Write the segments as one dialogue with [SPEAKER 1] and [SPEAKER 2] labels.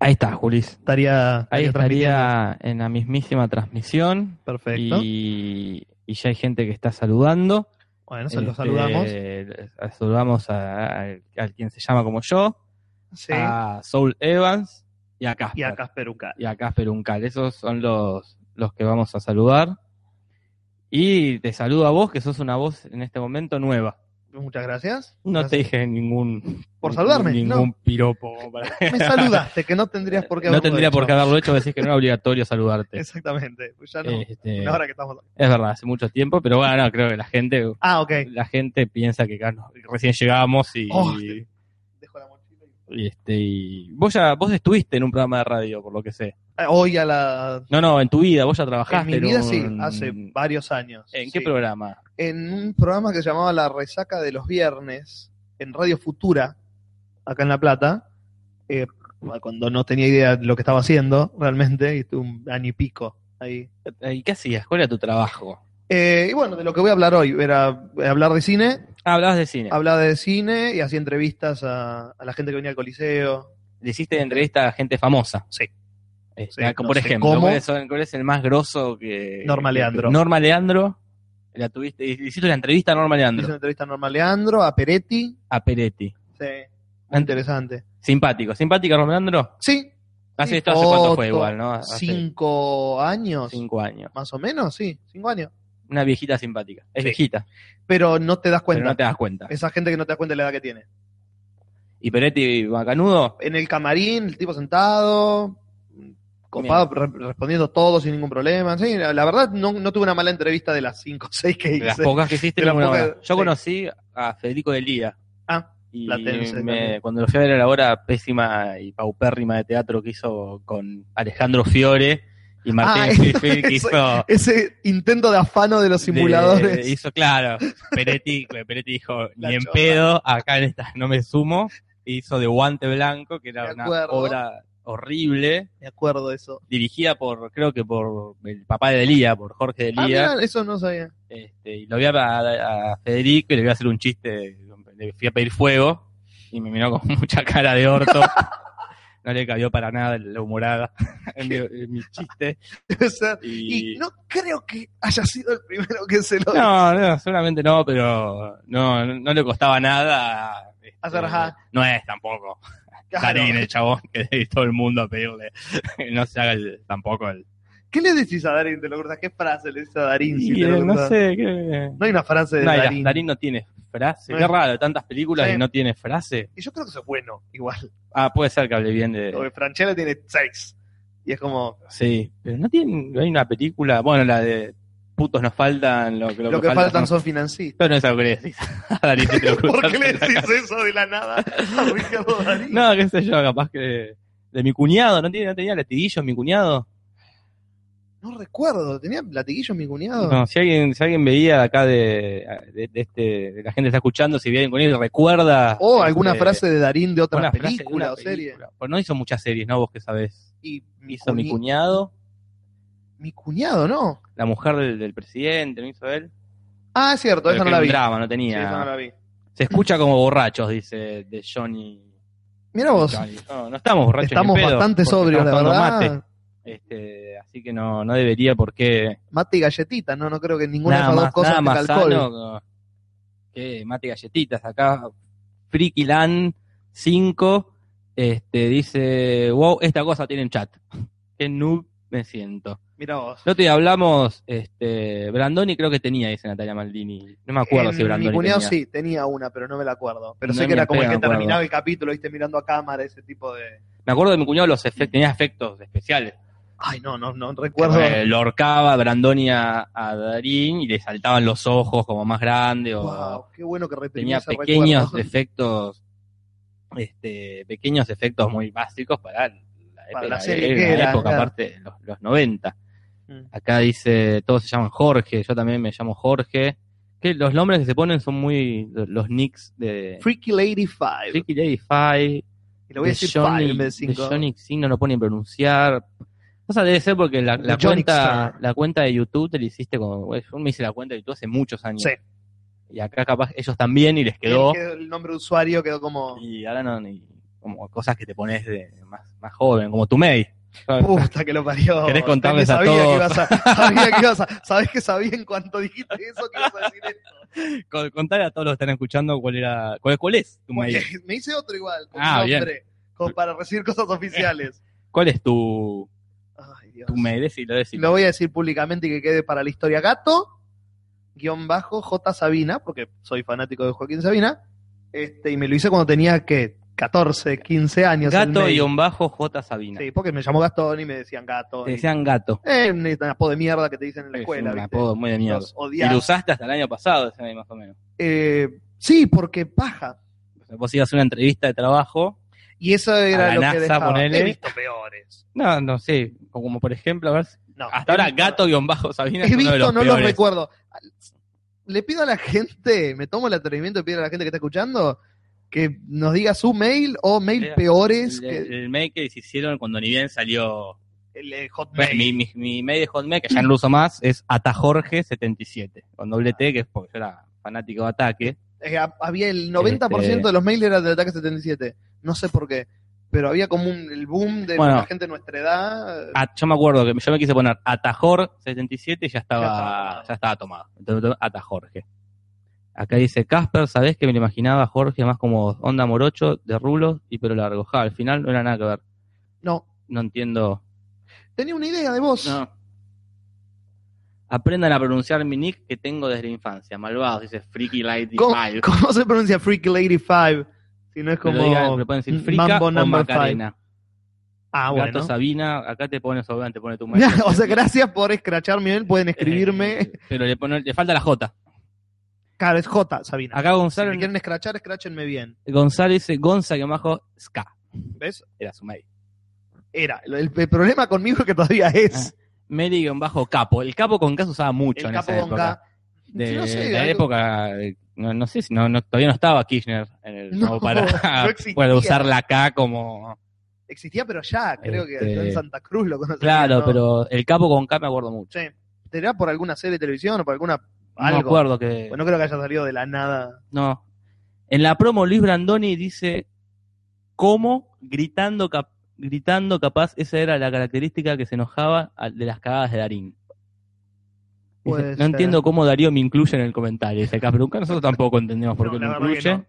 [SPEAKER 1] Ahí está, Julis.
[SPEAKER 2] Estaría,
[SPEAKER 1] Ahí
[SPEAKER 2] transmitiendo.
[SPEAKER 1] estaría en la mismísima transmisión.
[SPEAKER 2] Perfecto.
[SPEAKER 1] Y, y ya hay gente que está saludando.
[SPEAKER 2] bueno, se lo
[SPEAKER 1] Este,
[SPEAKER 2] saludamos.
[SPEAKER 1] le- Saludamos a, a- al quien se llama como yo,
[SPEAKER 2] Sí.
[SPEAKER 1] a Soul Evans y a Casper.
[SPEAKER 2] y a Casper Ucal.
[SPEAKER 1] y a Casper Uncal. Esos son los, los que vamos a saludar. Y te saludo a vos, que sos una voz en este momento nueva.
[SPEAKER 2] Muchas gracias.
[SPEAKER 1] No
[SPEAKER 2] Gracias
[SPEAKER 1] te dije ningún.
[SPEAKER 2] por saludarme.
[SPEAKER 1] Ningún piropo.
[SPEAKER 2] No, me saludaste, que no tendrías por qué
[SPEAKER 1] no
[SPEAKER 2] haberlo
[SPEAKER 1] tendría por
[SPEAKER 2] hecho.
[SPEAKER 1] qué haberlo hecho, decís que no era obligatorio saludarte.
[SPEAKER 2] Exactamente. pues Ya no.
[SPEAKER 1] Este,
[SPEAKER 2] Ahora que estamos.
[SPEAKER 1] es verdad, hace mucho tiempo, pero bueno, creo que la gente
[SPEAKER 2] Ah, ok.
[SPEAKER 1] la gente piensa que acá nos- recién llegamos y,
[SPEAKER 2] Oh, Dejo la mochila. y-
[SPEAKER 1] y, este y vos ya vos estuviste en un programa de radio, por lo que sé.
[SPEAKER 2] Ah, Hoy a la.
[SPEAKER 1] No, no, en tu vida, vos ya
[SPEAKER 2] En
[SPEAKER 1] trabajaste
[SPEAKER 2] mi vida
[SPEAKER 1] en
[SPEAKER 2] sí,
[SPEAKER 1] Este un-
[SPEAKER 2] hace varios años.
[SPEAKER 1] ¿En qué
[SPEAKER 2] sí.
[SPEAKER 1] programa?
[SPEAKER 2] En un programa que se llamaba La Resaca de los Viernes, en Radio Futura, acá en La Plata, eh, cuando no tenía idea de lo que estaba haciendo realmente, y estuve un año y pico ahí
[SPEAKER 1] ¿Y qué hacías? ¿Cuál era tu trabajo?
[SPEAKER 2] Eh, y bueno, de lo que voy a hablar hoy era eh, hablar de cine,
[SPEAKER 1] Ah, hablabas de cine.
[SPEAKER 2] hablaba de cine y hacía entrevistas a, a la gente que venía al Coliseo.
[SPEAKER 1] Le hiciste entrevista a gente famosa.
[SPEAKER 2] Sí.
[SPEAKER 1] Este,
[SPEAKER 2] Sí,
[SPEAKER 1] como
[SPEAKER 2] no
[SPEAKER 1] por
[SPEAKER 2] sé
[SPEAKER 1] ejemplo,
[SPEAKER 2] cómo.
[SPEAKER 1] ¿cuál, es, cuál es el más grosso que.
[SPEAKER 2] Norma Leandro.
[SPEAKER 1] Norma Leandro. La tuviste, hiciste una entrevista a Norma
[SPEAKER 2] Hice
[SPEAKER 1] Leandro.
[SPEAKER 2] una entrevista a Norma Leandro, a Peretti.
[SPEAKER 1] A Peretti.
[SPEAKER 2] Sí, muy interesante.
[SPEAKER 1] Simpático. ¿Simpática Norma Leandro?
[SPEAKER 2] Sí,
[SPEAKER 1] Hace
[SPEAKER 2] Sí,
[SPEAKER 1] esto hace cuánto fue
[SPEAKER 2] foto,
[SPEAKER 1] igual, ¿no? Ah, Hace
[SPEAKER 2] cinco años,
[SPEAKER 1] cinco años.
[SPEAKER 2] más o menos, sí, cinco años.
[SPEAKER 1] Una viejita simpática. Es
[SPEAKER 2] Sí.
[SPEAKER 1] viejita,
[SPEAKER 2] Pero no te das
[SPEAKER 1] pero
[SPEAKER 2] cuenta.
[SPEAKER 1] no te das cuenta.
[SPEAKER 2] Esa gente que no te das cuenta de la edad que tiene.
[SPEAKER 1] ¿Y Peretti Macanudo?
[SPEAKER 2] En el camarín, el tipo sentado, copado, re- respondiendo todo sin ningún problema. Sí, la, la verdad no, no tuve una mala entrevista de las cinco o seis que hice.
[SPEAKER 1] Las pocas que hiciste.
[SPEAKER 2] De las
[SPEAKER 1] ninguna
[SPEAKER 2] pocas-
[SPEAKER 1] buena. Yo
[SPEAKER 2] sí.
[SPEAKER 1] conocí a Federico Delía.
[SPEAKER 2] Ah,
[SPEAKER 1] Y
[SPEAKER 2] Platense
[SPEAKER 1] me-
[SPEAKER 2] también.
[SPEAKER 1] cuando lo fui a ver a la obra pésima y paupérrima de teatro que hizo con Alejandro Fiore y Martín
[SPEAKER 2] Ah,
[SPEAKER 1] Fifi, que
[SPEAKER 2] eso-
[SPEAKER 1] hizo.
[SPEAKER 2] ese intento de afano de los
[SPEAKER 1] de-
[SPEAKER 2] simuladores.
[SPEAKER 1] hizo, claro. Peretti, eh, Peretti dijo:
[SPEAKER 2] La
[SPEAKER 1] ni en
[SPEAKER 2] chota.
[SPEAKER 1] pedo, acá en esta no me sumo. e Hizo De Guante Blanco, que
[SPEAKER 2] De
[SPEAKER 1] era una
[SPEAKER 2] acuerdo.
[SPEAKER 1] obra horrible,
[SPEAKER 2] Me acuerdo de eso.
[SPEAKER 1] dirigida por, creo que por el papá de Delía, por Jorge
[SPEAKER 2] Ah,
[SPEAKER 1] Delía.
[SPEAKER 2] mirá, eso no sabía.
[SPEAKER 1] Este, y lo vi a, a- a Federico y le voy a hacer un chiste. Le fui a pedir fuego y me miró con mucha cara de orto. no le cabió para nada la humorada en mi, en mi chiste.
[SPEAKER 2] Debe ser.
[SPEAKER 1] Y,
[SPEAKER 2] Y no creo que haya sido el primero que se lo
[SPEAKER 1] no, no, seguramente no, pero no, no, no le costaba nada. este,
[SPEAKER 2] Hacer ja.
[SPEAKER 1] no es tampoco
[SPEAKER 2] Claro.
[SPEAKER 1] Darín eh. el chabón que debe ir todo el mundo a pedirle. no se haga el- tampoco el.
[SPEAKER 2] ¿Qué le decís a Darín? ¿Te lo acordás? ¿Qué frase le decís a Darín? si
[SPEAKER 1] Y,
[SPEAKER 2] te lo
[SPEAKER 1] eh, no
[SPEAKER 2] acordás?
[SPEAKER 1] sé, qué.
[SPEAKER 2] No hay una frase de
[SPEAKER 1] No, mira,
[SPEAKER 2] eh. Darín.
[SPEAKER 1] Darín. no tiene frase.
[SPEAKER 2] No
[SPEAKER 1] Qué
[SPEAKER 2] es-
[SPEAKER 1] raro, tantas películas
[SPEAKER 2] Sí.
[SPEAKER 1] y no tiene frase.
[SPEAKER 2] Y yo creo que eso es bueno, igual.
[SPEAKER 1] Ah, puede ser que hable bien de.
[SPEAKER 2] Porque Franchella tiene seis. Y es como,
[SPEAKER 1] Sí, pero no tiene. no Hay una película. Bueno, la de putos nos faltan. Lo, que-
[SPEAKER 2] lo,
[SPEAKER 1] lo
[SPEAKER 2] que, faltan
[SPEAKER 1] son.
[SPEAKER 2] son financistas.
[SPEAKER 1] Pero no es algo que le decís. A Darín que te lo
[SPEAKER 2] ¿Por
[SPEAKER 1] cruzas
[SPEAKER 2] qué le
[SPEAKER 1] en la
[SPEAKER 2] decís
[SPEAKER 1] calle.
[SPEAKER 2] eso de la nada a Ricardo Darín?
[SPEAKER 1] No, qué sé yo, capaz que. De mi cuñado, ¿no, tiene, no tenía latiguillos mi cuñado?
[SPEAKER 2] No recuerdo. ¿Tenía latiguillo mi cuñado?
[SPEAKER 1] No, si alguien, si alguien veía de acá de, de, de este, de la gente que está escuchando, si viene con él recuerda.
[SPEAKER 2] O alguna
[SPEAKER 1] este,
[SPEAKER 2] frase de Darín de otra
[SPEAKER 1] una frase de
[SPEAKER 2] película
[SPEAKER 1] una
[SPEAKER 2] o serie.
[SPEAKER 1] película. Pues no hizo muchas series, ¿no? Vos que sabés.
[SPEAKER 2] Y mi,
[SPEAKER 1] Hizo mi
[SPEAKER 2] cuñi-
[SPEAKER 1] cuñado,
[SPEAKER 2] mi cuñado, ¿no?
[SPEAKER 1] la mujer del, del presidente, ¿no hizo él?
[SPEAKER 2] Ah, es cierto,
[SPEAKER 1] Pero que
[SPEAKER 2] esa no la
[SPEAKER 1] era un
[SPEAKER 2] vi.
[SPEAKER 1] drama, no
[SPEAKER 2] Sí,
[SPEAKER 1] tenía.
[SPEAKER 2] esa no la vi.
[SPEAKER 1] Se escucha como borrachos, dice de Johnny.
[SPEAKER 2] Mira vos,
[SPEAKER 1] Johnny. No, no estamos borrachos. ni
[SPEAKER 2] estamos
[SPEAKER 1] en pedo,
[SPEAKER 2] bastante
[SPEAKER 1] porque
[SPEAKER 2] sobrios, la
[SPEAKER 1] estamos tomando
[SPEAKER 2] verdad.
[SPEAKER 1] mate.
[SPEAKER 2] Mate.
[SPEAKER 1] Este, así que no, no debería porque
[SPEAKER 2] y galletita, no, no creo que ninguna de
[SPEAKER 1] nada
[SPEAKER 2] esas dos
[SPEAKER 1] más,
[SPEAKER 2] cosas
[SPEAKER 1] nada
[SPEAKER 2] tenga
[SPEAKER 1] más
[SPEAKER 2] alcohol.
[SPEAKER 1] sano que mate y galletitas. Acá Friki Land 5 este, dice, wow, esta cosa tiene chat. Qué noob me siento.
[SPEAKER 2] Mira vos.
[SPEAKER 1] El otro día hablamos, este, Brandoni creo que tenía, dice Natalia Maldini. No me acuerdo
[SPEAKER 2] En
[SPEAKER 1] si Brandoni
[SPEAKER 2] mi cuñado
[SPEAKER 1] tenía.
[SPEAKER 2] sí, tenía una, pero no me la acuerdo. Pero
[SPEAKER 1] No
[SPEAKER 2] sé
[SPEAKER 1] me
[SPEAKER 2] que era como el
[SPEAKER 1] pega,
[SPEAKER 2] que
[SPEAKER 1] me acuerdo.
[SPEAKER 2] terminaba el capítulo, viste, mirando a cámara, ese tipo de.
[SPEAKER 1] Me acuerdo de mi cuñado los
[SPEAKER 2] Mm.
[SPEAKER 1] efectos, tenía efectos especiales.
[SPEAKER 2] Ay, no, no, no recuerdo.
[SPEAKER 1] Eh, lo horcaba Brandoni a, a Darín y le saltaban los ojos como más grande o
[SPEAKER 2] Wow, qué bueno que reprimí
[SPEAKER 1] tenía
[SPEAKER 2] ese
[SPEAKER 1] pequeños
[SPEAKER 2] recuerdo.
[SPEAKER 1] efectos este pequeños efectos muy básicos para la,
[SPEAKER 2] Para
[SPEAKER 1] época-
[SPEAKER 2] la serie que era,
[SPEAKER 1] época
[SPEAKER 2] claro.
[SPEAKER 1] aparte los, los 90
[SPEAKER 2] Mm.
[SPEAKER 1] acá dice todos se llaman Jorge yo también me llamo Jorge que los nombres que se ponen son muy los nicks de
[SPEAKER 2] Freaky Lady 5.
[SPEAKER 1] Ricky Lady Five
[SPEAKER 2] Y le voy a
[SPEAKER 1] de
[SPEAKER 2] decir 5
[SPEAKER 1] Johnny-
[SPEAKER 2] en vez de
[SPEAKER 1] de
[SPEAKER 2] 5.
[SPEAKER 1] Johnny Xing no lo pone en pronunciar. O sea, debe ser porque la, la
[SPEAKER 2] De Johnny
[SPEAKER 1] cuenta,
[SPEAKER 2] Star.
[SPEAKER 1] la cuenta de YouTube te la hiciste con. güey, Yo me hice la cuenta de YouTube hace muchos años.
[SPEAKER 2] Sí.
[SPEAKER 1] Y acá capaz ellos también y les quedó.
[SPEAKER 2] El, nombre de usuario quedó como.
[SPEAKER 1] Y ahora no. ni- como cosas que te pones de más, más joven, como tu May.
[SPEAKER 2] Puta que lo parió.
[SPEAKER 1] ¿Querés contarles
[SPEAKER 2] Sabía
[SPEAKER 1] a todos?
[SPEAKER 2] Que ibas a, sabía que ibas a, sabés que sabía en cuanto dijiste eso que ibas a decir esto.
[SPEAKER 1] Con- Contale a todos los que están escuchando cuál era, cuál, cuál es tu May.
[SPEAKER 2] Porque me hice otro igual, con
[SPEAKER 1] Ah,
[SPEAKER 2] un
[SPEAKER 1] bien.
[SPEAKER 2] nombre, como para recibir cosas oficiales.
[SPEAKER 1] ¿Cuál es tu,
[SPEAKER 2] Ay, Dios.
[SPEAKER 1] tu May? Decilo, decilo.
[SPEAKER 2] Lo voy a decir públicamente y que quede para la historia. Gato, guión bajo, J. Sabina, porque soy fanático de Joaquín Sabina. Este, y me lo hice cuando tenía, que 14, 15 años. el
[SPEAKER 1] Gato
[SPEAKER 2] mail.
[SPEAKER 1] y un bajo J Sabina.
[SPEAKER 2] Sí, porque me llamó Gastón y me decían Gato.
[SPEAKER 1] Te
[SPEAKER 2] y-
[SPEAKER 1] decían gato.
[SPEAKER 2] Eh, un un apodo de mierda que te dicen en la escuela.
[SPEAKER 1] es un
[SPEAKER 2] ¿viste?
[SPEAKER 1] apodo muy de mierda.
[SPEAKER 2] Los
[SPEAKER 1] Y
[SPEAKER 2] odiaba.
[SPEAKER 1] lo usaste hasta el año pasado, ese May, más o menos.
[SPEAKER 2] Eh, sí, porque paja.
[SPEAKER 1] O sea, vos ibas a hacer una entrevista de trabajo.
[SPEAKER 2] Y eso era
[SPEAKER 1] la
[SPEAKER 2] lo
[SPEAKER 1] NASA,
[SPEAKER 2] que dejaba.
[SPEAKER 1] ponele.
[SPEAKER 2] He visto peores.
[SPEAKER 1] No, no sé. o Como por ejemplo, a ver. si-
[SPEAKER 2] No,
[SPEAKER 1] Hasta
[SPEAKER 2] he
[SPEAKER 1] ahora,
[SPEAKER 2] visto-
[SPEAKER 1] gato y un bajo Sabina.
[SPEAKER 2] He
[SPEAKER 1] es uno
[SPEAKER 2] visto,
[SPEAKER 1] de los
[SPEAKER 2] no los
[SPEAKER 1] peores.
[SPEAKER 2] recuerdo. Le pido a la gente, me tomo el atrevimiento de pedir a la gente que está escuchando que nos diga su mail o mail
[SPEAKER 1] Era-
[SPEAKER 2] peores
[SPEAKER 1] el,
[SPEAKER 2] que el,
[SPEAKER 1] el mail que se hicieron cuando ni bien salió.
[SPEAKER 2] eh,
[SPEAKER 1] Bueno,
[SPEAKER 2] Hotmail.
[SPEAKER 1] Pues mi, mi, mi mail de Hotmail, que ya no lo uso más, es atajorge77. Con doble T, que es porque yo era fanático de ataque.
[SPEAKER 2] Eh, ha- había el 90%
[SPEAKER 1] Este-
[SPEAKER 2] de los mails era del ataque 77. No sé por qué, pero había como un, el boom de
[SPEAKER 1] Bueno.
[SPEAKER 2] la gente de nuestra edad. eh,
[SPEAKER 1] Ah, yo me acuerdo que yo me quise poner atajor77 y ya estaba,
[SPEAKER 2] Ya
[SPEAKER 1] ya
[SPEAKER 2] estaba
[SPEAKER 1] estaba,
[SPEAKER 2] tomado.
[SPEAKER 1] tomado. Entonces, tomé atajorge. Acá dice, Casper, ¿sabés que me lo imaginaba a Jorge más como onda morocho, de rulos y pelo largo? Ja, al final no era nada que ver.
[SPEAKER 2] No,
[SPEAKER 1] No entiendo.
[SPEAKER 2] tenía una idea de vos.
[SPEAKER 1] Aprendan a pronunciar mi nick que tengo desde la infancia. Malvado, dice Freaky Lighty
[SPEAKER 2] ¿Cómo,
[SPEAKER 1] Five.
[SPEAKER 2] cómo se pronuncia Freak Lady 5? Si no
[SPEAKER 1] Me
[SPEAKER 2] es como.
[SPEAKER 1] lo digan, me pueden decir Frica
[SPEAKER 2] Mambo
[SPEAKER 1] o
[SPEAKER 2] Number
[SPEAKER 1] Macarena.
[SPEAKER 2] Ah,
[SPEAKER 1] Gato
[SPEAKER 2] bueno.
[SPEAKER 1] Sabina, acá te pones obviamente, pone tu
[SPEAKER 2] Mirá,
[SPEAKER 1] mail.
[SPEAKER 2] o sea, gracias por escrachar mi mail. Pueden escribirme.
[SPEAKER 1] Eh, Pero le, pone- le falta la J.
[SPEAKER 2] Claro, es J, Sabina.
[SPEAKER 1] Acá
[SPEAKER 2] si
[SPEAKER 1] Gonzalo,
[SPEAKER 2] me quieren escrachar, escráchenme bien.
[SPEAKER 1] Gonzalo dice Gonza que majo Ska.
[SPEAKER 2] ¿Ves?
[SPEAKER 1] Era su mail.
[SPEAKER 2] Era. El, el problema conmigo es que todavía
[SPEAKER 1] Ah,
[SPEAKER 2] es.
[SPEAKER 1] Meli bajo capo. El capo con K se usaba mucho
[SPEAKER 2] el
[SPEAKER 1] en
[SPEAKER 2] capo
[SPEAKER 1] esa
[SPEAKER 2] con
[SPEAKER 1] época.
[SPEAKER 2] K.
[SPEAKER 1] De,
[SPEAKER 2] No sé,
[SPEAKER 1] de la
[SPEAKER 2] algo-
[SPEAKER 1] época, eh, no, no sé si no, no- todavía no estaba Kirchner en el,
[SPEAKER 2] No,
[SPEAKER 1] como para,
[SPEAKER 2] no existía.
[SPEAKER 1] para usar la K como.
[SPEAKER 2] Existía, pero ya, creo que
[SPEAKER 1] Este-
[SPEAKER 2] en Santa Cruz lo conocía.
[SPEAKER 1] Claro,
[SPEAKER 2] ¿no?
[SPEAKER 1] pero el capo con K me acuerdo mucho.
[SPEAKER 2] Sí. ¿Será por alguna serie de televisión o por alguna.
[SPEAKER 1] No me
[SPEAKER 2] algo?
[SPEAKER 1] acuerdo que.
[SPEAKER 2] Bueno, no creo que haya salido de la nada.
[SPEAKER 1] No. En la promo Luis Brandoni dice cómo gritando cap- gritando capaz esa era la característica que se enojaba a- de las cagadas de Darín. Dice,
[SPEAKER 2] Puede
[SPEAKER 1] no
[SPEAKER 2] ser.
[SPEAKER 1] entiendo cómo Darío me incluye en el comentario. Dice acá, pero nunca nosotros tampoco entendemos por
[SPEAKER 2] No,
[SPEAKER 1] qué
[SPEAKER 2] la
[SPEAKER 1] lo
[SPEAKER 2] verdad que
[SPEAKER 1] incluye.
[SPEAKER 2] no.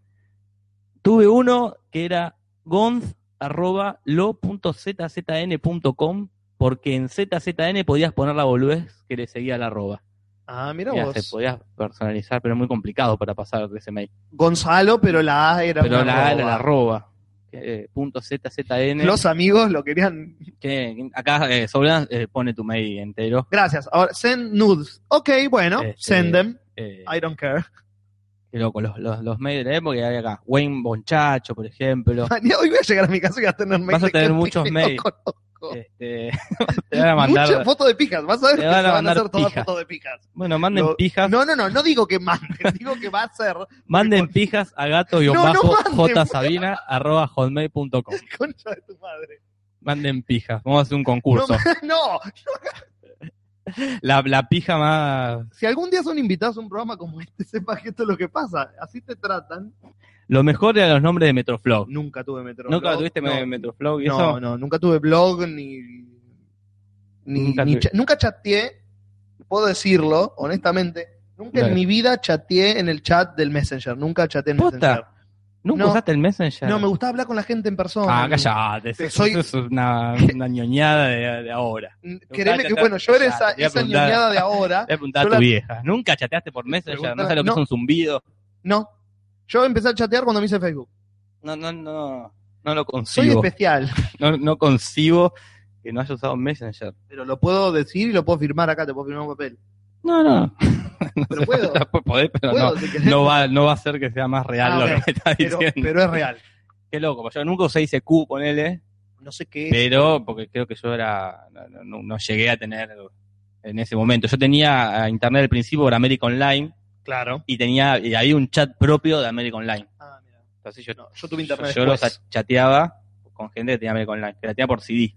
[SPEAKER 1] Tuve uno que era gonz arroba lo punto ZZN punto com, porque en ZZN podías poner la boludez que le seguía la arroba.
[SPEAKER 2] Ah, mira
[SPEAKER 1] Ya
[SPEAKER 2] vos.
[SPEAKER 1] se podías personalizar, pero es muy complicado para pasar de ese mail.
[SPEAKER 2] Gonzalo, pero la A era
[SPEAKER 1] Pero
[SPEAKER 2] una
[SPEAKER 1] la,
[SPEAKER 2] arroba.
[SPEAKER 1] la, la arroba. eh, punto ZZN.
[SPEAKER 2] Los amigos lo querían.
[SPEAKER 1] que acá eh, Sobrán, eh, pone tu mail entero.
[SPEAKER 2] Gracias. Ahora, send nudes. Ok, bueno,
[SPEAKER 1] Este-
[SPEAKER 2] send them.
[SPEAKER 1] Eh,
[SPEAKER 2] I don't care.
[SPEAKER 1] qué loco, los, los, los mails de la época que había acá. Wayne Bonchacho, por ejemplo.
[SPEAKER 2] Mañana- hoy voy a llegar a mi casa y voy a tener
[SPEAKER 1] Vas
[SPEAKER 2] mails
[SPEAKER 1] a
[SPEAKER 2] de
[SPEAKER 1] tener
[SPEAKER 2] gente
[SPEAKER 1] muchos
[SPEAKER 2] que no
[SPEAKER 1] mails.
[SPEAKER 2] conozco.
[SPEAKER 1] Este, te van a mandar.
[SPEAKER 2] Muchas fotos de pijas. Vas a ver
[SPEAKER 1] Te
[SPEAKER 2] que
[SPEAKER 1] van a
[SPEAKER 2] se van a
[SPEAKER 1] mandar
[SPEAKER 2] hacer todas
[SPEAKER 1] pijas.
[SPEAKER 2] fotos de pijas.
[SPEAKER 1] Bueno, manden
[SPEAKER 2] Lo-
[SPEAKER 1] pijas.
[SPEAKER 2] No, no, no. No digo que manden. digo que va a ser
[SPEAKER 1] manden pijas a gato y
[SPEAKER 2] No, no
[SPEAKER 1] bajo
[SPEAKER 2] manden.
[SPEAKER 1] jsabina arroba hotmail.com.
[SPEAKER 2] concha de tu madre.
[SPEAKER 1] Manden pijas. Vamos a hacer un concurso.
[SPEAKER 2] No.
[SPEAKER 1] La, la pija más.
[SPEAKER 2] Si algún día son invitados a un programa como este, sepas que esto es lo que pasa. Así te tratan.
[SPEAKER 1] Lo mejor era los nombres de Metroflow.
[SPEAKER 2] Nunca tuve metro.
[SPEAKER 1] ¿Nunca
[SPEAKER 2] Blog,
[SPEAKER 1] tuviste
[SPEAKER 2] no.
[SPEAKER 1] me- Metroflow y
[SPEAKER 2] No,
[SPEAKER 1] eso?
[SPEAKER 2] no, nunca tuve blog ni. ni- ni cha-
[SPEAKER 1] Nunca
[SPEAKER 2] nunca,
[SPEAKER 1] tuve-
[SPEAKER 2] chateé, puedo decirlo, honestamente. Nunca
[SPEAKER 1] Dale.
[SPEAKER 2] en mi vida chateé en el chat del Messenger. Nunca chateé en
[SPEAKER 1] ¿Posta?
[SPEAKER 2] Messenger.
[SPEAKER 1] ¿Nunca
[SPEAKER 2] No.
[SPEAKER 1] usaste el Messenger?
[SPEAKER 2] No, me gustaba hablar con la gente en persona.
[SPEAKER 1] Ah, callate, eso,
[SPEAKER 2] Soy-
[SPEAKER 1] eso es una, una ñoñada de, de ahora.
[SPEAKER 2] Créeme que,
[SPEAKER 1] chatear,
[SPEAKER 2] bueno, yo
[SPEAKER 1] callate,
[SPEAKER 2] era esa,
[SPEAKER 1] te voy a
[SPEAKER 2] esa
[SPEAKER 1] preguntar.
[SPEAKER 2] ñoñada de ahora.
[SPEAKER 1] Le voy a preguntar a
[SPEAKER 2] Yo
[SPEAKER 1] tu
[SPEAKER 2] la-
[SPEAKER 1] vieja. ¿Nunca chateaste por Messenger? ¿No
[SPEAKER 2] Preguntala-
[SPEAKER 1] sabes lo que
[SPEAKER 2] no.
[SPEAKER 1] es un zumbido?
[SPEAKER 2] No. Yo empecé a chatear cuando me hice Facebook.
[SPEAKER 1] No, no, no. No lo
[SPEAKER 2] Soy
[SPEAKER 1] concibo.
[SPEAKER 2] especial.
[SPEAKER 1] No, no concibo que no haya usado Messenger.
[SPEAKER 2] Pero lo puedo decir y lo puedo firmar acá, te puedo firmar un papel.
[SPEAKER 1] No, no. No
[SPEAKER 2] Pero
[SPEAKER 1] sé,
[SPEAKER 2] puedo.
[SPEAKER 1] ya po- podés, pero
[SPEAKER 2] Puedo,
[SPEAKER 1] no.
[SPEAKER 2] si querés,
[SPEAKER 1] No va, no va a ser que sea más real
[SPEAKER 2] Ah,
[SPEAKER 1] lo
[SPEAKER 2] ok.
[SPEAKER 1] que me estás
[SPEAKER 2] pero,
[SPEAKER 1] diciendo.
[SPEAKER 2] pero es real.
[SPEAKER 1] Qué loco. Yo nunca usé ICQ, ponele.
[SPEAKER 2] No sé qué es.
[SPEAKER 1] Pero, porque creo que yo era. No, no- no llegué a tener en ese momento. Yo tenía eh, internet al principio por América Online
[SPEAKER 2] Claro.
[SPEAKER 1] y tenía y había un chat propio de América Online.
[SPEAKER 2] Ah, mira.
[SPEAKER 1] Entonces yo
[SPEAKER 2] No, yo tuve internet.
[SPEAKER 1] yo, yo los
[SPEAKER 2] después.
[SPEAKER 1] chateaba con gente que tenía América Online, que la tenía por CD.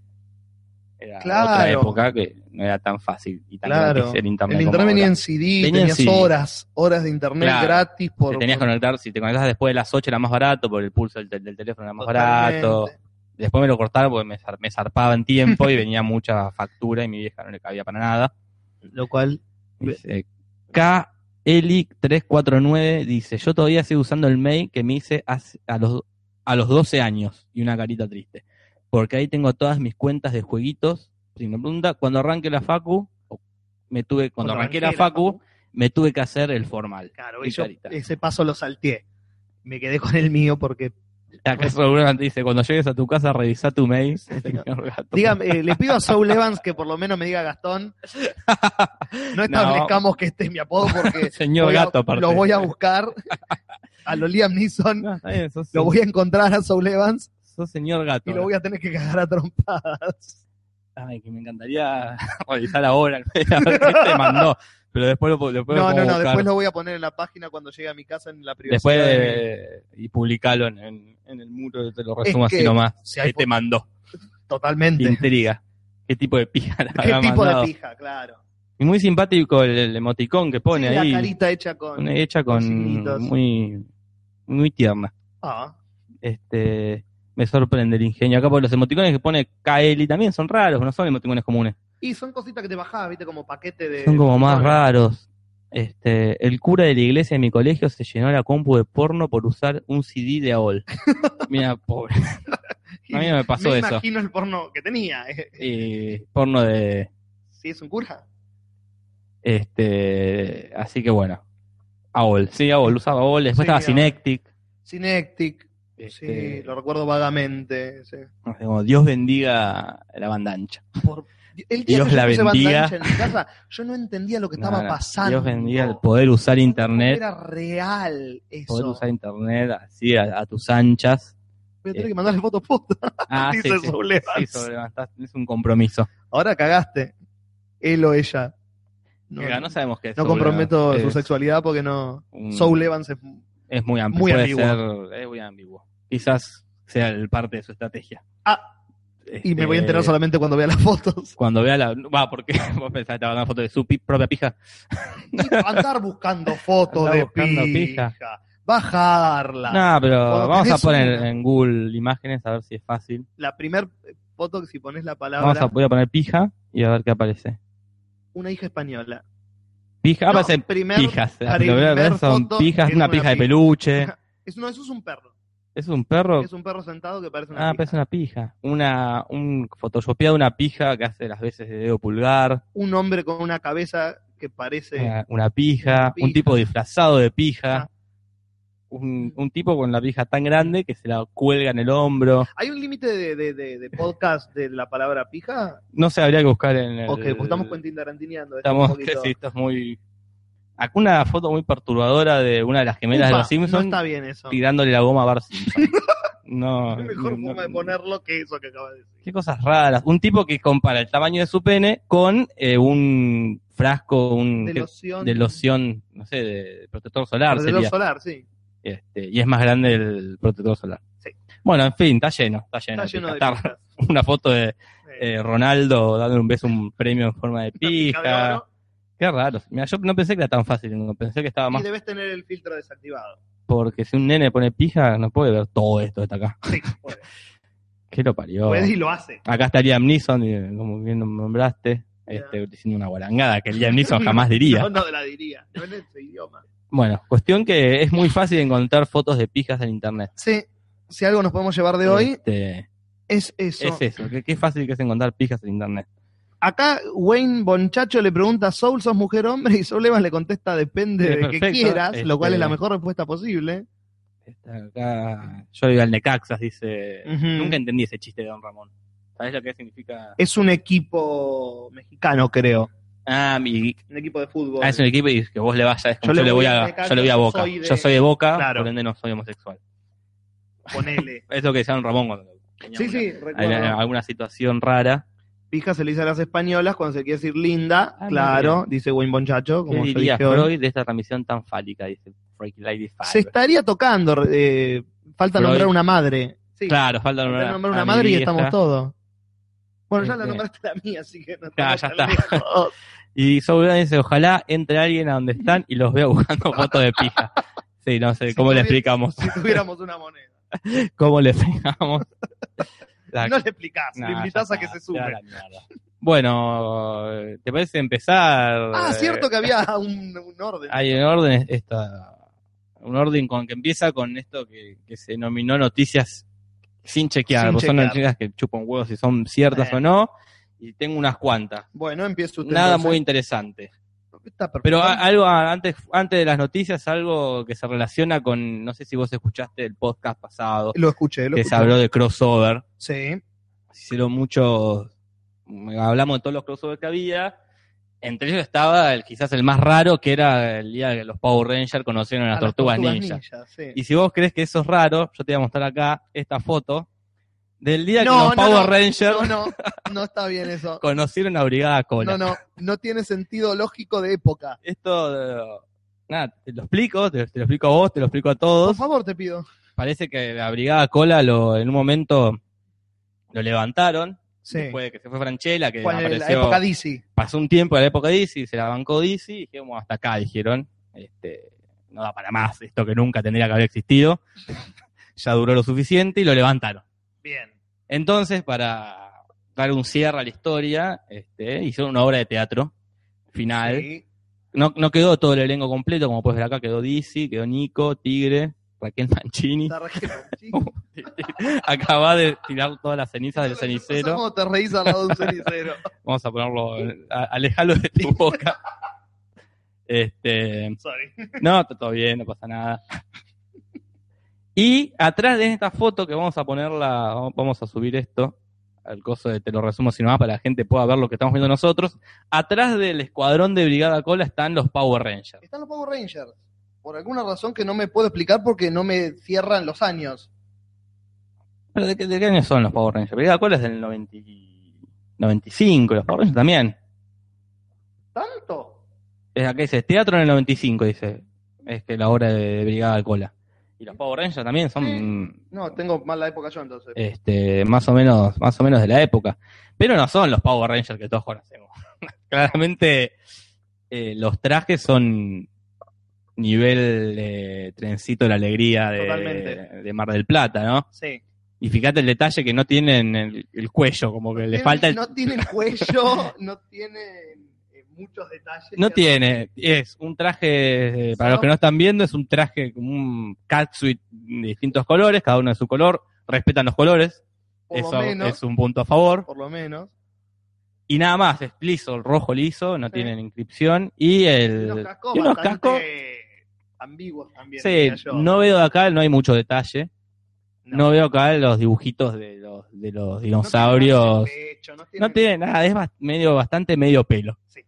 [SPEAKER 1] Era
[SPEAKER 2] Claro.
[SPEAKER 1] otra época que no era tan fácil y tan
[SPEAKER 2] Claro.
[SPEAKER 1] gratis el internet.
[SPEAKER 2] El
[SPEAKER 1] como
[SPEAKER 2] internet venía
[SPEAKER 1] ahora.
[SPEAKER 2] en CD,
[SPEAKER 1] Venía en
[SPEAKER 2] tenías
[SPEAKER 1] CD.
[SPEAKER 2] horas, horas de internet
[SPEAKER 1] Claro.
[SPEAKER 2] gratis por.
[SPEAKER 1] Te tenías que
[SPEAKER 2] por-
[SPEAKER 1] conectar, si te conectabas después de las 8 era más barato, porque el pulso del, tel- del teléfono era más
[SPEAKER 2] Totalmente.
[SPEAKER 1] barato. Después me lo cortaron porque me, zar- me zarpaba en tiempo y venía mucha factura y mi vieja no le cabía para nada.
[SPEAKER 2] Lo cual.
[SPEAKER 1] Dice, K. Eli349 dice, yo todavía sigo usando el mail que me hice hace- a los, a los 12 años y una carita triste. Porque ahí tengo todas mis cuentas de jueguitos. Signo de pregunta, cuando arranque la facu, o me tuve, cuando, arranqué la facu, me tuve que hacer el formal.
[SPEAKER 2] Claro,
[SPEAKER 1] y
[SPEAKER 2] y yo
[SPEAKER 1] carita.
[SPEAKER 2] ese paso lo salteé. Me quedé con el mío porque.
[SPEAKER 1] Acá seguramente dice, cuando llegues a tu casa, revisa tu mail, señor gato.
[SPEAKER 2] Dígame, eh, le pido a Soul Evans que por lo menos me diga Gastón. No establezcamos que este es mi apodo porque
[SPEAKER 1] señor
[SPEAKER 2] voy a-
[SPEAKER 1] gato, aparte.
[SPEAKER 2] lo voy a buscar a lo Liam Neeson,
[SPEAKER 1] No, está bien, sos,
[SPEAKER 2] lo voy a encontrar a Soul Evans
[SPEAKER 1] sos señor gato.
[SPEAKER 2] y lo voy a tener que cagar a trompadas.
[SPEAKER 1] Ay, que me encantaría revisar ahora el mail, a ver qué te mandó. Pero después lo, pu- después
[SPEAKER 2] No,
[SPEAKER 1] lo
[SPEAKER 2] no,
[SPEAKER 1] puedo
[SPEAKER 2] no,
[SPEAKER 1] buscar.
[SPEAKER 2] después lo voy a poner en la página cuando llegue a mi casa en la privacidad.
[SPEAKER 1] Después,
[SPEAKER 2] de mi-
[SPEAKER 1] eh, y publicalo en, en- en el muro, te lo resumo
[SPEAKER 2] Es
[SPEAKER 1] así
[SPEAKER 2] que
[SPEAKER 1] nomás.
[SPEAKER 2] si hay
[SPEAKER 1] ¿Qué te mandó?
[SPEAKER 2] Totalmente.
[SPEAKER 1] Te intriga. ¿Qué tipo de pija le
[SPEAKER 2] ¿Qué
[SPEAKER 1] habrá
[SPEAKER 2] tipo
[SPEAKER 1] mandado?
[SPEAKER 2] de pija? Claro.
[SPEAKER 1] Y muy simpático el, el emoticón que pone
[SPEAKER 2] Sí,
[SPEAKER 1] ahí.
[SPEAKER 2] La carita hecha con.
[SPEAKER 1] Una hecha con
[SPEAKER 2] signitos.
[SPEAKER 1] muy, muy tierna.
[SPEAKER 2] Ah,
[SPEAKER 1] Este, me sorprende el ingenio. Acá por los emoticones que pone Kaeli también son raros, no son emoticones comunes.
[SPEAKER 2] Y son cositas que te bajaba, viste, como paquete de.
[SPEAKER 1] Son como más
[SPEAKER 2] Bueno,
[SPEAKER 1] raros. Este, el cura de la iglesia de mi colegio se llenó la compu de porno por usar un CD de AOL. Mira, pobre. A mí no me pasó
[SPEAKER 2] me
[SPEAKER 1] eso.
[SPEAKER 2] imagino el porno que tenía. eh.
[SPEAKER 1] Eh, porno de
[SPEAKER 2] Sí, es un cura.
[SPEAKER 1] este, así que bueno. AOL, sí, AOL, usaba AOL, después
[SPEAKER 2] Sí,
[SPEAKER 1] estaba
[SPEAKER 2] AOL.
[SPEAKER 1] Synectic.
[SPEAKER 2] Synectic.
[SPEAKER 1] este,
[SPEAKER 2] Sí, lo recuerdo vagamente. sí.
[SPEAKER 1] no sé, como Dios bendiga la banda ancha.
[SPEAKER 2] Por- El día
[SPEAKER 1] Dios
[SPEAKER 2] que yo
[SPEAKER 1] la
[SPEAKER 2] puse
[SPEAKER 1] bendiga.
[SPEAKER 2] Bandancha en mi casa, yo no entendía lo que
[SPEAKER 1] No,
[SPEAKER 2] estaba
[SPEAKER 1] no,
[SPEAKER 2] pasando.
[SPEAKER 1] Dios bendiga el poder usar internet,
[SPEAKER 2] Era real eso.
[SPEAKER 1] poder usar internet así a, a tus anchas.
[SPEAKER 2] Voy a
[SPEAKER 1] este.
[SPEAKER 2] tener que mandarle fotos posta.
[SPEAKER 1] Ah, sí,
[SPEAKER 2] dice
[SPEAKER 1] sí,
[SPEAKER 2] Soule
[SPEAKER 1] sí,
[SPEAKER 2] Vance.
[SPEAKER 1] sobrelevantás, tenés un compromiso.
[SPEAKER 2] Ahora cagaste. Él o ella. No,
[SPEAKER 1] Mira, no sabemos qué es.
[SPEAKER 2] no
[SPEAKER 1] Soul
[SPEAKER 2] comprometo
[SPEAKER 1] Evans.
[SPEAKER 2] su
[SPEAKER 1] Es
[SPEAKER 2] sexualidad porque no.
[SPEAKER 1] un-
[SPEAKER 2] Soul Evans es
[SPEAKER 1] Es muy amplio.
[SPEAKER 2] muy
[SPEAKER 1] puede
[SPEAKER 2] ambiguo.
[SPEAKER 1] ser- es muy ambiguo. Quizás sea el parte de su estrategia.
[SPEAKER 2] Ah, Y me
[SPEAKER 1] Este,
[SPEAKER 2] voy a enterar solamente cuando vea las fotos.
[SPEAKER 1] Cuando vea la. Va, porque vos pensás que te van a dar una foto de su pi- propia pija.
[SPEAKER 2] Andar buscando fotos
[SPEAKER 1] Andar
[SPEAKER 2] de
[SPEAKER 1] buscando
[SPEAKER 2] pija. Bajarla.
[SPEAKER 1] No, pero
[SPEAKER 2] Ah. Cuando
[SPEAKER 1] vamos a
[SPEAKER 2] tenés
[SPEAKER 1] poner
[SPEAKER 2] una-
[SPEAKER 1] en Google imágenes a ver si es fácil.
[SPEAKER 2] La primer foto que si pones la
[SPEAKER 1] Vamos
[SPEAKER 2] palabra
[SPEAKER 1] a, voy a poner pija y a ver qué aparece.
[SPEAKER 2] una hija española.
[SPEAKER 1] Pija, ah,
[SPEAKER 2] No,
[SPEAKER 1] aparecen
[SPEAKER 2] primer-
[SPEAKER 1] pijas. eh,
[SPEAKER 2] la
[SPEAKER 1] Lo que voy a ver
[SPEAKER 2] primer
[SPEAKER 1] son
[SPEAKER 2] foto
[SPEAKER 1] pijas,
[SPEAKER 2] es
[SPEAKER 1] una
[SPEAKER 2] una
[SPEAKER 1] pija de
[SPEAKER 2] pija.
[SPEAKER 1] peluche.
[SPEAKER 2] Es, no, eso es un perro.
[SPEAKER 1] ¿Es un perro?
[SPEAKER 2] Es un perro sentado que parece una
[SPEAKER 1] Oh. Ah,
[SPEAKER 2] pija.
[SPEAKER 1] parece una pija. Una, un photoshopeado, una pija que hace las veces de dedo pulgar.
[SPEAKER 2] Un hombre con una cabeza que parece.
[SPEAKER 1] una, una pija,
[SPEAKER 2] este, Una
[SPEAKER 1] un
[SPEAKER 2] pija.
[SPEAKER 1] tipo disfrazado de pija,
[SPEAKER 2] Ah.
[SPEAKER 1] un, un tipo con la pija tan grande que se la cuelga en el hombro.
[SPEAKER 2] ¿Hay un límite de, de- de- de podcast de la palabra pija?
[SPEAKER 1] No sé, habría que buscar en el.
[SPEAKER 2] Ok, pues estamos Quentin Tarantineando. esto
[SPEAKER 1] Eh, estamos-
[SPEAKER 2] un poquito.
[SPEAKER 1] sí, esto es muy. Acá una foto muy perturbadora de una de las gemelas
[SPEAKER 2] Upa,
[SPEAKER 1] de los
[SPEAKER 2] No
[SPEAKER 1] Simpsons
[SPEAKER 2] está bien eso.
[SPEAKER 1] tirándole la goma a Bar Simpson. no.
[SPEAKER 2] No hay mejor
[SPEAKER 1] no-
[SPEAKER 2] forma de ponerlo que eso que acaba de decir.
[SPEAKER 1] Qué cosas raras. Un tipo que compara el tamaño de su pene con eh, un frasco, un.
[SPEAKER 2] De
[SPEAKER 1] qué-
[SPEAKER 2] loción.
[SPEAKER 1] de loción, no sé, de protector solar.
[SPEAKER 2] Pero de
[SPEAKER 1] sería.
[SPEAKER 2] luz solar, sí.
[SPEAKER 1] Este, y es más grande el protector solar.
[SPEAKER 2] Sí.
[SPEAKER 1] Bueno, en fin, está lleno, está lleno.
[SPEAKER 2] Está
[SPEAKER 1] de
[SPEAKER 2] lleno
[SPEAKER 1] pija.
[SPEAKER 2] de
[SPEAKER 1] Está
[SPEAKER 2] pijas.
[SPEAKER 1] una foto de
[SPEAKER 2] Eh,
[SPEAKER 1] eh, Ronaldo dándole un beso, un premio en forma de
[SPEAKER 2] una pija de
[SPEAKER 1] pija.
[SPEAKER 2] oro,
[SPEAKER 1] Qué raro. Mira, yo no pensé que era tan fácil, no pensé que estaba
[SPEAKER 2] Y
[SPEAKER 1] más.
[SPEAKER 2] debes tener el filtro desactivado.
[SPEAKER 1] Porque si un nene pone pija, no puede ver todo esto que está acá.
[SPEAKER 2] Sí, puede.
[SPEAKER 1] ¿Qué lo parió?
[SPEAKER 2] Puede y lo hace.
[SPEAKER 1] Acá está Liam Neeson, eh, como bien nombraste,
[SPEAKER 2] Mirá.
[SPEAKER 1] este, diciendo una guarangada que Liam Neeson jamás diría.
[SPEAKER 2] No, no la diría. No en ese idioma.
[SPEAKER 1] Bueno, cuestión que es muy fácil encontrar fotos de pijas en internet.
[SPEAKER 2] Sí, si algo nos podemos llevar de hoy
[SPEAKER 1] Este,
[SPEAKER 2] es eso.
[SPEAKER 1] Es eso, que, que fácil que es encontrar pijas en internet.
[SPEAKER 2] Acá Wayne Bonchacho le pregunta a Soul, ¿sos mujer o hombre? Y Soul Evans le contesta, depende
[SPEAKER 1] Sí,
[SPEAKER 2] de que
[SPEAKER 1] perfecto.
[SPEAKER 2] quieras, lo cual
[SPEAKER 1] Este-
[SPEAKER 2] es la mejor respuesta posible.
[SPEAKER 1] Está acá, yo digo al Necaxas, dice.
[SPEAKER 2] Ujú.
[SPEAKER 1] Nunca entendí ese chiste de Don Ramón. ¿Sabés lo que significa?
[SPEAKER 2] Es un equipo mexicano, creo.
[SPEAKER 1] Ah, mi-
[SPEAKER 2] Un equipo de fútbol.
[SPEAKER 1] ah, es un equipo y que vos le vayas. Es como yo, le voy a,
[SPEAKER 2] al Necaxa,
[SPEAKER 1] yo le voy a
[SPEAKER 2] yo
[SPEAKER 1] Boca.
[SPEAKER 2] soy de-
[SPEAKER 1] Yo soy de Boca,
[SPEAKER 2] Claro.
[SPEAKER 1] por ende no soy homosexual.
[SPEAKER 2] Ponele.
[SPEAKER 1] Es lo que decía Don Ramón cuando tenía
[SPEAKER 2] sí,
[SPEAKER 1] una-
[SPEAKER 2] sí,
[SPEAKER 1] en- en
[SPEAKER 2] recuerdo.
[SPEAKER 1] alguna situación rara.
[SPEAKER 2] Pija se le dice a las españolas cuando se quiere decir linda,
[SPEAKER 1] Ah, muy
[SPEAKER 2] claro, dice Wayne Bonchacho,
[SPEAKER 1] ¿Qué
[SPEAKER 2] como yo
[SPEAKER 1] diría
[SPEAKER 2] dije hoy.
[SPEAKER 1] Freud de esta transmisión tan fálica? Dice Freaky Lady Five.
[SPEAKER 2] Se estaría tocando, eh, falta
[SPEAKER 1] Freud.
[SPEAKER 2] nombrar una madre. Sí,
[SPEAKER 1] Claro, falta
[SPEAKER 2] falta
[SPEAKER 1] nombrar,
[SPEAKER 2] nombrar
[SPEAKER 1] a
[SPEAKER 2] una
[SPEAKER 1] mi
[SPEAKER 2] madre y
[SPEAKER 1] vieja.
[SPEAKER 2] estamos todos. Bueno, ya la
[SPEAKER 1] Este.
[SPEAKER 2] nombraste la mía, así que no
[SPEAKER 1] Ya,
[SPEAKER 2] estamos
[SPEAKER 1] ya
[SPEAKER 2] tan
[SPEAKER 1] está.
[SPEAKER 2] lejos.
[SPEAKER 1] Y Soul dice, ojalá entre alguien a donde están y los veo buscando fotos de pija. Sí, no sé,
[SPEAKER 2] Si
[SPEAKER 1] ¿cómo le
[SPEAKER 2] tuviera-
[SPEAKER 1] explicamos?
[SPEAKER 2] Si tuviéramos una moneda.
[SPEAKER 1] ¿Cómo le explicamos? La-
[SPEAKER 2] No le explicás,
[SPEAKER 1] Nah,
[SPEAKER 2] le
[SPEAKER 1] ya
[SPEAKER 2] invitás a
[SPEAKER 1] está,
[SPEAKER 2] que se
[SPEAKER 1] ya
[SPEAKER 2] sume.
[SPEAKER 1] la mierda. Bueno, ¿te parece empezar?
[SPEAKER 2] Ah, cierto
[SPEAKER 1] Eh,
[SPEAKER 2] que había un, un orden.
[SPEAKER 1] Hay un orden, esta, un orden con que empieza con esto que, que se denominó noticias sin chequear,
[SPEAKER 2] Sin
[SPEAKER 1] porque son
[SPEAKER 2] chequear.
[SPEAKER 1] noticias que chupan huevos si son ciertas
[SPEAKER 2] Eh.
[SPEAKER 1] o no, y tengo unas cuantas.
[SPEAKER 2] Bueno, empiezo usted.
[SPEAKER 1] Nada muy
[SPEAKER 2] entonces.
[SPEAKER 1] interesante.
[SPEAKER 2] Está perfecto.
[SPEAKER 1] Pero a- algo a- antes, antes de las noticias, algo que se relaciona con, no sé si vos escuchaste el podcast pasado,
[SPEAKER 2] Lo escuché, lo
[SPEAKER 1] que se
[SPEAKER 2] escuché.
[SPEAKER 1] habló de crossover.
[SPEAKER 2] Sí.
[SPEAKER 1] Hicieron muchos, hablamos de todos los crossovers que había. Entre ellos estaba el, quizás el más raro, que era el día que los Power Rangers conocieron a las
[SPEAKER 2] A las
[SPEAKER 1] tortugas, ninja.
[SPEAKER 2] ninja, sí.
[SPEAKER 1] Y si vos crees que eso es raro, yo te voy a mostrar acá esta foto del día
[SPEAKER 2] No,
[SPEAKER 1] que los
[SPEAKER 2] no,
[SPEAKER 1] Power
[SPEAKER 2] no.
[SPEAKER 1] Rangers
[SPEAKER 2] No, no, no está bien eso.
[SPEAKER 1] conocieron a Brigada Cola.
[SPEAKER 2] No, no, no tiene sentido lógico de época.
[SPEAKER 1] Esto, eh, nada, te lo explico, te, te lo explico a vos, te lo explico a
[SPEAKER 2] Por
[SPEAKER 1] todos.
[SPEAKER 2] favor, te pido.
[SPEAKER 1] Parece que la Brigada Cola lo, en un momento lo levantaron.
[SPEAKER 2] Sí.
[SPEAKER 1] Después de que se fue Franchella, que
[SPEAKER 2] Cuando en la
[SPEAKER 1] apareció-
[SPEAKER 2] época DC.
[SPEAKER 1] pasó un tiempo de la época DC, se la bancó DC y dijimos hasta acá, dijeron. Este, no da para más esto que nunca tendría que haber existido. ya duró lo suficiente y lo levantaron.
[SPEAKER 2] Bien.
[SPEAKER 1] Entonces, para dar un cierre a la historia, este, hicieron una obra de teatro final.
[SPEAKER 2] Sí.
[SPEAKER 1] No, no quedó todo el elenco completo, como puedes ver acá, quedó Dizzy, quedó Nico, Tigre, Raquel Mancini.
[SPEAKER 2] Está re Sí.
[SPEAKER 1] Acaba de tirar todas las cenizas del
[SPEAKER 2] No sé
[SPEAKER 1] cenicero.
[SPEAKER 2] ¿Cómo te reís al lado de un cenicero?
[SPEAKER 1] Vamos a ponerlo, a- alejalo de tu boca. Este,
[SPEAKER 2] Sorry.
[SPEAKER 1] no, está todo bien, no pasa nada. Y atrás de esta foto que vamos a ponerla, vamos a subir esto al coso de te lo resumo si no más para que la gente pueda ver lo que estamos viendo nosotros. Atrás del escuadrón de Brigada Cola están los Power Rangers.
[SPEAKER 2] Están los Power Rangers. Por alguna razón que no me puedo explicar porque no me cierran los años.
[SPEAKER 1] ¿Pero de qué, de qué año son los Power Rangers? Brigada Cola es del 90 y- 95, los Power Rangers también.
[SPEAKER 2] ¿Tanto?
[SPEAKER 1] Es acá dice teatro en el 95, dice. Es que la obra de Brigada Cola. Y los Power Rangers también son
[SPEAKER 2] No, tengo mala época yo entonces.
[SPEAKER 1] este, más o menos, más o menos de la época. Pero no son los Power Rangers que todos conocemos. Claramente eh, los trajes son nivel eh, trencito de la alegría de,
[SPEAKER 2] Totalmente.
[SPEAKER 1] de Mar del Plata, ¿no?
[SPEAKER 2] Sí.
[SPEAKER 1] Y fíjate el detalle que no tienen el, el cuello, como que le falta el,
[SPEAKER 2] No tienen cuello, no tienen eh, muchos detalles.
[SPEAKER 1] No tiene, es un traje, eh, para los que no están viendo, es un traje como un catsuit de distintos colores, cada uno de su color, respetan los colores,
[SPEAKER 2] Por
[SPEAKER 1] eso
[SPEAKER 2] lo menos.
[SPEAKER 1] es un punto a favor.
[SPEAKER 2] Por lo menos.
[SPEAKER 1] Y nada más, es liso, el rojo liso, no
[SPEAKER 2] Sí.
[SPEAKER 1] tienen inscripción, y
[SPEAKER 2] Y
[SPEAKER 1] el...
[SPEAKER 2] unos cascos
[SPEAKER 1] Eh, y unos
[SPEAKER 2] bastante
[SPEAKER 1] cascos-
[SPEAKER 2] ambiguos también.
[SPEAKER 1] Sí,
[SPEAKER 2] diría yo.
[SPEAKER 1] no veo acá, no hay mucho detalle, no,
[SPEAKER 2] No.
[SPEAKER 1] veo acá los dibujitos de los, de los
[SPEAKER 2] No tienen
[SPEAKER 1] dinosaurios,
[SPEAKER 2] pecho, no tienen-
[SPEAKER 1] no tiene nada, es bas- medio, bastante medio pelo.
[SPEAKER 2] Sí.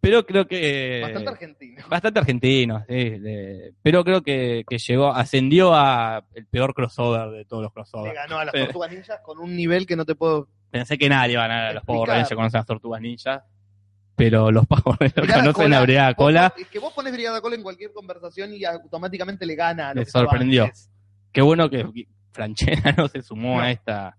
[SPEAKER 1] Pero creo que...
[SPEAKER 2] Bastante argentino.
[SPEAKER 1] Bastante argentino, sí. de- pero creo que, que llegó, ascendió a el peor crossover de todos los
[SPEAKER 2] Le
[SPEAKER 1] crossovers.
[SPEAKER 2] ganó a las
[SPEAKER 1] Eh.
[SPEAKER 2] tortugas ninjas con un nivel que no te puedo.
[SPEAKER 1] Pensé que nadie iba a ganar a los
[SPEAKER 2] Explicar.
[SPEAKER 1] Power Rangers conocen las tortugas ninjas, pero los Power Rangers
[SPEAKER 2] Brigada
[SPEAKER 1] conocen
[SPEAKER 2] Cola,
[SPEAKER 1] a Brigada
[SPEAKER 2] vos-
[SPEAKER 1] Cola.
[SPEAKER 2] Es que vos pones Brigada Cola en cualquier conversación y automáticamente le gana. a lo
[SPEAKER 1] Me
[SPEAKER 2] que estaba
[SPEAKER 1] sorprendió.
[SPEAKER 2] antes.
[SPEAKER 1] Qué bueno que Franchella no se sumó
[SPEAKER 2] No.
[SPEAKER 1] a esta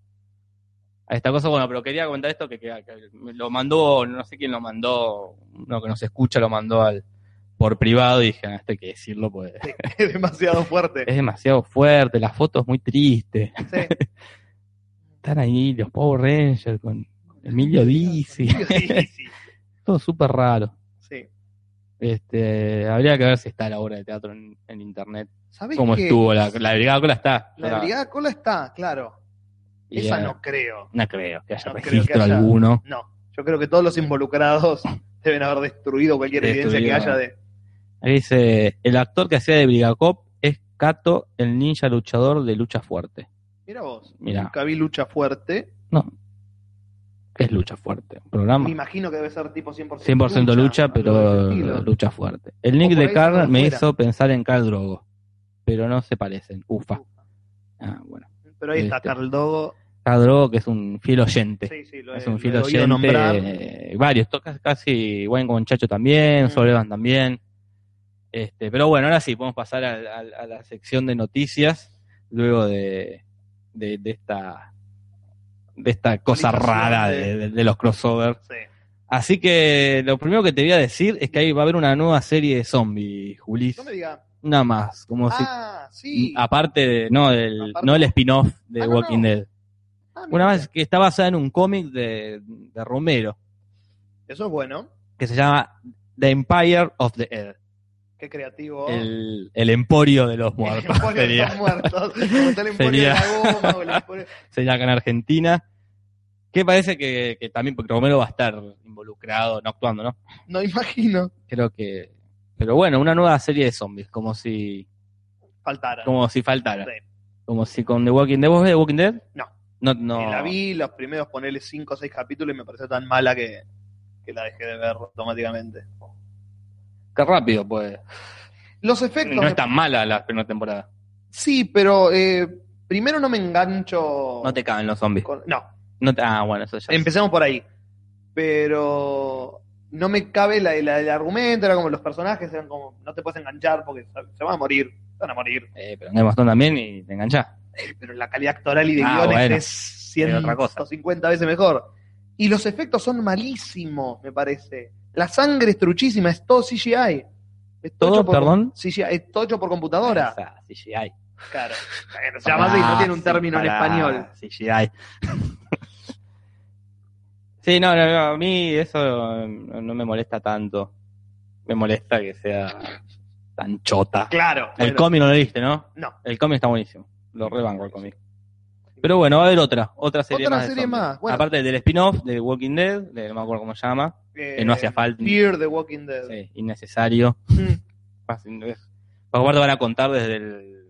[SPEAKER 1] a esta cosa. Bueno, pero quería comentar esto que, que- que lo mandó, no sé quién lo mandó, uno que nos escucha lo mandó al por privado y dije, "Ah, esto hay que decirlo, pues
[SPEAKER 2] Es demasiado fuerte.
[SPEAKER 1] es demasiado fuerte, la foto es muy triste.
[SPEAKER 2] Sí.
[SPEAKER 1] Están ahí los Power Rangers con Emilio Dizzy.
[SPEAKER 2] Emilio Dizzy.
[SPEAKER 1] Todo súper raro.
[SPEAKER 2] Sí.
[SPEAKER 1] Este, habría que ver si está la obra de teatro en, en internet.
[SPEAKER 2] ¿Sabés
[SPEAKER 1] ¿Cómo
[SPEAKER 2] qué?
[SPEAKER 1] estuvo? La, la brigada cola está.
[SPEAKER 2] La Brigada Cola está, claro.
[SPEAKER 1] Y,
[SPEAKER 2] Esa
[SPEAKER 1] eh,
[SPEAKER 2] no creo.
[SPEAKER 1] No creo que haya
[SPEAKER 2] No creo que
[SPEAKER 1] registro
[SPEAKER 2] haya
[SPEAKER 1] alguno.
[SPEAKER 2] No. Yo creo que todos los involucrados deben haber destruido cualquier evidencia que
[SPEAKER 1] Destruido.
[SPEAKER 2] haya de.
[SPEAKER 1] Ahí dice, el actor que hacía de Brigacop es Kato, el ninja luchador de lucha fuerte.
[SPEAKER 2] Mira vos.
[SPEAKER 1] Mirá.
[SPEAKER 2] Nunca vi lucha fuerte.
[SPEAKER 1] No. ¿Qué es lucha fuerte? Un
[SPEAKER 2] Me
[SPEAKER 1] programa.
[SPEAKER 2] imagino que debe ser tipo 100%,
[SPEAKER 1] 100% lucha,
[SPEAKER 2] algo de
[SPEAKER 1] pero
[SPEAKER 2] ese estilo.
[SPEAKER 1] lucha fuerte. El nick
[SPEAKER 2] por
[SPEAKER 1] de
[SPEAKER 2] ahí
[SPEAKER 1] Carl
[SPEAKER 2] por
[SPEAKER 1] me
[SPEAKER 2] fuera.
[SPEAKER 1] hizo pensar en Carl Drogo, pero no se parecen. Ufa. Ah, bueno.
[SPEAKER 2] Pero ahí está
[SPEAKER 1] Este.
[SPEAKER 2] Carl Dogo.
[SPEAKER 1] Cadro, que es un fiel oyente.
[SPEAKER 2] Sí, sí, lo
[SPEAKER 1] es
[SPEAKER 2] he-
[SPEAKER 1] un fiel
[SPEAKER 2] lo he oído
[SPEAKER 1] oyente.
[SPEAKER 2] nombrar.
[SPEAKER 1] eh, varios, tocas casi buen con Chacho también,
[SPEAKER 2] Mm.
[SPEAKER 1] Solevan también. Este, pero bueno, ahora sí, podemos pasar a, a- a la sección de noticias, luego de, de, de esta de esta cosa
[SPEAKER 2] Actualización
[SPEAKER 1] rara
[SPEAKER 2] de-
[SPEAKER 1] de- de- de los crossovers.
[SPEAKER 2] Sí.
[SPEAKER 1] Así que lo primero que te voy a decir es que ahí va a haber una nueva serie de zombies, Julis.
[SPEAKER 2] No me diga.
[SPEAKER 1] Nada más, como si
[SPEAKER 2] Ah, sí.
[SPEAKER 1] aparte de, no, el,
[SPEAKER 2] Aparte.
[SPEAKER 1] no el spin-off de
[SPEAKER 2] Ah, no,
[SPEAKER 1] Walking
[SPEAKER 2] no.
[SPEAKER 1] Dead.
[SPEAKER 2] Ah, mira.
[SPEAKER 1] Una más que está basada en un cómic de, de Romero
[SPEAKER 2] Eso es bueno.
[SPEAKER 1] que se llama The Empire of the Dead,
[SPEAKER 2] Qué creativo.
[SPEAKER 1] el, el emporio de los
[SPEAKER 2] El
[SPEAKER 1] muertos.
[SPEAKER 2] emporio de
[SPEAKER 1] sería,
[SPEAKER 2] los muertos. Como está el emporio
[SPEAKER 1] Sería.
[SPEAKER 2] de la goma, o el emporio-
[SPEAKER 1] sería acá en Argentina. Que parece que, que también, porque Romero va a estar involucrado, no actuando, ¿no?
[SPEAKER 2] No imagino.
[SPEAKER 1] Creo que. Pero bueno, una nueva serie de zombies, como si,
[SPEAKER 2] Faltara.
[SPEAKER 1] como si faltara.
[SPEAKER 2] Sí.
[SPEAKER 1] Como si con The Walking Dead. ¿Vos ves The Walking Dead?
[SPEAKER 2] No.
[SPEAKER 1] No, no.
[SPEAKER 2] Y la vi, los primeros ponerle 5 o 6 capítulos y me pareció tan mala que, que la dejé de ver automáticamente.
[SPEAKER 1] Qué rápido, pues.
[SPEAKER 2] Los efectos.
[SPEAKER 1] No es tan mala la primera temporada.
[SPEAKER 2] Sí, pero eh, primero no me engancho.
[SPEAKER 1] No te caen los zombies.
[SPEAKER 2] con- no,
[SPEAKER 1] No te- Ah, bueno, eso ya.
[SPEAKER 2] empecemos por ahí. Pero no me cabe la, la- el argumento, era como los personajes, eran como, no te puedes enganchar porque se, se van a morir, van a morir.
[SPEAKER 1] Eh, pero en Game of Thrones también y te enganchás.
[SPEAKER 2] Pero la calidad actoral y de
[SPEAKER 1] Ah,
[SPEAKER 2] guiones
[SPEAKER 1] bueno,
[SPEAKER 2] es
[SPEAKER 1] es otra cosa.
[SPEAKER 2] 150 veces mejor. Y los efectos son malísimos, me parece. La sangre es truchísima, es todo CGI. Es
[SPEAKER 1] ¿Todo,
[SPEAKER 2] hecho por-
[SPEAKER 1] perdón?
[SPEAKER 2] CGI, es todo hecho por computadora.
[SPEAKER 1] Ah, CGI.
[SPEAKER 2] Claro. Bueno, Se llama así, no tiene un
[SPEAKER 1] Ah,
[SPEAKER 2] término en
[SPEAKER 1] sí, pará,
[SPEAKER 2] español.
[SPEAKER 1] CGI. sí, no, no, no, a mí eso no, no me molesta tanto. Me molesta que sea tan chota.
[SPEAKER 2] Claro.
[SPEAKER 1] El
[SPEAKER 2] bueno.
[SPEAKER 1] cómic no lo viste, ¿no?
[SPEAKER 2] No.
[SPEAKER 1] El cómic está buenísimo. Lo rebanco el cómic. Pero bueno, va a haber otra, otra serie
[SPEAKER 2] Otra
[SPEAKER 1] más. de
[SPEAKER 2] serie
[SPEAKER 1] zombies.
[SPEAKER 2] más, bueno.
[SPEAKER 1] Aparte del spin-off de Walking Dead, de, no me acuerdo cómo se llama.
[SPEAKER 2] Eh,
[SPEAKER 1] que no hacía falta.
[SPEAKER 2] Fear the Walking Dead.
[SPEAKER 1] Sí, innecesario.
[SPEAKER 2] Mm.
[SPEAKER 1] Más sin- es- Los guardas van a contar desde el-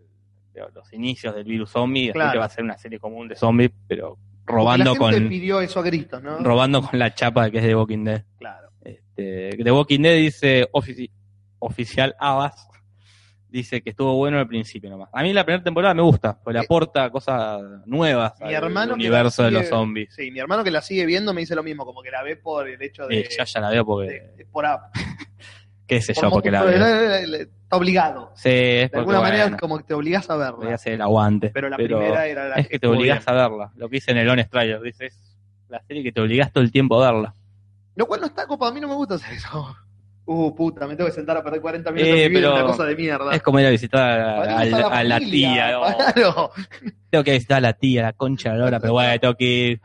[SPEAKER 1] de los inicios del virus zombie, así
[SPEAKER 2] Claro.
[SPEAKER 1] que va a ser una serie común de zombies, pero
[SPEAKER 2] Porque
[SPEAKER 1] robando
[SPEAKER 2] la gente
[SPEAKER 1] con
[SPEAKER 2] pidió eso a gritos, ¿no?
[SPEAKER 1] robando con la chapa que es de Walking Dead.
[SPEAKER 2] Claro.
[SPEAKER 1] Este, The Walking Dead dice ofici- oficial Abbas dice que estuvo bueno al principio nomás. A mí la primera temporada me gusta, porque le
[SPEAKER 2] Eh,
[SPEAKER 1] aporta cosas nuevas
[SPEAKER 2] mi
[SPEAKER 1] al
[SPEAKER 2] hermano que
[SPEAKER 1] universo de
[SPEAKER 2] sigue-
[SPEAKER 1] los zombies.
[SPEAKER 2] Sí, mi hermano que la sigue viendo me dice lo mismo, como que la ve por el hecho de.
[SPEAKER 1] Eh, ya ya la veo porque
[SPEAKER 2] de- de- por, a-
[SPEAKER 1] qué sé
[SPEAKER 2] por-
[SPEAKER 1] yo, porque la
[SPEAKER 2] por-
[SPEAKER 1] veo.
[SPEAKER 2] eh, Está obligado.
[SPEAKER 1] Sí, es
[SPEAKER 2] De
[SPEAKER 1] porque,
[SPEAKER 2] alguna manera,
[SPEAKER 1] bueno,
[SPEAKER 2] como que te obligás a
[SPEAKER 1] voy a
[SPEAKER 2] verla.
[SPEAKER 1] hacer el aguante.
[SPEAKER 2] Pero la primera era la
[SPEAKER 1] es que te obligás a verla. Lo que hice en el Honest Trailer, dices, la serie que te obligás todo el tiempo a verla.
[SPEAKER 2] Lo cual no está copa, a mí no me gusta hacer eso. Uh, puta, me tengo que sentar a perder 40 minutos
[SPEAKER 1] Eh,
[SPEAKER 2] de mi vida en
[SPEAKER 1] pero-
[SPEAKER 2] una cosa de mierda.
[SPEAKER 1] Es como ir a visitar a,
[SPEAKER 2] Para
[SPEAKER 1] al-
[SPEAKER 2] eso está
[SPEAKER 1] a la
[SPEAKER 2] familia,
[SPEAKER 1] tía. ¿no?
[SPEAKER 2] Claro,
[SPEAKER 1] Tengo que visitar a la tía, la concha de la hora, pero bueno, tengo que ir.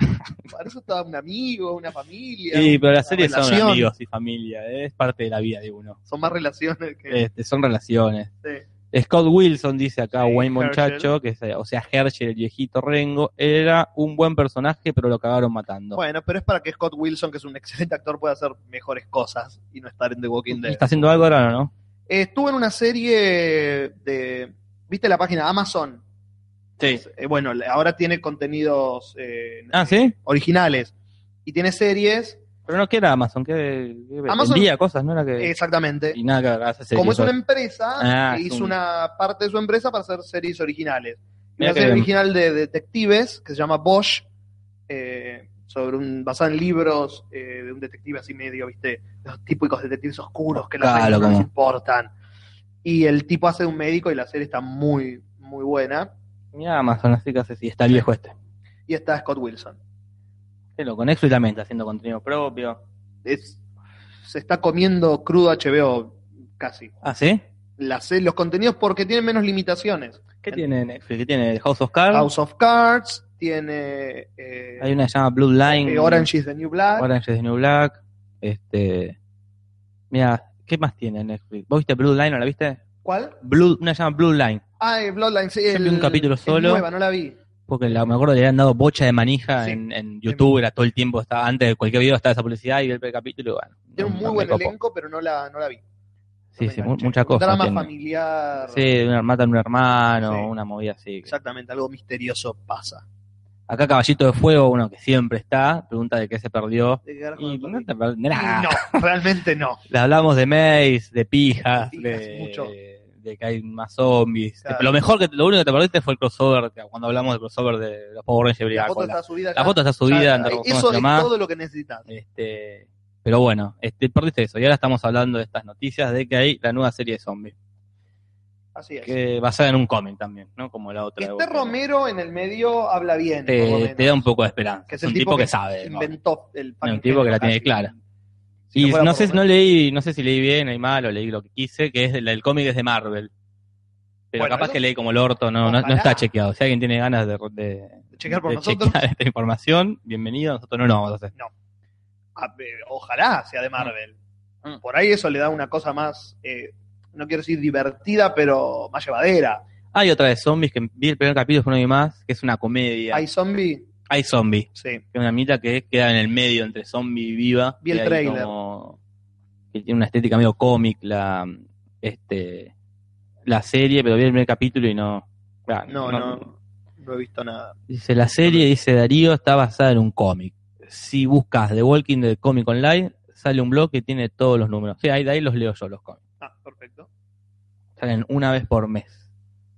[SPEAKER 2] para eso está un amigo, una familia.
[SPEAKER 1] Sí, pero las
[SPEAKER 2] una
[SPEAKER 1] series son
[SPEAKER 2] relación.
[SPEAKER 1] amigos y familia, ¿eh? es parte de la vida de uno.
[SPEAKER 2] Son más relaciones que.
[SPEAKER 1] Este, son relaciones.
[SPEAKER 2] Sí.
[SPEAKER 1] Scott Wilson dice acá,
[SPEAKER 2] Sí,
[SPEAKER 1] buen
[SPEAKER 2] Herschel.
[SPEAKER 1] muchacho, que es, eh, o sea, Herschel, el viejito Rengo, era un buen personaje, pero lo cagaron matando.
[SPEAKER 2] Bueno, pero es para que Scott Wilson, que es un excelente actor, pueda hacer mejores cosas y no estar en The Walking Dead.
[SPEAKER 1] ¿Está haciendo algo ahora o no?
[SPEAKER 2] Eh, Estuvo en una serie de. ¿Viste la página Amazon?
[SPEAKER 1] Sí.
[SPEAKER 2] Eh, bueno, ahora tiene contenidos eh,
[SPEAKER 1] Ah, ¿sí?
[SPEAKER 2] originales y tiene series,
[SPEAKER 1] Pero no, que era Amazon? que
[SPEAKER 2] Amazon-
[SPEAKER 1] vendía cosas? ¿No era que...?
[SPEAKER 2] exactamente.
[SPEAKER 1] Y nada, que hace
[SPEAKER 2] Eh, Como
[SPEAKER 1] series,
[SPEAKER 2] es em- una empresa,
[SPEAKER 1] Ah, es
[SPEAKER 2] hizo
[SPEAKER 1] un-
[SPEAKER 2] una parte de su empresa para hacer series originales. Y
[SPEAKER 1] Mirá
[SPEAKER 2] Una
[SPEAKER 1] qué
[SPEAKER 2] serie
[SPEAKER 1] bien.
[SPEAKER 2] original de detectives que se llama Bosch, eh, sobre un, basada en libros eh, de un detective así medio, ¿viste? Los típicos detectives oscuros que las
[SPEAKER 1] Claro,
[SPEAKER 2] revistas no
[SPEAKER 1] como-
[SPEAKER 2] les importan. Y el tipo hace de un médico y la serie está muy, muy buena.
[SPEAKER 1] Mira Amazon, así que hace si está el viejo este.
[SPEAKER 2] Y está Scott Wilson.
[SPEAKER 1] Qué loco, Netflix también está haciendo contenido propio.
[SPEAKER 2] Es- se está comiendo crudo HBO casi.
[SPEAKER 1] ¿Ah, sí?
[SPEAKER 2] Las, se- los contenidos porque tienen menos limitaciones.
[SPEAKER 1] ¿Qué
[SPEAKER 2] En-
[SPEAKER 1] tiene Netflix? ¿Qué tiene House of Cards?
[SPEAKER 2] House of Cards, tiene eh,
[SPEAKER 1] Hay una que se llama Blue Line.
[SPEAKER 2] eh, Orange is the New Black.
[SPEAKER 1] Orange is the New Black. Este. Mira, ¿qué más tiene Netflix? ¿Vos viste Blue Line o la viste?
[SPEAKER 2] ¿Cuál?
[SPEAKER 1] Blue, una que se llama Blue Line.
[SPEAKER 2] Ah, eh, Bloodline, sí.
[SPEAKER 1] Yo vi un capítulo
[SPEAKER 2] es
[SPEAKER 1] solo.
[SPEAKER 2] nueva, no la vi.
[SPEAKER 1] Porque la- me acuerdo que le habían dado bocha de manija
[SPEAKER 2] Sí.
[SPEAKER 1] en, en YouTube, era todo el tiempo, estaba, antes de cualquier video estaba esa publicidad y el primer capítulo, y bueno.
[SPEAKER 2] Tiene
[SPEAKER 1] no-
[SPEAKER 2] un muy
[SPEAKER 1] no me
[SPEAKER 2] buen
[SPEAKER 1] copó.
[SPEAKER 2] elenco, pero no la, no la vi. No
[SPEAKER 1] Sí,
[SPEAKER 2] me
[SPEAKER 1] sí, mu-
[SPEAKER 2] enganché.
[SPEAKER 1] muchas
[SPEAKER 2] Un
[SPEAKER 1] cosas.
[SPEAKER 2] Drama
[SPEAKER 1] tiene.
[SPEAKER 2] familiar.
[SPEAKER 1] Sí, una mata a un hermano,
[SPEAKER 2] Sí.
[SPEAKER 1] una movida así.
[SPEAKER 2] Exactamente, algo misterioso pasa.
[SPEAKER 1] Acá Caballito de Fuego, uno que siempre está, pregunta de qué se perdió.
[SPEAKER 2] ¿De qué carajo
[SPEAKER 1] Y
[SPEAKER 2] me
[SPEAKER 1] no ah.
[SPEAKER 2] perdí?
[SPEAKER 1] te perdés nada.
[SPEAKER 2] No, realmente no.
[SPEAKER 1] Le hablamos de Maze, de pijas,
[SPEAKER 2] De pijas,
[SPEAKER 1] de,
[SPEAKER 2] mucho.
[SPEAKER 1] de que hay más zombies.
[SPEAKER 2] Claro.
[SPEAKER 1] Lo mejor que lo único que te perdiste fue el crossover, que cuando hablamos del crossover de los Power Rangers
[SPEAKER 2] La
[SPEAKER 1] Brigadas. La,
[SPEAKER 2] foto está subida.
[SPEAKER 1] la
[SPEAKER 2] ya.
[SPEAKER 1] foto está
[SPEAKER 2] Ya,
[SPEAKER 1] subida, en
[SPEAKER 2] Eso
[SPEAKER 1] Torrojón,
[SPEAKER 2] es
[SPEAKER 1] nomás.
[SPEAKER 2] todo lo que necesitas.
[SPEAKER 1] Este, pero bueno, este, perdiste eso. Y ahora estamos hablando de estas noticias de que hay la nueva serie de zombies.
[SPEAKER 2] Así es. Que,
[SPEAKER 1] que basada en un cómic también, ¿no? Como la otra. de
[SPEAKER 2] esté
[SPEAKER 1] Walker.
[SPEAKER 2] Romero en el medio habla bien. por lo
[SPEAKER 1] te,
[SPEAKER 2] menos.
[SPEAKER 1] te da un poco de esperanza.
[SPEAKER 2] Que
[SPEAKER 1] es un tipo que, sabe. de cómic.
[SPEAKER 2] Inventó el
[SPEAKER 1] Es un tipo que la
[SPEAKER 2] casi.
[SPEAKER 1] tiene clara.
[SPEAKER 2] Si
[SPEAKER 1] y
[SPEAKER 2] fuera
[SPEAKER 1] no
[SPEAKER 2] por
[SPEAKER 1] sé,
[SPEAKER 2] Romero.
[SPEAKER 1] no leí, no sé si leí bien, leí mal o leí lo que quise, que es el, el cómic es de Marvel. Pero
[SPEAKER 2] Bueno,
[SPEAKER 1] capaz
[SPEAKER 2] eso-
[SPEAKER 1] que leí como el orto, no, no, no
[SPEAKER 2] Ojalá.
[SPEAKER 1] está chequeado. Si alguien tiene ganas de, de-
[SPEAKER 2] Chequear por
[SPEAKER 1] de
[SPEAKER 2] nosotros.
[SPEAKER 1] chequear esta información, bienvenido, nosotros no lo vamos a hacer.
[SPEAKER 2] Ah, eh, Ojalá sea de Marvel.
[SPEAKER 1] Mm.
[SPEAKER 2] Por ahí eso le da una cosa más, eh, no quiero decir divertida, pero más llevadera.
[SPEAKER 1] Hay otra de zombies que vi el primer capítulo, fue uno y más, que es una comedia.
[SPEAKER 2] Hay
[SPEAKER 1] Hay,
[SPEAKER 2] zombie,
[SPEAKER 1] zombies,
[SPEAKER 2] sí.
[SPEAKER 1] que es una mitad que queda en el medio entre zombie y viva.
[SPEAKER 2] Vi el
[SPEAKER 1] que hay
[SPEAKER 2] tráiler.
[SPEAKER 1] como- que tiene una estética medio cómic la, este, la serie, pero vi el primer capítulo y no. ah,
[SPEAKER 2] No, no, no, he visto nada.
[SPEAKER 1] Dice, la serie, dice Darío, está basada en un cómic. Si buscas The Walking Dead Comic Online, sale un blog que tiene todos los números. Sí, ahí, de ahí los leo yo los cómics.
[SPEAKER 2] Ah, perfecto.
[SPEAKER 1] Salen una vez por mes.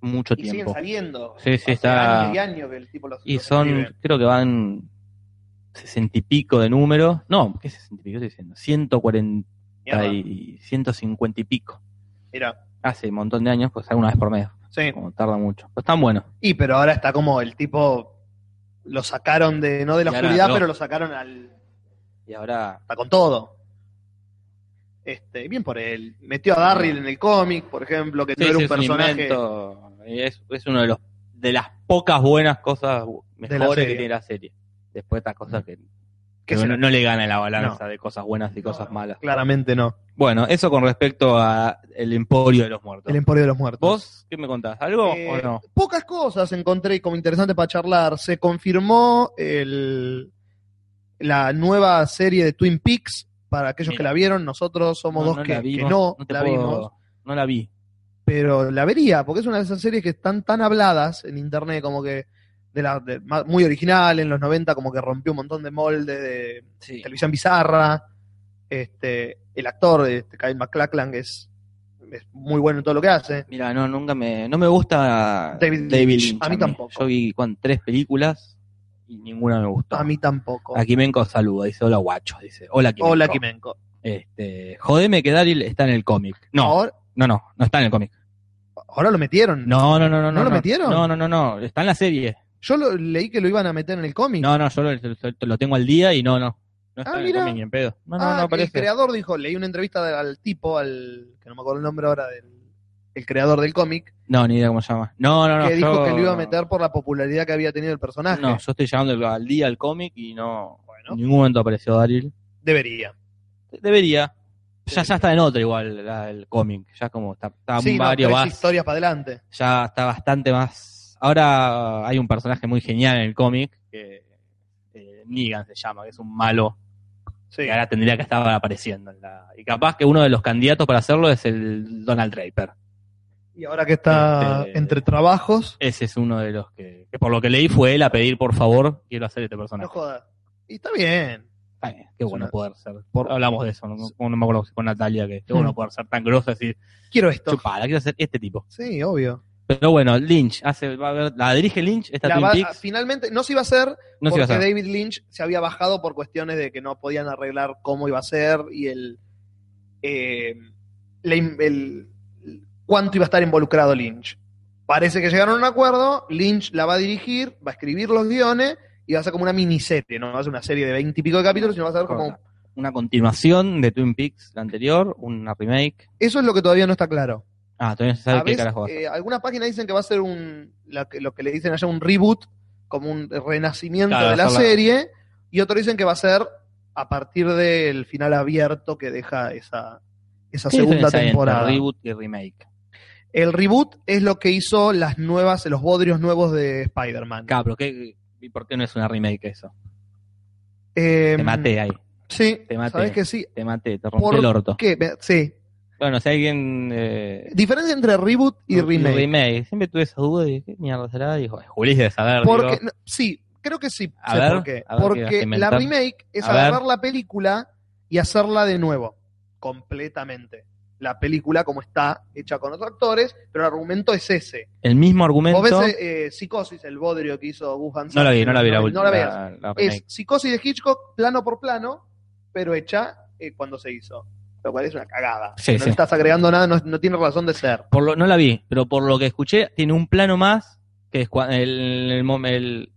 [SPEAKER 1] Mucho
[SPEAKER 2] Y siguen
[SPEAKER 1] tiempo.
[SPEAKER 2] saliendo.
[SPEAKER 1] Sí, sí,
[SPEAKER 2] Hace
[SPEAKER 1] está-
[SPEAKER 2] Años y años que el tipo los
[SPEAKER 1] Y
[SPEAKER 2] los escribe.
[SPEAKER 1] son, creo que van sesenta y pico de números. No, ¿qué sesenta y pico estoy diciendo? Ciento cuarenta
[SPEAKER 2] Mierda.
[SPEAKER 1] y ciento cincuenta y pico.
[SPEAKER 2] Mira,
[SPEAKER 1] Hace un montón de años, pues sale una vez por mes.
[SPEAKER 2] sí.
[SPEAKER 1] Como tarda mucho. Pero están buenos.
[SPEAKER 2] Y pero ahora está como el tipo. Lo sacaron de. No de la
[SPEAKER 1] Y ahora
[SPEAKER 2] oscuridad,
[SPEAKER 1] no.
[SPEAKER 2] pero lo sacaron al.
[SPEAKER 1] Y ahora
[SPEAKER 2] Está con todo. Este, bien por él. Metió a Darryl en el cómic, por ejemplo, que
[SPEAKER 1] Sí,
[SPEAKER 2] no era
[SPEAKER 1] sí,
[SPEAKER 2] un
[SPEAKER 1] es
[SPEAKER 2] personaje.
[SPEAKER 1] invento. Es, es uno de los de las pocas buenas cosas bu-
[SPEAKER 2] De la
[SPEAKER 1] mejores que
[SPEAKER 2] serie. Mm.
[SPEAKER 1] tiene la serie. Después estas cosas que,
[SPEAKER 2] que
[SPEAKER 1] que
[SPEAKER 2] se-
[SPEAKER 1] no, no le gana la balanza de cosas buenas y
[SPEAKER 2] No,
[SPEAKER 1] cosas
[SPEAKER 2] no,
[SPEAKER 1] malas.
[SPEAKER 2] Claramente no.
[SPEAKER 1] Bueno, eso con respecto a el emporio de los muertos.
[SPEAKER 2] El Emporio de los Muertos.
[SPEAKER 1] ¿Vos qué me contás? ¿Algo
[SPEAKER 2] Eh,
[SPEAKER 1] o no?
[SPEAKER 2] Pocas cosas encontré como interesante para charlar. Se confirmó el, la nueva serie de Twin Peaks. Para aquellos
[SPEAKER 1] Mira.
[SPEAKER 2] que la vieron, nosotros somos
[SPEAKER 1] No,
[SPEAKER 2] dos
[SPEAKER 1] no
[SPEAKER 2] que,
[SPEAKER 1] la
[SPEAKER 2] que
[SPEAKER 1] vimos,
[SPEAKER 2] no,
[SPEAKER 1] te
[SPEAKER 2] la
[SPEAKER 1] puedo-
[SPEAKER 2] vimos.
[SPEAKER 1] No la vi.
[SPEAKER 2] pero la vería, porque es una de esas series que están tan habladas en internet, como que de la, de- ma- muy original, en los 90 como que rompió un montón de moldes de
[SPEAKER 1] Sí.
[SPEAKER 2] televisión bizarra. Este, el actor, este, Kyle MacLachlan, que es, es muy bueno en todo lo que hace.
[SPEAKER 1] Mira, no, nunca me. No me gusta
[SPEAKER 2] David Lynch. A mí tampoco.
[SPEAKER 1] Yo vi con tres películas y ninguna me gustó.
[SPEAKER 2] A mí tampoco.
[SPEAKER 1] A Kimenko saluda, dice hola guacho, dice hola Kimenko.
[SPEAKER 2] Hola, Kimenko.
[SPEAKER 1] Este, jodeme que Daryl está en el cómic. No,
[SPEAKER 2] Ahora,
[SPEAKER 1] no, no, no está en el cómic.
[SPEAKER 2] ahora lo metieron.
[SPEAKER 1] No, no, no, no.
[SPEAKER 2] ¿No lo metieron?
[SPEAKER 1] No, no, no, no, está en la serie.
[SPEAKER 2] Yo lo- leí que lo iban a meter en el cómic.
[SPEAKER 1] No, no, yo lo, lo- lo tengo al día y no, no. No está en
[SPEAKER 2] Ah,
[SPEAKER 1] el
[SPEAKER 2] mira.
[SPEAKER 1] cómic ni en pedo. No, no,
[SPEAKER 2] Ah,
[SPEAKER 1] no
[SPEAKER 2] el
[SPEAKER 1] aparece.
[SPEAKER 2] creador dijo, leí una entrevista de- al tipo, al que no me acuerdo el nombre ahora, del el creador del cómic,
[SPEAKER 1] No, ni idea cómo se llama. No, no, no.
[SPEAKER 2] que dijo
[SPEAKER 1] yo-
[SPEAKER 2] que lo iba a meter por la popularidad que había tenido el personaje.
[SPEAKER 1] No, yo estoy llegando al- al día al cómic y no.
[SPEAKER 2] Bueno.
[SPEAKER 1] En ningún momento apareció Daryl.
[SPEAKER 2] Debería.
[SPEAKER 1] Debería. Ya,
[SPEAKER 2] Debería.
[SPEAKER 1] ya está en otra igual la- el cómic. Ya como está, está
[SPEAKER 2] Sí, no,
[SPEAKER 1] varios
[SPEAKER 2] tres
[SPEAKER 1] más-
[SPEAKER 2] historias para adelante.
[SPEAKER 1] ya está bastante más. Ahora hay un personaje muy genial en el cómic que eh, Negan se llama, que es un malo
[SPEAKER 2] Sí.
[SPEAKER 1] que ahora tendría que estar apareciendo. en la- Y capaz que uno de los candidatos para hacerlo es el Donald Draper.
[SPEAKER 2] Y ahora que está
[SPEAKER 1] Este-
[SPEAKER 2] entre trabajos.
[SPEAKER 1] Ese es uno de los que, que por lo que leí fue él a pedir por favor quiero hacer este
[SPEAKER 2] No
[SPEAKER 1] personaje.
[SPEAKER 2] jodas. Y está bien.
[SPEAKER 1] Está bien, qué bueno
[SPEAKER 2] una-
[SPEAKER 1] poder ser.
[SPEAKER 2] por-
[SPEAKER 1] Hablamos de eso, no, No- no me acuerdo si con Natalia que qué bueno
[SPEAKER 2] Hmm.
[SPEAKER 1] poder ser tan grosa y decir
[SPEAKER 2] Quiero esto.
[SPEAKER 1] chupala, quiero ser este tipo.
[SPEAKER 2] Sí, obvio.
[SPEAKER 1] Pero bueno, Lynch hace, va a ver, la dirige Lynch, esta
[SPEAKER 2] La
[SPEAKER 1] Twin
[SPEAKER 2] va-
[SPEAKER 1] Peaks,
[SPEAKER 2] finalmente no se iba a hacer
[SPEAKER 1] no se
[SPEAKER 2] porque
[SPEAKER 1] iba a hacer.
[SPEAKER 2] David Lynch se había bajado por cuestiones de que no podían arreglar cómo iba a ser y el, eh, la in- el- cuánto iba a estar involucrado Lynch. Parece que llegaron a un acuerdo, Lynch la va a dirigir, va a escribir los guiones y va a ser como una miniserie, no va a ser una serie de veintipico de capítulos, sino va a ser como...
[SPEAKER 1] Corta. una continuación de Twin Peaks, la anterior, una remake.
[SPEAKER 2] Eso es lo que todavía no está claro.
[SPEAKER 1] Ah, todavía no se sabe
[SPEAKER 2] A
[SPEAKER 1] qué
[SPEAKER 2] veces,
[SPEAKER 1] carajo va a ser.
[SPEAKER 2] eh, algunas páginas dicen que va a ser un la que- lo que le dicen allá un reboot, como un renacimiento
[SPEAKER 1] Claro,
[SPEAKER 2] de la
[SPEAKER 1] hacerla-
[SPEAKER 2] serie, y otros dicen que va a ser a partir del final abierto que deja esa, esa
[SPEAKER 1] ¿Qué
[SPEAKER 2] segunda
[SPEAKER 1] diferencia hay entre
[SPEAKER 2] temporada.
[SPEAKER 1] Reboot y remake.
[SPEAKER 2] El reboot es lo que hizo las nuevas, los bodrios nuevos de Spider-Man.
[SPEAKER 1] Claro, pero ¿qué, ¿y por qué no es una remake eso?
[SPEAKER 2] Eh,
[SPEAKER 1] Te maté ahí,
[SPEAKER 2] Sí,
[SPEAKER 1] Te maté.
[SPEAKER 2] sabes que sí.
[SPEAKER 1] te maté, te rompí
[SPEAKER 2] Por-
[SPEAKER 1] el orto.
[SPEAKER 2] Que, me- sí.
[SPEAKER 1] Bueno, si alguien... eh,
[SPEAKER 2] Diferencia entre reboot y remake.
[SPEAKER 1] Siempre tuve esa duda y qué mierda será. Dijo, Juli de saber.
[SPEAKER 2] Porque,
[SPEAKER 1] digo.
[SPEAKER 2] no, sí, creo que sí.
[SPEAKER 1] A
[SPEAKER 2] sé
[SPEAKER 1] ver,
[SPEAKER 2] por
[SPEAKER 1] a ver
[SPEAKER 2] qué.
[SPEAKER 1] qué vas a
[SPEAKER 2] Porque la
[SPEAKER 1] inventar.
[SPEAKER 2] remake es
[SPEAKER 1] A
[SPEAKER 2] agarrar
[SPEAKER 1] ver.
[SPEAKER 2] la película y hacerla de nuevo, completamente. La película como está hecha con otros actores, pero el argumento es ese.
[SPEAKER 1] El mismo
[SPEAKER 2] Vos ves
[SPEAKER 1] argumento.
[SPEAKER 2] eh, Psicosis, el bodrio que hizo Gus Van
[SPEAKER 1] No la
[SPEAKER 2] Sant,
[SPEAKER 1] vi, no la vi la última.
[SPEAKER 2] No la veas.
[SPEAKER 1] la
[SPEAKER 2] Es
[SPEAKER 1] remake.
[SPEAKER 2] Psicosis de Hitchcock, plano por plano, pero hecha eh, cuando se hizo. lo cual es una cagada.
[SPEAKER 1] Sí,
[SPEAKER 2] no
[SPEAKER 1] sí.
[SPEAKER 2] le estás agregando nada, no, no tiene razón de ser.
[SPEAKER 1] Por lo, no la vi, pero por lo que escuché, tiene un plano más que es cua- el, el mom- el-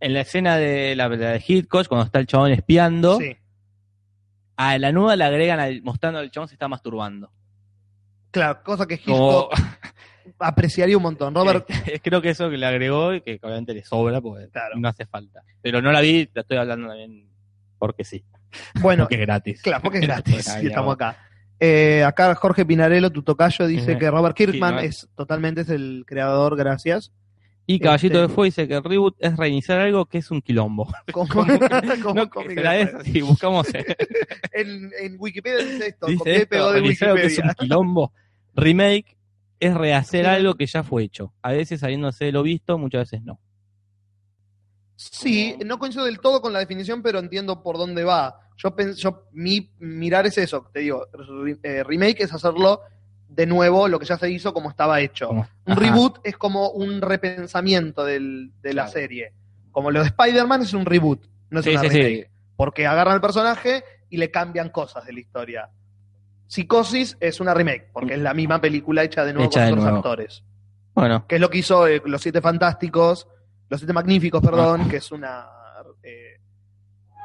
[SPEAKER 1] en la escena de la, la de Hitchcock, cuando está el chabón espiando,
[SPEAKER 2] Sí,
[SPEAKER 1] a la nuda le agregan al- mostrando al chabón se está masturbando.
[SPEAKER 2] claro, cosa que
[SPEAKER 1] Como-
[SPEAKER 2] Hitchcock apreciaría un montón. Robert,
[SPEAKER 1] Eh, creo que eso que le agregó y que obviamente le sobra porque
[SPEAKER 2] Claro.
[SPEAKER 1] no hace falta. Pero no la vi, la estoy hablando también porque sí,
[SPEAKER 2] bueno,
[SPEAKER 1] porque es gratis.
[SPEAKER 2] claro, porque es gratis
[SPEAKER 1] Ay,
[SPEAKER 2] y estamos
[SPEAKER 1] ahora.
[SPEAKER 2] acá. Eh, acá Jorge Pinarello, tu tocayo, dice
[SPEAKER 1] Ujú.
[SPEAKER 2] que Robert Kirkman
[SPEAKER 1] Kirkman.
[SPEAKER 2] es totalmente es el creador, gracias.
[SPEAKER 1] Y Caballito
[SPEAKER 2] Este-
[SPEAKER 1] de Fuego dice que el reboot es reiniciar algo que es un quilombo.
[SPEAKER 2] Como-
[SPEAKER 1] Como que-
[SPEAKER 2] como
[SPEAKER 1] No,
[SPEAKER 2] cómic
[SPEAKER 1] espera,
[SPEAKER 2] de-
[SPEAKER 1] es así, buscamos
[SPEAKER 2] en, en Wikipedia dice esto,
[SPEAKER 1] Dice
[SPEAKER 2] copié y pegó
[SPEAKER 1] esto,
[SPEAKER 2] de
[SPEAKER 1] realizar lo que es un
[SPEAKER 2] Wikipedia.
[SPEAKER 1] quilombo. Remake es rehacer
[SPEAKER 2] Sí.
[SPEAKER 1] algo que ya fue hecho. A veces saliéndose de lo visto, muchas veces no.
[SPEAKER 2] Sí, no coincido del todo con la definición, pero entiendo por dónde va. Yo, pens- yo mi mirar es eso, te digo, re- eh, remake es hacerlo de nuevo lo que ya se hizo como estaba hecho.
[SPEAKER 1] Como-
[SPEAKER 2] Un
[SPEAKER 1] Ajá.
[SPEAKER 2] reboot es como un repensamiento del- de la
[SPEAKER 1] Claro.
[SPEAKER 2] serie. Como lo de Spider-Man es un reboot, no es
[SPEAKER 1] Sí,
[SPEAKER 2] una
[SPEAKER 1] sí,
[SPEAKER 2] remake.
[SPEAKER 1] sí.
[SPEAKER 2] Porque agarran al personaje y le cambian cosas de la historia. Psicosis es una remake, porque es la misma película hecha de nuevo
[SPEAKER 1] Hecha
[SPEAKER 2] con
[SPEAKER 1] de
[SPEAKER 2] otros
[SPEAKER 1] nuevo.
[SPEAKER 2] actores.
[SPEAKER 1] Bueno,
[SPEAKER 2] que es lo que hizo eh, Los Siete Fantásticos, Los Siete Magníficos, perdón,
[SPEAKER 1] Ah.
[SPEAKER 2] que es una eh,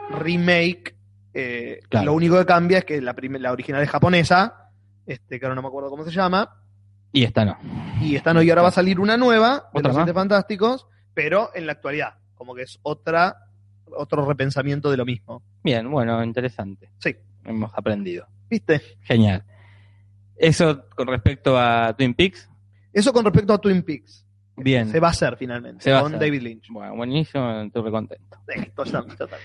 [SPEAKER 2] remake. eh,
[SPEAKER 1] Claro.
[SPEAKER 2] Lo único que cambia es que la, prim- la original es japonesa, este, que ahora no me acuerdo cómo se llama,
[SPEAKER 1] y esta no.
[SPEAKER 2] y esta no, y ahora va a salir una nueva de
[SPEAKER 1] ¿Otra
[SPEAKER 2] Los
[SPEAKER 1] más?
[SPEAKER 2] Siete Fantásticos, pero en la actualidad, como que es otra otro repensamiento de lo mismo.
[SPEAKER 1] Bien, bueno, interesante.
[SPEAKER 2] Sí.
[SPEAKER 1] Hemos aprendido.
[SPEAKER 2] ¿Viste?
[SPEAKER 1] Genial. Eso con respecto a Twin Peaks.
[SPEAKER 2] Eso con respecto a Twin Peaks.
[SPEAKER 1] Bien.
[SPEAKER 2] Se va a hacer finalmente,
[SPEAKER 1] Se va a
[SPEAKER 2] con
[SPEAKER 1] hacer.
[SPEAKER 2] David Lynch.
[SPEAKER 1] Bueno, buenísimo, estoy recontento.
[SPEAKER 2] Sí, total, total.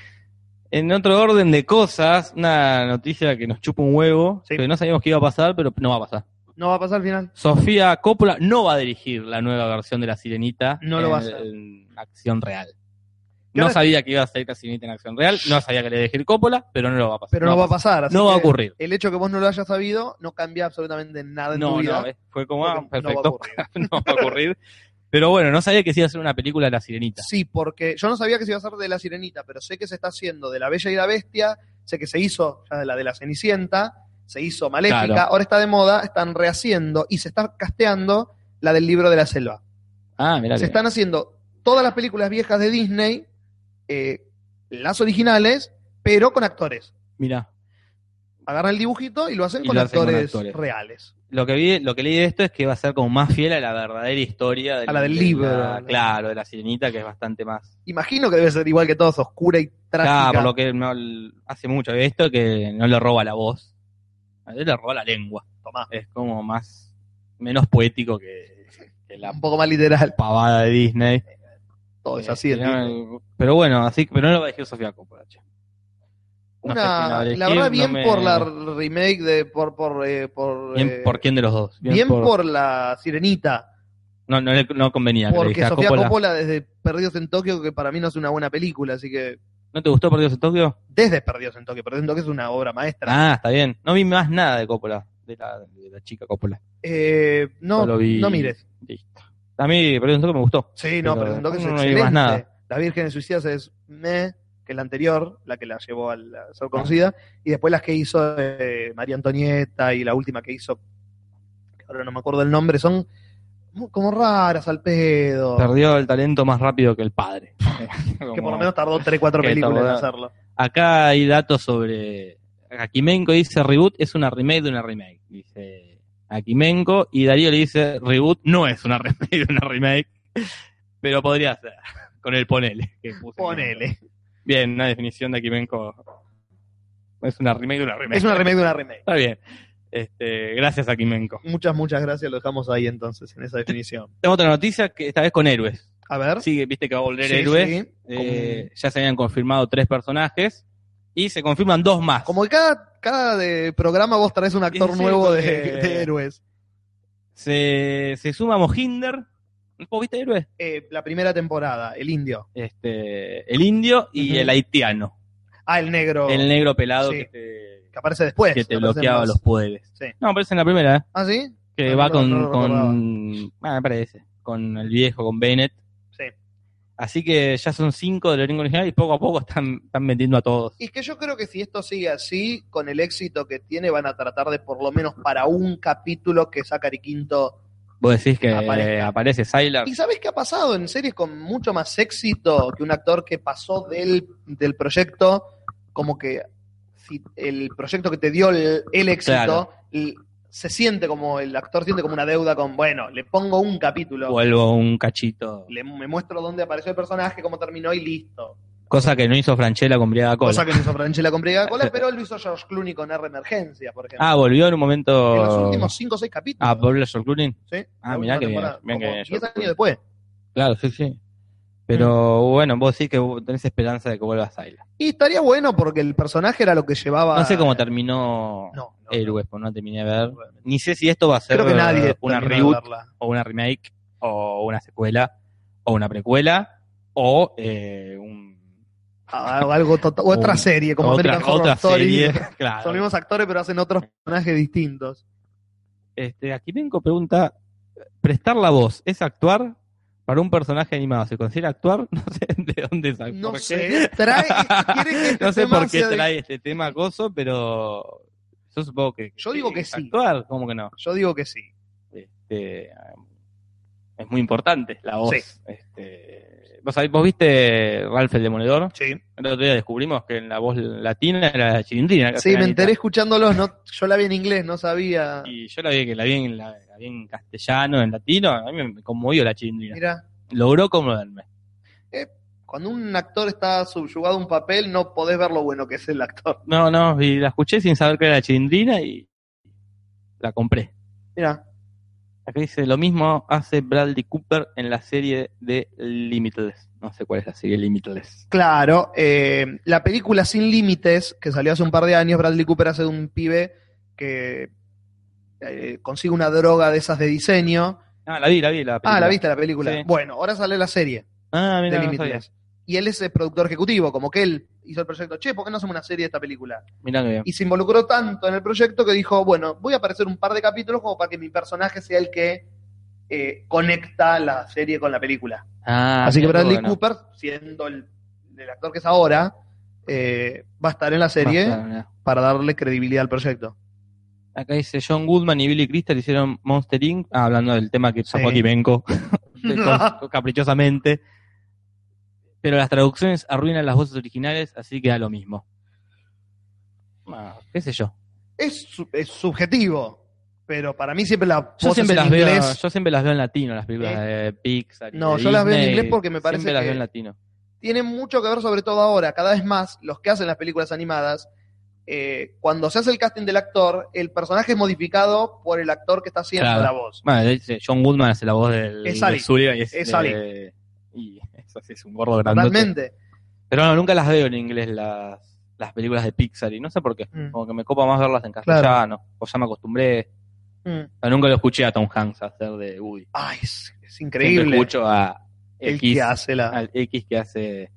[SPEAKER 1] En otro orden de cosas, una noticia que nos chupa un huevo,
[SPEAKER 2] Sí.
[SPEAKER 1] que no sabíamos que iba a pasar, pero no va a pasar.
[SPEAKER 2] No va a pasar al final.
[SPEAKER 1] Sofía Coppola no va a dirigir la nueva versión de La Sirenita
[SPEAKER 2] No lo
[SPEAKER 1] en,
[SPEAKER 2] va a hacer.
[SPEAKER 1] en acción real.
[SPEAKER 2] ¿Qué
[SPEAKER 1] No
[SPEAKER 2] hora es?
[SPEAKER 1] sabía que iba a salir La Sirenita en acción real, no sabía que le iba a dirigir Coppola, pero no lo va a pasar.
[SPEAKER 2] Pero no, va a pasar. así
[SPEAKER 1] No va a
[SPEAKER 2] que-
[SPEAKER 1] ocurrir.
[SPEAKER 2] el hecho que vos no lo hayas sabido no cambia absolutamente nada en tu
[SPEAKER 1] No,
[SPEAKER 2] vida.
[SPEAKER 1] no, ¿ves? fue como, ah,
[SPEAKER 2] porque no va a
[SPEAKER 1] perfecto,
[SPEAKER 2] ocurrir.
[SPEAKER 1] no va a ocurrir. Pero bueno, no sabía que se iba a hacer una película de La Sirenita.
[SPEAKER 2] Sí, porque yo no sabía que se iba a hacer de la sirenita, pero sé que se está haciendo de la Bella y la Bestia, sé que se hizo ya de la de la Cenicienta, se hizo Maléfica,
[SPEAKER 1] Claro.
[SPEAKER 2] ahora está de moda, están rehaciendo y se está casteando la del libro de la selva.
[SPEAKER 1] Ah, mirá.
[SPEAKER 2] Se
[SPEAKER 1] que-
[SPEAKER 2] están haciendo todas las películas viejas de Disney, eh, las originales, pero con actores.
[SPEAKER 1] mirá.
[SPEAKER 2] Agarran el dibujito y lo hacen,
[SPEAKER 1] Y
[SPEAKER 2] con,
[SPEAKER 1] lo hacen con
[SPEAKER 2] actores
[SPEAKER 1] actores.
[SPEAKER 2] reales.
[SPEAKER 1] Lo que vi, lo que leí de esto es que va a ser como más fiel a la verdadera historia
[SPEAKER 2] A la del libro.
[SPEAKER 1] claro, de la sirenita, que es bastante más.
[SPEAKER 2] Imagino que debe ser igual que todos, oscura y trágica.
[SPEAKER 1] Claro, por lo que no, hace mucho de esto que no le roba la voz. A él le roba la lengua.
[SPEAKER 2] Tomá.
[SPEAKER 1] Es como más, menos poético que, que la
[SPEAKER 2] un poco más literal.
[SPEAKER 1] pavada de Disney.
[SPEAKER 2] Todo Oh, es
[SPEAKER 1] Eh,
[SPEAKER 2] así. el
[SPEAKER 1] que no-
[SPEAKER 2] tipo.
[SPEAKER 1] pero bueno, así pero no lo va a decir Sofía Coppola, che. No sé quién
[SPEAKER 2] Una,
[SPEAKER 1] elegir,
[SPEAKER 2] la verdad,
[SPEAKER 1] no
[SPEAKER 2] bien
[SPEAKER 1] me-
[SPEAKER 2] por la remake de. por por, eh, por,
[SPEAKER 1] Bien
[SPEAKER 2] eh,
[SPEAKER 1] por quién de los dos.
[SPEAKER 2] bien por la sirenita.
[SPEAKER 1] No, no, le- no convenía. que le
[SPEAKER 2] Porque
[SPEAKER 1] dijera
[SPEAKER 2] Sofía
[SPEAKER 1] Coppola.
[SPEAKER 2] Coppola. desde Perdidos en Tokio, que para mí no es una buena película, así que.
[SPEAKER 1] ¿No te gustó Perdidos en Tokio?
[SPEAKER 2] Desde Perdidos en Tokio. Perdidos en Tokio es una obra maestra.
[SPEAKER 1] Ah, está bien. No vi más nada de Coppola, de la, de la chica Coppola.
[SPEAKER 2] Eh, no,
[SPEAKER 1] Solo vi-
[SPEAKER 2] no mires.
[SPEAKER 1] Listo. A mí, Perdidos en Tokio me gustó.
[SPEAKER 2] Sí, no,
[SPEAKER 1] Pero
[SPEAKER 2] Perdidos en Tokio es
[SPEAKER 1] no vi más
[SPEAKER 2] excelente.
[SPEAKER 1] nada.
[SPEAKER 2] La Virgen de Suicidas es. meh, que es la anterior, la que la llevó a la- a ser conocida. Y después las que hizo eh, María Antonieta y la última que hizo. que Ahora no me acuerdo el nombre, son como raras al pedo.
[SPEAKER 1] Perdió el talento más rápido que el padre.
[SPEAKER 2] Oh. que por
[SPEAKER 1] Como-
[SPEAKER 2] lo menos tardó 3, 4
[SPEAKER 1] que
[SPEAKER 2] películas en
[SPEAKER 1] tardó-
[SPEAKER 2] hacerlo.
[SPEAKER 1] Acá hay datos sobre. Akimenko dice reboot es una remake de una remake. Dice Akimenko. Y Darío le dice reboot no es una remake de una remake. Pero podría ser. Con el ponele. que puse.
[SPEAKER 2] Ponele.
[SPEAKER 1] Bien, una definición de Akimenko. Es una remake de una remake.
[SPEAKER 2] Es una remake de una remake.
[SPEAKER 1] Está bien. Este, gracias, Akimenko.
[SPEAKER 2] Muchas, muchas gracias. Lo dejamos ahí entonces, en esa definición.
[SPEAKER 1] Tengo otra noticia que esta vez con héroes.
[SPEAKER 2] A ver.
[SPEAKER 1] Sí, viste que va a volver
[SPEAKER 2] Sí,
[SPEAKER 1] héroes.
[SPEAKER 2] sí.
[SPEAKER 1] Eh, ya se habían confirmado tres personajes. Y se confirman dos más.
[SPEAKER 2] Como, como que cada, cada de programa vos traes un actor
[SPEAKER 1] Sí, sí,
[SPEAKER 2] nuevo de,
[SPEAKER 1] porque-
[SPEAKER 2] de héroes.
[SPEAKER 1] se, se suma Mohinder, ¿vos viste héroe?
[SPEAKER 2] Eh, la primera temporada, el indio.
[SPEAKER 1] Este, el indio y
[SPEAKER 2] Ujú.
[SPEAKER 1] el haitiano,
[SPEAKER 2] Ah, el negro.
[SPEAKER 1] el negro pelado
[SPEAKER 2] Sí.
[SPEAKER 1] que te,
[SPEAKER 2] que aparece después.
[SPEAKER 1] que te
[SPEAKER 2] aparece
[SPEAKER 1] bloqueaba
[SPEAKER 2] más.
[SPEAKER 1] los poderes.
[SPEAKER 2] Sí.
[SPEAKER 1] No, aparece en la primera, ¿eh?
[SPEAKER 2] Ah, sí.
[SPEAKER 1] que
[SPEAKER 2] No,
[SPEAKER 1] va
[SPEAKER 2] no,
[SPEAKER 1] con,
[SPEAKER 2] no lo
[SPEAKER 1] con ah, me parece, con el viejo, con Bennett.
[SPEAKER 2] Sí.
[SPEAKER 1] Así que ya son cinco del elenco original y poco a poco están, están vendiendo a todos.
[SPEAKER 2] Y que yo creo que si esto sigue así, con el éxito que tiene, van a tratar de por lo menos para un capítulo que Zachary Quinto.
[SPEAKER 1] Vos decís que
[SPEAKER 2] Aparece.
[SPEAKER 1] eh, aparece Sylar.
[SPEAKER 2] ¿Y sabés qué ha pasado en series con mucho más éxito que un actor que pasó del, del proyecto? Como que si el proyecto que te dio el, el éxito
[SPEAKER 1] Claro.
[SPEAKER 2] l- se siente como, el actor siente como una deuda con, bueno, le pongo un capítulo,
[SPEAKER 1] Vuelvo un cachito.
[SPEAKER 2] le, me muestro dónde apareció el personaje, cómo terminó y listo.
[SPEAKER 1] Cosa que no hizo Franchella con Brigada Cola.
[SPEAKER 2] Cosa que no hizo Franchella con Brigada Cola, pero lo hizo George Clooney con R Emergencia, por ejemplo.
[SPEAKER 1] Ah, volvió en un momento.
[SPEAKER 2] en los últimos 5 o 6 capítulos.
[SPEAKER 1] Ah, volvió George Clooney.
[SPEAKER 2] ¿sí?
[SPEAKER 1] ah,
[SPEAKER 2] La
[SPEAKER 1] mirá
[SPEAKER 2] última
[SPEAKER 1] que bien,
[SPEAKER 2] temporada,
[SPEAKER 1] bien que
[SPEAKER 2] como
[SPEAKER 1] yo-
[SPEAKER 2] 10 años después.
[SPEAKER 1] Claro, sí, sí. Pero bueno, vos sí que vos tenés esperanza de que vuelva Sylar.
[SPEAKER 2] Y estaría bueno porque el personaje era lo que llevaba.
[SPEAKER 1] No sé cómo terminó
[SPEAKER 2] No, no,
[SPEAKER 1] Héroes, pues no terminé de ver.
[SPEAKER 2] no, realmente.
[SPEAKER 1] Ni sé si esto va a ser
[SPEAKER 2] Creo que nadie.
[SPEAKER 1] una
[SPEAKER 2] terminó de
[SPEAKER 1] reboot
[SPEAKER 2] verla.
[SPEAKER 1] o una remake o una secuela o una precuela o eh, un,
[SPEAKER 2] Ah, Algo tota- otra
[SPEAKER 1] Un-
[SPEAKER 2] serie, como
[SPEAKER 1] otra,
[SPEAKER 2] American Horror
[SPEAKER 1] otra
[SPEAKER 2] Story.
[SPEAKER 1] serie. claro.
[SPEAKER 2] Son los mismos actores, pero hacen otros personajes distintos.
[SPEAKER 1] Este, Aquimenco pregunta, ¿prestar la voz es actuar? Para un personaje animado, ¿se considera actuar? No sé de dónde sacó.
[SPEAKER 2] No
[SPEAKER 1] ¿por qué?
[SPEAKER 2] sé. Trae, quiere que este
[SPEAKER 1] no sé
[SPEAKER 2] tema
[SPEAKER 1] por qué
[SPEAKER 2] sea de-
[SPEAKER 1] trae este tema acoso, pero yo supongo que...
[SPEAKER 2] Yo digo que sí.
[SPEAKER 1] Actuar, ¿cómo que no?
[SPEAKER 2] Yo digo que sí.
[SPEAKER 1] Este, es muy importante la voz.
[SPEAKER 2] Sí.
[SPEAKER 1] Este, ¿vos, sabés- ¿Vos viste Ralph el Demoledor?
[SPEAKER 2] Sí,
[SPEAKER 1] El otro día descubrimos que en la voz latina era Chirindrina. la
[SPEAKER 2] sí me
[SPEAKER 1] castellanita.
[SPEAKER 2] enteré escuchándolos. No, yo la vi en inglés, no sabía.
[SPEAKER 1] Y yo la vi que la vi en, la, la vi en castellano, en latino, a mí me conmovió la chilindrina.
[SPEAKER 2] Mira,
[SPEAKER 1] Logró conmoverme.
[SPEAKER 2] cuando un actor está subyugado a un papel, no podés ver lo bueno que es el actor.
[SPEAKER 1] No, no, y la escuché sin saber que era la chilindrina y la compré.
[SPEAKER 2] Mira,
[SPEAKER 1] Acá dice, lo mismo hace Bradley Cooper en la serie de Limitless. No sé cuál es la serie Limitless.
[SPEAKER 2] Claro, eh, la película Sin Límites, que salió hace un par de años, Bradley Cooper hace de un pibe que eh, consigue una droga de esas de diseño.
[SPEAKER 1] Ah, la vi, la vi. La
[SPEAKER 2] Ah, ¿la
[SPEAKER 1] película.
[SPEAKER 2] viste la película?
[SPEAKER 1] Sí.
[SPEAKER 2] Bueno, ahora sale la serie
[SPEAKER 1] Ah,
[SPEAKER 2] de
[SPEAKER 1] mira, no sabía.
[SPEAKER 2] Límites. Y él es el productor ejecutivo, como que él hizo el proyecto, che, ¿por qué no hacemos una serie de esta película?
[SPEAKER 1] Mirá que bien.
[SPEAKER 2] Y se involucró tanto en el proyecto que dijo, bueno, voy a aparecer un par de capítulos como para que mi personaje sea el que eh, conecta la serie con la película.
[SPEAKER 1] Ah,
[SPEAKER 2] Así que
[SPEAKER 1] mirá qué
[SPEAKER 2] Bradley
[SPEAKER 1] bueno.
[SPEAKER 2] Cooper, siendo el, el actor que es ahora, eh, va a estar en la serie
[SPEAKER 1] Basta, mirá.
[SPEAKER 2] para darle credibilidad al proyecto.
[SPEAKER 1] Acá dice John Goodman y Billy Crystal hicieron Monster Inc. Ah, hablando del tema que sacó
[SPEAKER 2] Sí.
[SPEAKER 1] aquí Benko de- con- caprichosamente. Pero las traducciones arruinan las voces originales, así que da lo mismo. Ah, qué sé yo.
[SPEAKER 2] Es, su- es subjetivo, pero para mí siempre la
[SPEAKER 1] Yo
[SPEAKER 2] voces
[SPEAKER 1] siempre,
[SPEAKER 2] en
[SPEAKER 1] las
[SPEAKER 2] inglés. Eh,
[SPEAKER 1] veo, yo siempre las veo en latino, las películas de Pixar. y
[SPEAKER 2] No,
[SPEAKER 1] de
[SPEAKER 2] yo las veo en
[SPEAKER 1] Disney,
[SPEAKER 2] inglés porque me parece
[SPEAKER 1] Siempre las
[SPEAKER 2] que-
[SPEAKER 1] veo en latino.
[SPEAKER 2] tiene mucho que ver, sobre todo ahora, cada vez más, los que hacen las películas animadas. eh, cuando se hace el casting del actor, el personaje es modificado por el actor que está haciendo
[SPEAKER 1] Claro.
[SPEAKER 2] la voz.
[SPEAKER 1] Bueno, dice, John Goodman hace la voz del.
[SPEAKER 2] Es Ali.
[SPEAKER 1] de Sullivan y es,
[SPEAKER 2] Es
[SPEAKER 1] de-
[SPEAKER 2] Ali.
[SPEAKER 1] Y eso sí es un gordo grandote.
[SPEAKER 2] Totalmente.
[SPEAKER 1] Pero no, nunca las veo en inglés las, las películas de Pixar y no sé por qué.
[SPEAKER 2] Mm,
[SPEAKER 1] Como que me copa más verlas en castellano. O ya me acostumbré.
[SPEAKER 2] mm.
[SPEAKER 1] O sea, nunca lo escuché a Tom Hanks hacer de Woody.
[SPEAKER 2] Ay, es, es
[SPEAKER 1] Siempre
[SPEAKER 2] increíble
[SPEAKER 1] escucho a
[SPEAKER 2] el
[SPEAKER 1] X,
[SPEAKER 2] que hace la.
[SPEAKER 1] al X que hace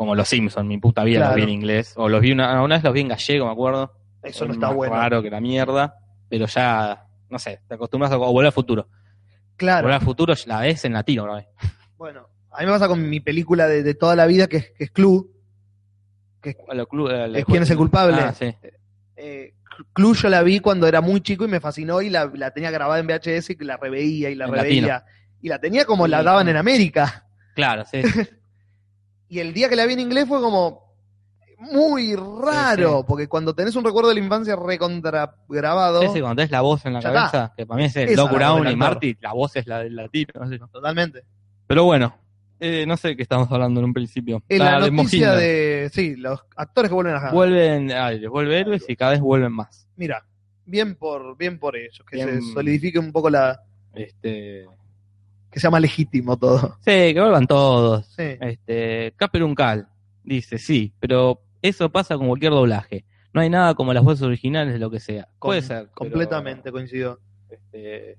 [SPEAKER 1] como los Simpsons. Mi puta vida los
[SPEAKER 2] Claro.
[SPEAKER 1] vi en inglés. O los vi una, una vez los vi en gallego, me acuerdo.
[SPEAKER 2] Eso no
[SPEAKER 1] Es
[SPEAKER 2] está
[SPEAKER 1] más
[SPEAKER 2] bueno.
[SPEAKER 1] Claro que la mierda. Pero ya, no sé, te acostumbras a o volver al futuro.
[SPEAKER 2] Claro.
[SPEAKER 1] Volver al futuro la ves en latino, ¿no?
[SPEAKER 2] Bueno, a mí me pasa con mi película de, de toda la vida, que es, que es Clue.
[SPEAKER 1] A lo clu- a lo-
[SPEAKER 2] Es quién es el culpable.
[SPEAKER 1] Ah, sí.
[SPEAKER 2] Eh, Clue yo la vi cuando era muy chico y me fascinó y la, la tenía grabada en VHS y la reveía y la
[SPEAKER 1] En
[SPEAKER 2] reveía. Y la tenía como la
[SPEAKER 1] Sí.
[SPEAKER 2] daban en América.
[SPEAKER 1] Claro, sí. sí.
[SPEAKER 2] Y el día que la vi en inglés fue como muy raro,
[SPEAKER 1] Sí, sí.
[SPEAKER 2] porque cuando tenés un recuerdo de la infancia recontra grabado,
[SPEAKER 1] Ese cuando tenés la voz en la
[SPEAKER 2] Ya
[SPEAKER 1] cabeza,
[SPEAKER 2] está.
[SPEAKER 1] que para mí es
[SPEAKER 2] Esa
[SPEAKER 1] el
[SPEAKER 2] la
[SPEAKER 1] Doc
[SPEAKER 2] voz
[SPEAKER 1] Brown
[SPEAKER 2] del
[SPEAKER 1] y
[SPEAKER 2] actor.
[SPEAKER 1] Marty, la voz es la del latino. no sé.
[SPEAKER 2] totalmente.
[SPEAKER 1] Pero bueno, eh, no sé qué estamos hablando en un principio.
[SPEAKER 2] En
[SPEAKER 1] Ah,
[SPEAKER 2] la
[SPEAKER 1] de
[SPEAKER 2] noticia
[SPEAKER 1] Mojinger.
[SPEAKER 2] de, sí, los actores que vuelven a casa.
[SPEAKER 1] Vuelven, ah, vuelve héroes y cada vez vuelven más.
[SPEAKER 2] Mira, bien por, bien por ellos, que
[SPEAKER 1] Bien.
[SPEAKER 2] se solidifique un poco la,
[SPEAKER 1] Este,
[SPEAKER 2] que sea más legítimo todo.
[SPEAKER 1] sí, que vuelvan todos.
[SPEAKER 2] Sí.
[SPEAKER 1] Este, Casper Uncal dice, sí, pero eso pasa con cualquier doblaje. No hay nada como las voces originales de lo que sea. Puede
[SPEAKER 2] Com-
[SPEAKER 1] ser. pero,
[SPEAKER 2] Completamente coincido.
[SPEAKER 1] este,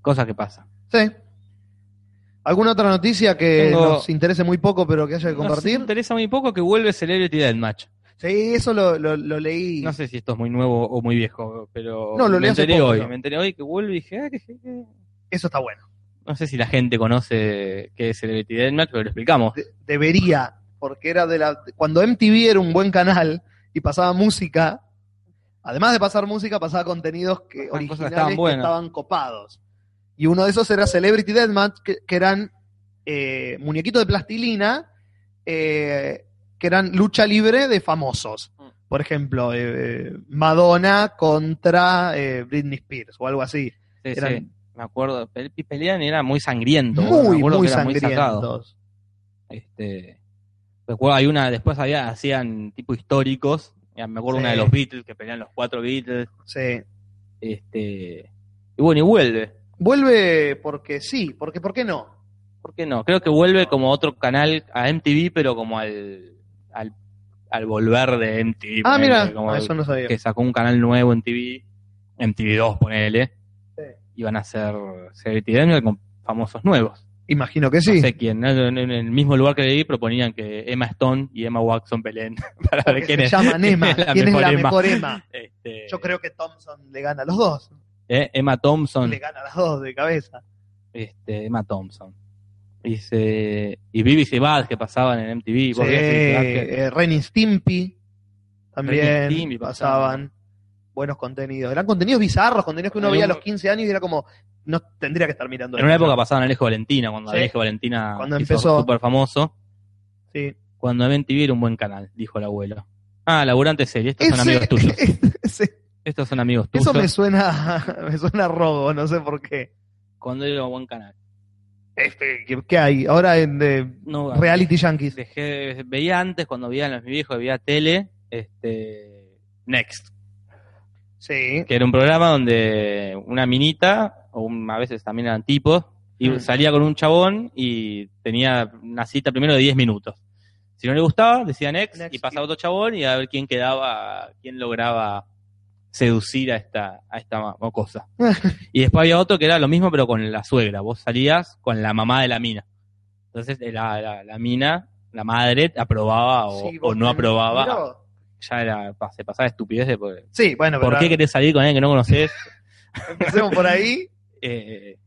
[SPEAKER 1] cosas que pasan.
[SPEAKER 2] Sí. ¿Alguna otra noticia que
[SPEAKER 1] Tengo-
[SPEAKER 2] nos interese muy poco, pero que haya que
[SPEAKER 1] Nos
[SPEAKER 2] compartir?
[SPEAKER 1] interesa muy poco que vuelve Celebrity Deathmatch.
[SPEAKER 2] sí, eso lo, lo- lo leí.
[SPEAKER 1] No sé si esto es muy nuevo o muy viejo, pero
[SPEAKER 2] No, lo
[SPEAKER 1] me
[SPEAKER 2] leí hace
[SPEAKER 1] enteré
[SPEAKER 2] poco,
[SPEAKER 1] hoy.
[SPEAKER 2] yo.
[SPEAKER 1] Me enteré hoy que vuelve y dije, ah, que, que- que-
[SPEAKER 2] Eso está bueno.
[SPEAKER 1] No sé si la gente conoce qué es Celebrity Deathmatch, pero lo explicamos.
[SPEAKER 2] De- debería, porque era de la. Cuando MTV era un buen canal y pasaba música, además de pasar música, pasaba contenidos que
[SPEAKER 1] Pasaban
[SPEAKER 2] originales
[SPEAKER 1] cosas que estaban
[SPEAKER 2] que
[SPEAKER 1] buenas.
[SPEAKER 2] estaban copados. Y uno de esos era Celebrity Deathmatch, que, que eran eh, muñequitos de plastilina, eh, que eran lucha libre de famosos.
[SPEAKER 1] Mm.
[SPEAKER 2] Por ejemplo, eh, Madonna contra eh, Britney Spears o algo así.
[SPEAKER 1] Sí,
[SPEAKER 2] Eran
[SPEAKER 1] sí, me acuerdo. Pe- pe- Peleaban y era muy sangriento. me
[SPEAKER 2] muy,
[SPEAKER 1] acuerdo
[SPEAKER 2] muy
[SPEAKER 1] que era sacado.
[SPEAKER 2] sangrientos.
[SPEAKER 1] Este, recuerdo, hay una, después había, hacían tipo históricos. Ya Me acuerdo
[SPEAKER 2] Sí.
[SPEAKER 1] una de los Beatles, que pelean los cuatro Beatles.
[SPEAKER 2] Sí.
[SPEAKER 1] Este, y bueno, y vuelve.
[SPEAKER 2] Vuelve porque sí, porque ¿por qué no?
[SPEAKER 1] ¿Por qué no? Creo que vuelve como otro canal a MTV, pero como al, al, al volver de MTV.
[SPEAKER 2] Ah,
[SPEAKER 1] ponele,
[SPEAKER 2] mira,
[SPEAKER 1] como
[SPEAKER 2] ah, eso no sabía.
[SPEAKER 1] que sacó un canal nuevo en TV, MTV2, ponele.
[SPEAKER 2] Sí.
[SPEAKER 1] Y van a hacer Celebrity Deathmatch con famosos nuevos.
[SPEAKER 2] Imagino que sí.
[SPEAKER 1] No sé quién. ¿no? En, en el mismo lugar que leí proponían que Emma Stone y Emma Watson peleen para ver
[SPEAKER 2] que
[SPEAKER 1] quién
[SPEAKER 2] se
[SPEAKER 1] es.
[SPEAKER 2] llaman Emma.
[SPEAKER 1] la
[SPEAKER 2] ¿Quién es
[SPEAKER 1] mejor
[SPEAKER 2] la
[SPEAKER 1] Emma?
[SPEAKER 2] mejor Emma?
[SPEAKER 1] Este,
[SPEAKER 2] Yo creo que Thompson le gana a los dos.
[SPEAKER 1] eh, Emma Thompson.
[SPEAKER 2] Le gana a las dos de cabeza.
[SPEAKER 1] este, Emma Thompson. Y, se, y Vivi Sebad, que pasaban en MTV. vos
[SPEAKER 2] Sí,
[SPEAKER 1] veías Vivi Sebad que-
[SPEAKER 2] eh, Ren y Stimpy también
[SPEAKER 1] Ren y Stimpy
[SPEAKER 2] pasaban
[SPEAKER 1] pasaban.
[SPEAKER 2] buenos contenidos. Eran contenidos bizarros, contenidos que uno
[SPEAKER 1] Hay
[SPEAKER 2] veía a
[SPEAKER 1] un-
[SPEAKER 2] los 15 años y era como, no tendría que estar mirando.
[SPEAKER 1] en una
[SPEAKER 2] esto.
[SPEAKER 1] época pasaban Alejo Valentina, cuando
[SPEAKER 2] Sí.
[SPEAKER 1] Alejo Valentina
[SPEAKER 2] Cuando
[SPEAKER 1] hizo
[SPEAKER 2] empezó.
[SPEAKER 1] súper famoso.
[SPEAKER 2] Sí.
[SPEAKER 1] Cuando MTV era un buen canal, dijo el abuelo. Ah, laburante serie, estos son amigos tuyos.
[SPEAKER 2] ese-
[SPEAKER 1] Estos son amigos tuyos.
[SPEAKER 2] eso me suena, me suena a robo, no sé por qué.
[SPEAKER 1] Cuando era un buen canal.
[SPEAKER 2] Este, ¿qué, qué hay? Ahora en eh,
[SPEAKER 1] No,
[SPEAKER 2] Reality Yankees.
[SPEAKER 1] dejé- veía antes, cuando veía a los- mi viejo, veía tele, este Next,
[SPEAKER 2] Sí.
[SPEAKER 1] que era un programa donde una minita, o un- a veces también eran tipos, y
[SPEAKER 2] Mm.
[SPEAKER 1] salía con un chabón y tenía una cita primero de 10 minutos. Si no le gustaba, decía next,
[SPEAKER 2] Next,
[SPEAKER 1] y pasaba otro chabón y a ver quién quedaba, quién lograba seducir a esta, a esta cosa. y después había otro que era lo mismo pero con la suegra. Vos salías con la mamá de la mina. Entonces eh, la, la- la mina, la madre, aprobaba o,
[SPEAKER 2] Sí,
[SPEAKER 1] o
[SPEAKER 2] vos
[SPEAKER 1] no
[SPEAKER 2] tenés-
[SPEAKER 1] aprobaba.
[SPEAKER 2] Mirá.
[SPEAKER 1] Ya era, pa- se pasaba estupidez porque
[SPEAKER 2] Sí, bueno,
[SPEAKER 1] ¿Por
[SPEAKER 2] pero
[SPEAKER 1] qué querés salir con alguien que no conoces?
[SPEAKER 2] empecemos por ahí.
[SPEAKER 1] Eh,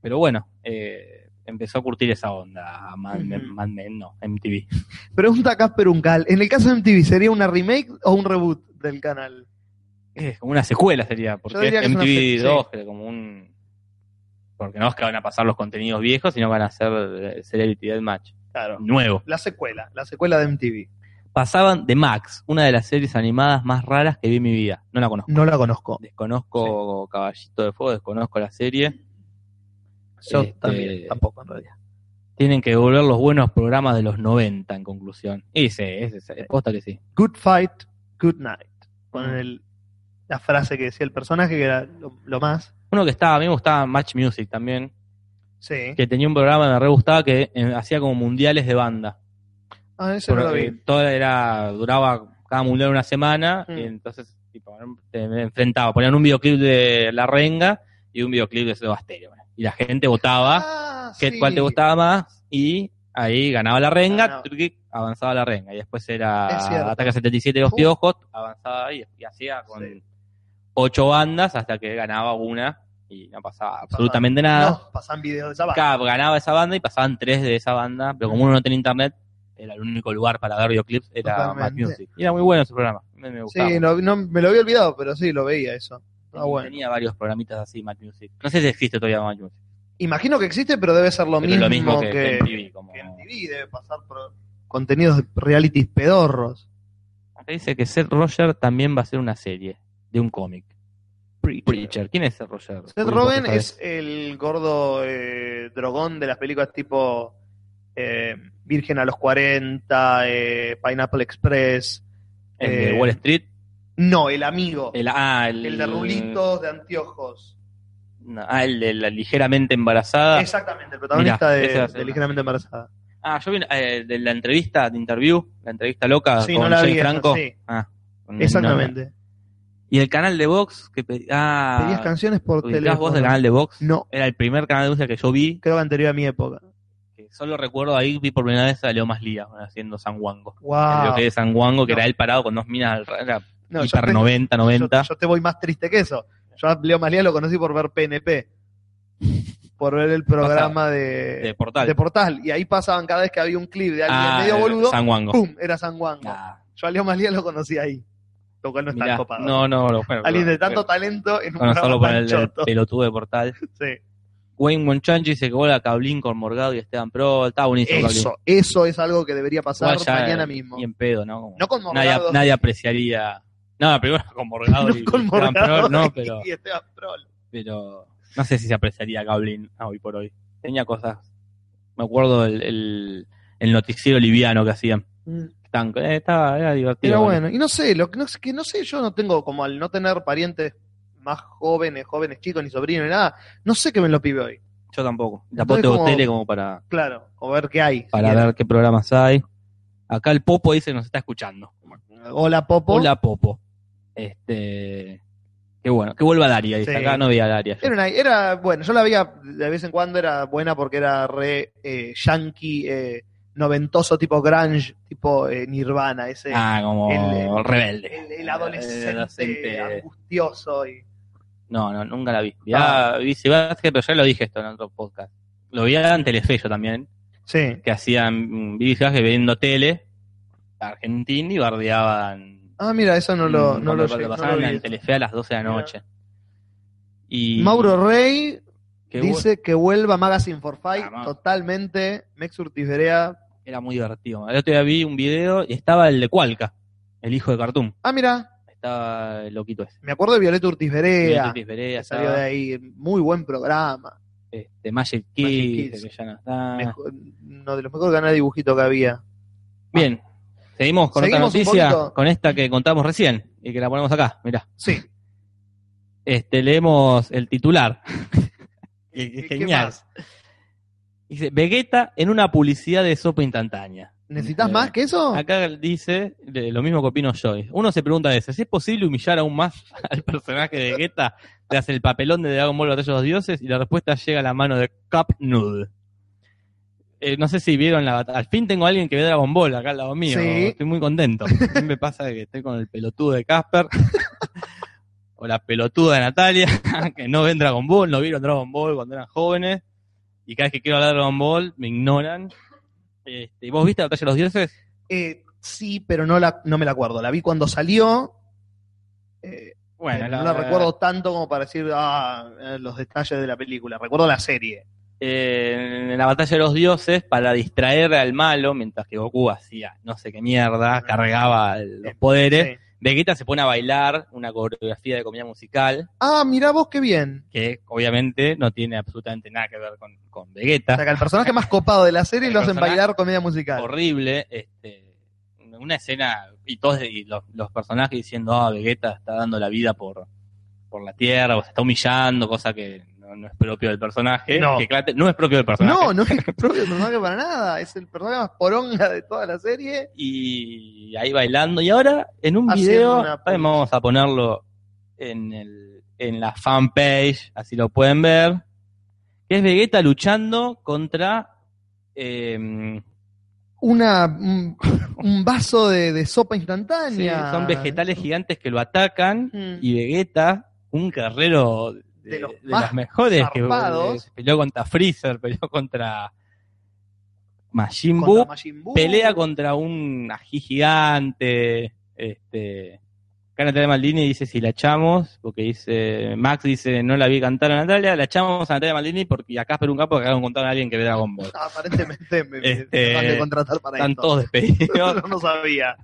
[SPEAKER 1] pero bueno, eh, empezó a curtir esa onda. a Mad, Men-
[SPEAKER 2] Ujú.
[SPEAKER 1] Mad Men, no, MTV.
[SPEAKER 2] Pregunta Casper Uncal. En el caso de MTV, ¿sería una remake o un reboot del canal?
[SPEAKER 1] Es como una secuela sería,
[SPEAKER 2] Yo
[SPEAKER 1] porque
[SPEAKER 2] diría que
[SPEAKER 1] es
[SPEAKER 2] es una
[SPEAKER 1] MTV
[SPEAKER 2] se-
[SPEAKER 1] 2, creo, como un. Porque no es que van a pasar los contenidos viejos, sino que van a hacer eh, Celebrity Deathmatch
[SPEAKER 2] Claro.
[SPEAKER 1] nuevo.
[SPEAKER 2] La secuela, la secuela de MTV.
[SPEAKER 1] Pasaban de Max, una de las series animadas más raras que vi en mi vida. No la conozco.
[SPEAKER 2] No la conozco.
[SPEAKER 1] Desconozco Caballito de Fuego, desconozco la serie.
[SPEAKER 2] Yo
[SPEAKER 1] Este,
[SPEAKER 2] también, tampoco en realidad.
[SPEAKER 1] Tienen que devolver los buenos programas de los 90, en conclusión. Y sí, es, es, es posta que sí.
[SPEAKER 2] Good fight, good night. Con
[SPEAKER 1] Mm.
[SPEAKER 2] el, la frase que decía el personaje, que era lo, lo más.
[SPEAKER 1] Uno que estaba, a mí me gustaba Match Music también,
[SPEAKER 2] Sí.
[SPEAKER 1] que tenía un programa que me re gustaba que eh, hacía como mundiales de banda.
[SPEAKER 2] Ah, eso no lo
[SPEAKER 1] Porque
[SPEAKER 2] vi.
[SPEAKER 1] todo era, duraba cada mundial una semana,
[SPEAKER 2] Mm.
[SPEAKER 1] y entonces tipo, te enfrentaba, ponían un videoclip de La Renga y un videoclip de Sebastián. Y la gente votaba
[SPEAKER 2] Ah,
[SPEAKER 1] qué,
[SPEAKER 2] sí.
[SPEAKER 1] cuál te gustaba más y ahí ganaba la renga,
[SPEAKER 2] Ganaba.
[SPEAKER 1] truqui, avanzaba la renga. Y después
[SPEAKER 2] Es cierto.
[SPEAKER 1] era Ataca 77 de los
[SPEAKER 2] Uh.
[SPEAKER 1] Piojos, avanzaba ahí y hacía con
[SPEAKER 2] Sí.
[SPEAKER 1] ocho bandas hasta que ganaba una y no pasaba
[SPEAKER 2] No
[SPEAKER 1] absolutamente nada.
[SPEAKER 2] No, pasan videos de esa banda.
[SPEAKER 1] Cada- Ganaba esa banda y pasaban tres de esa banda, pero como uno no tenía internet, era el único lugar para ver videoclips, era Mad
[SPEAKER 2] Totalmente.
[SPEAKER 1] Music. Y era muy bueno ese programa, me, me gustaba.
[SPEAKER 2] Sí, no, no, me lo había olvidado, pero sí, lo veía eso.
[SPEAKER 1] Tenía-
[SPEAKER 2] Ah, bueno.
[SPEAKER 1] Tenía varios programitas así, Mad Music. No sé si existe todavía Mad Music.
[SPEAKER 2] Imagino que existe, pero debe ser lo,
[SPEAKER 1] pero
[SPEAKER 2] mismo,
[SPEAKER 1] lo mismo que,
[SPEAKER 2] que,
[SPEAKER 1] MTV, como-
[SPEAKER 2] que MTV debe pasar por contenidos de realities pedorros.
[SPEAKER 1] Acá dice que Seth Roger también va a ser una serie de un cómic. Preacher. ¿Quién es Seth Roger?
[SPEAKER 2] Seth Rogen es el gordo eh, drogón de las películas tipo eh, Virgen a los 40, eh, Pineapple Express.
[SPEAKER 1] El de
[SPEAKER 2] eh,
[SPEAKER 1] Wall Street.
[SPEAKER 2] No, el amigo. El,
[SPEAKER 1] El, ah, el,
[SPEAKER 2] de rulitos de anteojos.
[SPEAKER 1] No, ah, el de la ligeramente embarazada.
[SPEAKER 2] Exactamente, el protagonista
[SPEAKER 1] Ah. Mirá, ese va
[SPEAKER 2] de,
[SPEAKER 1] a ser
[SPEAKER 2] de
[SPEAKER 1] una-
[SPEAKER 2] Ligeramente Embarazada.
[SPEAKER 1] Ah, yo vi eh, de la entrevista de interview, la entrevista loca
[SPEAKER 2] Sí,
[SPEAKER 1] Ah, con
[SPEAKER 2] no la
[SPEAKER 1] Jane
[SPEAKER 2] vi esa,
[SPEAKER 1] Franco.
[SPEAKER 2] sí.
[SPEAKER 1] Ah, con-
[SPEAKER 2] Exactamente.
[SPEAKER 1] no, no. Y el canal de Vox que pe-
[SPEAKER 2] ¿Pedías
[SPEAKER 1] ah,
[SPEAKER 2] canciones por
[SPEAKER 1] ubicás
[SPEAKER 2] teléfono?
[SPEAKER 1] vos del canal de Vox?
[SPEAKER 2] No,
[SPEAKER 1] Era el primer canal de música que yo vi,
[SPEAKER 2] creo que anterior a mi época.
[SPEAKER 1] que solo recuerdo ahí vi por primera vez a Leo Maslía haciendo San Wango. Lo
[SPEAKER 2] Wow.
[SPEAKER 1] que es San Wango, que
[SPEAKER 2] Ah. No.
[SPEAKER 1] era él parado con dos minas al- era
[SPEAKER 2] No, yo
[SPEAKER 1] hiper
[SPEAKER 2] te-
[SPEAKER 1] 90, 90.
[SPEAKER 2] Yo, yo te voy más triste que eso. Yo a Leo Maslía lo conocí por ver PNP. por ver el programa de,
[SPEAKER 1] de portal.
[SPEAKER 2] de Portal. Y ahí pasaban cada vez que había un clip de alguien
[SPEAKER 1] Ah,
[SPEAKER 2] medio
[SPEAKER 1] el
[SPEAKER 2] boludo,
[SPEAKER 1] San Wango.
[SPEAKER 2] ¡pum! Era San Juan.
[SPEAKER 1] Ah,
[SPEAKER 2] Yo a Leo Maslía lo conocí ahí. Lo cual no es
[SPEAKER 1] mirá.
[SPEAKER 2] tan copado.
[SPEAKER 1] No, no, no. bueno,
[SPEAKER 2] Alguien de
[SPEAKER 1] pero-
[SPEAKER 2] tanto talento en un
[SPEAKER 1] Conocerlo
[SPEAKER 2] programa
[SPEAKER 1] por
[SPEAKER 2] tan
[SPEAKER 1] el, el
[SPEAKER 2] choto.
[SPEAKER 1] pelotudo de portal.
[SPEAKER 2] Sí.
[SPEAKER 1] Wayne Monchanchi se quedó la Cablín con Morgado y Esteban Pro. Está buenísimo. Cablín.
[SPEAKER 2] Eso, eso es algo que debería pasar
[SPEAKER 1] Igual ya,
[SPEAKER 2] mañana
[SPEAKER 1] eh,
[SPEAKER 2] mismo.
[SPEAKER 1] Ni en pedo, ¿no? Como
[SPEAKER 2] No con
[SPEAKER 1] nadie,
[SPEAKER 2] Morgado.
[SPEAKER 1] nadie apreciaría. No, primero con Morgado y
[SPEAKER 2] no con
[SPEAKER 1] Esteban Pro,
[SPEAKER 2] Morgado
[SPEAKER 1] no, pero,
[SPEAKER 2] y Esteban Prol.
[SPEAKER 1] pero no sé si se apreciaría a Cablín hoy por hoy. Tenía cosas. Me acuerdo el, el, el noticiero liviano que hacían. Tan- eh, estaba, era divertido.
[SPEAKER 2] Pero bueno, y no sé, lo que no, sé- que no sé, yo no tengo, como al no tener parientes más jóvenes, jóvenes chicos, ni sobrinos, ni nada, no sé qué ven los pibes hoy.
[SPEAKER 1] Yo tampoco. Tampoco
[SPEAKER 2] Entonces,
[SPEAKER 1] tengo
[SPEAKER 2] como-
[SPEAKER 1] tele como para,
[SPEAKER 2] Claro, o ver qué hay.
[SPEAKER 1] para
[SPEAKER 2] siquiera.
[SPEAKER 1] ver qué programas hay. Acá el Popo dice que nos está escuchando.
[SPEAKER 2] Hola, Popo.
[SPEAKER 1] Hola Popo. Este. Qué bueno. Que vuelva Daria. Dice,
[SPEAKER 2] Sí.
[SPEAKER 1] acá no veía a Daria.
[SPEAKER 2] Era, una- era, bueno, yo la veía de vez en cuando, era buena porque era re eh, yankee, eh, noventoso, tipo grunge, tipo eh, nirvana, ese
[SPEAKER 1] Ah, como
[SPEAKER 2] El-
[SPEAKER 1] rebelde.
[SPEAKER 2] el, el adolescente,
[SPEAKER 1] El adolescente.
[SPEAKER 2] angustioso. Y,
[SPEAKER 1] No, no, nunca la vi.
[SPEAKER 2] Ah.
[SPEAKER 1] Ya vi Sebastián, pero ya lo dije esto en otro podcast. Lo vi en Telefe yo también,
[SPEAKER 2] sí.
[SPEAKER 1] que hacían Vivi que viendo tele argentina y bardeaban.
[SPEAKER 2] Ah, mira, eso no lo, no
[SPEAKER 1] Mm, cuando-
[SPEAKER 2] lo,
[SPEAKER 1] cuando
[SPEAKER 2] no lo
[SPEAKER 1] pasaban
[SPEAKER 2] vi.
[SPEAKER 1] en Telefe a las 12 de la
[SPEAKER 2] Mira.
[SPEAKER 1] noche. Y
[SPEAKER 2] Mauro Rey
[SPEAKER 1] que
[SPEAKER 2] dice que vuelva Magazine for Fight
[SPEAKER 1] Ah, ma-
[SPEAKER 2] totalmente. Mex Urtiz Berea.
[SPEAKER 1] era muy divertido. El otro día vi un video y estaba el de Cualca, el hijo de Cartoon.
[SPEAKER 2] Ah, mira,
[SPEAKER 1] Estaba el loquito ese.
[SPEAKER 2] me acuerdo de Violeta Urtiz Berea,
[SPEAKER 1] Beatriz Berea,
[SPEAKER 2] que salió
[SPEAKER 1] estaba,
[SPEAKER 2] de ahí. Muy buen programa.
[SPEAKER 1] este, Magic
[SPEAKER 2] Magic
[SPEAKER 1] Kids,
[SPEAKER 2] Kids.
[SPEAKER 1] que ya no está.
[SPEAKER 2] Mejor- uno de los mejores canales de dibujito que había.
[SPEAKER 1] Bien, seguimos con
[SPEAKER 2] Seguimos
[SPEAKER 1] otra
[SPEAKER 2] un
[SPEAKER 1] noticia,
[SPEAKER 2] poquito.
[SPEAKER 1] con esta que contamos recién y que la ponemos acá, mirá.
[SPEAKER 2] Sí.
[SPEAKER 1] Este, leemos el titular. Y- y
[SPEAKER 2] ¿Qué- qué
[SPEAKER 1] Genial.
[SPEAKER 2] más?
[SPEAKER 1] Dice, Vegeta en una publicidad de sopa instantánea.
[SPEAKER 2] ¿Necesitas
[SPEAKER 1] Eh,
[SPEAKER 2] más que eso?
[SPEAKER 1] Acá dice de- lo mismo que opino yo. Uno se pregunta a veces, ¿es posible humillar aún más al personaje de Vegeta tras el papelón de Dragon Ball Batalla de los Dioses? Y la respuesta llega a la mano de Cup Noodle. Eh, no sé si vieron la batalla. Al fin tengo a alguien que ve Dragon Ball acá al lado mío.
[SPEAKER 2] Sí.
[SPEAKER 1] Estoy muy contento. A mí me pasa que estoy con el pelotudo de Casper. o la pelotuda de Natalia, que no ven Dragon Ball, no vieron Dragon Ball cuando eran jóvenes. Y cada vez que quiero hablar de Dragon Ball, me ignoran. Este, ¿Vos viste la batalla de los dioses?
[SPEAKER 2] Eh, sí, pero no, la, no me la acuerdo. La vi cuando salió. eh,
[SPEAKER 1] Bueno,
[SPEAKER 2] eh, no la recuerdo tanto como para decir ah, eh, los detalles de la película. Recuerdo la serie.
[SPEAKER 1] eh, en la batalla de los dioses para distraer al malo, mientras que Goku hacía no sé qué mierda, cargaba el- los poderes.
[SPEAKER 2] Sí.
[SPEAKER 1] Vegeta se pone a bailar una coreografía de comida musical
[SPEAKER 2] Ah, mirá vos qué bien.
[SPEAKER 1] que obviamente no tiene absolutamente nada que ver con, con
[SPEAKER 2] O
[SPEAKER 1] Vegeta.
[SPEAKER 2] sea, que el personaje más copado de la serie
[SPEAKER 1] El
[SPEAKER 2] lo hacen
[SPEAKER 1] personaje-
[SPEAKER 2] bailar comedia musical.
[SPEAKER 1] Horrible, este, una escena y todos y los, los personajes diciendo, ah, Vegeta está dando la vida por, por la tierra o se está humillando, cosa que no, no es propio del personaje.
[SPEAKER 2] No.
[SPEAKER 1] que claramente no es propio del personaje.
[SPEAKER 2] No, no es el propio personaje para nada. Es el personaje más poronga de toda la serie.
[SPEAKER 1] y ahí bailando. Y ahora en un
[SPEAKER 2] Haciendo
[SPEAKER 1] video,
[SPEAKER 2] una
[SPEAKER 1] también vamos a ponerlo en, el, en la fanpage, así lo pueden ver, que es Vegeta luchando contra... eh,
[SPEAKER 2] Una, un, un vaso de, de sopa instantánea.
[SPEAKER 1] sí, son vegetales gigantes que lo atacan
[SPEAKER 2] Mm.
[SPEAKER 1] y Vegeta, un guerrero de,
[SPEAKER 2] De los
[SPEAKER 1] de
[SPEAKER 2] más
[SPEAKER 1] los mejores, que eh,
[SPEAKER 2] zarpados.
[SPEAKER 1] se peleó contra Freezer, peleó contra Majin
[SPEAKER 2] Contra
[SPEAKER 1] Buu,
[SPEAKER 2] Majin Buu.
[SPEAKER 1] pelea contra un ají gigante. Este, acá Natalia Maldini dice si la echamos, porque dice Max dice no la vi cantar a Natalia, la echamos a Natalia Maldini porque acá Casper un capo que acaban de contar a alguien que ve Dragon Ball.
[SPEAKER 2] Ah, Aparentemente me, me
[SPEAKER 1] Este,
[SPEAKER 2] van a contratar para
[SPEAKER 1] Están
[SPEAKER 2] esto.
[SPEAKER 1] todos despedidos,
[SPEAKER 2] Yo no sabía.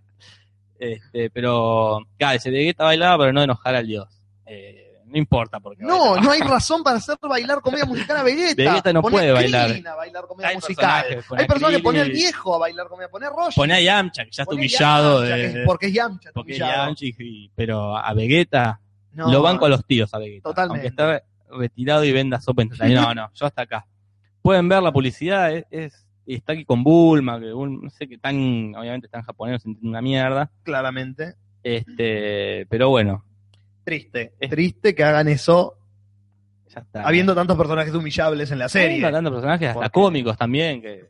[SPEAKER 1] este, pero claro, dice Vegeta bailaba para no enojar al dios. Eh, no importa porque
[SPEAKER 2] No,
[SPEAKER 1] bailaba.
[SPEAKER 2] no hay razón para hacer bailar comedia musical a Vegeta.
[SPEAKER 1] Vegeta no
[SPEAKER 2] Poné
[SPEAKER 1] puede
[SPEAKER 2] a
[SPEAKER 1] bailar.
[SPEAKER 2] Krillin a bailar comedia
[SPEAKER 1] Hay
[SPEAKER 2] musical.
[SPEAKER 1] personajes, poné
[SPEAKER 2] hay
[SPEAKER 1] a
[SPEAKER 2] personas
[SPEAKER 1] Krillin.
[SPEAKER 2] que ponen al viejo a bailar comedia. Poner Roshi.
[SPEAKER 1] Poné a Yamcha, que ya está
[SPEAKER 2] Poné a
[SPEAKER 1] humillado.
[SPEAKER 2] Yamcha,
[SPEAKER 1] de-
[SPEAKER 2] que es- porque es Yamcha. está
[SPEAKER 1] porque
[SPEAKER 2] humillado.
[SPEAKER 1] Yamcha y- pero a Vegeta
[SPEAKER 2] No,
[SPEAKER 1] Lo banco a los tíos a Vegeta.
[SPEAKER 2] Totalmente.
[SPEAKER 1] Aunque está retirado y venda sopa instantánea. No, no, yo hasta acá. Pueden ver la publicidad, es, es- está aquí con Bulma, que Bulma- no sé qué tan, obviamente están japoneses, entienden una mierda.
[SPEAKER 2] Claramente.
[SPEAKER 1] Este, pero bueno,
[SPEAKER 2] Triste.
[SPEAKER 1] Es-
[SPEAKER 2] Triste que hagan eso
[SPEAKER 1] ya está.
[SPEAKER 2] habiendo tantos personajes humillables en la serie.
[SPEAKER 1] Habiendo tantos personajes, hasta
[SPEAKER 2] Porque-
[SPEAKER 1] cómicos también, que,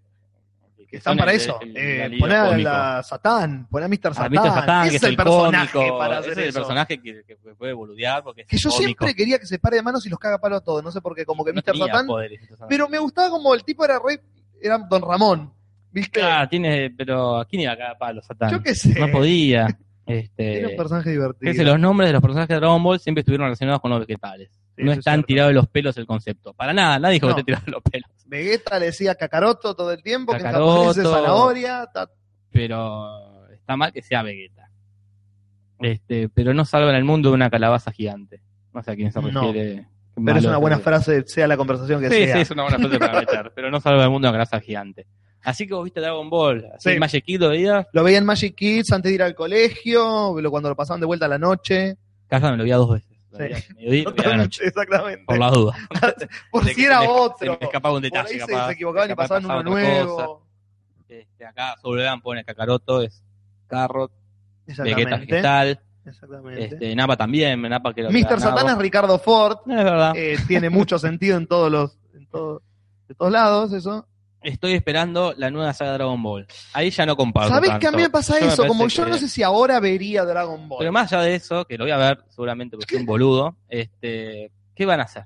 [SPEAKER 1] que que
[SPEAKER 2] Están
[SPEAKER 1] son
[SPEAKER 2] para
[SPEAKER 1] el-
[SPEAKER 2] eso.
[SPEAKER 1] el-
[SPEAKER 2] Eh,
[SPEAKER 1] el
[SPEAKER 2] poné a
[SPEAKER 1] cómico.
[SPEAKER 2] la Satán, poné a Mr.
[SPEAKER 1] A
[SPEAKER 2] Satán.
[SPEAKER 1] Mr. Satan,
[SPEAKER 2] Ese
[SPEAKER 1] que es el
[SPEAKER 2] personaje
[SPEAKER 1] cómico, ese
[SPEAKER 2] para hacer
[SPEAKER 1] es el
[SPEAKER 2] eso.
[SPEAKER 1] personaje que, que puede boludear porque es
[SPEAKER 2] Que yo
[SPEAKER 1] cómico.
[SPEAKER 2] siempre quería que se pare de manos y los caga a palo a todos. No sé por qué, como que
[SPEAKER 1] No
[SPEAKER 2] Mr.
[SPEAKER 1] tenía
[SPEAKER 2] Satán.
[SPEAKER 1] poderes, Mr. Satan.
[SPEAKER 2] Pero me gustaba como el tipo era re. Era Don Ramón. ¿Viste?
[SPEAKER 1] Claro, Ah, tiene, pero ¿a quién iba acá palo Satán?
[SPEAKER 2] eh, yo qué sé.
[SPEAKER 1] No podía. Este,
[SPEAKER 2] Era un personaje divertido.
[SPEAKER 1] fíjense, los nombres de los personajes de Dragon Ball siempre estuvieron relacionados con los vegetales.
[SPEAKER 2] Sí,
[SPEAKER 1] no
[SPEAKER 2] eso es
[SPEAKER 1] están
[SPEAKER 2] cierto.
[SPEAKER 1] tirados de los pelos el concepto. Para nada, nadie dijo
[SPEAKER 2] No.
[SPEAKER 1] que te tirado de los pelos.
[SPEAKER 2] Vegeta le decía cacaroto todo el tiempo, que en japonés es
[SPEAKER 1] Kakaroto.
[SPEAKER 2] zanahoria. ta-
[SPEAKER 1] Pero está mal que sea Vegeta. Este, pero no salvan al mundo de una calabaza gigante. No sé a quién se
[SPEAKER 2] No.
[SPEAKER 1] refiere.
[SPEAKER 2] Pero es
[SPEAKER 1] Malo,
[SPEAKER 2] una buena
[SPEAKER 1] pero-
[SPEAKER 2] frase, sea la conversación que
[SPEAKER 1] Sí,
[SPEAKER 2] sea.
[SPEAKER 1] sí, es una buena frase para meter, pero no salva al mundo una grasa gigante. Así que vos viste Dragon Ball, así
[SPEAKER 2] Sí.
[SPEAKER 1] Magic Kid lo veías,
[SPEAKER 2] Lo veía en Magic Kids antes de ir al colegio, lo- cuando lo pasaban de vuelta a la noche.
[SPEAKER 1] Casa me lo veía dos veces. Lo
[SPEAKER 2] Sí.
[SPEAKER 1] veía al mediodía y lo veía a la noche,
[SPEAKER 2] Exactamente.
[SPEAKER 1] por las dudas.
[SPEAKER 2] Por
[SPEAKER 1] De
[SPEAKER 2] si
[SPEAKER 1] que
[SPEAKER 2] era
[SPEAKER 1] se me-
[SPEAKER 2] otro.
[SPEAKER 1] Se me escapaba un
[SPEAKER 2] Por ahí
[SPEAKER 1] detalle,
[SPEAKER 2] se,
[SPEAKER 1] capaz.
[SPEAKER 2] se equivocaban y
[SPEAKER 1] capaz
[SPEAKER 2] pasaban
[SPEAKER 1] pasaba
[SPEAKER 2] uno
[SPEAKER 1] otra
[SPEAKER 2] nuevo.
[SPEAKER 1] cosa. Este, acá Sobredan pone Kakaroto, es Carrot, Vegeta
[SPEAKER 2] Exactamente.
[SPEAKER 1] Vegetal,
[SPEAKER 2] Exactamente.
[SPEAKER 1] este, Napa también, Napa que lo Ah.
[SPEAKER 2] Mr. Satan es Ricardo Ford.
[SPEAKER 1] No, es verdad.
[SPEAKER 2] eh, tiene mucho sentido en todos los. En todo- de todos lados, eso.
[SPEAKER 1] Estoy esperando la nueva saga de Dragon Ball. Ahí ya no comparto
[SPEAKER 2] ¿Sabés
[SPEAKER 1] tanto.
[SPEAKER 2] que a mí me pasa
[SPEAKER 1] Yo me
[SPEAKER 2] eso? Como
[SPEAKER 1] parece
[SPEAKER 2] yo
[SPEAKER 1] que-
[SPEAKER 2] no sé si ahora vería Dragon Ball.
[SPEAKER 1] Pero más allá de eso, que lo voy a ver seguramente porque soy un boludo, este, ¿qué van a hacer?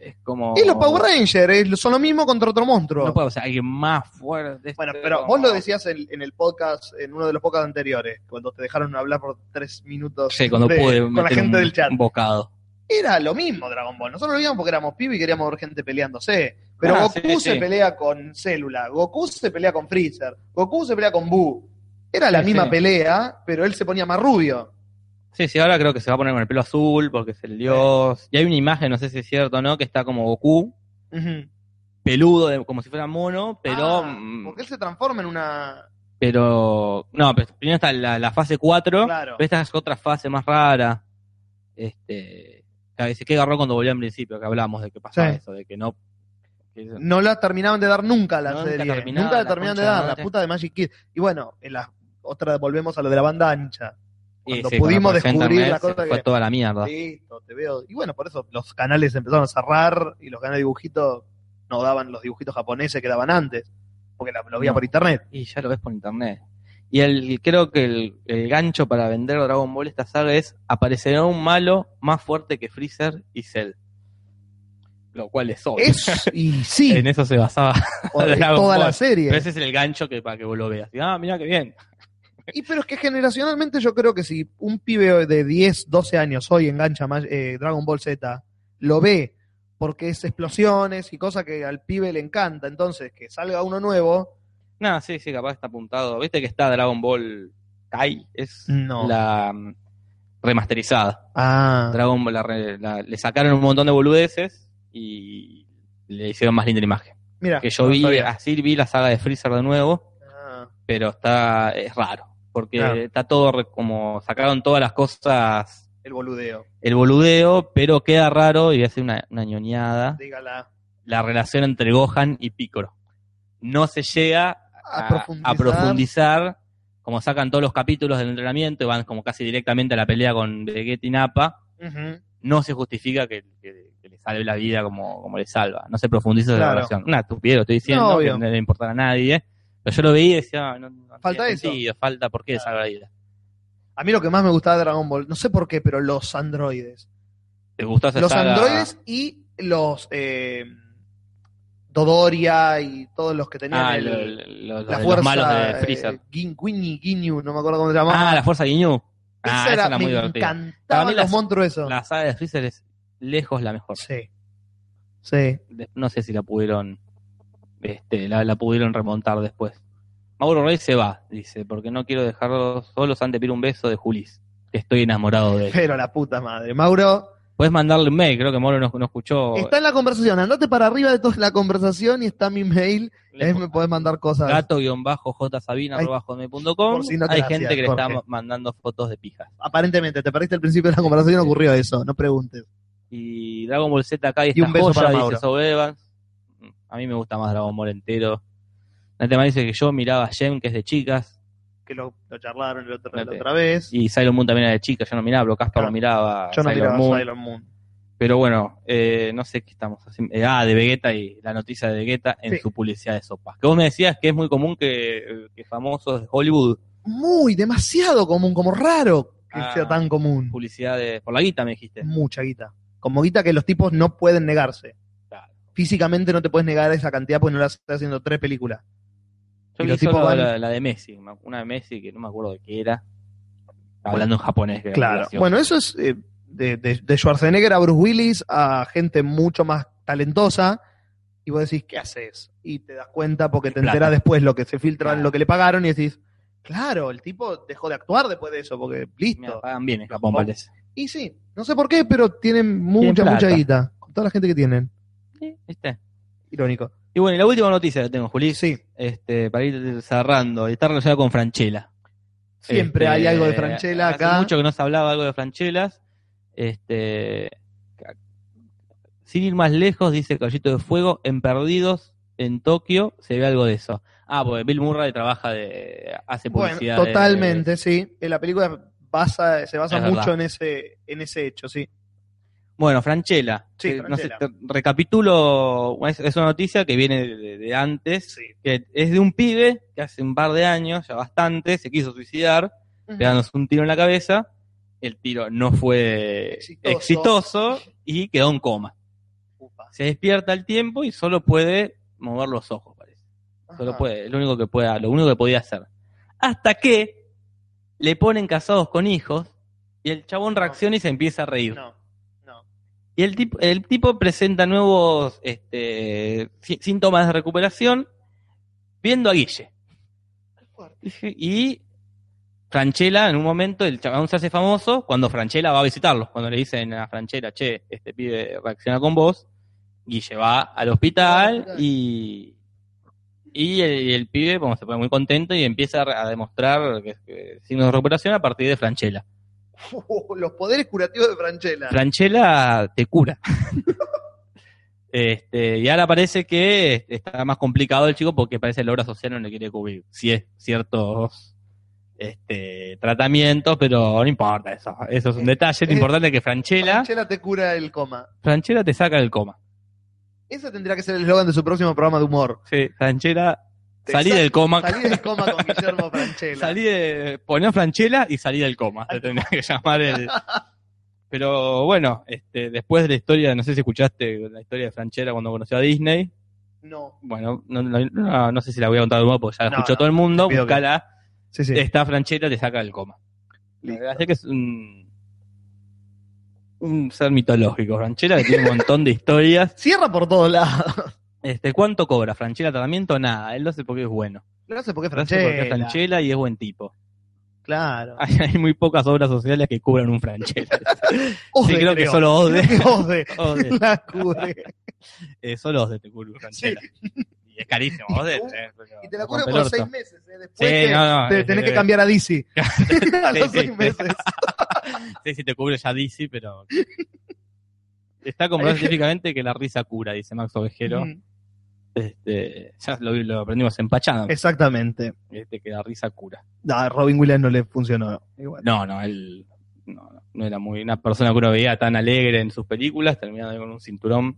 [SPEAKER 1] Es como.
[SPEAKER 2] Y los Power Rangers, eh, son lo mismo contra otro monstruo.
[SPEAKER 1] No puedo, o sea, alguien más fuerte.
[SPEAKER 2] Bueno,
[SPEAKER 1] este,
[SPEAKER 2] pero
[SPEAKER 1] como-
[SPEAKER 2] vos lo decías en, en el podcast, en uno de los podcasts anteriores, cuando te dejaron hablar por tres minutos
[SPEAKER 1] Sí, cuando
[SPEAKER 2] de-
[SPEAKER 1] pude
[SPEAKER 2] con la
[SPEAKER 1] meter
[SPEAKER 2] gente
[SPEAKER 1] un-
[SPEAKER 2] del chat.
[SPEAKER 1] Un bocado.
[SPEAKER 2] Era lo mismo Dragon Ball. Nosotros lo vimos porque éramos pibes y queríamos ver gente peleándose. Pero
[SPEAKER 1] Ah,
[SPEAKER 2] Goku
[SPEAKER 1] sí,
[SPEAKER 2] se
[SPEAKER 1] sí.
[SPEAKER 2] pelea con Célula, Goku se pelea con Freezer, Goku se pelea con Buu. Era la
[SPEAKER 1] Sí,
[SPEAKER 2] misma
[SPEAKER 1] sí.
[SPEAKER 2] pelea, pero él se ponía más rubio.
[SPEAKER 1] Sí, sí, ahora creo que se va a poner con el pelo azul porque es el dios. Y hay una imagen, no sé si es cierto o no, que está como Goku,
[SPEAKER 2] Ujú.
[SPEAKER 1] peludo, de- como si fuera mono, pero.
[SPEAKER 2] Ah,
[SPEAKER 1] mm,
[SPEAKER 2] porque él se transforma en una.
[SPEAKER 1] Pero. No, pero primero está la, la fase 4.
[SPEAKER 2] Claro.
[SPEAKER 1] Pero esta es otra fase más rara. Este, que a veces que agarró cuando volvió al principio, que hablamos de que pasaba
[SPEAKER 2] Sí.
[SPEAKER 1] eso, de que no. que eso-
[SPEAKER 2] No la terminaban de dar nunca la
[SPEAKER 1] Nunca
[SPEAKER 2] serie.
[SPEAKER 1] terminaba,
[SPEAKER 2] nunca la
[SPEAKER 1] la
[SPEAKER 2] terminaban
[SPEAKER 1] concha
[SPEAKER 2] de
[SPEAKER 1] de
[SPEAKER 2] dar,
[SPEAKER 1] la
[SPEAKER 2] la
[SPEAKER 1] madre.
[SPEAKER 2] puta de Magic Kid. Y bueno, en la otra volvemos a lo de la banda ancha.
[SPEAKER 1] y
[SPEAKER 2] cuando
[SPEAKER 1] sí,
[SPEAKER 2] pudimos
[SPEAKER 1] apareció
[SPEAKER 2] descubrir
[SPEAKER 1] internet,
[SPEAKER 2] la
[SPEAKER 1] se
[SPEAKER 2] cosa
[SPEAKER 1] fue
[SPEAKER 2] que-
[SPEAKER 1] toda la mierda.
[SPEAKER 2] Listo, te veo. Y bueno, por eso los canales empezaron a cerrar y los canales de dibujitos no daban los dibujitos japoneses que daban antes, porque la- lo veía
[SPEAKER 1] No.
[SPEAKER 2] por internet.
[SPEAKER 1] Y ya lo ves por internet. Y el, creo que el, el gancho para vender Dragon Ball esta saga es aparecerá un malo más fuerte que Freezer y Cell. Lo cual es obvio.
[SPEAKER 2] Es, y sí,
[SPEAKER 1] En eso se basaba.
[SPEAKER 2] o de
[SPEAKER 1] Dragon
[SPEAKER 2] toda la
[SPEAKER 1] Ball.
[SPEAKER 2] serie.
[SPEAKER 1] Pero ese es el gancho que para que vos lo veas. Y, ah, mira qué bien.
[SPEAKER 2] Y pero es que generacionalmente yo creo que si un pibe de 10, 12 años hoy engancha más, eh, Dragon Ball Z, lo ve porque es explosiones y cosas que al pibe le encanta, entonces que salga uno nuevo,
[SPEAKER 1] Nada, sí, sí, capaz está apuntado. ¿Viste que está Dragon Ball Kai? Es
[SPEAKER 2] No.
[SPEAKER 1] la mm, remasterizada.
[SPEAKER 2] ah,
[SPEAKER 1] Dragon Ball la re- la- le sacaron un montón de boludeces y le hicieron más linda la imagen.
[SPEAKER 2] mira,
[SPEAKER 1] Que yo
[SPEAKER 2] no
[SPEAKER 1] vi, ah.
[SPEAKER 2] sabía.
[SPEAKER 1] así vi la saga de Freezer de nuevo,
[SPEAKER 2] Ah,
[SPEAKER 1] pero está es raro. Porque
[SPEAKER 2] Claro.
[SPEAKER 1] está todo re- como sacaron todas las cosas,
[SPEAKER 2] el boludeo,
[SPEAKER 1] el boludeo, pero queda raro y voy a hacer una, una ñoñada.
[SPEAKER 2] dígala.
[SPEAKER 1] La relación entre Gohan y Piccolo. No se llega
[SPEAKER 2] A,
[SPEAKER 1] a profundizar, como sacan todos los capítulos del entrenamiento y van como casi directamente a la pelea con Vegeta y Nappa,
[SPEAKER 2] Ujú.
[SPEAKER 1] no se justifica que, que- que le salve la vida como, como le salva. No se profundiza esa
[SPEAKER 2] Claro.
[SPEAKER 1] relación. Una estupidez, lo estoy diciendo,
[SPEAKER 2] No,
[SPEAKER 1] que
[SPEAKER 2] obvio.
[SPEAKER 1] no le importara a nadie. Pero yo lo veía y decía, ah, no, no
[SPEAKER 2] Falta
[SPEAKER 1] tiene
[SPEAKER 2] eso.
[SPEAKER 1] sentido, falta, ¿por qué le salva la vida?
[SPEAKER 2] A mí lo que más me gustaba de Dragon Ball, no sé por qué, pero los androides.
[SPEAKER 1] ¿Te gustó esa
[SPEAKER 2] Los
[SPEAKER 1] saga?
[SPEAKER 2] androides y los eh, Dodoria y todos los que tenían
[SPEAKER 1] Ah,
[SPEAKER 2] el-
[SPEAKER 1] lo- lo- lo-
[SPEAKER 2] la
[SPEAKER 1] los
[SPEAKER 2] fuerza
[SPEAKER 1] malos de Freezer.
[SPEAKER 2] eh, Gin- Ginyu, Ginyu, no me acuerdo cómo se llamaba.
[SPEAKER 1] ah, la fuerza Ginyu. Ah,
[SPEAKER 2] esa
[SPEAKER 1] esa
[SPEAKER 2] era,
[SPEAKER 1] era muy
[SPEAKER 2] me
[SPEAKER 1] divertida. Para
[SPEAKER 2] encantaban
[SPEAKER 1] mí
[SPEAKER 2] los
[SPEAKER 1] las-
[SPEAKER 2] monstruos esos.
[SPEAKER 1] La saga de Freezer es lejos la mejor.
[SPEAKER 2] Sí. Sí.
[SPEAKER 1] de- no sé si la pudieron este, la, la pudieron remontar después. Mauro Rey se va, dice, porque no quiero dejarlos solos antes de pedir un beso de Julis, que estoy enamorado de él.
[SPEAKER 2] Pero la puta madre. Mauro,
[SPEAKER 1] Puedes mandarle un mail, creo que Mauro no, no escuchó.
[SPEAKER 2] está en la conversación. Andate para arriba de toda la conversación y está mi mail.
[SPEAKER 1] Le-
[SPEAKER 2] Ahí me podés mandar cosas. Ay,
[SPEAKER 1] Gato-jsabina.com.
[SPEAKER 2] por si no te
[SPEAKER 1] Hay
[SPEAKER 2] la
[SPEAKER 1] gente
[SPEAKER 2] hacías,
[SPEAKER 1] que le está
[SPEAKER 2] Jorge.
[SPEAKER 1] ma- mandando fotos de pijas.
[SPEAKER 2] Aparentemente, te perdiste el principio de la conversación, ocurrió eso. No preguntes.
[SPEAKER 1] Y Dragon Ball Z acá y
[SPEAKER 2] Y un beso para
[SPEAKER 1] dice
[SPEAKER 2] Mauro.
[SPEAKER 1] sobre Evans. A mí me gusta más Dragon Ball entero. Natema dice que yo miraba a Gem, que es de chicas.
[SPEAKER 2] Que lo, lo charlaron el otro- la
[SPEAKER 1] Date.
[SPEAKER 2] otra vez.
[SPEAKER 1] Y Sailor Moon también era de chica, yo no miraba, pero Caspar
[SPEAKER 2] Claro.
[SPEAKER 1] lo miraba.
[SPEAKER 2] Yo no
[SPEAKER 1] Sailor
[SPEAKER 2] miraba
[SPEAKER 1] Moon.
[SPEAKER 2] Sailor Moon.
[SPEAKER 1] Pero bueno, eh, no sé qué estamos haciendo. Eh, ah, de Vegeta y la noticia de Vegeta en
[SPEAKER 2] Sí.
[SPEAKER 1] su publicidad de sopas. Que vos me decías que es muy común que, eh, que famosos de Hollywood,
[SPEAKER 2] Muy, demasiado común, como raro que
[SPEAKER 1] Ah.
[SPEAKER 2] sea tan común.
[SPEAKER 1] publicidad de, por la guita me dijiste.
[SPEAKER 2] Mucha guita. Como guita que los tipos no pueden negarse.
[SPEAKER 1] Claro.
[SPEAKER 2] Físicamente no te puedes negar esa cantidad porque no la estás haciendo tres películas.
[SPEAKER 1] Yo
[SPEAKER 2] Y
[SPEAKER 1] vi
[SPEAKER 2] los tipos
[SPEAKER 1] solo
[SPEAKER 2] van-
[SPEAKER 1] la, la de Messi, me acu- una de Messi que no me acuerdo de qué era. Hablando en japonés. creo,
[SPEAKER 2] Claro.
[SPEAKER 1] gracioso.
[SPEAKER 2] Bueno, eso es eh, de, de- de Schwarzenegger a Bruce Willis, a gente mucho más talentosa, y vos decís, ¿qué haces? Y te das cuenta porque
[SPEAKER 1] Es
[SPEAKER 2] te
[SPEAKER 1] plata.
[SPEAKER 2] enterás después lo que se filtra en
[SPEAKER 1] Claro.
[SPEAKER 2] lo que le pagaron y decís, claro, el tipo dejó de actuar después de eso, porque
[SPEAKER 1] Mira,
[SPEAKER 2] listo.
[SPEAKER 1] pagan bien en Japón, parece.
[SPEAKER 2] Y sí, no sé por qué, pero tienen mucha,
[SPEAKER 1] plata.
[SPEAKER 2] mucha guita. Con toda la gente que tienen.
[SPEAKER 1] Sí, ¿viste?
[SPEAKER 2] Irónico.
[SPEAKER 1] Y bueno, y la última noticia que tengo, Juli,
[SPEAKER 2] Sí,
[SPEAKER 1] este, para ir cerrando, y está relacionada con Franchella.
[SPEAKER 2] siempre
[SPEAKER 1] Este,
[SPEAKER 2] hay algo de Franchella
[SPEAKER 1] hace
[SPEAKER 2] acá.
[SPEAKER 1] mucho que no se hablaba algo de Franchelas. Este, ca- sin ir más lejos, dice Caballito de Fuego, en Perdidos, en Tokio, se ve algo de eso. Ah, porque Bill Murray trabaja de. hace
[SPEAKER 2] Bueno,
[SPEAKER 1] publicidad. de-
[SPEAKER 2] totalmente, sí. Eh, La película basa, se basa
[SPEAKER 1] Es
[SPEAKER 2] mucho
[SPEAKER 1] verdad.
[SPEAKER 2] en ese, en ese hecho, sí.
[SPEAKER 1] Bueno, Franchella.
[SPEAKER 2] Sí,
[SPEAKER 1] Eh, no sé,
[SPEAKER 2] Franchella.
[SPEAKER 1] te- recapitulo, es, es una noticia que viene de, de antes,
[SPEAKER 2] Sí.
[SPEAKER 1] que es de un pibe que hace un par de años, ya bastante, se quiso suicidar, pegándose un tiro en la cabeza. El tiro no fue
[SPEAKER 2] Exitoso.
[SPEAKER 1] exitoso y quedó en coma.
[SPEAKER 2] Upa.
[SPEAKER 1] se despierta al tiempo y solo puede mover los ojos, parece. Solo
[SPEAKER 2] Ajá.
[SPEAKER 1] puede, es lo único que puede, lo único que podía hacer. Hasta que le ponen casados con hijos y el chabón reacciona y se empieza a reír.
[SPEAKER 2] No, no.
[SPEAKER 1] Y el tipo, el tipo presenta nuevos este, sí- síntomas de recuperación viendo a Guille. Dije, Y Franchella, en un momento, el chabón se hace famoso cuando Franchella va a visitarlo. Cuando le dicen a Franchella, che, este pibe reacciona con vos, Guille va al
[SPEAKER 2] Al
[SPEAKER 1] hospital
[SPEAKER 2] hospital.
[SPEAKER 1] y, y el, y el pibe como se pone muy contento y empieza a a demostrar que- que signos de recuperación a partir de Franchella.
[SPEAKER 2] Los poderes curativos de Franchella.
[SPEAKER 1] Franchella te cura. este, y ahora parece que está más complicado el chico porque parece que la obra social no le quiere cubrir. Si es ciertos este, tratamientos, pero no importa eso. Eso es un detalle. Lo
[SPEAKER 2] Eh,
[SPEAKER 1] importante es que Franchella,
[SPEAKER 2] Franchella te cura el coma.
[SPEAKER 1] Franchella te saca del coma.
[SPEAKER 2] Ese tendría que ser el eslogan de su próximo programa de humor.
[SPEAKER 1] Sí, Franchella,
[SPEAKER 2] Te
[SPEAKER 1] salí
[SPEAKER 2] sa-
[SPEAKER 1] del coma.
[SPEAKER 2] Salí del coma con Guillermo Franchella.
[SPEAKER 1] Salí de. Poné Franchella y salí del coma. Te tendría que llamar el. Pero bueno, este, después de la historia, no sé si escuchaste la historia de Franchella cuando conoció a Disney.
[SPEAKER 2] No.
[SPEAKER 1] bueno, no, no, no- no sé si la voy a contar de nuevo porque ya la
[SPEAKER 2] No,
[SPEAKER 1] escuchó
[SPEAKER 2] no,
[SPEAKER 1] todo el mundo,
[SPEAKER 2] te pido que-
[SPEAKER 1] buscala,
[SPEAKER 2] Sí, sí.
[SPEAKER 1] esta francheta te saca del coma.
[SPEAKER 2] Listo.
[SPEAKER 1] Así que es un, un ser mitológico, Franchella, que tiene un montón de historias.
[SPEAKER 2] Cierra por todos lados.
[SPEAKER 1] Este, ¿Cuánto cobra Franchella tratamiento? Nada, él lo hace porque es bueno.
[SPEAKER 2] No sé por qué
[SPEAKER 1] Lo hace porque
[SPEAKER 2] Franchella.
[SPEAKER 1] es Franchella y es buen tipo.
[SPEAKER 2] Claro.
[SPEAKER 1] Hay, hay muy pocas obras sociales que cubran un Franchella.
[SPEAKER 2] Ode,
[SPEAKER 1] sí, creo que solo
[SPEAKER 2] Creo
[SPEAKER 1] Ode.
[SPEAKER 2] que Ode.
[SPEAKER 1] Ode.
[SPEAKER 2] La cubre.
[SPEAKER 1] Eh, solo Ode te cubre un Franchella. Y es carísimo, Ode. eh, pero
[SPEAKER 2] Y te la
[SPEAKER 1] rompe
[SPEAKER 2] cura
[SPEAKER 1] el
[SPEAKER 2] por
[SPEAKER 1] orto.
[SPEAKER 2] seis meses. ¿eh? Después
[SPEAKER 1] Sí,
[SPEAKER 2] te,
[SPEAKER 1] no, no.
[SPEAKER 2] te
[SPEAKER 1] eh,
[SPEAKER 2] tenés que
[SPEAKER 1] eh,
[SPEAKER 2] cambiar a DC. a los
[SPEAKER 1] Sí, sí.
[SPEAKER 2] seis meses.
[SPEAKER 1] Sí, sí, te cubre ya DC, pero. Está comprobado
[SPEAKER 2] Ahí-
[SPEAKER 1] científicamente que la risa cura, dice Max Ovejero.
[SPEAKER 2] Mm,
[SPEAKER 1] Este, ya lo, vi- lo aprendimos en Pachán,
[SPEAKER 2] Exactamente.
[SPEAKER 1] este, que la risa cura.
[SPEAKER 2] No, a Robin Williams no le funcionó. Igual.
[SPEAKER 1] No, no, él no, no, no era muy una persona que uno veía tan alegre en sus películas, terminaba con un cinturón.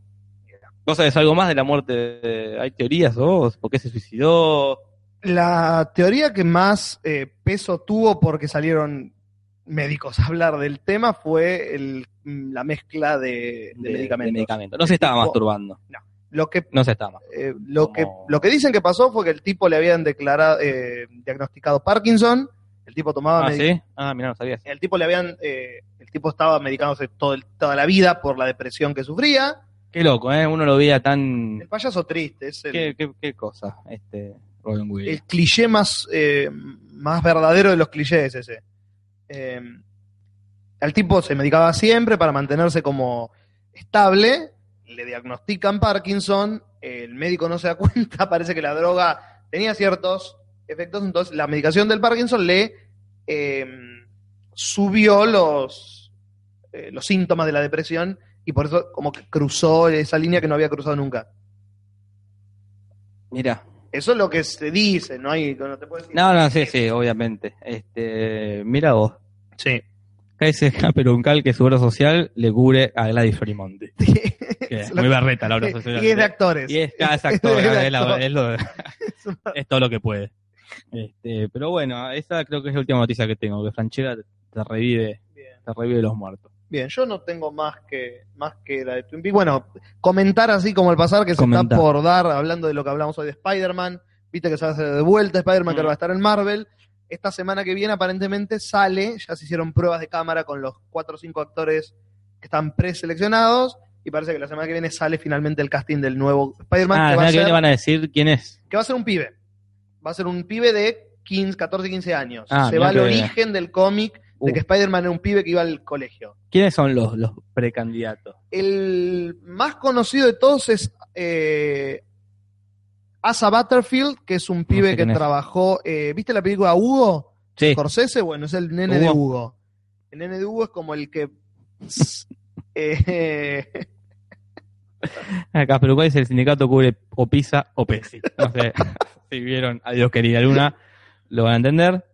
[SPEAKER 1] ¿Vos sabés algo más de la muerte? de- ¿Hay teorías vos? ¿Por qué se suicidó?
[SPEAKER 2] La teoría que más eh, peso tuvo porque salieron médicos a hablar del tema fue el- mm, la mezcla de, de medicamentos.
[SPEAKER 1] No se estaba
[SPEAKER 2] Tipo-
[SPEAKER 1] masturbando.
[SPEAKER 2] Lo que
[SPEAKER 1] No se estaba.
[SPEAKER 2] eh, lo
[SPEAKER 1] Como-
[SPEAKER 2] que lo que dicen que pasó fue que el tipo le habían declarado eh, diagnosticado Parkinson, el tipo tomaba
[SPEAKER 1] Ah,
[SPEAKER 2] medi-
[SPEAKER 1] sí. Ah, mira, no sabías.
[SPEAKER 2] el tipo le habían eh, el tipo estaba medicándose todo el- toda la vida por la depresión que sufría.
[SPEAKER 1] Qué loco, ¿eh? Uno lo veía tan.
[SPEAKER 2] El payaso triste es el,
[SPEAKER 1] ¿Qué, qué, qué cosa? Este, Robin Williams.
[SPEAKER 2] el cliché más, eh, más verdadero de los clichés ese. Eh, al tipo se medicaba siempre para mantenerse como estable, le diagnostican Parkinson, el médico no se da cuenta, parece que la droga tenía ciertos efectos, entonces la medicación del Parkinson le eh, subió los, eh, los síntomas de la depresión y por eso como que cruzó esa línea que no había cruzado nunca.
[SPEAKER 1] Mira.
[SPEAKER 2] Eso es lo que se dice, no hay, no te puedo decir.
[SPEAKER 1] No, no, sí, sí, obviamente. Este, mira vos.
[SPEAKER 2] Sí.
[SPEAKER 1] Caes Peruncal que su obra social le cubre a Gladys Fremonte. Que es
[SPEAKER 2] la-
[SPEAKER 1] muy barreta la obra
[SPEAKER 2] Y-
[SPEAKER 1] social.
[SPEAKER 2] y es de actores.
[SPEAKER 1] Y es, ah, es actor,
[SPEAKER 2] Es de
[SPEAKER 1] es, la-
[SPEAKER 2] actor.
[SPEAKER 1] es lo-
[SPEAKER 2] Es una-
[SPEAKER 1] es todo lo que puede. Este, pero bueno, esa creo que es la última noticia que tengo, que Franchella te revive,
[SPEAKER 2] Bien.
[SPEAKER 1] te revive los muertos.
[SPEAKER 2] Bien, yo no tengo más que más que la de Twin Peaks. Bueno, comentar así como el pasar que se
[SPEAKER 1] Comenta.
[SPEAKER 2] está por dar, hablando de lo que hablamos hoy de Spider-Man. Viste que se va a hacer de vuelta Spider-Man que
[SPEAKER 1] Mm.
[SPEAKER 2] ahora va a estar en Marvel. Esta semana que viene aparentemente sale, ya se hicieron pruebas de cámara con los cuatro o cinco actores que están preseleccionados y parece que la semana que viene sale finalmente el casting del nuevo Spider-Man
[SPEAKER 1] Ah, la
[SPEAKER 2] que, va a
[SPEAKER 1] semana que viene
[SPEAKER 2] ser-
[SPEAKER 1] van a decir quién es.
[SPEAKER 2] que va a ser un pibe. Va a ser un pibe de 15, 14, 15 años.
[SPEAKER 1] Ah,
[SPEAKER 2] se
[SPEAKER 1] mirá
[SPEAKER 2] va al
[SPEAKER 1] qué bien.
[SPEAKER 2] origen del cómic de
[SPEAKER 1] Uh.
[SPEAKER 2] que Spider-Man era un pibe que iba al colegio.
[SPEAKER 1] ¿Quiénes son los, los precandidatos?
[SPEAKER 2] El más conocido de todos es eh, Asa Butterfield, que es un pibe
[SPEAKER 1] sé
[SPEAKER 2] que
[SPEAKER 1] quién es.
[SPEAKER 2] trabajó. eh, ¿Viste la película Hugo?
[SPEAKER 1] Sí,
[SPEAKER 2] Scorsese, bueno, es el nene
[SPEAKER 1] Hugo.
[SPEAKER 2] de Hugo. El nene de Hugo es como el que. eh,
[SPEAKER 1] acá Peruncal Ah, dice el sindicato cubre o pisa o pesi. No sé si vieron Adiós querida luna, lo van a entender.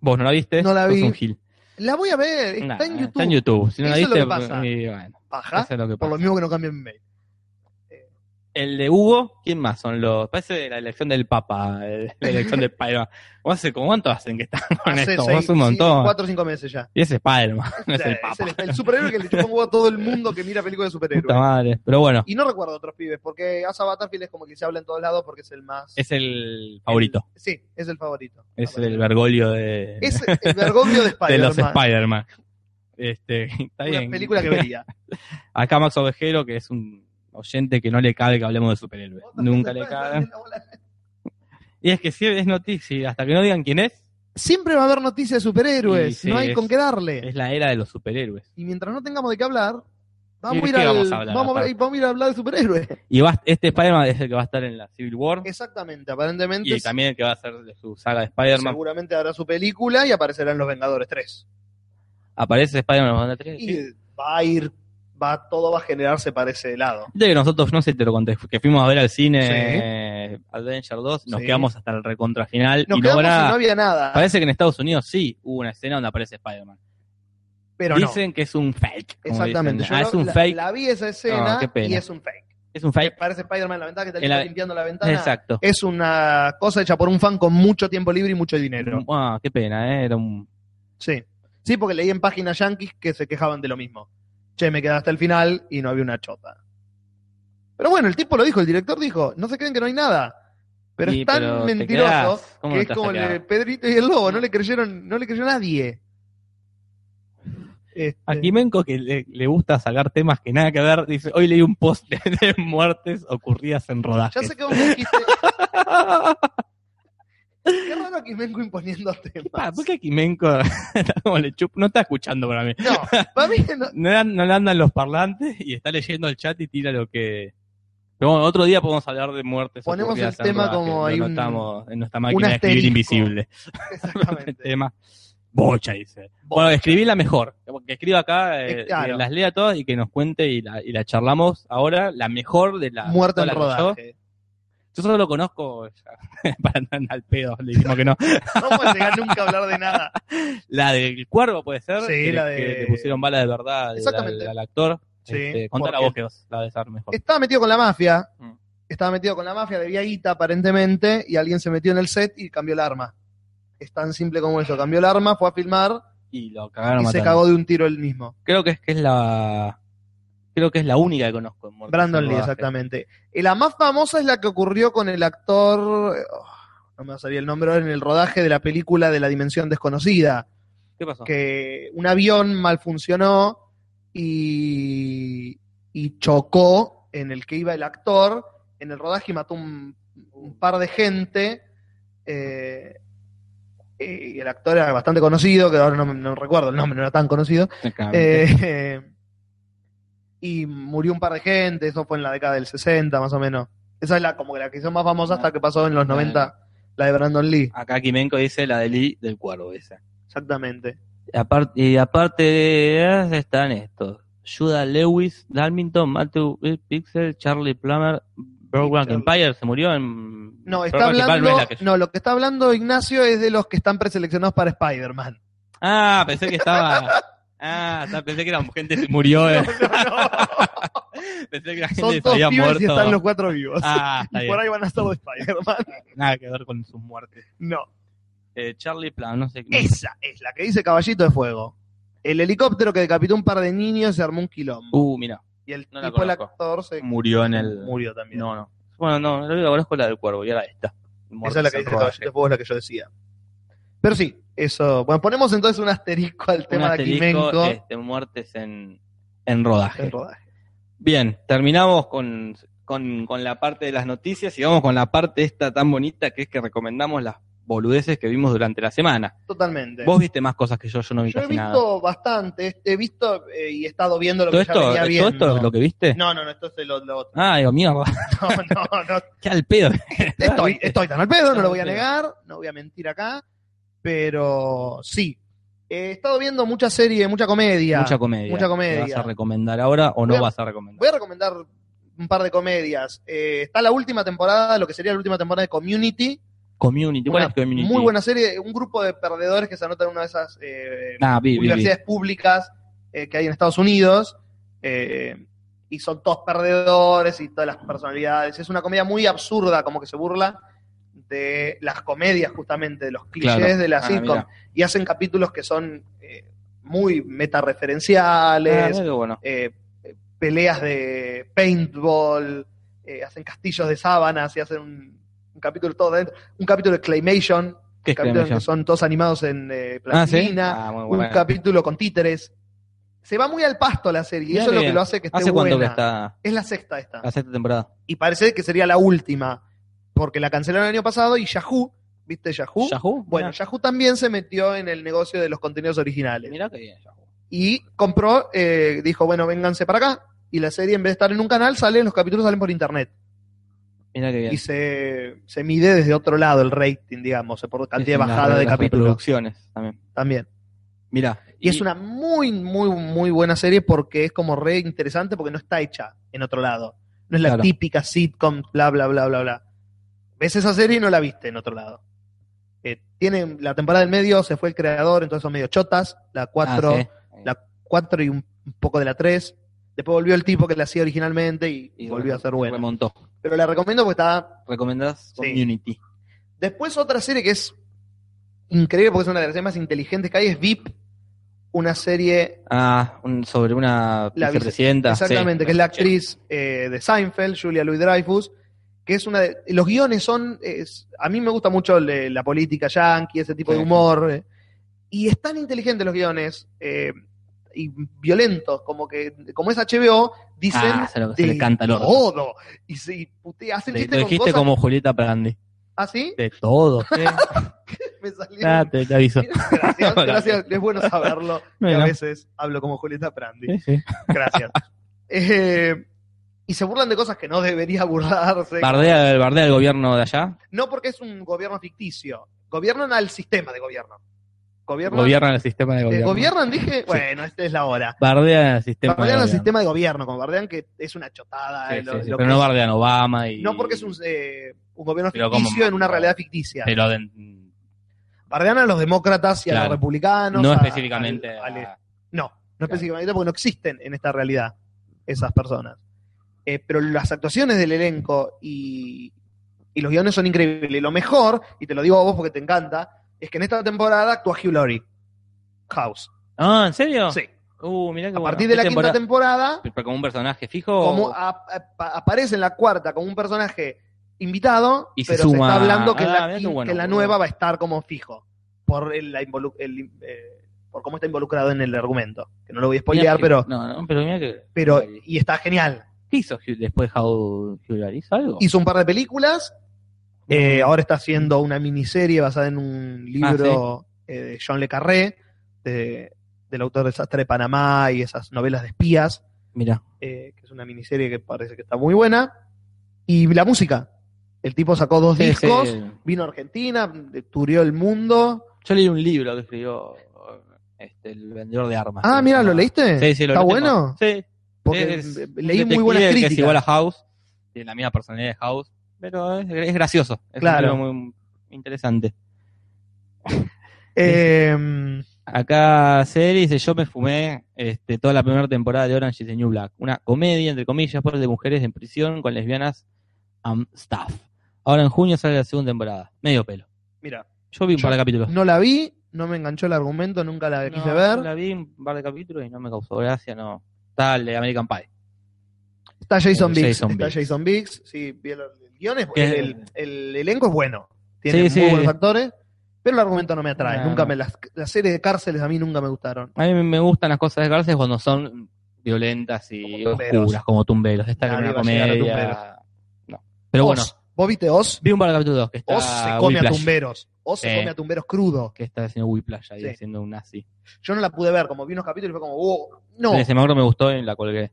[SPEAKER 1] Vos no la viste,
[SPEAKER 2] No la
[SPEAKER 1] sos
[SPEAKER 2] vi.
[SPEAKER 1] un gil.
[SPEAKER 2] la voy a ver, está
[SPEAKER 1] Nah,
[SPEAKER 2] en YouTube.
[SPEAKER 1] Está en YouTube. Si no la
[SPEAKER 2] Eso es lo
[SPEAKER 1] viste,
[SPEAKER 2] que pasa.
[SPEAKER 1] y bueno,
[SPEAKER 2] Ajá,
[SPEAKER 1] eso es lo que pasa.
[SPEAKER 2] por lo mismo que no cambié mi mail.
[SPEAKER 1] El de Hugo, ¿quién más son los? Parece la elección del Papa, el- la elección de Spider-Man. ¿Vos hace cuánto hacen que están con
[SPEAKER 2] Hace
[SPEAKER 1] esto?
[SPEAKER 2] seis,
[SPEAKER 1] Vos un montón.
[SPEAKER 2] cinco, cuatro o cinco meses ya.
[SPEAKER 1] Y ese Spider-Man, no
[SPEAKER 2] O
[SPEAKER 1] es
[SPEAKER 2] sea,
[SPEAKER 1] el Papa.
[SPEAKER 2] el, el superhéroe que le chupa un huevo a todo el mundo que mira películas de superhéroes.
[SPEAKER 1] Puta madre. Pero bueno,
[SPEAKER 2] Y no recuerdo otros pibes, porque Asa Butterfield es como que se habla en todos lados porque es el más.
[SPEAKER 1] es el favorito.
[SPEAKER 2] el- sí, es el favorito.
[SPEAKER 1] Es el Bergoglio de,
[SPEAKER 2] Es el Bergoglio de
[SPEAKER 1] de
[SPEAKER 2] Spider-Man.
[SPEAKER 1] los Spider-Man. Este, está
[SPEAKER 2] Una
[SPEAKER 1] bien.
[SPEAKER 2] película que vería.
[SPEAKER 1] Acá Max Ovejero, que es un oyente que no le cabe que hablemos de superhéroes. Nunca le cabe. Y es que sí, es noticia. Hasta que no digan quién es,
[SPEAKER 2] Siempre va a haber noticias de superhéroes.
[SPEAKER 1] Y sí,
[SPEAKER 2] no hay
[SPEAKER 1] es-
[SPEAKER 2] con qué darle.
[SPEAKER 1] es la era de los superhéroes.
[SPEAKER 2] Y mientras no tengamos de qué hablar, vamos,
[SPEAKER 1] ¿Y
[SPEAKER 2] a
[SPEAKER 1] de
[SPEAKER 2] ir,
[SPEAKER 1] qué
[SPEAKER 2] al-
[SPEAKER 1] vamos a hablar,
[SPEAKER 2] vamos a-
[SPEAKER 1] aparte?
[SPEAKER 2] vamos a ir a hablar de superhéroes.
[SPEAKER 1] Y va, este Spider-Man es el que va a estar en la Civil War.
[SPEAKER 2] Exactamente, aparentemente.
[SPEAKER 1] Y también el que va a hacer de su saga de Spider-Man.
[SPEAKER 2] Seguramente habrá su película y aparecerán los Vengadores 3.
[SPEAKER 1] Aparece Spider-Man en la banda 3.
[SPEAKER 2] Y va a ir, va, todo va a generarse para ese lado.
[SPEAKER 1] De que nosotros, no sé si te lo conté, que fuimos a ver al cine eh, Avenger 2, nos
[SPEAKER 2] Sí.
[SPEAKER 1] quedamos hasta el recontra final.
[SPEAKER 2] Nos
[SPEAKER 1] y no
[SPEAKER 2] quedamos
[SPEAKER 1] habrá-
[SPEAKER 2] y no había nada.
[SPEAKER 1] Parece que en Estados Unidos sí hubo una escena donde aparece Spider-Man.
[SPEAKER 2] pero no.
[SPEAKER 1] dicen que es un fake. como
[SPEAKER 2] Exactamente.
[SPEAKER 1] dicen.
[SPEAKER 2] Yo
[SPEAKER 1] Ah,
[SPEAKER 2] la-
[SPEAKER 1] es un
[SPEAKER 2] la,
[SPEAKER 1] fake.
[SPEAKER 2] la vi esa escena
[SPEAKER 1] No, qué pena.
[SPEAKER 2] y es un fake.
[SPEAKER 1] Es un fake.
[SPEAKER 2] Parece Spider-Man en la ventana que está
[SPEAKER 1] En la-
[SPEAKER 2] limpiando la ventana.
[SPEAKER 1] Exacto.
[SPEAKER 2] Es una cosa hecha por un fan con mucho tiempo libre y mucho dinero.
[SPEAKER 1] Ah, qué pena, eh, era un.
[SPEAKER 2] Sí. Sí, porque leí en páginas yankees que se quejaban de lo mismo. Che, me quedé hasta el final y no había una chota. Pero bueno, el tipo lo dijo, el director dijo, no se creen que no hay nada. Pero
[SPEAKER 1] Sí,
[SPEAKER 2] es tan
[SPEAKER 1] pero te
[SPEAKER 2] mentiroso
[SPEAKER 1] quedás. ¿Cómo no
[SPEAKER 2] que
[SPEAKER 1] Mm.
[SPEAKER 2] es
[SPEAKER 1] te vas a
[SPEAKER 2] como el de
[SPEAKER 1] quedar?
[SPEAKER 2] Pedrito y el Lobo, no le creyeron, no le creyó nadie. Este,
[SPEAKER 1] A Kimenko, que le, le gusta sacar temas que nada que ver, dice: Hoy leí un post de, de muertes ocurridas en rodaje.
[SPEAKER 2] ya sé que vos me dijiste, Qué raro que Menco imponiendo temas.
[SPEAKER 1] ¿Por qué Kimenko está como le chup- No está escuchando para mí.
[SPEAKER 2] No, para mí no.
[SPEAKER 1] No, le- no le andan los parlantes y está leyendo el chat y tira lo que. Pero bueno, otro día podemos hablar de muertes.
[SPEAKER 2] Ponemos
[SPEAKER 1] ocurridas
[SPEAKER 2] el
[SPEAKER 1] en
[SPEAKER 2] tema
[SPEAKER 1] rodaje.
[SPEAKER 2] como
[SPEAKER 1] Lo
[SPEAKER 2] hay un-
[SPEAKER 1] anotamos en nuestra
[SPEAKER 2] un
[SPEAKER 1] máquina de escribir
[SPEAKER 2] asterisco.
[SPEAKER 1] invisible. el
[SPEAKER 2] Exactamente.
[SPEAKER 1] este tema. Bocha, dice. Bueno, escribíla mejor. Que escriba acá, eh,
[SPEAKER 2] Eh, claro.
[SPEAKER 1] que las lea todas y que nos cuente y la, y la charlamos ahora, la mejor de la.
[SPEAKER 2] Muerto
[SPEAKER 1] toda
[SPEAKER 2] en
[SPEAKER 1] la que Yo,
[SPEAKER 2] rodaje.
[SPEAKER 1] yo solo lo conozco, ya, para andar al pedo, le dijimos que no.
[SPEAKER 2] No puedes llegar nunca a hablar de nada.
[SPEAKER 1] La del cuervo puede ser.
[SPEAKER 2] Sí,
[SPEAKER 1] que
[SPEAKER 2] la
[SPEAKER 1] le-
[SPEAKER 2] de-
[SPEAKER 1] Que le pusieron bala de verdad al-
[SPEAKER 2] Exactamente.
[SPEAKER 1] al, al actor.
[SPEAKER 2] Sí,
[SPEAKER 1] Este, contá la
[SPEAKER 2] porque-
[SPEAKER 1] voz que os la de saber mejor.
[SPEAKER 2] Estaba metido con la mafia.
[SPEAKER 1] Mm.
[SPEAKER 2] Estaba metido con la mafia, debía guita aparentemente, y alguien se metió en el set y cambió el arma. Es tan simple como eso. Cambió el arma, fue a filmar
[SPEAKER 1] Y lo
[SPEAKER 2] y
[SPEAKER 1] cagaron
[SPEAKER 2] se
[SPEAKER 1] matando.
[SPEAKER 2] cagó de un tiro él mismo.
[SPEAKER 1] Creo que es que es la. Creo que es la única que conozco. en Muertes
[SPEAKER 2] Brandon
[SPEAKER 1] en
[SPEAKER 2] Lee,
[SPEAKER 1] Rodaje.
[SPEAKER 2] exactamente. Y la más famosa es la que ocurrió con el actor. eh, oh, no me salía el nombre ahora, en el rodaje de la película de La Dimensión Desconocida.
[SPEAKER 1] ¿Qué pasó?
[SPEAKER 2] que un avión mal funcionó y, y chocó en el que iba el actor en el rodaje y mató un, un par de gente. eh, y el actor era bastante conocido, que ahora no, me- no recuerdo el nombre, no era tan conocido.
[SPEAKER 1] Exactamente.
[SPEAKER 2] eh, y murió un par de gente, eso fue en la década del 60 más o menos. Esa es la como que la que hizo más famosa hasta que pasó en los 90, la de Brandon Lee.
[SPEAKER 1] Acá Kimenko dice la de Lee del cuervo, esa.
[SPEAKER 2] Exactamente.
[SPEAKER 1] Aparte, y aparte de ellas están estos: Judah Lewis, Dalmington, Matthew Pixel, Charlie Plummer, Broadwalk
[SPEAKER 2] Charlie.
[SPEAKER 1] Empire se murió en.
[SPEAKER 2] No, está
[SPEAKER 1] Brokeback Empire
[SPEAKER 2] hablando,
[SPEAKER 1] no es la que-
[SPEAKER 2] no, lo que está hablando Ignacio es de los que están preseleccionados para Spider-Man.
[SPEAKER 1] Ah, pensé que estaba. Ah, está, pensé que era gente que murió. eh. Pensé que la gente
[SPEAKER 2] Son
[SPEAKER 1] se
[SPEAKER 2] todos
[SPEAKER 1] había
[SPEAKER 2] pibes
[SPEAKER 1] muerto.
[SPEAKER 2] y están los cuatro vivos.
[SPEAKER 1] Ah, está
[SPEAKER 2] y
[SPEAKER 1] bien.
[SPEAKER 2] por ahí van a estar de Spider-Man.
[SPEAKER 1] Nada que ver con sus muertes.
[SPEAKER 2] No.
[SPEAKER 1] Eh, Charlie Plan, no sé. no-
[SPEAKER 2] Esa es la que dice Caballito de Fuego. El helicóptero que decapitó un par de niños se armó un quilombo.
[SPEAKER 1] Uh, mira,
[SPEAKER 2] y el
[SPEAKER 1] no la
[SPEAKER 2] tipo, el
[SPEAKER 1] conozco.
[SPEAKER 2] actor, se
[SPEAKER 1] murió en el.
[SPEAKER 2] murió también.
[SPEAKER 1] No, no. Bueno, no, la única que conozco es la del cuervo, y ahora esta.
[SPEAKER 2] Esa es la que dice Caballito de Fuego, es la que yo decía. Pero sí, eso. Bueno, ponemos entonces un asterisco al tema de Aquimenco.
[SPEAKER 1] este, muertes en, en rodaje.
[SPEAKER 2] en rodaje.
[SPEAKER 1] Bien, terminamos con, con, con la parte de las noticias y vamos con la parte esta tan bonita que es que recomendamos las boludeces que vimos durante la semana.
[SPEAKER 2] Totalmente.
[SPEAKER 1] Vos viste más cosas que yo, yo no vi
[SPEAKER 2] Yo he
[SPEAKER 1] casi
[SPEAKER 2] visto
[SPEAKER 1] nada.
[SPEAKER 2] bastante, he visto eh, y he estado viendo lo
[SPEAKER 1] ¿Todo
[SPEAKER 2] que ya
[SPEAKER 1] esto,
[SPEAKER 2] venía
[SPEAKER 1] ¿Todo
[SPEAKER 2] viendo.
[SPEAKER 1] esto es lo que viste?
[SPEAKER 2] No, no, no, esto es lo, lo otro.
[SPEAKER 1] Ah, digo, mierda,
[SPEAKER 2] No, no, no.
[SPEAKER 1] qué al pedo.
[SPEAKER 2] Estoy, estoy tan al pedo, no lo voy a
[SPEAKER 1] Sí.
[SPEAKER 2] negar, no voy a mentir acá, pero sí. Eh, He estado viendo mucha serie, mucha comedia.
[SPEAKER 1] Mucha comedia.
[SPEAKER 2] Mucha comedia.
[SPEAKER 1] ¿Vas a recomendar ahora o no
[SPEAKER 2] Voy a-
[SPEAKER 1] vas a recomendar?
[SPEAKER 2] Voy a recomendar un par de comedias. Eh, está la última temporada, lo que sería la última temporada de Community.
[SPEAKER 1] Community. ¿Cuál
[SPEAKER 2] Una
[SPEAKER 1] es Community?
[SPEAKER 2] Muy buena serie, un grupo de perdedores que se anotan en una de esas eh,
[SPEAKER 1] Ah, vi, vi, vi.
[SPEAKER 2] universidades públicas eh, que hay en Estados Unidos. eh, y son todos perdedores y todas las personalidades. Es una comedia muy absurda, como que se burla de las comedias, justamente, de los clichés
[SPEAKER 1] Claro.
[SPEAKER 2] de las
[SPEAKER 1] Ah,
[SPEAKER 2] sitcom.
[SPEAKER 1] mira.
[SPEAKER 2] Y hacen capítulos que son eh, muy
[SPEAKER 1] Ah,
[SPEAKER 2] metareferenciales,
[SPEAKER 1] mira qué bueno.
[SPEAKER 2] eh, peleas de paintball, eh, hacen castillos de sábanas y hacen un, un capítulo todo dentro. Un capítulo de Claymation,
[SPEAKER 1] ¿Qué es
[SPEAKER 2] capítulo en
[SPEAKER 1] Clemenza?
[SPEAKER 2] que son todos animados en eh,
[SPEAKER 1] Ah, ¿sí?
[SPEAKER 2] plastilina
[SPEAKER 1] Ah, muy
[SPEAKER 2] un
[SPEAKER 1] bueno.
[SPEAKER 2] capítulo con títeres. Se va muy al pasto la serie, y
[SPEAKER 1] Mirá
[SPEAKER 2] eso es lo
[SPEAKER 1] qué
[SPEAKER 2] que
[SPEAKER 1] bien.
[SPEAKER 2] lo hace que esté
[SPEAKER 1] ¿Hace
[SPEAKER 2] buena.
[SPEAKER 1] cuánto que está Ah,
[SPEAKER 2] Es la sexta esta.
[SPEAKER 1] la sexta temporada?
[SPEAKER 2] Y parece que sería la última, porque la cancelaron el año pasado y Yahoo, ¿viste Yahoo?
[SPEAKER 1] ¿Yahoo?
[SPEAKER 2] Bueno,
[SPEAKER 1] Mirá.
[SPEAKER 2] Yahoo también se metió en el negocio de los contenidos originales.
[SPEAKER 1] Mirá qué bien, Yahoo.
[SPEAKER 2] Y compró, eh, dijo, bueno, vénganse para acá. Y la serie, en vez de estar en un canal, sale, los capítulos salen por internet.
[SPEAKER 1] Mirá qué bien.
[SPEAKER 2] Y se, se mide desde otro lado el rating, digamos, por cantidad
[SPEAKER 1] Es una
[SPEAKER 2] bajada de
[SPEAKER 1] las
[SPEAKER 2] capítulos
[SPEAKER 1] reproducciones también.
[SPEAKER 2] también.
[SPEAKER 1] Mirá. Ah,
[SPEAKER 2] Y, es una muy, muy, muy buena serie porque es como re interesante porque no está hecha en otro lado. No es la
[SPEAKER 1] Claro.
[SPEAKER 2] típica sitcom, bla, bla, bla, bla, bla. Ves esa serie y no la viste en otro lado. Eh, tiene la temporada del medio, se fue el creador, entonces son medio chotas, la 4,
[SPEAKER 1] Ah, sí.
[SPEAKER 2] la 4 y un un poco de la 3. Después volvió el tipo que la hacía originalmente y,
[SPEAKER 1] Y
[SPEAKER 2] volvió a ser buena.
[SPEAKER 1] Remontó.
[SPEAKER 2] Pero la recomiendo porque está
[SPEAKER 1] ¿Recomendás
[SPEAKER 2] Sí.
[SPEAKER 1] Community?
[SPEAKER 2] Después otra serie que es increíble porque es una de las series más inteligentes que hay es VIP, una serie
[SPEAKER 1] Ah, un- sobre una
[SPEAKER 2] La vice-
[SPEAKER 1] vicepresidenta.
[SPEAKER 2] exactamente
[SPEAKER 1] sí.
[SPEAKER 2] que es la actriz eh, de Seinfeld, Julia Louis Dreyfus, que es una de, los guiones son es- a mí me gusta mucho le- la política yankee, ese tipo de
[SPEAKER 1] Sí.
[SPEAKER 2] humor eh, y es tan inteligente los guiones eh, y violentos como que como es HBO dicen
[SPEAKER 1] Ah, se, lo, se
[SPEAKER 2] de
[SPEAKER 1] le canta el orto.
[SPEAKER 2] todo y se y putea- hacen
[SPEAKER 1] Le-
[SPEAKER 2] chistes
[SPEAKER 1] lo
[SPEAKER 2] Oh, con
[SPEAKER 1] dijiste
[SPEAKER 2] cosas
[SPEAKER 1] como Julieta Prandi.
[SPEAKER 2] así
[SPEAKER 1] De todo. ¿sí?
[SPEAKER 2] me salió
[SPEAKER 1] Ah, te, te aviso.
[SPEAKER 2] Gracias, gracias, es bueno saberlo. que
[SPEAKER 1] Bueno.
[SPEAKER 2] a veces hablo como Julieta
[SPEAKER 1] Sí,
[SPEAKER 2] Prandi.
[SPEAKER 1] sí.
[SPEAKER 2] Gracias. Eh, y se burlan de cosas que no debería burlarse.
[SPEAKER 1] Bardea, bardea el gobierno de allá.
[SPEAKER 2] No porque es un gobierno ficticio. Gobiernan al sistema de gobierno. Gobiernan,
[SPEAKER 1] Gobiernan el sistema de
[SPEAKER 2] eh,
[SPEAKER 1] gobierno.
[SPEAKER 2] gobiernan, dije, bueno, esta es la hora.
[SPEAKER 1] Bardean el sistema de
[SPEAKER 2] Bardean al
[SPEAKER 1] gobierno.
[SPEAKER 2] sistema de gobierno, como bardean que es una chotada.
[SPEAKER 1] Sí,
[SPEAKER 2] eh, lo-
[SPEAKER 1] sí, sí,
[SPEAKER 2] lo
[SPEAKER 1] Pero
[SPEAKER 2] que
[SPEAKER 1] no
[SPEAKER 2] es.
[SPEAKER 1] bardean Obama y...
[SPEAKER 2] No porque es un, eh, un gobierno
[SPEAKER 1] Pero como-
[SPEAKER 2] ficticio en una realidad ficticia.
[SPEAKER 1] Pero de-
[SPEAKER 2] Bardean a los demócratas y a
[SPEAKER 1] Claro.
[SPEAKER 2] los republicanos.
[SPEAKER 1] no
[SPEAKER 2] a-
[SPEAKER 1] específicamente
[SPEAKER 2] al- al-
[SPEAKER 1] a-
[SPEAKER 2] No, no específicamente porque no existen en esta realidad esas personas. Eh, pero las actuaciones del elenco y, y los guiones son increíbles. Y Lo mejor, y te lo digo a vos porque te encanta, es que en esta temporada actúa Hugh Laurie. House.
[SPEAKER 1] Ah, ¿en serio?
[SPEAKER 2] Sí.
[SPEAKER 1] Uh, mirá que
[SPEAKER 2] A partir de la quinta temporada, Ah,
[SPEAKER 1] Pero como un personaje fijo.
[SPEAKER 2] como
[SPEAKER 1] o-
[SPEAKER 2] a- a- pa- aparece en la cuarta como un personaje invitado,
[SPEAKER 1] Y se
[SPEAKER 2] pero se,
[SPEAKER 1] suma-
[SPEAKER 2] está hablando que, en
[SPEAKER 1] Ah,
[SPEAKER 2] la,
[SPEAKER 1] mirá qué
[SPEAKER 2] quin-
[SPEAKER 1] bueno,
[SPEAKER 2] que en la
[SPEAKER 1] boludo.
[SPEAKER 2] nueva va a estar como fijo por, el- la involu- el- eh, por cómo está involucrado en el argumento. Que no lo voy a
[SPEAKER 1] mirá
[SPEAKER 2] spoilear,
[SPEAKER 1] que-
[SPEAKER 2] pero
[SPEAKER 1] No, no, pero mira que.
[SPEAKER 2] pero y está genial.
[SPEAKER 1] ¿Qué hizo Hugh- después How Hugh Laurie? ¿Hizo algo?
[SPEAKER 2] Hizo un par de películas, eh, ahora está haciendo una miniserie basada en un libro
[SPEAKER 1] Ah,
[SPEAKER 2] eh, de John Le Carré, de- del autor de Sastre de Panamá y esas novelas de espías,
[SPEAKER 1] Mira.
[SPEAKER 2] eh, que es una miniserie que parece que está muy buena. Y la música. El tipo sacó dos discos, vino a Argentina, turió el mundo.
[SPEAKER 1] Yo leí un libro que escribió este, El vendedor de armas.
[SPEAKER 2] Ah,
[SPEAKER 1] Se
[SPEAKER 2] mira, ¿lo
[SPEAKER 1] llama.
[SPEAKER 2] leíste?
[SPEAKER 1] Sí, sí, lo
[SPEAKER 2] ¿Está
[SPEAKER 1] lo tengo.
[SPEAKER 2] bueno?
[SPEAKER 1] Sí.
[SPEAKER 2] Porque
[SPEAKER 1] es
[SPEAKER 2] eh,
[SPEAKER 1] un
[SPEAKER 2] leí muy
[SPEAKER 1] detective
[SPEAKER 2] buenas
[SPEAKER 1] Que es igual a
[SPEAKER 2] críticas.
[SPEAKER 1] House. Tiene la misma personalidad de House. Pero es, es gracioso. Es un
[SPEAKER 2] Claro.
[SPEAKER 1] libro muy interesante.
[SPEAKER 2] Eh,
[SPEAKER 1] Acá Celi dice, yo me fumé este, toda la primera temporada de Orange is the New Black. Una comedia, entre comillas, por de mujeres en prisión con lesbianas and stuff. Ahora en junio sale la segunda temporada. Medio pelo.
[SPEAKER 2] Mira,
[SPEAKER 1] Yo vi un
[SPEAKER 2] Yo
[SPEAKER 1] par de capítulos.
[SPEAKER 2] no la vi, no me enganchó el argumento, nunca la quise
[SPEAKER 1] No,
[SPEAKER 2] ver.
[SPEAKER 1] La vi un par de capítulos y no me causó gracia, no. Tal de American Pie.
[SPEAKER 2] Está Jason
[SPEAKER 1] Eh,
[SPEAKER 2] Biggs.
[SPEAKER 1] Jason
[SPEAKER 2] está
[SPEAKER 1] Biggs.
[SPEAKER 2] Jason Biggs. Sí, vi el, el guion es-
[SPEAKER 1] Que-
[SPEAKER 2] el, el elenco es bueno. Tiene
[SPEAKER 1] Sí,
[SPEAKER 2] muy
[SPEAKER 1] sí.
[SPEAKER 2] buenos actores. Pero el argumento no me atrae.
[SPEAKER 1] No,
[SPEAKER 2] nunca
[SPEAKER 1] no.
[SPEAKER 2] me las, las series de cárceles a mí nunca me gustaron.
[SPEAKER 1] A mí me gustan las cosas de cárcel cuando son violentas y
[SPEAKER 2] Como tumberos.
[SPEAKER 1] oscuras, como tumberos. Esta era
[SPEAKER 2] Nadie
[SPEAKER 1] una
[SPEAKER 2] va a llegar a
[SPEAKER 1] comedia. No. Pero bueno,
[SPEAKER 2] Oz. ¿Vos viste Oz?
[SPEAKER 1] vi un par de capítulos que está
[SPEAKER 2] Oz se come a
[SPEAKER 1] Whiplash,
[SPEAKER 2] tumberos. Oz se
[SPEAKER 1] Sí.
[SPEAKER 2] come a tumberos crudo.
[SPEAKER 1] que está haciendo Whiplash ahí,
[SPEAKER 2] Sí.
[SPEAKER 1] haciendo un nazi.
[SPEAKER 2] Yo no la pude ver, como vi unos capítulos y fue como, oh, no.
[SPEAKER 1] Ese me acuerdo, me gustó y la colgué.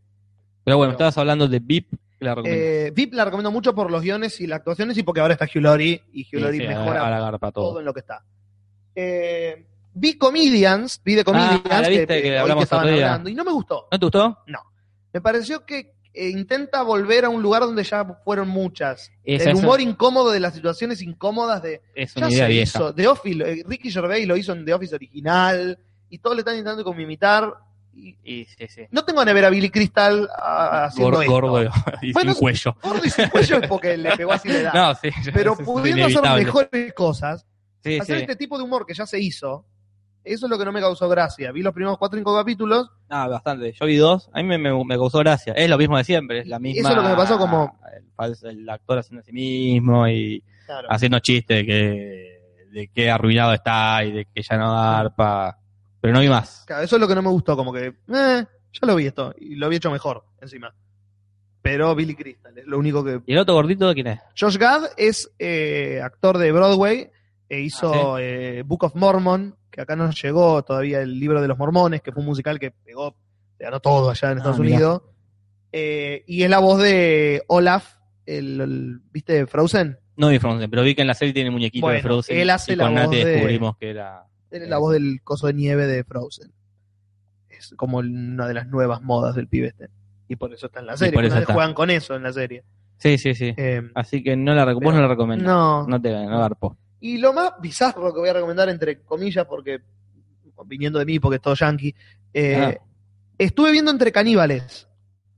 [SPEAKER 1] Pero bueno,
[SPEAKER 2] No.
[SPEAKER 1] estabas hablando de VIP, que la recomiendo.
[SPEAKER 2] Eh, VIP la recomiendo mucho por los guiones y las actuaciones y porque ahora está Hugh Laurie y Hugh
[SPEAKER 1] Sí,
[SPEAKER 2] Laurie
[SPEAKER 1] sí, a-
[SPEAKER 2] mejora
[SPEAKER 1] a la garpa todo.
[SPEAKER 2] todo. en lo que está. Eh, vi Comedians, vi de Comedians,
[SPEAKER 1] Ah, la viste que
[SPEAKER 2] hoy
[SPEAKER 1] hablamos
[SPEAKER 2] estaban
[SPEAKER 1] otro día.
[SPEAKER 2] hablando, y no me gustó.
[SPEAKER 1] ¿No te gustó?
[SPEAKER 2] Me pareció que eh, intenta volver a un lugar donde ya fueron muchas.
[SPEAKER 1] Esa
[SPEAKER 2] el
[SPEAKER 1] es-
[SPEAKER 2] humor incómodo de las situaciones incómodas de
[SPEAKER 1] Es
[SPEAKER 2] ya
[SPEAKER 1] una idea
[SPEAKER 2] se
[SPEAKER 1] vieja.
[SPEAKER 2] hizo. The Office, eh, Ricky Gervais lo hizo en The Office original y todos le están intentando como imitar. Y
[SPEAKER 1] Y, sí, sí.
[SPEAKER 2] no tengo a never a Billy Crystal ah,
[SPEAKER 1] Gordo,
[SPEAKER 2] haciendo esto.
[SPEAKER 1] gordo y
[SPEAKER 2] Bueno,
[SPEAKER 1] sin cuello.
[SPEAKER 2] Gordo y sin cuello es porque le pegó así de edad.
[SPEAKER 1] No, sí.
[SPEAKER 2] Pero
[SPEAKER 1] eso es
[SPEAKER 2] pudiendo hacer
[SPEAKER 1] inevitable.
[SPEAKER 2] mejores cosas,
[SPEAKER 1] Sí,
[SPEAKER 2] hacer
[SPEAKER 1] sí.
[SPEAKER 2] este tipo de humor que ya se hizo, eso es lo que no me causó gracia. Vi los primeros cuatro o cinco capítulos,
[SPEAKER 1] No, bastante. Yo vi dos. A mí me, me- me causó gracia. Es lo mismo de siempre. Es la
[SPEAKER 2] Y
[SPEAKER 1] misma.
[SPEAKER 2] eso es lo que me pasó como-
[SPEAKER 1] El, falso- el actor haciendo a sí mismo y
[SPEAKER 2] claro,
[SPEAKER 1] haciendo chistes de que, de que arruinado está y de que ya no garpa. Pero no vi más.
[SPEAKER 2] claro, eso es lo que no me gustó, como que, eh, ya lo vi esto, y lo había hecho mejor, encima. Pero Billy Crystal es lo único que...
[SPEAKER 1] ¿Y el otro gordito quién es?
[SPEAKER 2] Josh Gad es eh, actor de Broadway, e hizo
[SPEAKER 1] Ah,
[SPEAKER 2] eh, Book of Mormon, que acá no llegó todavía el libro de los mormones, que fue un musical que pegó, le ganó todo allá en Estados
[SPEAKER 1] Ah, mirá.
[SPEAKER 2] Unidos. Eh, y es la voz de Olaf, el- el ¿viste Frozen?
[SPEAKER 1] No vi Frozen, pero vi que en la serie tiene muñequito de
[SPEAKER 2] Bueno,
[SPEAKER 1] Frozen.
[SPEAKER 2] él hace
[SPEAKER 1] y con
[SPEAKER 2] la
[SPEAKER 1] Nati
[SPEAKER 2] voz de-
[SPEAKER 1] descubrimos que era.
[SPEAKER 2] Tiene
[SPEAKER 1] Eh,
[SPEAKER 2] la voz del coso de nieve de Frozen. Es como una de las nuevas modas del pibe este. Y por eso está en la
[SPEAKER 1] Y
[SPEAKER 2] serie.
[SPEAKER 1] por
[SPEAKER 2] porque
[SPEAKER 1] eso
[SPEAKER 2] no se
[SPEAKER 1] está. Ah,
[SPEAKER 2] juegan con eso en la serie.
[SPEAKER 1] Sí, sí, sí.
[SPEAKER 2] Eh,
[SPEAKER 1] Así que no la, reco- vos
[SPEAKER 2] Pero-
[SPEAKER 1] no la recomendás.
[SPEAKER 2] no.
[SPEAKER 1] No te no garpo.
[SPEAKER 2] Y lo más bizarro que voy a recomendar, entre comillas, porque viniendo de mí, porque es todo yankee, eh,
[SPEAKER 1] Ah.
[SPEAKER 2] estuve viendo Entre Caníbales,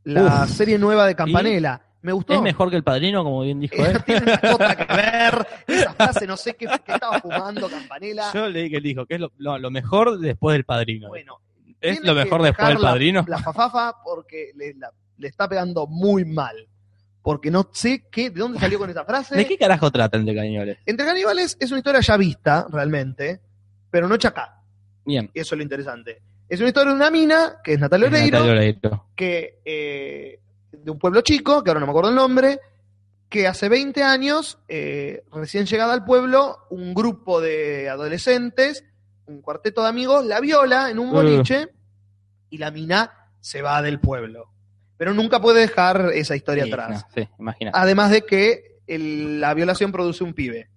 [SPEAKER 2] la
[SPEAKER 1] Uf.
[SPEAKER 2] serie nueva de Campanella. Me gustó.
[SPEAKER 1] Es mejor ¿eh? que el padrino, como bien dijo él.
[SPEAKER 2] No tiene una cosa que ver. Esa frase, no sé qué, qué estaba fumando Campanella.
[SPEAKER 1] Yo leí que él dijo que es lo, lo- lo mejor después del padrino.
[SPEAKER 2] Bueno,
[SPEAKER 1] es
[SPEAKER 2] tiene
[SPEAKER 1] lo
[SPEAKER 2] que
[SPEAKER 1] mejor después
[SPEAKER 2] dejar
[SPEAKER 1] del
[SPEAKER 2] la-
[SPEAKER 1] padrino.
[SPEAKER 2] La fafafa porque le, la- le está pegando muy mal. Porque no sé qué, de dónde salió con esa
[SPEAKER 1] ¿De
[SPEAKER 2] frase.
[SPEAKER 1] qué carajo tratan de cañones?
[SPEAKER 2] Entre caníbales es una historia ya vista, realmente, pero no hecha acá.
[SPEAKER 1] Bien.
[SPEAKER 2] Y eso es lo interesante. Es una historia de una mina, que es Natalia Oreiro,
[SPEAKER 1] Natalia Oreiro.
[SPEAKER 2] que eh, de un pueblo chico, que ahora no me acuerdo el nombre, que hace 20 años, eh, recién llegada al pueblo, un grupo de adolescentes, un cuarteto de amigos, la viola en un
[SPEAKER 1] Uh.
[SPEAKER 2] boliche y la mina se va del pueblo. Pero nunca puede dejar esa historia
[SPEAKER 1] Sí,
[SPEAKER 2] atrás. Ah,
[SPEAKER 1] no, sí, imagina.
[SPEAKER 2] Además de que el- la violación produce un pibe.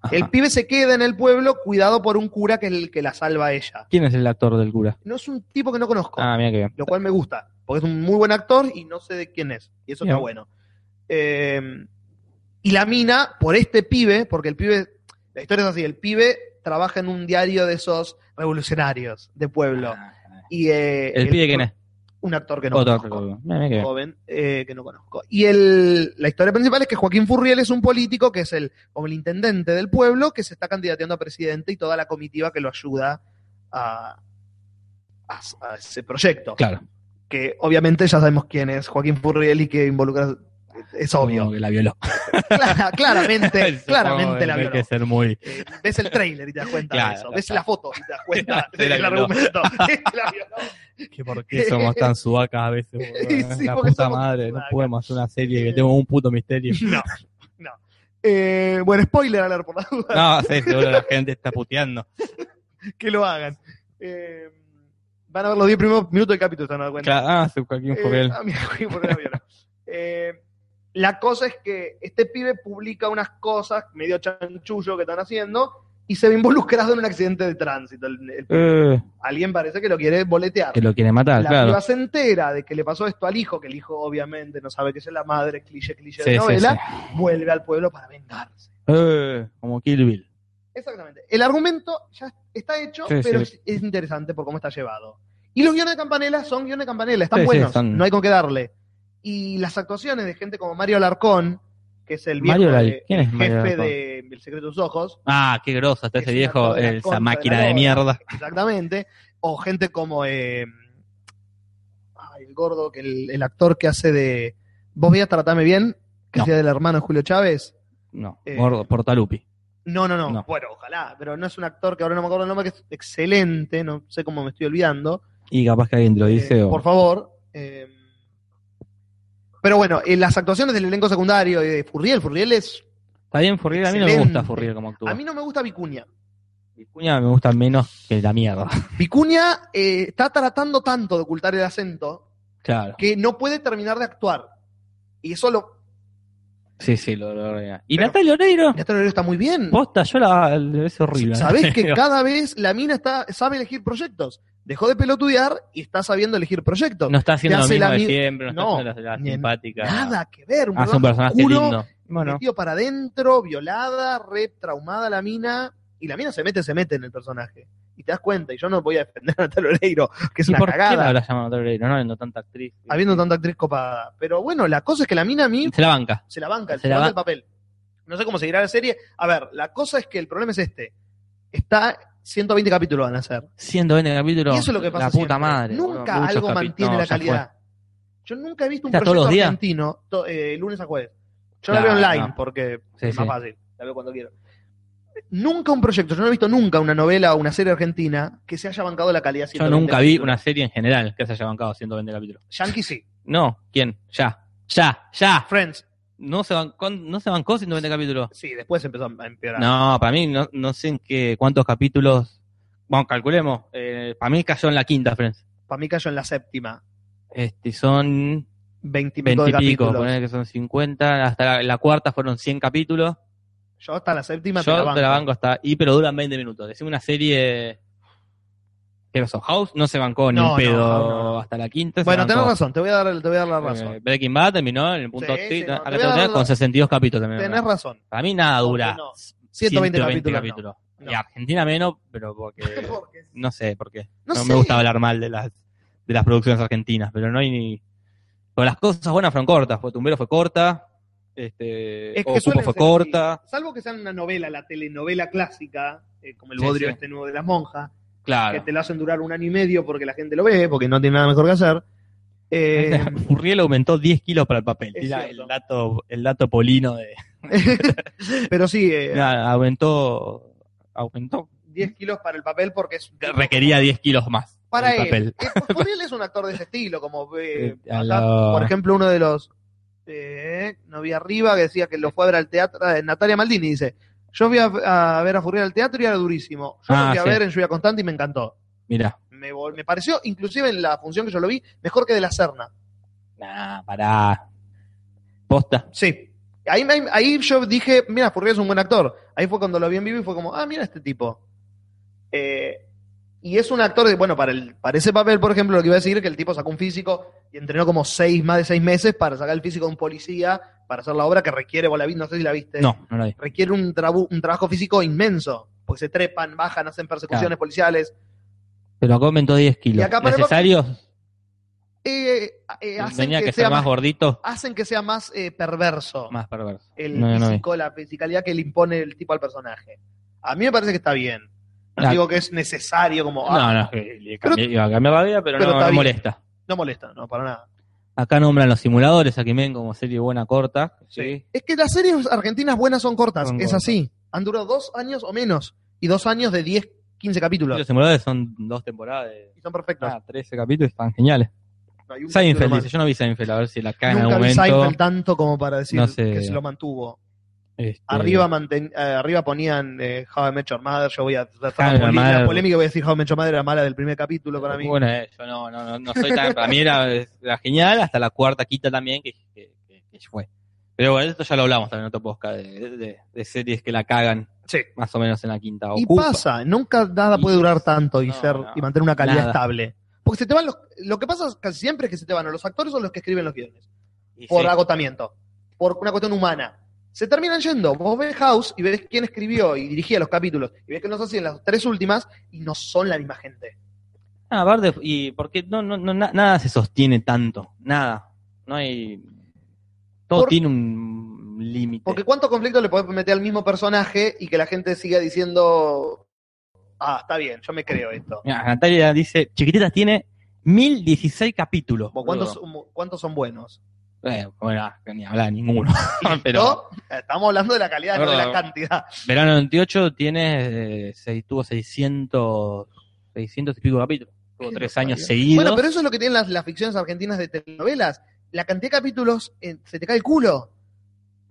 [SPEAKER 1] Ajá.
[SPEAKER 2] El pibe se queda en el pueblo cuidado por un cura que es el que la salva a ella.
[SPEAKER 1] ¿Quién es el actor del cura?
[SPEAKER 2] No es un tipo que no conozco
[SPEAKER 1] Ah, mira que bien.
[SPEAKER 2] lo cual me gusta, porque es un muy buen actor y no sé de quién es, y eso
[SPEAKER 1] Bien.
[SPEAKER 2] está bueno. Eh, y la mina, por este pibe, porque el pibe, la historia es así, el pibe trabaja en un diario de esos revolucionarios de pueblo.
[SPEAKER 1] Ah,
[SPEAKER 2] Y, eh,
[SPEAKER 1] ¿El pibe quién es?
[SPEAKER 2] Un actor que no
[SPEAKER 1] Otro
[SPEAKER 2] conozco,
[SPEAKER 1] actor. Mira, mira que bien.
[SPEAKER 2] joven, eh, que no conozco. Y el, la historia principal es que Joaquín Furriel es un político que es el, como el intendente del pueblo, que se está candidateando a presidente y toda la comitiva que lo ayuda a, a- a ese proyecto
[SPEAKER 1] Claro.
[SPEAKER 2] que obviamente ya sabemos quién es Joaquín Furriel y que involucra es
[SPEAKER 1] Como
[SPEAKER 2] obvio
[SPEAKER 1] que la violó.
[SPEAKER 2] Clara- claramente
[SPEAKER 1] Supongo
[SPEAKER 2] claramente
[SPEAKER 1] que
[SPEAKER 2] la
[SPEAKER 1] hay
[SPEAKER 2] violó
[SPEAKER 1] que ser muy.
[SPEAKER 2] Eh, ves el trailer y te das cuenta
[SPEAKER 1] Claro,
[SPEAKER 2] de eso
[SPEAKER 1] ya
[SPEAKER 2] ves
[SPEAKER 1] está.
[SPEAKER 2] la foto y te das cuenta
[SPEAKER 1] Se la
[SPEAKER 2] del
[SPEAKER 1] violó.
[SPEAKER 2] argumento Este la violó.
[SPEAKER 1] Que por qué somos tan subacas a veces. boludo? ¿eh?
[SPEAKER 2] Sí,
[SPEAKER 1] la
[SPEAKER 2] porque
[SPEAKER 1] puta
[SPEAKER 2] somos
[SPEAKER 1] madre. No
[SPEAKER 2] sudacas.
[SPEAKER 1] podemos hacer una serie que tenga un puto misterio.
[SPEAKER 2] no no Eh, bueno spoiler alert por la duda
[SPEAKER 1] No, sí, seguro la gente está puteando.
[SPEAKER 2] que lo hagan Eh, van a ver los 10 primeros minutos del capítulo se van a dar cuenta
[SPEAKER 1] Claro, ah, se Joaquín
[SPEAKER 2] Eh,
[SPEAKER 1] Furriel.
[SPEAKER 2] ah, mira, Joaquín Furriel la viola. Eh, la cosa es que este pibe publica unas cosas medio chanchullo que están haciendo y se ve involucrado en un accidente de tránsito. El- el-
[SPEAKER 1] Eh,
[SPEAKER 2] alguien parece que lo quiere boletear.
[SPEAKER 1] que lo quiere matar,
[SPEAKER 2] ah, la
[SPEAKER 1] claro.
[SPEAKER 2] piba se entera de que le pasó esto al hijo, que el hijo obviamente no sabe que es la madre, cliché, cliché
[SPEAKER 1] Sí,
[SPEAKER 2] de
[SPEAKER 1] sí, sí.
[SPEAKER 2] novela, vuelve al pueblo para vengarse.
[SPEAKER 1] Eh, como Kill Bill.
[SPEAKER 2] Exactamente. El argumento ya está hecho,
[SPEAKER 1] Sí,
[SPEAKER 2] pero
[SPEAKER 1] sí.
[SPEAKER 2] es es interesante por cómo está llevado. Y los guiones de Campanella son guiones de Campanella, están
[SPEAKER 1] Sí, sí,
[SPEAKER 2] buenos,
[SPEAKER 1] están-
[SPEAKER 2] no hay con qué darle. Y las actuaciones de gente como Mario Alarcón, que es el viejo
[SPEAKER 1] Mario Lal-
[SPEAKER 2] de-
[SPEAKER 1] ¿Quién es Mario
[SPEAKER 2] jefe
[SPEAKER 1] Alarcón?
[SPEAKER 2] de El secreto de sus ojos,
[SPEAKER 1] Ah, qué groso está
[SPEAKER 2] Es
[SPEAKER 1] ese
[SPEAKER 2] una
[SPEAKER 1] viejo,
[SPEAKER 2] cosa de la
[SPEAKER 1] esa
[SPEAKER 2] concha
[SPEAKER 1] máquina
[SPEAKER 2] de la
[SPEAKER 1] de
[SPEAKER 2] lora.
[SPEAKER 1] mierda.
[SPEAKER 2] exactamente, o gente como eh, ay, el gordo, que el, el actor que hace de Vos veías Tratame Bien, que
[SPEAKER 1] No.
[SPEAKER 2] hacía del hermano de Julio Chávez.
[SPEAKER 1] No,
[SPEAKER 2] Eh,
[SPEAKER 1] gordo, Portalupi.
[SPEAKER 2] No, no, no,
[SPEAKER 1] No.
[SPEAKER 2] Bueno, ojalá, pero no es un actor que ahora no me acuerdo el nombre, que es excelente, no sé cómo me estoy olvidando.
[SPEAKER 1] Y capaz que alguien te lo dice
[SPEAKER 2] Eh,
[SPEAKER 1] o...
[SPEAKER 2] Por favor. eh, pero bueno, en las actuaciones del elenco secundario y de Furriel, Furriel es.
[SPEAKER 1] Está bien Furriel, a mí no me
[SPEAKER 2] Excelente.
[SPEAKER 1] gusta Furriel como actúa.
[SPEAKER 2] A mí no me gusta Vicuña.
[SPEAKER 1] Vicuña me gusta menos que la mierda.
[SPEAKER 2] Vicuña eh, está tratando tanto de ocultar el acento
[SPEAKER 1] Claro.
[SPEAKER 2] que no puede terminar de actuar. Y eso lo.
[SPEAKER 1] Sí, sí, lo, lo- lo- Y
[SPEAKER 2] Pero-
[SPEAKER 1] Natalia Oreiro,
[SPEAKER 2] Natalia Oreiro este está muy bien.
[SPEAKER 1] Mm. posta, yo la... Es horrible. ¿eh?
[SPEAKER 2] Sabés que cada vez la mina está, sabe elegir proyectos. Dejó de pelotudear y está sabiendo elegir proyectos.
[SPEAKER 1] No está haciendo
[SPEAKER 2] te
[SPEAKER 1] lo
[SPEAKER 2] hace
[SPEAKER 1] mismo
[SPEAKER 2] la
[SPEAKER 1] de
[SPEAKER 2] mi-
[SPEAKER 1] siempre, no,
[SPEAKER 2] No,
[SPEAKER 1] está haciendo la, la
[SPEAKER 2] ni en-
[SPEAKER 1] simpática.
[SPEAKER 2] Nada que ver. un
[SPEAKER 1] Hace un personaje
[SPEAKER 2] oscuro,
[SPEAKER 1] lindo. Bueno,
[SPEAKER 2] metido para adentro, violada, re traumada la mina, y la mina se mete, se mete en el personaje. Y te das cuenta, y yo no voy a defender a Natalia Oreiro, que es
[SPEAKER 1] ¿y
[SPEAKER 2] una
[SPEAKER 1] por qué la
[SPEAKER 2] cagada,
[SPEAKER 1] habrá llamado Natalia Oreiro? No, habiendo tanta actriz.
[SPEAKER 2] habiendo tanta actriz copada. Pero bueno, la cosa es que la mina a mí
[SPEAKER 1] Se la banca.
[SPEAKER 2] se la banca,
[SPEAKER 1] Se
[SPEAKER 2] se
[SPEAKER 1] la
[SPEAKER 2] la
[SPEAKER 1] ba-
[SPEAKER 2] el papel. No sé cómo seguirá la serie. A ver, la cosa es que el problema es este. Está 120 capítulos van a hacer.
[SPEAKER 1] 120 capítulos.
[SPEAKER 2] y eso es lo que pasa.
[SPEAKER 1] La puta
[SPEAKER 2] siempre.
[SPEAKER 1] madre. boludo,
[SPEAKER 2] Nunca
[SPEAKER 1] muchos
[SPEAKER 2] algo
[SPEAKER 1] capi-
[SPEAKER 2] mantiene
[SPEAKER 1] no,
[SPEAKER 2] la
[SPEAKER 1] ya fue.
[SPEAKER 2] calidad. Yo nunca he visto un
[SPEAKER 1] ¿Está todos
[SPEAKER 2] proyecto
[SPEAKER 1] los días?
[SPEAKER 2] argentino to- eh, lunes a jueves. Yo la
[SPEAKER 1] Claro,
[SPEAKER 2] veo online
[SPEAKER 1] no.
[SPEAKER 2] porque
[SPEAKER 1] Sí,
[SPEAKER 2] es más
[SPEAKER 1] sí.
[SPEAKER 2] fácil, la veo cuando quiero. Nunca un proyecto, yo no he visto nunca una novela o una serie argentina que se haya bancado la calidad.
[SPEAKER 1] Yo
[SPEAKER 2] 120
[SPEAKER 1] nunca vi
[SPEAKER 2] capítulos.
[SPEAKER 1] una serie en general que se haya bancado 120 capítulos.
[SPEAKER 2] Yankee sí,
[SPEAKER 1] No, ¿quién? Ya, ya, ya.
[SPEAKER 2] Friends
[SPEAKER 1] No se bancó, no se bancó 120 capítulos.
[SPEAKER 2] sí, después empezó a empeorar.
[SPEAKER 1] No, para mí no, no sé en qué cuántos capítulos. Bueno, calculemos. Eh, para mí cayó en la quinta, Friends.
[SPEAKER 2] Para mí cayó en la séptima,
[SPEAKER 1] Este, son
[SPEAKER 2] 20 y pico
[SPEAKER 1] 20
[SPEAKER 2] de
[SPEAKER 1] y pico,
[SPEAKER 2] capítulos.
[SPEAKER 1] poner que son 50. Hasta la, la cuarta fueron 100 capítulos.
[SPEAKER 2] Yo hasta la séptima
[SPEAKER 1] Yo te la banco hasta. Y pero duran 20 minutos. Decime una serie. ¿Qué pasó? House no se bancó ni
[SPEAKER 2] No,
[SPEAKER 1] un pedo
[SPEAKER 2] no, no, no.
[SPEAKER 1] hasta la quinta. se
[SPEAKER 2] Bueno,
[SPEAKER 1] bancó.
[SPEAKER 2] tenés razón, te voy a dar, te voy a dar la razón.
[SPEAKER 1] Eh, Breaking Bad terminó en el punto
[SPEAKER 2] Sí,
[SPEAKER 1] T,
[SPEAKER 2] sí, no,
[SPEAKER 1] acá
[SPEAKER 2] te voy a
[SPEAKER 1] terminó
[SPEAKER 2] dar la-
[SPEAKER 1] con 62 capítulos también.
[SPEAKER 2] Tenés razón.
[SPEAKER 1] Para mí nada dura.
[SPEAKER 2] No, no.
[SPEAKER 1] 120,
[SPEAKER 2] 120
[SPEAKER 1] capítulos.
[SPEAKER 2] capítulos, no,
[SPEAKER 1] Y
[SPEAKER 2] no.
[SPEAKER 1] Argentina menos, pero porque
[SPEAKER 2] Porque-
[SPEAKER 1] no sé por qué. No,
[SPEAKER 2] No
[SPEAKER 1] me
[SPEAKER 2] sé.
[SPEAKER 1] gusta hablar mal de las de las producciones argentinas, pero no hay ni pero las cosas buenas fueron cortas, fue Tumbero fue corta, este
[SPEAKER 2] Es que
[SPEAKER 1] Ocupo
[SPEAKER 2] suelen
[SPEAKER 1] fue
[SPEAKER 2] ser
[SPEAKER 1] corta,
[SPEAKER 2] así. Salvo que sea una novela, la telenovela clásica, eh, como el
[SPEAKER 1] Sí,
[SPEAKER 2] bodrio
[SPEAKER 1] sí.
[SPEAKER 2] este nuevo de las monjas,
[SPEAKER 1] claro.
[SPEAKER 2] que te lo hacen durar un año y medio porque la gente lo ve, porque no tiene nada mejor que hacer. Eh,
[SPEAKER 1] Furriel aumentó 10 kilos para el papel.
[SPEAKER 2] Es
[SPEAKER 1] Tira
[SPEAKER 2] cierto.
[SPEAKER 1] el dato, el dato polino de.
[SPEAKER 2] pero sí, eh,
[SPEAKER 1] Nada, aumentó. Aumentó.
[SPEAKER 2] 10 kilos para el papel porque es.
[SPEAKER 1] Requería 10 kilos más.
[SPEAKER 2] Para
[SPEAKER 1] el
[SPEAKER 2] él.
[SPEAKER 1] papel.
[SPEAKER 2] Eh, pues, Furiel es un actor de ese estilo, como. eh,
[SPEAKER 1] Eh, a
[SPEAKER 2] acá,
[SPEAKER 1] lo-
[SPEAKER 2] Por ejemplo, uno de los. eh, no vi arriba que decía que lo fue a ver al teatro. eh, Natalia Maldini dice: Yo fui a, a ver a Furriel al teatro y era durísimo. Yo
[SPEAKER 1] Ah,
[SPEAKER 2] lo fui a
[SPEAKER 1] sí.
[SPEAKER 2] ver en Lluvia Constante y me encantó.
[SPEAKER 1] Mira.
[SPEAKER 2] me, vol- me pareció, inclusive en la función que yo lo vi, mejor que de la Serna.
[SPEAKER 1] Nah, pará. Posta.
[SPEAKER 2] Sí. Ahí, ahí, ahí yo dije, mira, Furriel es un buen actor. Ahí fue cuando lo vi en vivo y fue como, ah, mira este tipo. Eh, y es un actor, de, bueno, para, el, para ese papel, por ejemplo, lo que iba a decir que el tipo sacó un físico y entrenó como seis, más de seis meses para sacar el físico de un policía, para hacer la obra que requiere, vos la vi, no sé si la viste.
[SPEAKER 1] No, no lo vi.
[SPEAKER 2] Requiere un, trabu- un trabajo físico inmenso, porque se trepan, bajan, hacen persecuciones
[SPEAKER 1] Claro.
[SPEAKER 2] policiales.
[SPEAKER 1] Pero acá aumentó 10 kilos.
[SPEAKER 2] Y acá para el-
[SPEAKER 1] ¿Necesarios?
[SPEAKER 2] Eh, eh, hacen
[SPEAKER 1] Tenía que,
[SPEAKER 2] que,
[SPEAKER 1] ser
[SPEAKER 2] sea
[SPEAKER 1] más
[SPEAKER 2] más,
[SPEAKER 1] gordito.
[SPEAKER 2] hacen que sea más eh, perverso.
[SPEAKER 1] Más perverso.
[SPEAKER 2] el
[SPEAKER 1] No, no, no.
[SPEAKER 2] físico, la fisicalidad que le impone el tipo al personaje. A mí me parece que está bien. No
[SPEAKER 1] Ah.
[SPEAKER 2] digo que es necesario, como, ah,
[SPEAKER 1] No, no. que le cambié- Iba a cambiar la vida, pero,
[SPEAKER 2] pero
[SPEAKER 1] no,
[SPEAKER 2] está
[SPEAKER 1] no
[SPEAKER 2] bien.
[SPEAKER 1] molesta.
[SPEAKER 2] no molesta, no, para nada.
[SPEAKER 1] Acá nombran los simuladores a Kimen como serie buena corta. Sí.
[SPEAKER 2] Es que las series argentinas buenas son cortas,
[SPEAKER 1] Son
[SPEAKER 2] es
[SPEAKER 1] cortas.
[SPEAKER 2] así. Han durado dos años o menos, y dos años de 10, 15
[SPEAKER 1] Los
[SPEAKER 2] capítulos.
[SPEAKER 1] simuladores son dos temporadas de
[SPEAKER 2] Y son perfectos.
[SPEAKER 1] Ah, 13 capítulos están geniales.
[SPEAKER 2] No hay un
[SPEAKER 1] Seinfeld
[SPEAKER 2] capítulo más.
[SPEAKER 1] dice, yo no vi Seinfeld, a ver si la caen en
[SPEAKER 2] Nunca
[SPEAKER 1] algún
[SPEAKER 2] vi Seinfeld
[SPEAKER 1] momento.
[SPEAKER 2] tanto como para decir
[SPEAKER 1] No sé.
[SPEAKER 2] que se lo mantuvo.
[SPEAKER 1] Este,
[SPEAKER 2] Arriba manten- eh, arriba ponían eh, How I Met Your Mother, yo voy a
[SPEAKER 1] How I Met
[SPEAKER 2] tratar la,
[SPEAKER 1] Your
[SPEAKER 2] polémica-
[SPEAKER 1] Mother.
[SPEAKER 2] la polémica, voy a decir How I Met Your Mother era mala del primer capítulo para mí.
[SPEAKER 1] Bueno, eh, yo no, no, no, no soy tan... para mí era, era genial, hasta la cuarta, quinta también, que, que- que- que fue. Pero bueno, esto ya lo hablamos también en otro podcast, de, de- de series que la cagan
[SPEAKER 2] Sí.
[SPEAKER 1] más o menos en la quinta.
[SPEAKER 2] Y
[SPEAKER 1] Ocupa.
[SPEAKER 2] pasa, nunca nada
[SPEAKER 1] Y
[SPEAKER 2] puede durar tanto y
[SPEAKER 1] no,
[SPEAKER 2] ser
[SPEAKER 1] no,
[SPEAKER 2] y mantener una calidad
[SPEAKER 1] nada.
[SPEAKER 2] estable. Porque se te van los, lo que pasa casi siempre es que se te van o los actores o los que escriben los guiones.
[SPEAKER 1] Y
[SPEAKER 2] Por
[SPEAKER 1] sí,
[SPEAKER 2] agotamiento, por una cuestión humana. se terminan yendo. Vos ves House y ves quién escribió y dirigía los capítulos y ves que nos hacían las tres últimas y no son la misma gente.
[SPEAKER 1] Ah, Bardef, y porque no, no, no, na- nada se sostiene tanto, nada. No hay. Todo
[SPEAKER 2] Por-
[SPEAKER 1] tiene un límite.
[SPEAKER 2] Porque cuánto conflicto le podés meter al mismo personaje y que la gente siga diciendo, ah, está bien, yo me creo esto.
[SPEAKER 1] Mirá, Natalia dice: Chiquititas tiene 1016 capítulos.
[SPEAKER 2] Vos, ¿Cuántos,
[SPEAKER 1] boludo.
[SPEAKER 2] ¿Cuántos son buenos?
[SPEAKER 1] Eh, bueno, ni hablar ninguno. Pero
[SPEAKER 2] Pero estamos hablando de la calidad, no de la
[SPEAKER 1] Perdón.
[SPEAKER 2] cantidad.
[SPEAKER 1] Verano 98 tiene. eh, seis- tuvo 600. 600 y pico capítulos. Tuvo
[SPEAKER 2] Qué
[SPEAKER 1] tres
[SPEAKER 2] barbaridad.
[SPEAKER 1] años seguidos.
[SPEAKER 2] Bueno, pero eso es lo que tienen las, las ficciones argentinas de telenovelas. La cantidad de capítulos eh, se te cae el culo.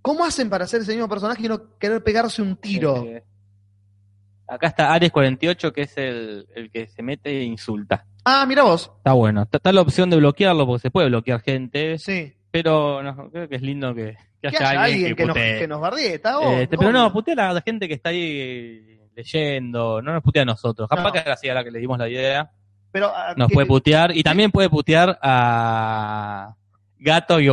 [SPEAKER 2] ¿Cómo hacen para hacer ese mismo personaje y no querer pegarse un tiro?
[SPEAKER 1] Eh, acá está Ares 48, que es el, el que se mete e insulta.
[SPEAKER 2] Ah, mira vos.
[SPEAKER 1] Está bueno. Está, está la opción de bloquearlo, porque se puede bloquear gente.
[SPEAKER 2] Sí.
[SPEAKER 1] Pero no, creo que es lindo que, que
[SPEAKER 2] ¿Qué
[SPEAKER 1] haya
[SPEAKER 2] haya
[SPEAKER 1] alguien, que,
[SPEAKER 2] nos,
[SPEAKER 1] putee.
[SPEAKER 2] que nos bardee? ¿Está vos?
[SPEAKER 1] Este, pero no,
[SPEAKER 2] Obvio.
[SPEAKER 1] putea a la gente que está ahí eh, leyendo, no nos putea a nosotros. Capaz
[SPEAKER 2] No.
[SPEAKER 1] que gracias a la que le dimos la idea,
[SPEAKER 2] Pero, ah,
[SPEAKER 1] nos
[SPEAKER 2] que-
[SPEAKER 1] puede putear. Y también puede putear a
[SPEAKER 2] No, sos
[SPEAKER 1] gato-j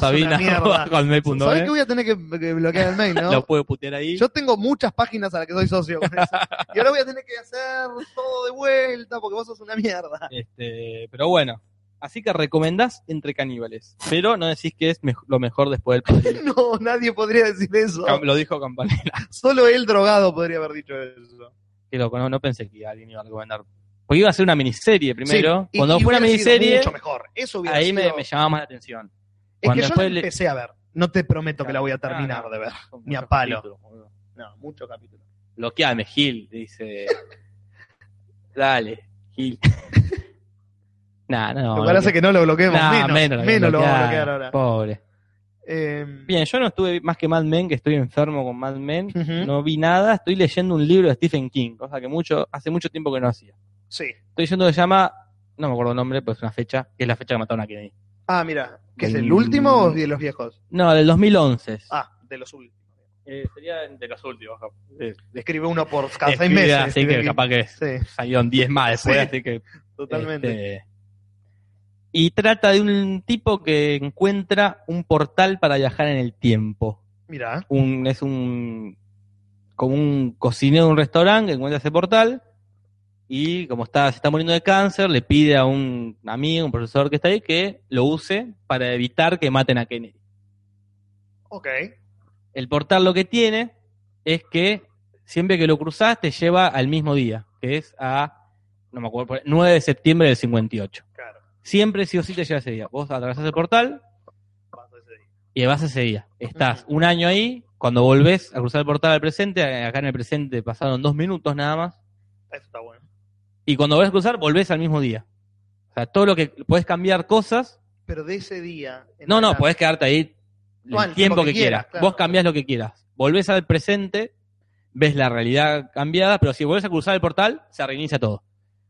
[SPEAKER 1] Sabina
[SPEAKER 2] mierda.
[SPEAKER 1] con mail punto
[SPEAKER 2] ¿Sabés
[SPEAKER 1] net.
[SPEAKER 2] que voy a tener que, que bloquear el mail, no?
[SPEAKER 1] Lo puede putear ahí.
[SPEAKER 2] Yo tengo muchas páginas a las que soy socio. con eso. Y ahora voy a tener que hacer todo de vuelta porque vos sos una mierda.
[SPEAKER 1] Este, pero bueno, así que recomendás entre caníbales, pero no decís que es mej- lo mejor después del padrino.
[SPEAKER 2] No, nadie podría decir eso.
[SPEAKER 1] Cam- Lo dijo Campanella,
[SPEAKER 2] Solo el drogado podría haber dicho eso.
[SPEAKER 1] que loco, no, no pensé que alguien iba a recomendar. Porque iba a ser una miniserie primero.
[SPEAKER 2] Sí, y-
[SPEAKER 1] Cuando
[SPEAKER 2] y
[SPEAKER 1] fue una
[SPEAKER 2] hubiera sido
[SPEAKER 1] miniserie,
[SPEAKER 2] Mucho mejor. Eso hubiera
[SPEAKER 1] ahí me,
[SPEAKER 2] sido-
[SPEAKER 1] me llamaba más la atención.
[SPEAKER 2] Es que
[SPEAKER 1] cuando
[SPEAKER 2] yo la
[SPEAKER 1] después le-
[SPEAKER 2] empecé a ver. No te prometo que la voy a terminar
[SPEAKER 1] Ah, no.
[SPEAKER 2] de ver.
[SPEAKER 1] Son
[SPEAKER 2] Ni a
[SPEAKER 1] muchos
[SPEAKER 2] palo.
[SPEAKER 1] capítulos, boludo.
[SPEAKER 2] No, mucho capítulo.
[SPEAKER 1] Bloqueame, Gil, dice. Dale, Gil. nah, no.
[SPEAKER 2] lo cual hace que no lo bloqueemos.
[SPEAKER 1] Nah,
[SPEAKER 2] menos
[SPEAKER 1] lo
[SPEAKER 2] menos,
[SPEAKER 1] voy a
[SPEAKER 2] lo vamos a
[SPEAKER 1] bloquear,
[SPEAKER 2] bloquear ahora.
[SPEAKER 1] Pobre.
[SPEAKER 2] Eh,
[SPEAKER 1] Bien, yo no estuve más que Mad Men, que estoy enfermo con Mad Men.
[SPEAKER 2] ujú.
[SPEAKER 1] No vi nada, estoy leyendo un libro de Stephen King, cosa que mucho, hace mucho tiempo que no hacía.
[SPEAKER 2] Sí.
[SPEAKER 1] Estoy leyendo que se llama, no me acuerdo el nombre, pero es una fecha, que es la fecha que mataron a Kennedy.
[SPEAKER 2] Ah, mira. ¿Que es el
[SPEAKER 1] Mm.
[SPEAKER 2] último o de los viejos?
[SPEAKER 1] No, del 2011.
[SPEAKER 2] Ah, de los últimos.
[SPEAKER 1] Eh, sería de los últimos. Eh,
[SPEAKER 2] Escribe uno por cada seis
[SPEAKER 1] escribe,
[SPEAKER 2] meses.
[SPEAKER 1] Así
[SPEAKER 2] escribe
[SPEAKER 1] que
[SPEAKER 2] aquí.
[SPEAKER 1] capaz que
[SPEAKER 2] Sí,
[SPEAKER 1] salieron 10 más después,
[SPEAKER 2] Sí.
[SPEAKER 1] así que...
[SPEAKER 2] totalmente.
[SPEAKER 1] este, y trata de un tipo que encuentra un portal para viajar en el tiempo.
[SPEAKER 2] Mira.
[SPEAKER 1] un, es un como un cocinero de un restaurante que encuentra ese portal y como está, se está muriendo de cáncer, le pide a un amigo, un profesor que está ahí, que lo use para evitar que maten a Kennedy.
[SPEAKER 2] Ok.
[SPEAKER 1] El portal lo que tiene es que siempre que lo cruzas te lleva al mismo día, que es a, no me acuerdo, 9 de septiembre del 58.
[SPEAKER 2] Claro.
[SPEAKER 1] Siempre sí o sí te lleva ese día. Vos atravesás el portal,
[SPEAKER 2] Paso ese día.
[SPEAKER 1] y vas ese día. Estás un año ahí, cuando volvés a cruzar el portal al presente, eh, acá en el presente pasaron dos minutos nada más,
[SPEAKER 2] Eso está bueno.
[SPEAKER 1] y cuando volvés a cruzar, volvés al mismo día. O sea, todo lo que puedes cambiar cosas.
[SPEAKER 2] Pero de ese día. en
[SPEAKER 1] No, pues, no,
[SPEAKER 2] adelante-
[SPEAKER 1] podés quedarte ahí el
[SPEAKER 2] No, el
[SPEAKER 1] tiempo que,
[SPEAKER 2] quieras,
[SPEAKER 1] quieras.
[SPEAKER 2] claro.
[SPEAKER 1] Vos cambiás lo que quieras. Volvés al presente, ves la realidad cambiada, pero si volvés a cruzar el portal, se reinicia todo.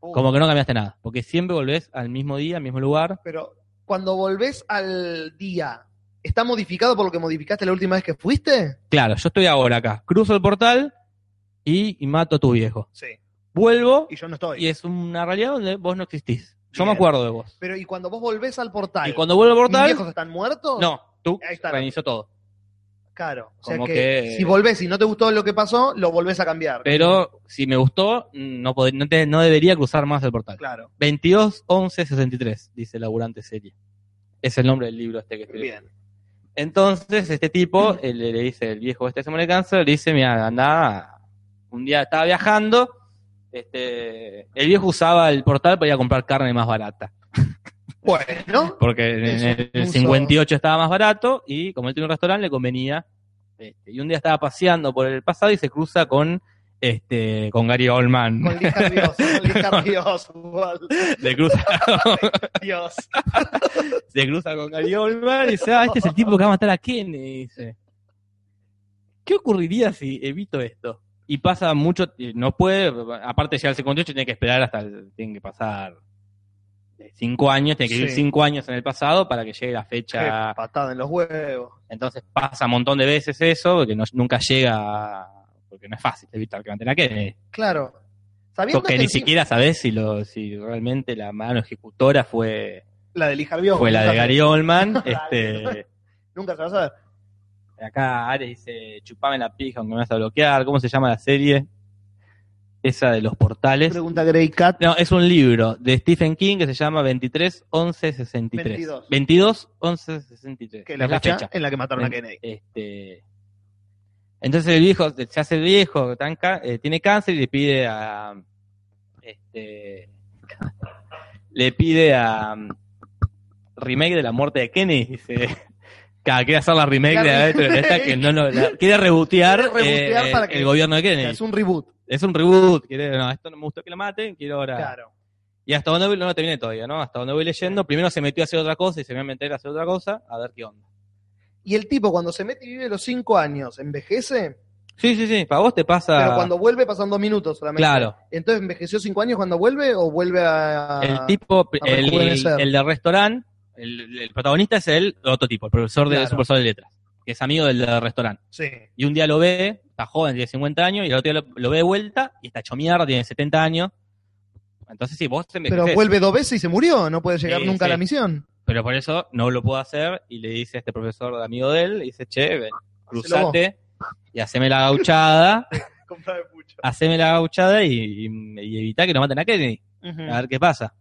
[SPEAKER 2] Uh.
[SPEAKER 1] Como que no cambiaste nada, porque siempre volvés al mismo día, al mismo lugar.
[SPEAKER 2] Pero cuando volvés al día, ¿está modificado por lo que modificaste la última vez que fuiste?
[SPEAKER 1] Claro, yo estoy ahora acá. Cruzo el portal y, y mato a tu viejo.
[SPEAKER 2] Sí.
[SPEAKER 1] Vuelvo
[SPEAKER 2] Y yo no estoy.
[SPEAKER 1] Y es una realidad donde vos no existís. Yo me
[SPEAKER 2] Bien.
[SPEAKER 1] acuerdo de vos.
[SPEAKER 2] Pero y cuando vos volvés al portal,
[SPEAKER 1] Y cuando vuelvo al
[SPEAKER 2] ¿mis viejos
[SPEAKER 1] portal,
[SPEAKER 2] están muertos?
[SPEAKER 1] no, tú
[SPEAKER 2] Ahí está.
[SPEAKER 1] reinició todo.
[SPEAKER 2] Claro. O sea
[SPEAKER 1] Como
[SPEAKER 2] que,
[SPEAKER 1] que- Eh.
[SPEAKER 2] si volvés y no te gustó lo que pasó, lo volvés a cambiar.
[SPEAKER 1] Pero si me gustó, no, pod- no, te- no debería cruzar más el portal.
[SPEAKER 2] Claro.
[SPEAKER 1] 22 11 63, dice Laburante Serie. Es el nombre del libro este que escribí.
[SPEAKER 2] Bien.
[SPEAKER 1] Entonces, este tipo eh, le, le dice, el viejo este se muere de cáncer, le dice, mira, anda, un día estaba viajando, este, el viejo usaba el portal para ir a comprar carne más barata.
[SPEAKER 2] Bueno,
[SPEAKER 1] Porque en
[SPEAKER 2] Eso,
[SPEAKER 1] el
[SPEAKER 2] uso.
[SPEAKER 1] 58 estaba más barato y como él tiene un restaurante le convenía. este, y un día estaba paseando por el pasado y se cruza con este con Gary Oldman.
[SPEAKER 2] con Liz Carbios, con Liz Carbios, igual.
[SPEAKER 1] Se cruza,
[SPEAKER 2] Dios.
[SPEAKER 1] se cruza con Gary Oldman y dice, ah, este es el tipo que va a matar a Kennedy. Dice. ¿Qué ocurriría si evito esto? Y pasa mucho, eh, no puede, aparte ya el 58 tiene que esperar hasta, el- tiene que pasar eh, cinco años, tiene que vivir
[SPEAKER 2] Sí.
[SPEAKER 1] cinco años en el pasado para que llegue la
[SPEAKER 2] Qué
[SPEAKER 1] fecha
[SPEAKER 2] patada en los huevos.
[SPEAKER 1] Entonces pasa un montón de veces eso, porque no- nunca llega, a- porque no es fácil evitar que maten a Kennedy.
[SPEAKER 2] Claro. Sabiendo
[SPEAKER 1] Porque
[SPEAKER 2] que
[SPEAKER 1] ni
[SPEAKER 2] encima-
[SPEAKER 1] siquiera sabes si lo, si realmente la mano ejecutora fue,
[SPEAKER 2] la de Liz Carbios,
[SPEAKER 1] fue la de
[SPEAKER 2] nunca se-
[SPEAKER 1] Gary Oldman. este,
[SPEAKER 2] Nunca se va a saber.
[SPEAKER 1] Acá Ares dice, chupame la pija aunque me vas a bloquear. ¿Cómo se llama la serie? Esa de los portales.
[SPEAKER 2] Pregunta Grey Cat.
[SPEAKER 1] No, es un libro de Stephen King que se llama 23 11 63.
[SPEAKER 2] 22.
[SPEAKER 1] 22 11 63.
[SPEAKER 2] Que es la, fecha, en la que mataron a Kennedy.
[SPEAKER 1] Este, entonces el viejo se hace viejo, tan ca- eh, tiene cáncer y le pide a. Este, le pide a. um, Remake de la muerte de Kenny. Dice. "Ca, Quiere hacer la remake
[SPEAKER 2] La
[SPEAKER 1] de la-
[SPEAKER 2] remake.
[SPEAKER 1] pero esta que no, no, la- quiere rebotear,
[SPEAKER 2] Quiere rebotear
[SPEAKER 1] eh,
[SPEAKER 2] para que-
[SPEAKER 1] el gobierno de Kennedy.
[SPEAKER 2] Es un reboot.
[SPEAKER 1] Es un reboot. Quiere, no, esto no me gustó que lo maten, quiero ahora.
[SPEAKER 2] Claro.
[SPEAKER 1] Y hasta donde voy, no lo terminé todavía, ¿no? Hasta donde voy leyendo, primero se metió a hacer otra cosa y se me va a meter a hacer otra cosa, a ver qué onda.
[SPEAKER 2] Y el tipo cuando se mete y vive los cinco años, envejece,
[SPEAKER 1] Sí, sí, sí, para vos te pasa.
[SPEAKER 2] pero cuando vuelve pasan dos minutos solamente.
[SPEAKER 1] Claro,
[SPEAKER 2] Entonces envejeció cinco años cuando vuelve o vuelve a...
[SPEAKER 1] el tipo, el,
[SPEAKER 2] rejuvenecer.
[SPEAKER 1] el del restaurante, el, el protagonista es el otro tipo, el profesor de,
[SPEAKER 2] Claro.
[SPEAKER 1] es un profesor de letras, que es amigo del del restaurante.
[SPEAKER 2] Sí.
[SPEAKER 1] Y un día lo ve, está joven, tiene 50 años, y el otro día lo, lo ve de vuelta y está hecho mierda, tiene 70 años. Entonces sí, vos te
[SPEAKER 2] Pero
[SPEAKER 1] envejecés.
[SPEAKER 2] vuelve dos veces y se murió, no puede llegar
[SPEAKER 1] Sí,
[SPEAKER 2] nunca a la
[SPEAKER 1] sí.
[SPEAKER 2] misión.
[SPEAKER 1] pero por eso no lo puedo hacer y le dice a este profesor amigo de él, le dice, che, ven, cruzate y haceme la gauchada,
[SPEAKER 2] Compra de pucho.
[SPEAKER 1] haceme la gauchada y, y- y evita que nos maten a Kennedy, a
[SPEAKER 2] Mm.
[SPEAKER 1] ver qué pasa.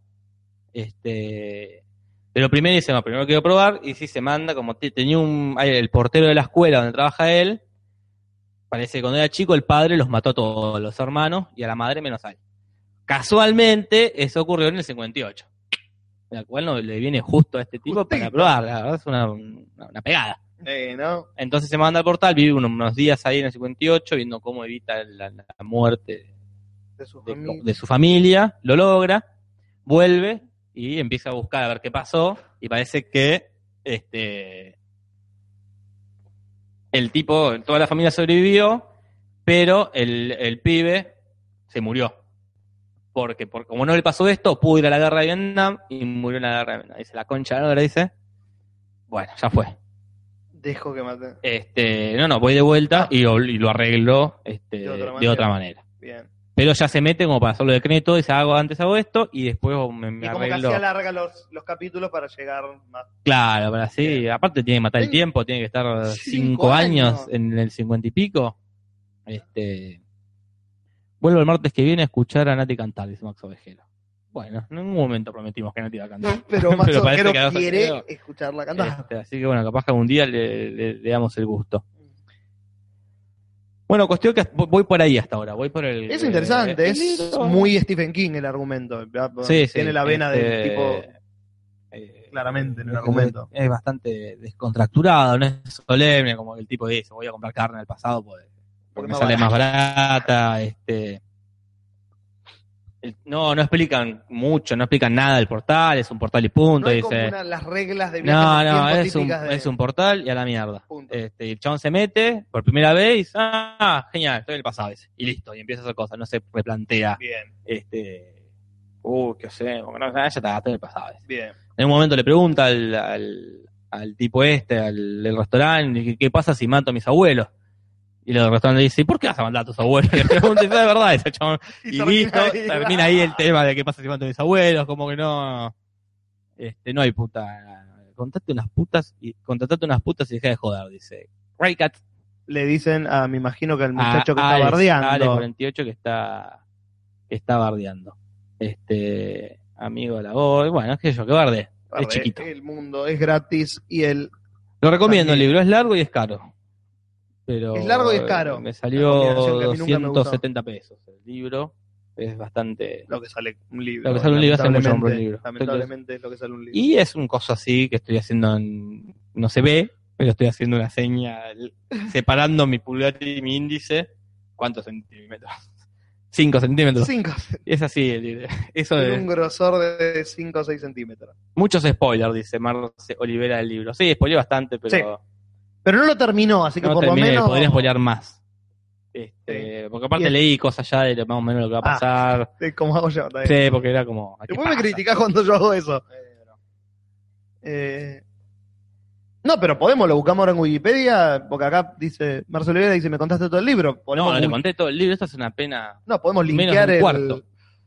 [SPEAKER 1] Este, pero primero dice, no, primero quiero probar y sí se manda, como te- tenía un, ahí el portero de la escuela donde trabaja él, parece que cuando era chico el padre los mató a todos los hermanos y a la madre menos a él. Casualmente eso ocurrió en el 58. La cual no le viene justo a este tipo
[SPEAKER 2] Justito.
[SPEAKER 1] para probar, la verdad es una, una- una pegada.
[SPEAKER 2] Eh, ¿no?
[SPEAKER 1] Entonces se manda al portal, vive unos, unos días ahí en el 58, viendo cómo evita la, la muerte
[SPEAKER 2] De su
[SPEAKER 1] de,
[SPEAKER 2] familia.
[SPEAKER 1] de su familia, lo logra, vuelve y empieza a buscar a ver qué pasó y parece que este el tipo, toda la familia sobrevivió, pero el, el pibe se murió. Porque, porque como no le pasó esto, pudo ir a la guerra de Vietnam y murió en la guerra de Vietnam. Dice, la concha de la lora", dice. Bueno, ya fue.
[SPEAKER 2] Dejo que mate.
[SPEAKER 1] Este, no, no, voy de vuelta y, lo- y lo arreglo este,
[SPEAKER 2] De otra
[SPEAKER 1] de otra
[SPEAKER 2] manera.
[SPEAKER 1] manera
[SPEAKER 2] Bien.
[SPEAKER 1] pero ya se mete como para hacerlo de crédito, dice hago antes hago esto y después me, me
[SPEAKER 2] y como que
[SPEAKER 1] arreglo.
[SPEAKER 2] hacía larga los, los capítulos para llegar más.
[SPEAKER 1] Claro, pero así,
[SPEAKER 2] Bien.
[SPEAKER 1] aparte tiene que matar el
[SPEAKER 2] Ten-
[SPEAKER 1] tiempo, tiene que estar cinco,
[SPEAKER 2] Cinco
[SPEAKER 1] años,
[SPEAKER 2] años.
[SPEAKER 1] en el cincuenta y pico. Este vuelvo el martes que viene a escuchar a Nati cantar, dice Max Ovejero. Bueno, en ningún momento prometimos que Nati iba a cantar.
[SPEAKER 2] Pero más
[SPEAKER 1] Pero parece
[SPEAKER 2] Ojero
[SPEAKER 1] que ahora se
[SPEAKER 2] quiere
[SPEAKER 1] quedó.
[SPEAKER 2] escucharla cantar.
[SPEAKER 1] Este, así que bueno, capaz que algún día le, le- le damos el gusto. Bueno, cuestión que voy por ahí hasta ahora, voy por el
[SPEAKER 2] Es
[SPEAKER 1] eh,
[SPEAKER 2] interesante,
[SPEAKER 1] el
[SPEAKER 2] es
[SPEAKER 1] libro.
[SPEAKER 2] muy Stephen King el argumento. ¿verdad?
[SPEAKER 1] Sí, sí,
[SPEAKER 2] Tiene la vena del
[SPEAKER 1] este,
[SPEAKER 2] tipo
[SPEAKER 1] eh,
[SPEAKER 2] claramente en el
[SPEAKER 1] es-
[SPEAKER 2] argumento.
[SPEAKER 1] Es bastante descontracturado, no es solemne, como que el tipo dice, voy a comprar carne del pasado porque,
[SPEAKER 2] Porque
[SPEAKER 1] me
[SPEAKER 2] más
[SPEAKER 1] sale más barata, este el- no, no explican mucho, no explican nada del portal, es un portal y punto,
[SPEAKER 2] No hay como
[SPEAKER 1] dice.
[SPEAKER 2] una- las reglas de viaje
[SPEAKER 1] No,
[SPEAKER 2] en el
[SPEAKER 1] no,
[SPEAKER 2] tiempo
[SPEAKER 1] es un,
[SPEAKER 2] típicas de-
[SPEAKER 1] es un portal y a la mierda.
[SPEAKER 2] Punto.
[SPEAKER 1] Este, y el chabón se mete por primera vez y dice, ah, genial, estoy en el pasado ese. Y listo, y empieza a hacer cosas, no se replantea.
[SPEAKER 2] Bien,
[SPEAKER 1] Este, uh, qué hacemos, no, ya está, estoy en el pasado ese.
[SPEAKER 2] bien.
[SPEAKER 1] En un momento le pregunta al, al, al tipo este, al del restaurante, ¿qué, qué pasa si mato a mis abuelos? Y el del restaurante dice, ¿y por qué vas a mandar a tus abuelos? Y le pregunta, y dice, "Ah, es verdad, ese chabón. Y, listo, termina ahí el tema de qué pasa si mato a mis abuelos, como que no. Este, no hay puta. Contate unas putas y contratate unas putas y deja de joder, dice. Raycat.
[SPEAKER 2] Le dicen, a, me imagino que al
[SPEAKER 1] a
[SPEAKER 2] muchacho que
[SPEAKER 1] Alex, a
[SPEAKER 2] está
[SPEAKER 1] Alex
[SPEAKER 2] bardeando.
[SPEAKER 1] 48 que está, que está bardeando. Este, amigo de la voz, bueno, es que yo, que barde.
[SPEAKER 2] Barde,
[SPEAKER 1] chiquito.
[SPEAKER 2] El mundo es gratis y el
[SPEAKER 1] Lo recomiendo
[SPEAKER 2] También.
[SPEAKER 1] el libro, es largo y es caro. Pero
[SPEAKER 2] Es largo y es caro.
[SPEAKER 1] Me
[SPEAKER 2] Una combinación que a
[SPEAKER 1] salió
[SPEAKER 2] mí nunca me gustó.
[SPEAKER 1] 170 pesos el libro. Es bastante.
[SPEAKER 2] lo que sale un libro.
[SPEAKER 1] Lo que sale un libro, hace mucho
[SPEAKER 2] lamentablemente.
[SPEAKER 1] hombre un libro.
[SPEAKER 2] Lamentablemente es lo que sale un libro.
[SPEAKER 1] Y es un coso así que estoy haciendo en- No se ve, pero estoy haciendo una seña l- separando mi pulgar y mi índice. ¿Cuántos centímetros? 5 centímetros.
[SPEAKER 2] Cinco,
[SPEAKER 1] Es así el libro. Eso
[SPEAKER 2] tiene
[SPEAKER 1] de.
[SPEAKER 2] un grosor de 5 o 6 centímetros.
[SPEAKER 1] Muchos spoilers, dice Marce Olivera del libro. Sí, spoileé bastante, pero.
[SPEAKER 2] Sí. Pero no lo terminó, así que
[SPEAKER 1] no
[SPEAKER 2] por
[SPEAKER 1] terminé,
[SPEAKER 2] lo menos.
[SPEAKER 1] podría spoilear más. Este, Porque aparte
[SPEAKER 2] Bien.
[SPEAKER 1] leí cosas ya de lo- más o menos lo que va a
[SPEAKER 2] Ah.
[SPEAKER 1] pasar.
[SPEAKER 2] Sí, Como hago yo. está bien.
[SPEAKER 1] Sí, porque era como. ¿a qué
[SPEAKER 2] Después me
[SPEAKER 1] pasa?
[SPEAKER 2] criticás cuando yo hago eso. Eh, no, pero podemos, lo buscamos ahora en Wikipedia, porque acá dice, Marcelo Olivera dice, me contaste todo el libro.
[SPEAKER 1] No,
[SPEAKER 2] Ponemos
[SPEAKER 1] no le
[SPEAKER 2] Wiki-
[SPEAKER 1] conté todo el libro, esto es una pena.
[SPEAKER 2] no, podemos
[SPEAKER 1] menos
[SPEAKER 2] linkear
[SPEAKER 1] un
[SPEAKER 2] el...
[SPEAKER 1] cuarto.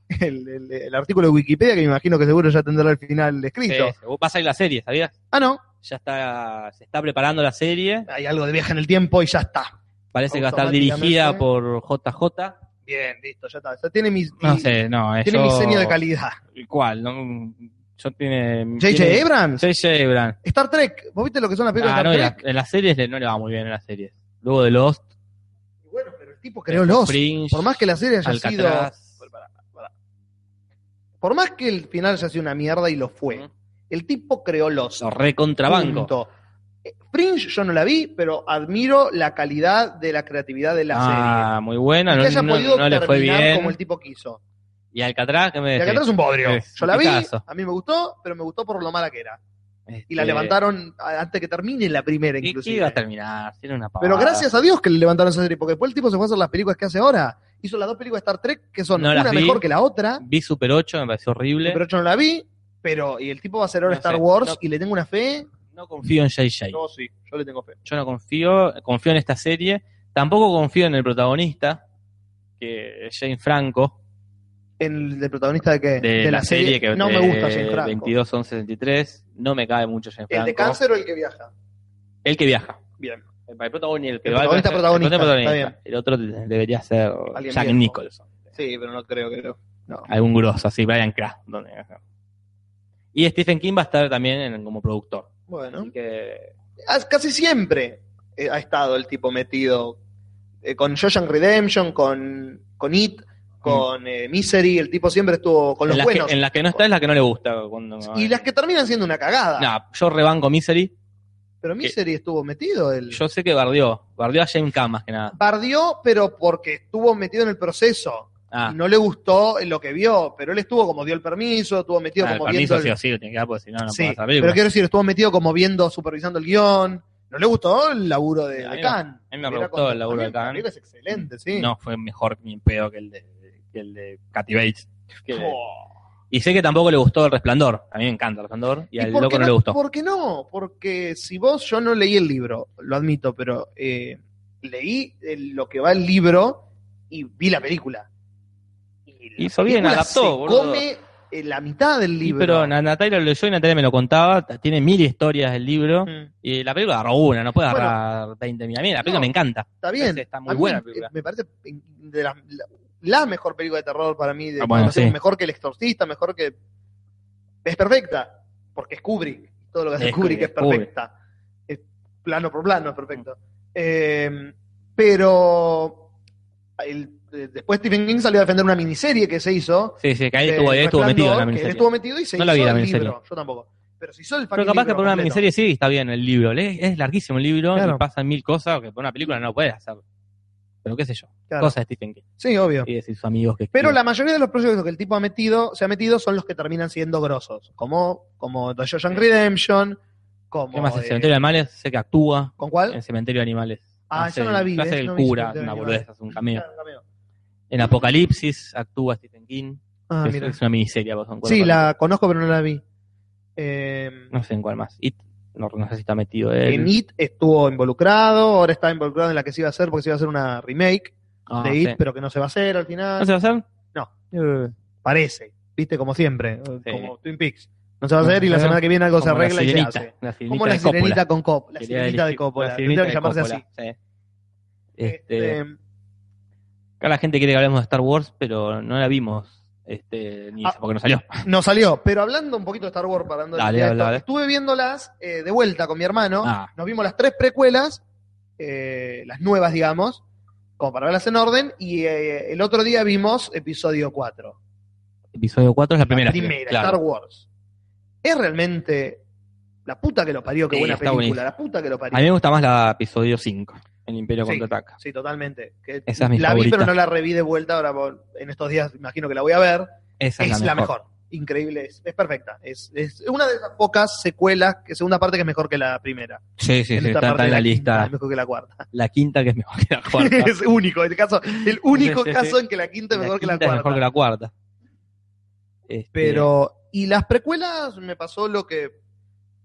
[SPEAKER 2] el, el- el artículo de Wikipedia, que me imagino que seguro ya tendrá el final escrito.
[SPEAKER 1] Sí, vos vas a ir la serie, ¿sabías?
[SPEAKER 2] Ah, no,
[SPEAKER 1] Ya está, se está preparando la serie.
[SPEAKER 2] hay algo de viaje en el tiempo y ya está.
[SPEAKER 1] Parece que va a estar dirigida por JJ.
[SPEAKER 2] Bien, listo, ya está. Ya tiene mi,
[SPEAKER 1] No
[SPEAKER 2] mi-
[SPEAKER 1] sé, no, es
[SPEAKER 2] tiene
[SPEAKER 1] yo-
[SPEAKER 2] mi seña de calidad.
[SPEAKER 1] ¿Cuál? No, yo tiene. tiene-
[SPEAKER 2] J.J. Abrams,
[SPEAKER 1] J.J. Abrams.
[SPEAKER 2] Star Trek. ¿Vos viste lo que son las películas
[SPEAKER 1] Ah, no,
[SPEAKER 2] de
[SPEAKER 1] en,
[SPEAKER 2] Star
[SPEAKER 1] la-
[SPEAKER 2] Trek?
[SPEAKER 1] en las series le- no le va muy bien en las series. Luego de Lost,
[SPEAKER 2] Y Bueno, pero el tipo creó los.
[SPEAKER 1] Fringe,
[SPEAKER 2] Por más que la serie haya sido.
[SPEAKER 1] Alcatraz.
[SPEAKER 2] Por más que el final haya sido una mierda y lo fue. El tipo creó los.
[SPEAKER 1] Lo recontrabanco.
[SPEAKER 2] Punto. Eh, Fringe yo no la vi, pero admiro la calidad de la creatividad de la
[SPEAKER 1] Ah, muy buena.
[SPEAKER 2] serie.
[SPEAKER 1] No,
[SPEAKER 2] Que haya
[SPEAKER 1] no-
[SPEAKER 2] podido
[SPEAKER 1] no le fue
[SPEAKER 2] terminar
[SPEAKER 1] bien.
[SPEAKER 2] como el tipo quiso.
[SPEAKER 1] Y Alcatraz, ¿qué me
[SPEAKER 2] Y
[SPEAKER 1] decís?
[SPEAKER 2] acá atrás es un podrio.
[SPEAKER 1] Es
[SPEAKER 2] Yo la vi,
[SPEAKER 1] Picasso.
[SPEAKER 2] a mí me gustó, pero me gustó por lo mala que era. Y la
[SPEAKER 1] Este,
[SPEAKER 2] levantaron a- antes que termine la primera,
[SPEAKER 1] ¿Qué, qué iba
[SPEAKER 2] inclusive.
[SPEAKER 1] a terminar? Tiene una
[SPEAKER 2] pero
[SPEAKER 1] pavada.
[SPEAKER 2] gracias a Dios que le levantaron esa serie, porque después el tipo se fue a hacer las películas que hace ahora. Hizo las dos películas de Star Trek, que son
[SPEAKER 1] No las
[SPEAKER 2] una
[SPEAKER 1] vi.
[SPEAKER 2] mejor que la otra,
[SPEAKER 1] Vi Super 8, me pareció horrible.
[SPEAKER 2] pero yo no la vi. Pero, y el tipo va a hacer ahora
[SPEAKER 1] No
[SPEAKER 2] Star
[SPEAKER 1] sé,
[SPEAKER 2] Wars
[SPEAKER 1] no.
[SPEAKER 2] y le tengo una fe.
[SPEAKER 1] No confío en JJ.
[SPEAKER 2] No, sí, yo le tengo fe.
[SPEAKER 1] Yo no confío, confío en esta serie. Tampoco confío en el protagonista, que es Jane Franco,
[SPEAKER 2] ¿El del protagonista de qué?
[SPEAKER 1] de, la, serie, que
[SPEAKER 2] no me
[SPEAKER 1] de
[SPEAKER 2] gusta Jane Franco.
[SPEAKER 1] 22, 11, 23. No me cae mucho Jane Franco.
[SPEAKER 2] ¿El de cáncer o el que viaja?
[SPEAKER 1] El que viaja.
[SPEAKER 2] Bien.
[SPEAKER 1] El, el protagonista, el que
[SPEAKER 2] El
[SPEAKER 1] va al-
[SPEAKER 2] protagonista,
[SPEAKER 1] el
[SPEAKER 2] protagonista,
[SPEAKER 1] protagonista. El otro de- debería ser
[SPEAKER 2] Alguien
[SPEAKER 1] Jack
[SPEAKER 2] viejo.
[SPEAKER 1] Nicholson.
[SPEAKER 2] Sí, pero no creo que no.
[SPEAKER 1] Algún grosso, así, Brian Cranston. Y Stephen King va a estar también en- como productor.
[SPEAKER 2] Bueno.
[SPEAKER 1] Así que
[SPEAKER 2] Ah, Casi siempre eh, ha estado el tipo metido eh, con Shawshank Redemption, con, con It, con eh, Misery. El tipo siempre estuvo con
[SPEAKER 1] Mm.
[SPEAKER 2] los
[SPEAKER 1] en las,
[SPEAKER 2] buenos.
[SPEAKER 1] que, en las que no está es la que no le gusta. cuando-
[SPEAKER 2] Y las que terminan siendo una cagada.
[SPEAKER 1] Nah, yo rebanco Misery.
[SPEAKER 2] Pero Misery estuvo metido. El...
[SPEAKER 1] Yo sé que bardeó. Bardeó a James Caan más que nada.
[SPEAKER 2] Bardió, pero porque estuvo metido en el proceso.
[SPEAKER 1] Ah,
[SPEAKER 2] Y no le gustó lo que vio, pero él estuvo como dio el permiso, estuvo metido
[SPEAKER 1] ah, el
[SPEAKER 2] como viendo
[SPEAKER 1] permiso
[SPEAKER 2] el-
[SPEAKER 1] sí o sí, lo tiene que dar porque si no, no
[SPEAKER 2] Sí,
[SPEAKER 1] puedo hacer
[SPEAKER 2] pero
[SPEAKER 1] película.
[SPEAKER 2] quiero decir, estuvo metido como viendo, supervisando el guión. No le gustó el laburo de,
[SPEAKER 1] A mí
[SPEAKER 2] de
[SPEAKER 1] me-
[SPEAKER 2] Khan.
[SPEAKER 1] a mí me
[SPEAKER 2] Era
[SPEAKER 1] gustó
[SPEAKER 2] cuando-
[SPEAKER 1] el laburo
[SPEAKER 2] a mí
[SPEAKER 1] de Khan.
[SPEAKER 2] la película Es excelente, sí.
[SPEAKER 1] No fue mejor ni en pedo que el de, que el de Kathy Bates. Que-
[SPEAKER 2] Oh.
[SPEAKER 1] Y sé que tampoco le gustó El Resplandor. A mí me encanta El Resplandor. Y, al
[SPEAKER 2] por
[SPEAKER 1] loco
[SPEAKER 2] qué
[SPEAKER 1] no, le gustó.
[SPEAKER 2] ¿Por qué no? Porque si vos, yo no leí el libro, lo admito, pero eh, leí el- lo que va el libro y vi la película. Y la
[SPEAKER 1] Hizo bien,
[SPEAKER 2] película
[SPEAKER 1] adaptó,
[SPEAKER 2] se
[SPEAKER 1] boludo.
[SPEAKER 2] come eh, la mitad del
[SPEAKER 1] Sí,
[SPEAKER 2] libro.
[SPEAKER 1] pero Na- Natalia lo leyó y Natalia me lo contaba. t- Tiene mil historias el libro.
[SPEAKER 2] Mm,
[SPEAKER 1] Y la película agarró una, no puede
[SPEAKER 2] Bueno.
[SPEAKER 1] agarrar 20.000. A mí la película
[SPEAKER 2] No.
[SPEAKER 1] me encanta.
[SPEAKER 2] Está bien.
[SPEAKER 1] Ese Este, está muy
[SPEAKER 2] A mí
[SPEAKER 1] buena
[SPEAKER 2] me-
[SPEAKER 1] la película.
[SPEAKER 2] Me parece de las- la, la mejor película de terror para mí. De,
[SPEAKER 1] Ah, bueno,
[SPEAKER 2] no sé,
[SPEAKER 1] sí.
[SPEAKER 2] Mejor que El Exorcista, mejor que. Es perfecta. Porque es Kubrick. Todo lo que hace
[SPEAKER 1] Es
[SPEAKER 2] Kubrick es
[SPEAKER 1] Kubrick, Kubrick.
[SPEAKER 2] perfecta. Es plano por plano es perfecto. Eh, pero. el- eh, después Stephen King salió a defender una miniserie que se hizo.
[SPEAKER 1] Sí, sí, que ahí
[SPEAKER 2] de
[SPEAKER 1] estuvo, ahí estuvo
[SPEAKER 2] Eh, Resplandor,
[SPEAKER 1] metido en la
[SPEAKER 2] que él
[SPEAKER 1] miniserie.
[SPEAKER 2] estuvo metido y se
[SPEAKER 1] No
[SPEAKER 2] hizo
[SPEAKER 1] la vi, la
[SPEAKER 2] el
[SPEAKER 1] miniserie.
[SPEAKER 2] libro. Yo tampoco. Pero se hizo el
[SPEAKER 1] Pero
[SPEAKER 2] fucking
[SPEAKER 1] capaz que
[SPEAKER 2] libro
[SPEAKER 1] por una
[SPEAKER 2] completo.
[SPEAKER 1] miniserie sí está bien el libro. le- Es larguísimo el libro
[SPEAKER 2] Claro.
[SPEAKER 1] y pasan mil cosas que por una película no puedes hacer. Pero qué sé yo.
[SPEAKER 2] Claro.
[SPEAKER 1] Cosas de Stephen King.
[SPEAKER 2] Sí, obvio.
[SPEAKER 1] Y de sus amigos que
[SPEAKER 2] Pero
[SPEAKER 1] escriben.
[SPEAKER 2] la mayoría de los proyectos que el tipo ha metido, se ha metido son los que terminan siendo grosos, como, como The Shawshank Redemption, como...
[SPEAKER 1] ¿Qué más? El
[SPEAKER 2] eh,
[SPEAKER 1] Cementerio de Animales, sé que actúa
[SPEAKER 2] ¿Con
[SPEAKER 1] en
[SPEAKER 2] cuál?
[SPEAKER 1] Cementerio de Animales.
[SPEAKER 2] Ah,
[SPEAKER 1] Hace
[SPEAKER 2] yo no la vi,
[SPEAKER 1] el- Hace
[SPEAKER 2] ¿ves?
[SPEAKER 1] el
[SPEAKER 2] No vi
[SPEAKER 1] cura,
[SPEAKER 2] Cementerio de
[SPEAKER 1] una
[SPEAKER 2] Animales.
[SPEAKER 1] boludez, hace un cameo.
[SPEAKER 2] Ah, un cameo.
[SPEAKER 1] En Apocalipsis actúa Stephen King.
[SPEAKER 2] Ah,
[SPEAKER 1] que es,
[SPEAKER 2] mira.
[SPEAKER 1] es una miniserie. pues, son cuatro
[SPEAKER 2] Sí,
[SPEAKER 1] capítulos.
[SPEAKER 2] la conozco pero no la vi. Eh,
[SPEAKER 1] No sé en cuál más. It, no, no sé si está metido él.
[SPEAKER 2] en It estuvo involucrado, ahora está involucrado en la que se iba a hacer, porque se iba a hacer una remake
[SPEAKER 1] Ah,
[SPEAKER 2] de It,
[SPEAKER 1] sí.
[SPEAKER 2] pero que no se va a hacer al
[SPEAKER 1] ¿No
[SPEAKER 2] final.
[SPEAKER 1] se va a hacer? Eh,
[SPEAKER 2] Parece, viste, como siempre, eh,
[SPEAKER 1] Sí.
[SPEAKER 2] como Twin Peaks. No se va a hacer y la
[SPEAKER 1] Ajá.
[SPEAKER 2] semana que viene algo se
[SPEAKER 1] Como la
[SPEAKER 2] arregla y se
[SPEAKER 1] sirenita,
[SPEAKER 2] hace.
[SPEAKER 1] la sirenita
[SPEAKER 2] Como la
[SPEAKER 1] de Coppola.
[SPEAKER 2] sirenita con Cop, la
[SPEAKER 1] Quería
[SPEAKER 2] sirenita de
[SPEAKER 1] elegir-
[SPEAKER 2] Coppola,
[SPEAKER 1] la
[SPEAKER 2] tendría
[SPEAKER 1] sirenita
[SPEAKER 2] que
[SPEAKER 1] de
[SPEAKER 2] llamarse así.
[SPEAKER 1] Coppola, sí. Este,
[SPEAKER 2] Este,
[SPEAKER 1] Acá la gente quiere que hablemos de Star Wars, pero no la vimos. Este, ni
[SPEAKER 2] Ah.
[SPEAKER 1] porque no salió.
[SPEAKER 2] no salió, pero hablando un poquito de Star Wars, parando
[SPEAKER 1] Dale, habla, dale.
[SPEAKER 2] estuve viéndolas eh, de vuelta con mi hermano.
[SPEAKER 1] Ah.
[SPEAKER 2] Nos vimos las tres precuelas, eh, las nuevas, digamos, como para verlas en orden, y eh, el otro día vimos episodio 4.
[SPEAKER 1] Episodio 4 es la primera.
[SPEAKER 2] la primera,
[SPEAKER 1] claro.
[SPEAKER 2] Star Wars. Es realmente la puta que lo parió, qué
[SPEAKER 1] Sí,
[SPEAKER 2] buena
[SPEAKER 1] está
[SPEAKER 2] película,
[SPEAKER 1] buenísimo.
[SPEAKER 2] la puta que lo parió.
[SPEAKER 1] A mí me gusta más la episodio 5, El Imperio
[SPEAKER 2] Sí.
[SPEAKER 1] Contraataca.
[SPEAKER 2] Sí, totalmente. Que
[SPEAKER 1] Esa es mi
[SPEAKER 2] la vi,
[SPEAKER 1] favorita.
[SPEAKER 2] pero no la reví de vuelta. Ahora por- en estos días imagino que la voy a ver.
[SPEAKER 1] Esa
[SPEAKER 2] es, la, mejor. Increíble, es, es perfecta. Es, es una de esas pocas secuelas, que segunda parte que es mejor que la primera.
[SPEAKER 1] Sí, sí,
[SPEAKER 2] En
[SPEAKER 1] sí, está,
[SPEAKER 2] esta
[SPEAKER 1] está
[SPEAKER 2] parte
[SPEAKER 1] en la,
[SPEAKER 2] de quinta
[SPEAKER 1] lista.
[SPEAKER 2] es mejor que la cuarta.
[SPEAKER 1] La quinta que es mejor que la cuarta.
[SPEAKER 2] es único, el caso, el único
[SPEAKER 1] Sí, sí,
[SPEAKER 2] caso
[SPEAKER 1] sí.
[SPEAKER 2] en que la quinta es mejor que la
[SPEAKER 1] quinta
[SPEAKER 2] cuarta.
[SPEAKER 1] es mejor que la cuarta. Este,
[SPEAKER 2] Pero, y las precuelas me pasó lo que.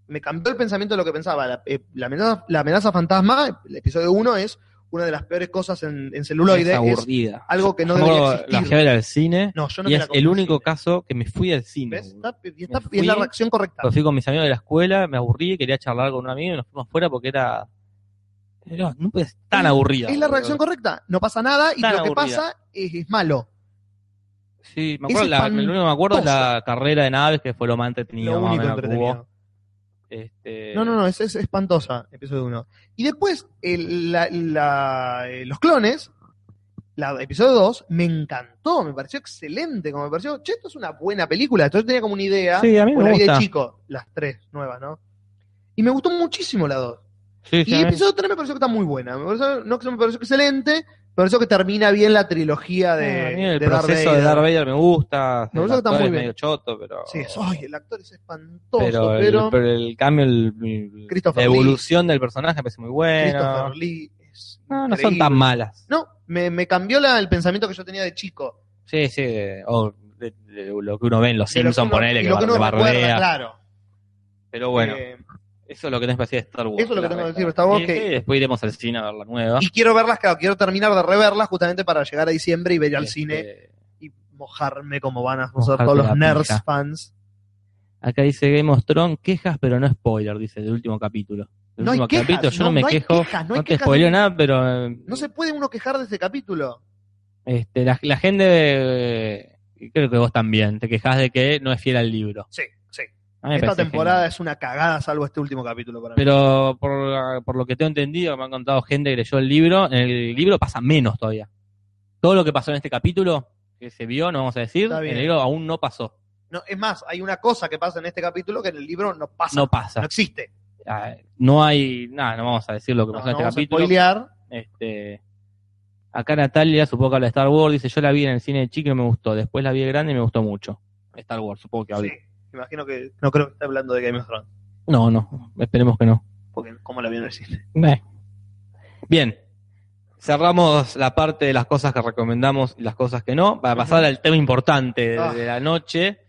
[SPEAKER 2] Me cambió el pensamiento de lo que pensaba. La, eh, la amenaza, la amenaza fantasma, el episodio 1, es una de las peores cosas en, en celuloide
[SPEAKER 1] es
[SPEAKER 2] es,
[SPEAKER 1] aburrida.
[SPEAKER 2] algo que no
[SPEAKER 1] Me acuerdo, la
[SPEAKER 2] debería existir.
[SPEAKER 1] fui a ver al cine
[SPEAKER 2] No, yo no
[SPEAKER 1] y
[SPEAKER 2] me
[SPEAKER 1] es
[SPEAKER 2] la compré
[SPEAKER 1] el
[SPEAKER 2] en
[SPEAKER 1] único
[SPEAKER 2] cine.
[SPEAKER 1] caso que me fui al cine.
[SPEAKER 2] ¿Ves?
[SPEAKER 1] boludo.
[SPEAKER 2] Está- y está-
[SPEAKER 1] Me
[SPEAKER 2] y es la
[SPEAKER 1] fui-
[SPEAKER 2] reacción correcta.
[SPEAKER 1] Cuando fui con mis amigos de la escuela, me aburrí, quería charlar con un amigo y nos fuimos fuera porque era. No, no es tan
[SPEAKER 2] Es-
[SPEAKER 1] aburrida.
[SPEAKER 2] Es la
[SPEAKER 1] boludo.
[SPEAKER 2] reacción correcta. No pasa nada y
[SPEAKER 1] Tan
[SPEAKER 2] lo que
[SPEAKER 1] aburrida.
[SPEAKER 2] pasa es, es malo.
[SPEAKER 1] Sí, me
[SPEAKER 2] es
[SPEAKER 1] acuerdo, la, lo único que me acuerdo es la carrera de naves que fue lo más entretenido.
[SPEAKER 2] Lo
[SPEAKER 1] más o
[SPEAKER 2] único
[SPEAKER 1] menos, que hubo.
[SPEAKER 2] entretenido.
[SPEAKER 1] Este,
[SPEAKER 2] No, no, no, es, es espantosa, episodio 1. Y después, el- la- la- eh, los clones, la, episodio 2, me encantó, me pareció excelente, como me pareció, che, esto es una buena película, entonces tenía como una idea,
[SPEAKER 1] Sí, a mí me
[SPEAKER 2] una idea
[SPEAKER 1] gusta.
[SPEAKER 2] de chico, las tres nuevas, ¿no? Y me gustó muchísimo la 2.
[SPEAKER 1] Sí, sí,
[SPEAKER 2] Y
[SPEAKER 1] a mí-
[SPEAKER 2] episodio 3 me pareció que está muy buena, me pareció, no, que me pareció excelente, me pareció que termina bien la trilogía de,
[SPEAKER 1] a mí Ah, el
[SPEAKER 2] de Darth
[SPEAKER 1] proceso de
[SPEAKER 2] Vader.
[SPEAKER 1] Darth Vader me gusta.
[SPEAKER 2] Me
[SPEAKER 1] el
[SPEAKER 2] gusta que
[SPEAKER 1] actor
[SPEAKER 2] está muy
[SPEAKER 1] es
[SPEAKER 2] bien.
[SPEAKER 1] medio choto, pero.
[SPEAKER 2] Sí, es- ay, el actor es espantoso,
[SPEAKER 1] pero, el-
[SPEAKER 2] pero...
[SPEAKER 1] pero el cambio, el- el-
[SPEAKER 2] Christopher
[SPEAKER 1] la evolución del personaje me parece muy
[SPEAKER 2] Christopher
[SPEAKER 1] buena.
[SPEAKER 2] Lee es
[SPEAKER 1] No, no son
[SPEAKER 2] increíble.
[SPEAKER 1] tan malas.
[SPEAKER 2] No, me, me cambió la- el pensamiento que yo tenía de chico.
[SPEAKER 1] Sí, sí. O de- de lo que uno ve en Los
[SPEAKER 2] De lo que
[SPEAKER 1] Simpsons,
[SPEAKER 2] uno-
[SPEAKER 1] ponele
[SPEAKER 2] y
[SPEAKER 1] que
[SPEAKER 2] lo
[SPEAKER 1] bar-
[SPEAKER 2] uno recuerda,
[SPEAKER 1] bardea.
[SPEAKER 2] claro.
[SPEAKER 1] Pero bueno,
[SPEAKER 2] Eh,
[SPEAKER 1] eso es lo que tenés para decir de Star Wars.
[SPEAKER 2] eso es lo que
[SPEAKER 1] la
[SPEAKER 2] tengo que
[SPEAKER 1] verdad.
[SPEAKER 2] decir de Star Wars,
[SPEAKER 1] Y
[SPEAKER 2] que-
[SPEAKER 1] sí, después iremos al cine a ver la nueva.
[SPEAKER 2] y quiero verlas, claro, quiero terminar de reverlas justamente para llegar a diciembre y ver al
[SPEAKER 1] Este,
[SPEAKER 2] cine y mojarme como van a
[SPEAKER 1] Mojarte
[SPEAKER 2] hacer todos
[SPEAKER 1] la
[SPEAKER 2] los nerds
[SPEAKER 1] pija.
[SPEAKER 2] fans.
[SPEAKER 1] Acá dice Game of Thrones, quejas, pero no spoiler, dice, del último capítulo. Del
[SPEAKER 2] No hay
[SPEAKER 1] último
[SPEAKER 2] quejas,
[SPEAKER 1] capítulo, yo no,
[SPEAKER 2] no-
[SPEAKER 1] me
[SPEAKER 2] no hay
[SPEAKER 1] quejo.
[SPEAKER 2] quejas, no
[SPEAKER 1] no
[SPEAKER 2] hay
[SPEAKER 1] te
[SPEAKER 2] quejas.
[SPEAKER 1] spoileo nada, pero. eh,
[SPEAKER 2] No se puede uno quejar de este capítulo.
[SPEAKER 1] Este, la, la gente, eh, creo que vos también, te quejas de que no es fiel al libro.
[SPEAKER 2] Sí, sí.
[SPEAKER 1] A mí me
[SPEAKER 2] Esta
[SPEAKER 1] parece
[SPEAKER 2] temporada
[SPEAKER 1] genial.
[SPEAKER 2] es una cagada, salvo este último capítulo para mí.
[SPEAKER 1] Pero por, por lo que tengo entendido, me han contado gente que leyó el libro, en el libro pasa menos todavía. Todo lo que pasó en este capítulo, que se vio, no vamos a decir,
[SPEAKER 2] Está
[SPEAKER 1] en
[SPEAKER 2] bien.
[SPEAKER 1] el libro aún no pasó.
[SPEAKER 2] No, es más, hay una cosa que pasa en este capítulo que en el libro no pasa.
[SPEAKER 1] No
[SPEAKER 2] No,
[SPEAKER 1] pasa.
[SPEAKER 2] existe.
[SPEAKER 1] Ah, No hay, nada, no vamos a decir lo que
[SPEAKER 2] No,
[SPEAKER 1] pasó
[SPEAKER 2] no
[SPEAKER 1] en este
[SPEAKER 2] vamos a
[SPEAKER 1] capítulo.
[SPEAKER 2] spoilear.
[SPEAKER 1] Este, acá Natalia, supongo que habla de Star Wars, dice, yo la vi en el cine de chico y me gustó, después la vi de grande y me gustó mucho. Star Wars, supongo que habla.
[SPEAKER 2] Sí, imagino que no creo que esté hablando de Game of Thrones,
[SPEAKER 1] No, no, esperemos que no.
[SPEAKER 2] porque como la vio no existe.
[SPEAKER 1] Eh. Bien, cerramos la parte de las cosas que recomendamos y las cosas que no, para pasar al tema importante de,
[SPEAKER 2] Ah.
[SPEAKER 1] de la noche,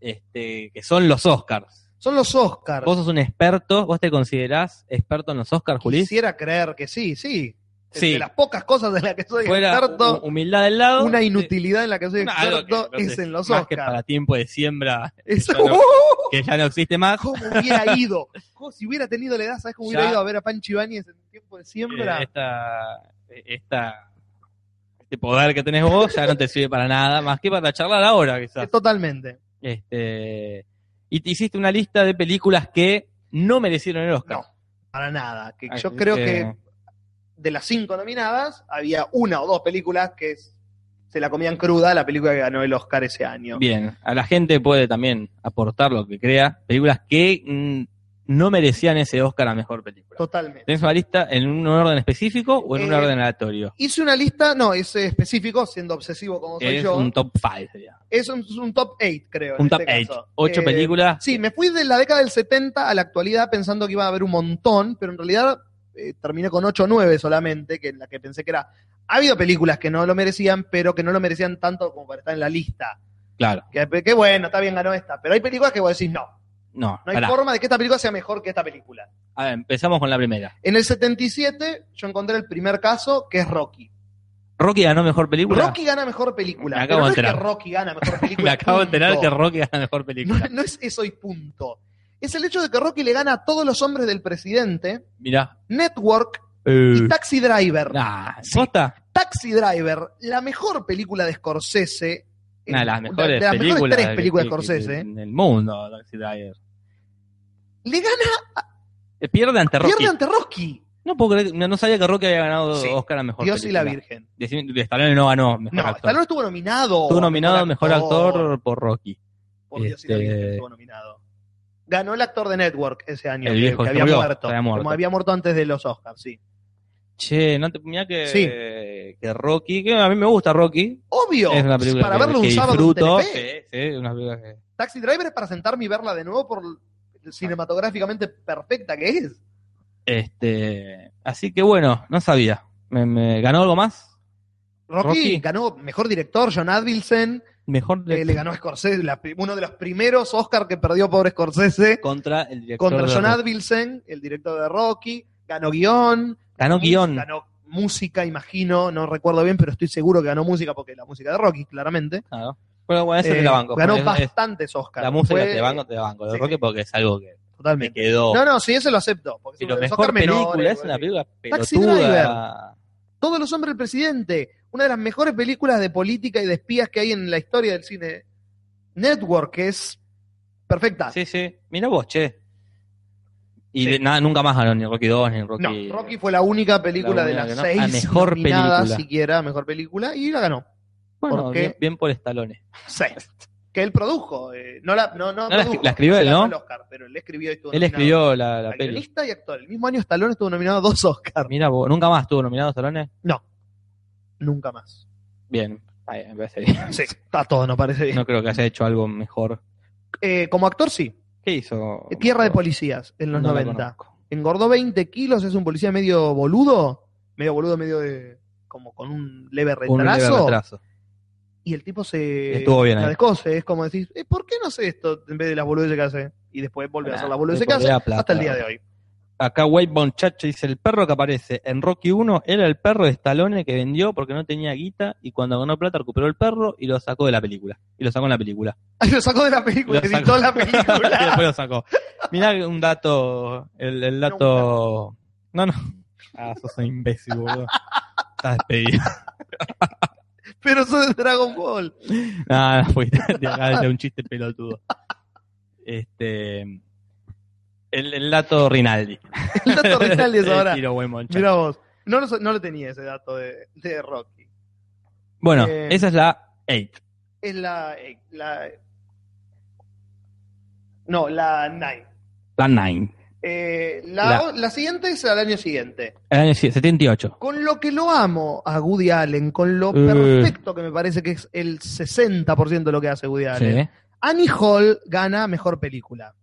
[SPEAKER 1] este, que son los Oscars.
[SPEAKER 2] Son los Oscars.
[SPEAKER 1] Vos sos un experto, vos te considerás experto en los Oscars, Juli.
[SPEAKER 2] Quisiera creer que sí, sí. De-
[SPEAKER 1] Sí.
[SPEAKER 2] De las pocas cosas de las que soy
[SPEAKER 1] Fuera
[SPEAKER 2] experto,
[SPEAKER 1] hu- humildad del lado.
[SPEAKER 2] una
[SPEAKER 1] te-
[SPEAKER 2] inutilidad en la que soy
[SPEAKER 1] No, algo que-
[SPEAKER 2] experto
[SPEAKER 1] no
[SPEAKER 2] es
[SPEAKER 1] sé,
[SPEAKER 2] en los
[SPEAKER 1] más
[SPEAKER 2] Oscars.
[SPEAKER 1] que para tiempo de siembra,
[SPEAKER 2] Es-
[SPEAKER 1] Yo no- que ya no existe más.
[SPEAKER 2] ¿Cómo hubiera ido? ¿Cómo- si hubiera tenido la edad, ¿sabes cómo hubiera
[SPEAKER 1] Ya.
[SPEAKER 2] ido a ver a Panchi Ibáñez en tiempo de siembra?
[SPEAKER 1] Eh, esta, esta, este poder que tenés vos ya no te sirve para nada, más que para charlar ahora, quizás.
[SPEAKER 2] Totalmente.
[SPEAKER 1] Este, y te hiciste una lista de películas que no eh, merecieron el Oscar.
[SPEAKER 2] No, para nada. Que
[SPEAKER 1] Así
[SPEAKER 2] yo creo que de las cinco nominadas, había una o dos películas que es- se la comían cruda la película que ganó el Oscar ese año.
[SPEAKER 1] Bien, a la gente puede también aportar lo que crea. Películas que mm, no merecían ese Oscar a mejor película.
[SPEAKER 2] Totalmente.
[SPEAKER 1] ¿Tenés una lista en un orden específico o en un
[SPEAKER 2] Eh,
[SPEAKER 1] orden aleatorio?
[SPEAKER 2] Hice una lista, no, es eh, específico, siendo obsesivo como soy
[SPEAKER 1] Es
[SPEAKER 2] yo.
[SPEAKER 1] un top 5.
[SPEAKER 2] es un, es un top 8, creo. en
[SPEAKER 1] Un top
[SPEAKER 2] este
[SPEAKER 1] 8.
[SPEAKER 2] caso.
[SPEAKER 1] 8
[SPEAKER 2] Eh,
[SPEAKER 1] películas.
[SPEAKER 2] Sí, me fui de la década del 70 a la actualidad pensando que iba a haber un montón, pero en realidad eh, terminé con 8 o 9 solamente, que en la que pensé que era. Ha habido películas que no lo merecían, pero que no lo merecían tanto como para estar en la lista.
[SPEAKER 1] Claro.
[SPEAKER 2] Que, que bueno, está bien, ganó esta. Pero hay películas que vos decís, no,
[SPEAKER 1] No,
[SPEAKER 2] no hay
[SPEAKER 1] pará.
[SPEAKER 2] forma de que esta película sea mejor que esta película.
[SPEAKER 1] A ver, empezamos con la primera.
[SPEAKER 2] En el 77 yo encontré el primer caso, que es Rocky.
[SPEAKER 1] Rocky ganó mejor película.
[SPEAKER 2] Rocky gana mejor película.
[SPEAKER 1] Me acabo
[SPEAKER 2] pero no
[SPEAKER 1] de
[SPEAKER 2] es que
[SPEAKER 1] enterar.
[SPEAKER 2] Rocky gana mejor película.
[SPEAKER 1] Me acabo de
[SPEAKER 2] punto.
[SPEAKER 1] enterar que Rocky gana mejor
[SPEAKER 2] No,
[SPEAKER 1] película.
[SPEAKER 2] no es eso y punto. Es el hecho de que Rocky le gana a todos los hombres del presidente,
[SPEAKER 1] Mirá.
[SPEAKER 2] Network
[SPEAKER 1] Eh,
[SPEAKER 2] y Taxi Driver.
[SPEAKER 1] nah, ¿posta?
[SPEAKER 2] Taxi Driver, la mejor película de Scorsese.
[SPEAKER 1] Una de las
[SPEAKER 2] eh,
[SPEAKER 1] mejores
[SPEAKER 2] de las mejores
[SPEAKER 1] películas.
[SPEAKER 2] tres películas de
[SPEAKER 1] que- que-
[SPEAKER 2] Scorsese. ¿eh?
[SPEAKER 1] En el mundo, Taxi Driver.
[SPEAKER 2] Le gana,
[SPEAKER 1] Eh, Pierde ante Rocky.
[SPEAKER 2] pierde ante Rocky.
[SPEAKER 1] No, puedo creer- no, no sabía que Rocky había ganado
[SPEAKER 2] Sí.
[SPEAKER 1] Oscar a mejor
[SPEAKER 2] Dios y
[SPEAKER 1] película.
[SPEAKER 2] la Virgen.
[SPEAKER 1] Decime- de Stallone no ganó mejor
[SPEAKER 2] No,
[SPEAKER 1] actor.
[SPEAKER 2] Stallone estuvo nominado.
[SPEAKER 1] Estuvo nominado mejor actor, por Rocky.
[SPEAKER 2] Por Dios y la Virgen
[SPEAKER 1] Este-
[SPEAKER 2] estuvo nominado. Ganó el actor de Network ese año,
[SPEAKER 1] El
[SPEAKER 2] que-
[SPEAKER 1] viejo
[SPEAKER 2] que,
[SPEAKER 1] que
[SPEAKER 2] había
[SPEAKER 1] murió,
[SPEAKER 2] muerto.
[SPEAKER 1] había muerto.
[SPEAKER 2] Como había muerto antes de los Oscars, sí.
[SPEAKER 1] Che, no te mirá que,
[SPEAKER 2] Sí.
[SPEAKER 1] que Rocky, que a mí me gusta Rocky.
[SPEAKER 2] Obvio,
[SPEAKER 1] es una película
[SPEAKER 2] para
[SPEAKER 1] que,
[SPEAKER 2] verlo
[SPEAKER 1] que
[SPEAKER 2] un sábado en
[SPEAKER 1] disfruto.
[SPEAKER 2] Telefe.
[SPEAKER 1] Sí, sí, una película que-
[SPEAKER 2] Taxi Driver es para sentarme y verla de nuevo por cinematográficamente perfecta que es.
[SPEAKER 1] Este, así que bueno, no sabía. Me, me- ¿Ganó algo más?
[SPEAKER 2] Rocky,
[SPEAKER 1] Rocky.
[SPEAKER 2] ganó mejor director, John Advilsen,
[SPEAKER 1] Mejor
[SPEAKER 2] eh, le ganó Scorsese, la pri- uno de los primeros Oscar que perdió pobre Scorsese
[SPEAKER 1] contra el director.
[SPEAKER 2] contra
[SPEAKER 1] de
[SPEAKER 2] John
[SPEAKER 1] Rocky.
[SPEAKER 2] Advilsen, el director de Rocky, ganó guión,
[SPEAKER 1] Ganó guión.
[SPEAKER 2] ganó música, imagino, no recuerdo bien, pero estoy seguro que ganó música porque la música de Rocky, claramente.
[SPEAKER 1] Claro. Ah, Bueno, bueno, eso
[SPEAKER 2] Eh,
[SPEAKER 1] te la banco.
[SPEAKER 2] ganó
[SPEAKER 1] Es- es-
[SPEAKER 2] bastantes Oscars.
[SPEAKER 1] la música
[SPEAKER 2] Fue,
[SPEAKER 1] te banco, te la banco. Lo
[SPEAKER 2] sí.
[SPEAKER 1] de Rocky porque es algo que me
[SPEAKER 2] Totalmente.
[SPEAKER 1] quedó.
[SPEAKER 2] No, no, sí, eso lo acepto. Porque
[SPEAKER 1] y lo
[SPEAKER 2] son los
[SPEAKER 1] mejor
[SPEAKER 2] Oscars menores,
[SPEAKER 1] película es una
[SPEAKER 2] porque-
[SPEAKER 1] película
[SPEAKER 2] Taxi
[SPEAKER 1] pelotuda.
[SPEAKER 2] Todos los hombres del presidente. Una de las mejores películas de política y de espías que hay en la historia del cine. Network, que es perfecta.
[SPEAKER 1] Sí, sí. Mira vos, che. Y
[SPEAKER 2] Sí.
[SPEAKER 1] de- nada, nunca más ganó ni Rocky 2, ni Rocky.
[SPEAKER 2] No, Rocky fue la única película
[SPEAKER 1] la
[SPEAKER 2] de
[SPEAKER 1] única
[SPEAKER 2] las
[SPEAKER 1] que no.
[SPEAKER 2] seis
[SPEAKER 1] A mejor
[SPEAKER 2] nominadas
[SPEAKER 1] película.
[SPEAKER 2] siquiera, a mejor película, y la ganó.
[SPEAKER 1] Bueno,
[SPEAKER 2] ¿por qué?
[SPEAKER 1] bien, bien por Stallone.
[SPEAKER 2] Sí. Que él produjo. eh, no la, no, no
[SPEAKER 1] No la
[SPEAKER 2] produjo,
[SPEAKER 1] escri- la escribió
[SPEAKER 2] se
[SPEAKER 1] él,
[SPEAKER 2] ganó
[SPEAKER 1] ¿no?
[SPEAKER 2] el Oscar, pero él escribió y estuvo
[SPEAKER 1] Él
[SPEAKER 2] nominado
[SPEAKER 1] escribió la, la
[SPEAKER 2] a
[SPEAKER 1] peli.
[SPEAKER 2] guionista y actor. El mismo año Stallone estuvo nominado a dos Oscars.
[SPEAKER 1] Mira vos, nunca más estuvo nominado Stallone.
[SPEAKER 2] Nunca más.
[SPEAKER 1] Bien. Ahí, me parece bien.
[SPEAKER 2] Sí, está todo, no parece bien.
[SPEAKER 1] No creo que haya hecho algo mejor.
[SPEAKER 2] Eh, como actor, sí.
[SPEAKER 1] ¿Qué hizo?
[SPEAKER 2] Tierra de policías, en los
[SPEAKER 1] No la
[SPEAKER 2] 90.
[SPEAKER 1] conozco.
[SPEAKER 2] Engordó 20 kilos, es un policía medio boludo. Medio boludo, medio de. como con un leve retraso.
[SPEAKER 1] Un leve retraso.
[SPEAKER 2] Y el tipo se.
[SPEAKER 1] Estuvo bien
[SPEAKER 2] La
[SPEAKER 1] ahí.
[SPEAKER 2] descoce, es como decir, "Eh, ¿por qué no hace esto en vez de las boludeces que hace? Y después vuelve a hacer las boludeces que hace
[SPEAKER 1] Volver a plata.
[SPEAKER 2] hasta el día de hoy.
[SPEAKER 1] Acá Wade Bonchacho dice, el perro que aparece en Rocky 1 era el perro de Stallone que vendió porque no tenía guita y cuando ganó plata recuperó el perro y lo sacó de la película. Y lo sacó en la película.
[SPEAKER 2] Ay, lo sacó de la película,
[SPEAKER 1] Lo sacó.
[SPEAKER 2] editó la
[SPEAKER 1] Y
[SPEAKER 2] película.
[SPEAKER 1] después lo sacó. Mirá un dato, el, el dato... No, no. Ah, sos un imbécil, boludo. Estás despedido.
[SPEAKER 2] pero eso de Dragon Ball.
[SPEAKER 1] Nada, fuiste de acá de un chiste pelotudo. Este... El, el dato Rinaldi.
[SPEAKER 2] El dato real es
[SPEAKER 1] El
[SPEAKER 2] ahora.
[SPEAKER 1] tiro Wade Bonchacho.
[SPEAKER 2] Mirá vos. No lo, so- no lo tenía ese dato de, de Rocky.
[SPEAKER 1] Bueno,
[SPEAKER 2] Eh,
[SPEAKER 1] esa es la 8.
[SPEAKER 2] Es la. eh, la- no, la Nine.
[SPEAKER 1] La 9.
[SPEAKER 2] Eh, la, la siguiente es al año siguiente.
[SPEAKER 1] El año 78.
[SPEAKER 2] Con lo que lo amo a Woody Allen, con lo
[SPEAKER 1] Eh.
[SPEAKER 2] perfecto que me parece que es el 60% de lo que hace Woody Allen.
[SPEAKER 1] Sí.
[SPEAKER 2] Annie Hall gana mejor película.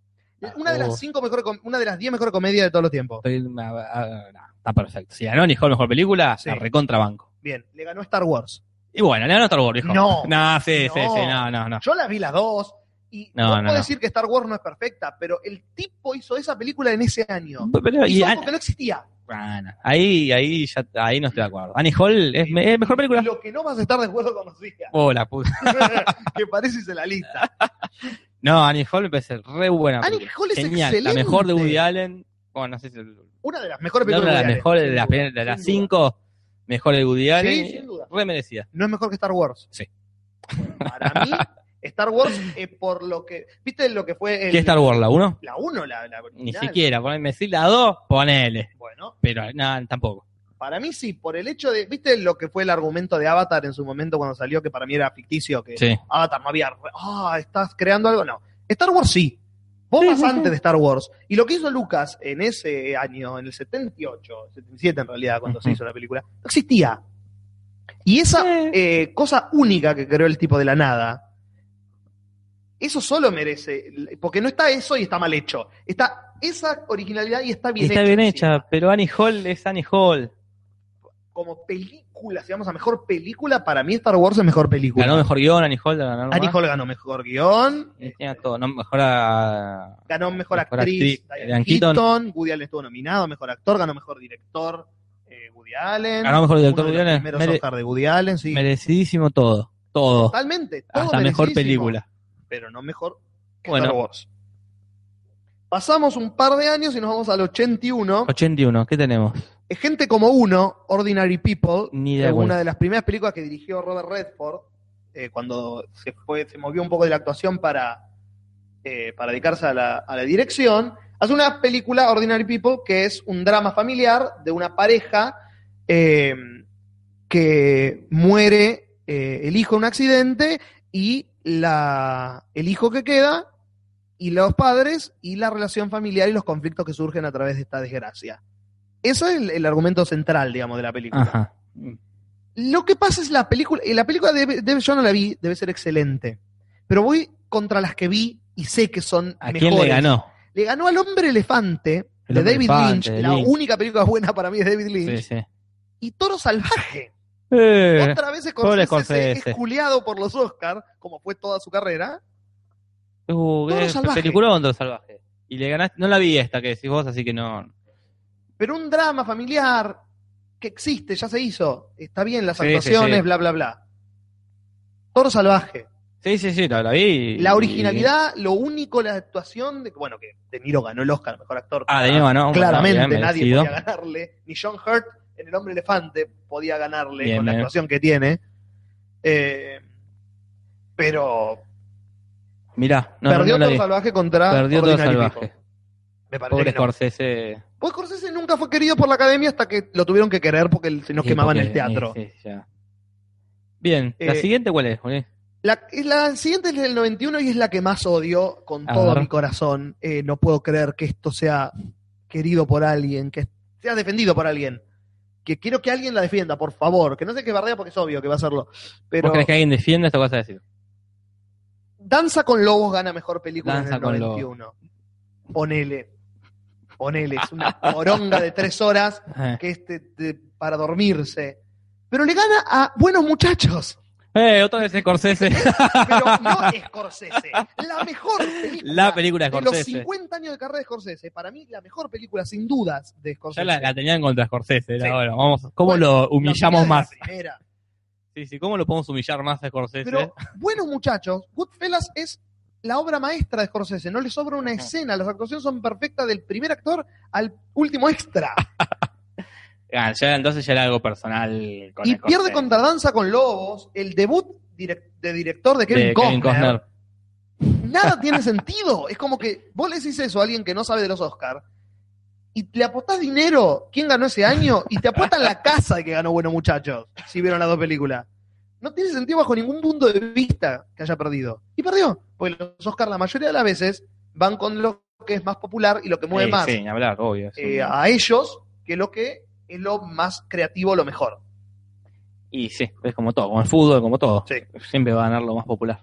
[SPEAKER 1] Ah,
[SPEAKER 2] Una de
[SPEAKER 1] oh.
[SPEAKER 2] las cinco mejores, com- una de las diez mejores comedias de todos los tiempos.
[SPEAKER 1] Estoy- ah, ah, ah, está perfecto. Si ganó Nijol mejor película,
[SPEAKER 2] Sí.
[SPEAKER 1] la recontrabanco.
[SPEAKER 2] Bien, le ganó Star Wars.
[SPEAKER 1] Y bueno, le ganó Star Wars, dijo.
[SPEAKER 2] No.
[SPEAKER 1] No, sí, sí,
[SPEAKER 2] No.
[SPEAKER 1] sí, no, no, no.
[SPEAKER 2] Yo las vi las dos y
[SPEAKER 1] No,
[SPEAKER 2] no,
[SPEAKER 1] no,
[SPEAKER 2] puedo
[SPEAKER 1] no.
[SPEAKER 2] decir que Star Wars no es perfecta, pero el tipo hizo esa película en ese año.
[SPEAKER 1] Pero- y
[SPEAKER 2] Hizo
[SPEAKER 1] An-
[SPEAKER 2] algo que no existía.
[SPEAKER 1] bueno, ahí, ahí, ya, ahí no estoy de acuerdo. Annie Hall es, me- es mejor película.
[SPEAKER 2] Lo que no vas a estar de acuerdo con los días.
[SPEAKER 1] Oh, la puta.
[SPEAKER 2] que pareces en la lista.
[SPEAKER 1] No, Annie Hall me parece re buena.
[SPEAKER 2] Annie
[SPEAKER 1] película.
[SPEAKER 2] Hall es
[SPEAKER 1] Ah, Genial,
[SPEAKER 2] excelente.
[SPEAKER 1] la mejor de Woody Allen. Bueno, no sé si es el-
[SPEAKER 2] Una de las mejores
[SPEAKER 1] no,
[SPEAKER 2] películas
[SPEAKER 1] una de las
[SPEAKER 2] Woody
[SPEAKER 1] mejores de
[SPEAKER 2] Allen,
[SPEAKER 1] las,
[SPEAKER 2] sin duda,
[SPEAKER 1] de las
[SPEAKER 2] sin duda.
[SPEAKER 1] cinco, mejor de Woody Allen.
[SPEAKER 2] sin duda.
[SPEAKER 1] Re merecida.
[SPEAKER 2] ¿No es mejor que Star Wars?
[SPEAKER 1] Sí.
[SPEAKER 2] Bueno, para mí, Star Wars es por lo que. ¿Viste lo que fue el-
[SPEAKER 1] ¿Qué Star Wars, la 1?
[SPEAKER 2] la 1? La, la
[SPEAKER 1] Ni
[SPEAKER 2] original?
[SPEAKER 1] siquiera, poneme decir la 2, ponele.
[SPEAKER 2] Bueno,
[SPEAKER 1] Pero no, tampoco.
[SPEAKER 2] para mí sí, por el hecho de. ¿Viste lo que fue el argumento de Avatar en su momento cuando salió? Que para mí era ficticio, que
[SPEAKER 1] Sí.
[SPEAKER 2] Avatar no había. re- Ah, estás creando algo. No. Star Wars sí. Vos vas antes de Star Wars. Y lo que hizo Lucas en ese año, en el 78, 77 en realidad, cuando se
[SPEAKER 1] Ujú.
[SPEAKER 2] hizo la película, no existía. Y esa
[SPEAKER 1] Sí.
[SPEAKER 2] eh, cosa única que creó el tipo de la nada, eso solo merece. Porque no está eso y está mal hecho. Está esa originalidad y está bien
[SPEAKER 1] está
[SPEAKER 2] hecho
[SPEAKER 1] bien
[SPEAKER 2] encima.
[SPEAKER 1] hecha, pero Annie Hall es Annie Hall.
[SPEAKER 2] Como película, si vamos a mejor película, para mí Star Wars es mejor película.
[SPEAKER 1] Ganó mejor guión, Annie Hall ganó más.
[SPEAKER 2] Annie Hall ganó mejor guión.
[SPEAKER 1] Y tenía todo, no, mejor a...
[SPEAKER 2] ganó mejor,
[SPEAKER 1] Mejor
[SPEAKER 2] actriz,
[SPEAKER 1] actriz,
[SPEAKER 2] Diane
[SPEAKER 1] Diane
[SPEAKER 2] Keaton.
[SPEAKER 1] Keaton.
[SPEAKER 2] Woody Allen estuvo nominado, mejor actor, ganó mejor director, eh, Woody Allen.
[SPEAKER 1] Ganó mejor director
[SPEAKER 2] Uno de
[SPEAKER 1] Woody
[SPEAKER 2] los
[SPEAKER 1] Allen.
[SPEAKER 2] primeros
[SPEAKER 1] Mere-
[SPEAKER 2] Oscar de Woody Allen, sí.
[SPEAKER 1] Merecidísimo todo, todo.
[SPEAKER 2] Totalmente. todo
[SPEAKER 1] Hasta mejor
[SPEAKER 2] merecidísimo,
[SPEAKER 1] película.
[SPEAKER 2] Pero no mejor que
[SPEAKER 1] Bueno.
[SPEAKER 2] Star Wars. Pasamos un par de años y nos vamos al 81.
[SPEAKER 1] 81, ¿qué tenemos?
[SPEAKER 2] Es Gente como uno, Ordinary People,
[SPEAKER 1] Ni
[SPEAKER 2] que
[SPEAKER 1] idea
[SPEAKER 2] es
[SPEAKER 1] cuál
[SPEAKER 2] una
[SPEAKER 1] es.
[SPEAKER 2] de las primeras películas que dirigió Robert Redford, eh, cuando se fue, se movió un poco de la actuación para, eh, para dedicarse a la, a la dirección, hace una película, Ordinary People, que es un drama familiar de una pareja eh, que muere eh, el hijo en un accidente y la, el hijo que queda y los padres y la relación familiar y los conflictos que surgen a través de esta desgracia. Eso es el, el argumento central, digamos, de la película.
[SPEAKER 1] Ajá.
[SPEAKER 2] Lo que pasa es la película, y la película debe, debe- yo no la vi, debe ser excelente. Pero voy contra las que vi y sé que son
[SPEAKER 1] ¿A
[SPEAKER 2] mejores.
[SPEAKER 1] quién le ganó?
[SPEAKER 2] Le ganó al Hombre Elefante
[SPEAKER 1] El
[SPEAKER 2] de
[SPEAKER 1] Hombre
[SPEAKER 2] David
[SPEAKER 1] Elefante,
[SPEAKER 2] Lynch,
[SPEAKER 1] de
[SPEAKER 2] la
[SPEAKER 1] Lynch.
[SPEAKER 2] única película buena para mí es David Lynch.
[SPEAKER 1] Sí, sí.
[SPEAKER 2] Y Toro Salvaje.
[SPEAKER 1] Eh,
[SPEAKER 2] Otra vez
[SPEAKER 1] pobre
[SPEAKER 2] Scorsese,
[SPEAKER 1] Scorsese.
[SPEAKER 2] es culeado por los Oscars, como fue toda su carrera.
[SPEAKER 1] uh,
[SPEAKER 2] Toro
[SPEAKER 1] qué
[SPEAKER 2] Salvaje.
[SPEAKER 1] película contra salvaje. Y le ganaste, no la vi esta que decís vos, así que no.
[SPEAKER 2] Pero un drama familiar que existe, ya se hizo, está bien las
[SPEAKER 1] Sí, sí,
[SPEAKER 2] actuaciones,
[SPEAKER 1] sí.
[SPEAKER 2] bla, bla, bla. Toro Salvaje.
[SPEAKER 1] Sí, sí, sí, la, la vi.
[SPEAKER 2] La originalidad, lo único, la actuación de. Bueno, que De Niro ganó el Oscar, mejor actor.
[SPEAKER 1] Ah, De Niro ganó.
[SPEAKER 2] Claramente
[SPEAKER 1] Bien,
[SPEAKER 2] nadie
[SPEAKER 1] merecido.
[SPEAKER 2] podía ganarle. Ni John Hurt en El Hombre Elefante podía ganarle
[SPEAKER 1] Bien,
[SPEAKER 2] con la
[SPEAKER 1] bien.
[SPEAKER 2] actuación que tiene. Eh, pero
[SPEAKER 1] Mirá, no, no, no
[SPEAKER 2] perdió
[SPEAKER 1] la
[SPEAKER 2] Toro
[SPEAKER 1] vi.
[SPEAKER 2] Salvaje contra
[SPEAKER 1] Perdió todo
[SPEAKER 2] Ordinary
[SPEAKER 1] salvaje.
[SPEAKER 2] People. Me parece
[SPEAKER 1] Pobre
[SPEAKER 2] que no.
[SPEAKER 1] Scorsese.
[SPEAKER 2] Pues Scorsese nunca fue querido por la academia hasta que lo tuvieron que querer porque el- si no
[SPEAKER 1] Sí,
[SPEAKER 2] quemaban
[SPEAKER 1] porque-
[SPEAKER 2] el teatro.
[SPEAKER 1] sí, sí, ya. Bien, ¿la
[SPEAKER 2] Eh,
[SPEAKER 1] siguiente cuál es? Juli?
[SPEAKER 2] La, es la siguiente es del 91 y es la que más odio con
[SPEAKER 1] A
[SPEAKER 2] todo
[SPEAKER 1] ver.
[SPEAKER 2] mi corazón. Eh, no puedo creer que esto sea querido por alguien, que sea defendido por alguien. Que quiero que alguien la defienda, por favor. Que no sé qué bardea porque es obvio que va a hacerlo. Pero
[SPEAKER 1] ¿Vos crees que alguien defienda esto que vas a decir?
[SPEAKER 2] Danza con Lobos gana mejor película
[SPEAKER 1] Danza
[SPEAKER 2] en
[SPEAKER 1] con
[SPEAKER 2] el 91. Ponele. Ponele. Es una poronga de tres horas
[SPEAKER 1] Eh,
[SPEAKER 2] que este de- para dormirse. Pero le gana a buenos muchachos.
[SPEAKER 1] Eh, otra vez Scorsese.
[SPEAKER 2] pero no Scorsese. La mejor película.
[SPEAKER 1] la película de
[SPEAKER 2] de los
[SPEAKER 1] Scorsese.
[SPEAKER 2] 50 años de carrera de Scorsese, para mí la mejor película sin dudas de
[SPEAKER 1] Ya
[SPEAKER 2] Scorsese.
[SPEAKER 1] la, la tenían contra Scorsese. era,
[SPEAKER 2] Sí.
[SPEAKER 1] bueno, vamos, ¿Cómo
[SPEAKER 2] Bueno,
[SPEAKER 1] lo humillamos
[SPEAKER 2] La
[SPEAKER 1] más?
[SPEAKER 2] primera.
[SPEAKER 1] Sí, sí, ¿cómo lo podemos humillar más a Scorsese?
[SPEAKER 2] Pero buenos muchachos, Goodfellas es la obra maestra de Scorsese, no le sobra una escena, las actuaciones son perfectas del primer actor al último extra.
[SPEAKER 1] Ah, ya, entonces ya era algo personal. Con
[SPEAKER 2] y
[SPEAKER 1] Scorsese.
[SPEAKER 2] pierde contra Danza con Lobos, el debut direc- de director de
[SPEAKER 1] De
[SPEAKER 2] Kevin,
[SPEAKER 1] Kevin
[SPEAKER 2] Costner.
[SPEAKER 1] Costner.
[SPEAKER 2] nada tiene sentido. Es como que vos le decís eso a alguien que no sabe de los Oscars y le apostás dinero, quién ganó ese año, y te apuestan la casa de que ganó Bueno Muchachos, si vieron las dos películas. No tiene sentido bajo ningún punto de vista que haya perdido. Y perdió, porque los Oscars la mayoría de las veces van con lo que es más popular y lo que mueve
[SPEAKER 1] Eh,
[SPEAKER 2] más
[SPEAKER 1] Sí, ni hablar, obvio. es un-
[SPEAKER 2] eh, a ellos que lo que es lo más creativo, lo mejor.
[SPEAKER 1] Y sí, es como todo, como el fútbol, como todo.
[SPEAKER 2] Sí.
[SPEAKER 1] Siempre va a ganar lo más popular.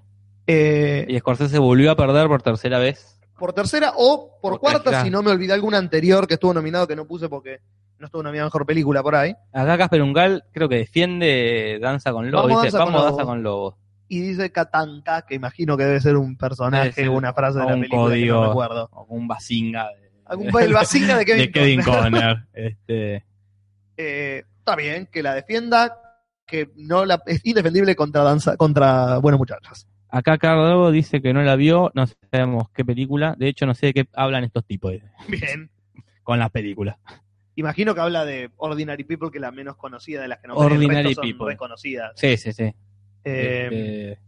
[SPEAKER 2] Eh,
[SPEAKER 1] Y Scorsese volvió a perder por tercera vez.
[SPEAKER 2] por tercera o por
[SPEAKER 1] Por
[SPEAKER 2] cuarta,
[SPEAKER 1] tercera.
[SPEAKER 2] si no me olvidé alguna anterior que estuvo nominado que no puse porque no estuvo nominado a mejor película por ahí.
[SPEAKER 1] Acá Casper Ungal creo que defiende Danza con Lobos.
[SPEAKER 2] Vamos,
[SPEAKER 1] dice,
[SPEAKER 2] Danza con
[SPEAKER 1] vamos,
[SPEAKER 2] Lobos".
[SPEAKER 1] Danza con Lobos.
[SPEAKER 2] Y dice Katanka, que imagino que debe ser un personaje,
[SPEAKER 1] Debe ser
[SPEAKER 2] una frase de la
[SPEAKER 1] un
[SPEAKER 2] película que
[SPEAKER 1] código.
[SPEAKER 2] no recuerdo.
[SPEAKER 1] O con un basinga de,
[SPEAKER 2] Algún el vacina de Kevin.
[SPEAKER 1] de Kevin
[SPEAKER 2] Costner.
[SPEAKER 1] Conner. Este,
[SPEAKER 2] Eh, está bien, que la defienda, que no la es indefendible contra danza, contra buenos muchachos.
[SPEAKER 1] acá Cardo dice que no la vio, no sabemos qué película. De hecho, no sé de qué hablan estos tipos dice,
[SPEAKER 2] Bien.
[SPEAKER 1] con las películas.
[SPEAKER 2] Imagino que habla de Ordinary People, que es la menos conocida de las que no
[SPEAKER 1] Ordinary
[SPEAKER 2] son
[SPEAKER 1] People.
[SPEAKER 2] reconocidas.
[SPEAKER 1] Sí, sí, sí.
[SPEAKER 2] Eh,
[SPEAKER 1] Este,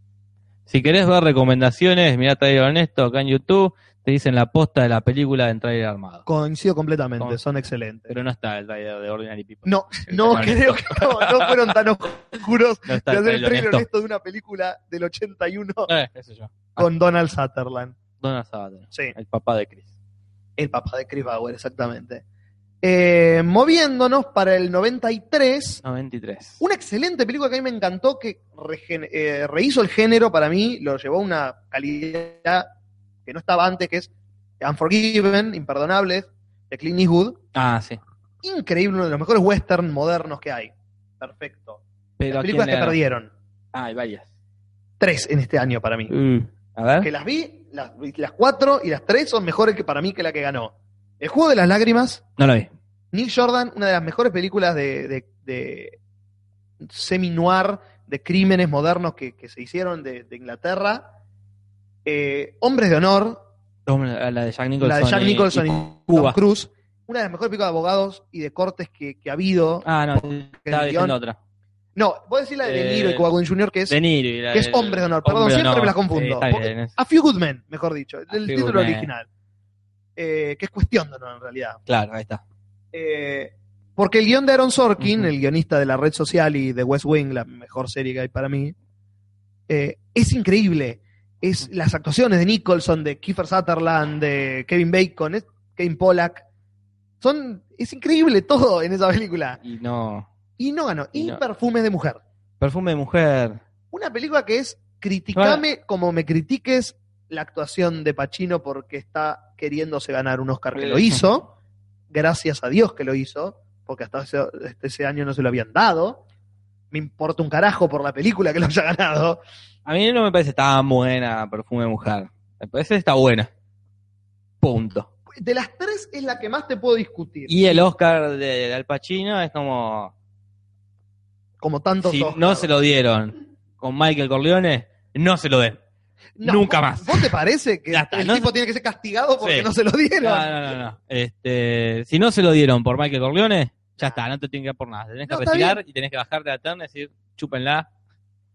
[SPEAKER 1] si querés ver recomendaciones, mirá Trailer Honesto acá en YouTube. Te dicen la posta de la película en Trailer Armado.
[SPEAKER 2] Coincido completamente,
[SPEAKER 1] Con-
[SPEAKER 2] son excelentes.
[SPEAKER 1] Pero no está el trailer de Ordinary People.
[SPEAKER 2] No, no
[SPEAKER 1] Bueno,
[SPEAKER 2] creo que no, no fueron tan oscuros
[SPEAKER 1] No está el
[SPEAKER 2] de hacer el
[SPEAKER 1] trailer
[SPEAKER 2] trailer
[SPEAKER 1] honesto.
[SPEAKER 2] honesto de una película del 81
[SPEAKER 1] Eh, qué sé yo.
[SPEAKER 2] con Donald Sutherland.
[SPEAKER 1] Donna Sutherland,
[SPEAKER 2] Sí.
[SPEAKER 1] el papá de Chris.
[SPEAKER 2] El papá de Chris Bauer, exactamente. Eh, moviéndonos para el 93,
[SPEAKER 1] 93.
[SPEAKER 2] una excelente película que a mí me encantó, que regen- eh, rehizo el género para mí, lo llevó a una calidad que no estaba antes, que es Unforgiven, Imperdonables, de Clint Eastwood.
[SPEAKER 1] Ah, sí.
[SPEAKER 2] Increíble, uno de los mejores western modernos que hay. Perfecto.
[SPEAKER 1] Pero ¿a quién
[SPEAKER 2] Películas
[SPEAKER 1] le
[SPEAKER 2] que
[SPEAKER 1] ganó?
[SPEAKER 2] perdieron.
[SPEAKER 1] Ah, hay varias.
[SPEAKER 2] Tres en este año para mí.
[SPEAKER 1] a ver.
[SPEAKER 2] Que las vi, las, las cuatro y las tres son mejores que para mí que la que ganó. El Juego de las Lágrimas,
[SPEAKER 1] No la vi.
[SPEAKER 2] Neil Jordan, una de las mejores películas de, de, de semi-noir, de crímenes modernos que, que se hicieron de, de Inglaterra. Eh, Hombres de Honor,
[SPEAKER 1] No, La de Jack Nicholson.
[SPEAKER 2] la de Jack
[SPEAKER 1] y-
[SPEAKER 2] Nicholson y,
[SPEAKER 1] y-
[SPEAKER 2] Tom
[SPEAKER 1] Cuba.
[SPEAKER 2] Cruise. Una de las mejores películas de abogados y de cortes que, que ha habido.
[SPEAKER 1] Ah, no, estaba
[SPEAKER 2] el
[SPEAKER 1] diciendo
[SPEAKER 2] guión-
[SPEAKER 1] otra.
[SPEAKER 2] No, voy a decir la de
[SPEAKER 1] Eh,
[SPEAKER 2] De Niro y Cuba Gooding Jr., que es
[SPEAKER 1] De Niro y la
[SPEAKER 2] que es
[SPEAKER 1] del-
[SPEAKER 2] Hombre de Honor. Perdón,
[SPEAKER 1] Hombre de
[SPEAKER 2] siempre
[SPEAKER 1] Honor.
[SPEAKER 2] me las confundo.
[SPEAKER 1] Sí, está bien, es-
[SPEAKER 2] A Few Good Men, mejor dicho, el
[SPEAKER 1] Few
[SPEAKER 2] título
[SPEAKER 1] Good Men.
[SPEAKER 2] original. Eh, que es cuestión de honor en realidad.
[SPEAKER 1] Claro, ahí está.
[SPEAKER 2] Eh, porque el guión de Aaron Sorkin,
[SPEAKER 1] Ujú.
[SPEAKER 2] el guionista de la red social y de West Wing, la mejor serie que hay para mí, eh, es increíble. Es las actuaciones de Nicholson, de Kiefer Sutherland, de Kevin Bacon, es- Kevin Pollack. Son, es increíble todo en esa película.
[SPEAKER 1] Y no.
[SPEAKER 2] Y no ganó.
[SPEAKER 1] Y
[SPEAKER 2] Y,
[SPEAKER 1] no.
[SPEAKER 2] Perfumes de Mujer.
[SPEAKER 1] Perfume de mujer.
[SPEAKER 2] Una película que es criticame como me critiques la actuación de Pacino porque está queriéndose ganar un Oscar que lo
[SPEAKER 1] Eh.
[SPEAKER 2] hizo. Gracias a Dios que lo hizo, porque hasta ese, este- ese año no se lo habían dado. Me importa un carajo por la película que lo haya ganado.
[SPEAKER 1] A mí no me parece tan buena Perfume de mujer. Me parece que está buena. Punto.
[SPEAKER 2] De las tres es la que más te puedo discutir.
[SPEAKER 1] Y el Oscar de Al Pacino es como.
[SPEAKER 2] como tantos
[SPEAKER 1] Si
[SPEAKER 2] Oscar.
[SPEAKER 1] no se lo dieron con Michael Corleone, no se lo den.
[SPEAKER 2] No,
[SPEAKER 1] nunca
[SPEAKER 2] ¿vos-
[SPEAKER 1] más.
[SPEAKER 2] ¿Vos te parece que
[SPEAKER 1] Ya está,
[SPEAKER 2] el
[SPEAKER 1] no
[SPEAKER 2] tipo tiene que ser castigado porque
[SPEAKER 1] Sí.
[SPEAKER 2] no se lo dieron?
[SPEAKER 1] No, no, no, no. Este, si no se lo dieron por Michael Corleone, ya está, no te tienen que dar por nada. Te Tenés que
[SPEAKER 2] No, está
[SPEAKER 1] retirar y tenés que bajarte a la terna y decir, chúpenla.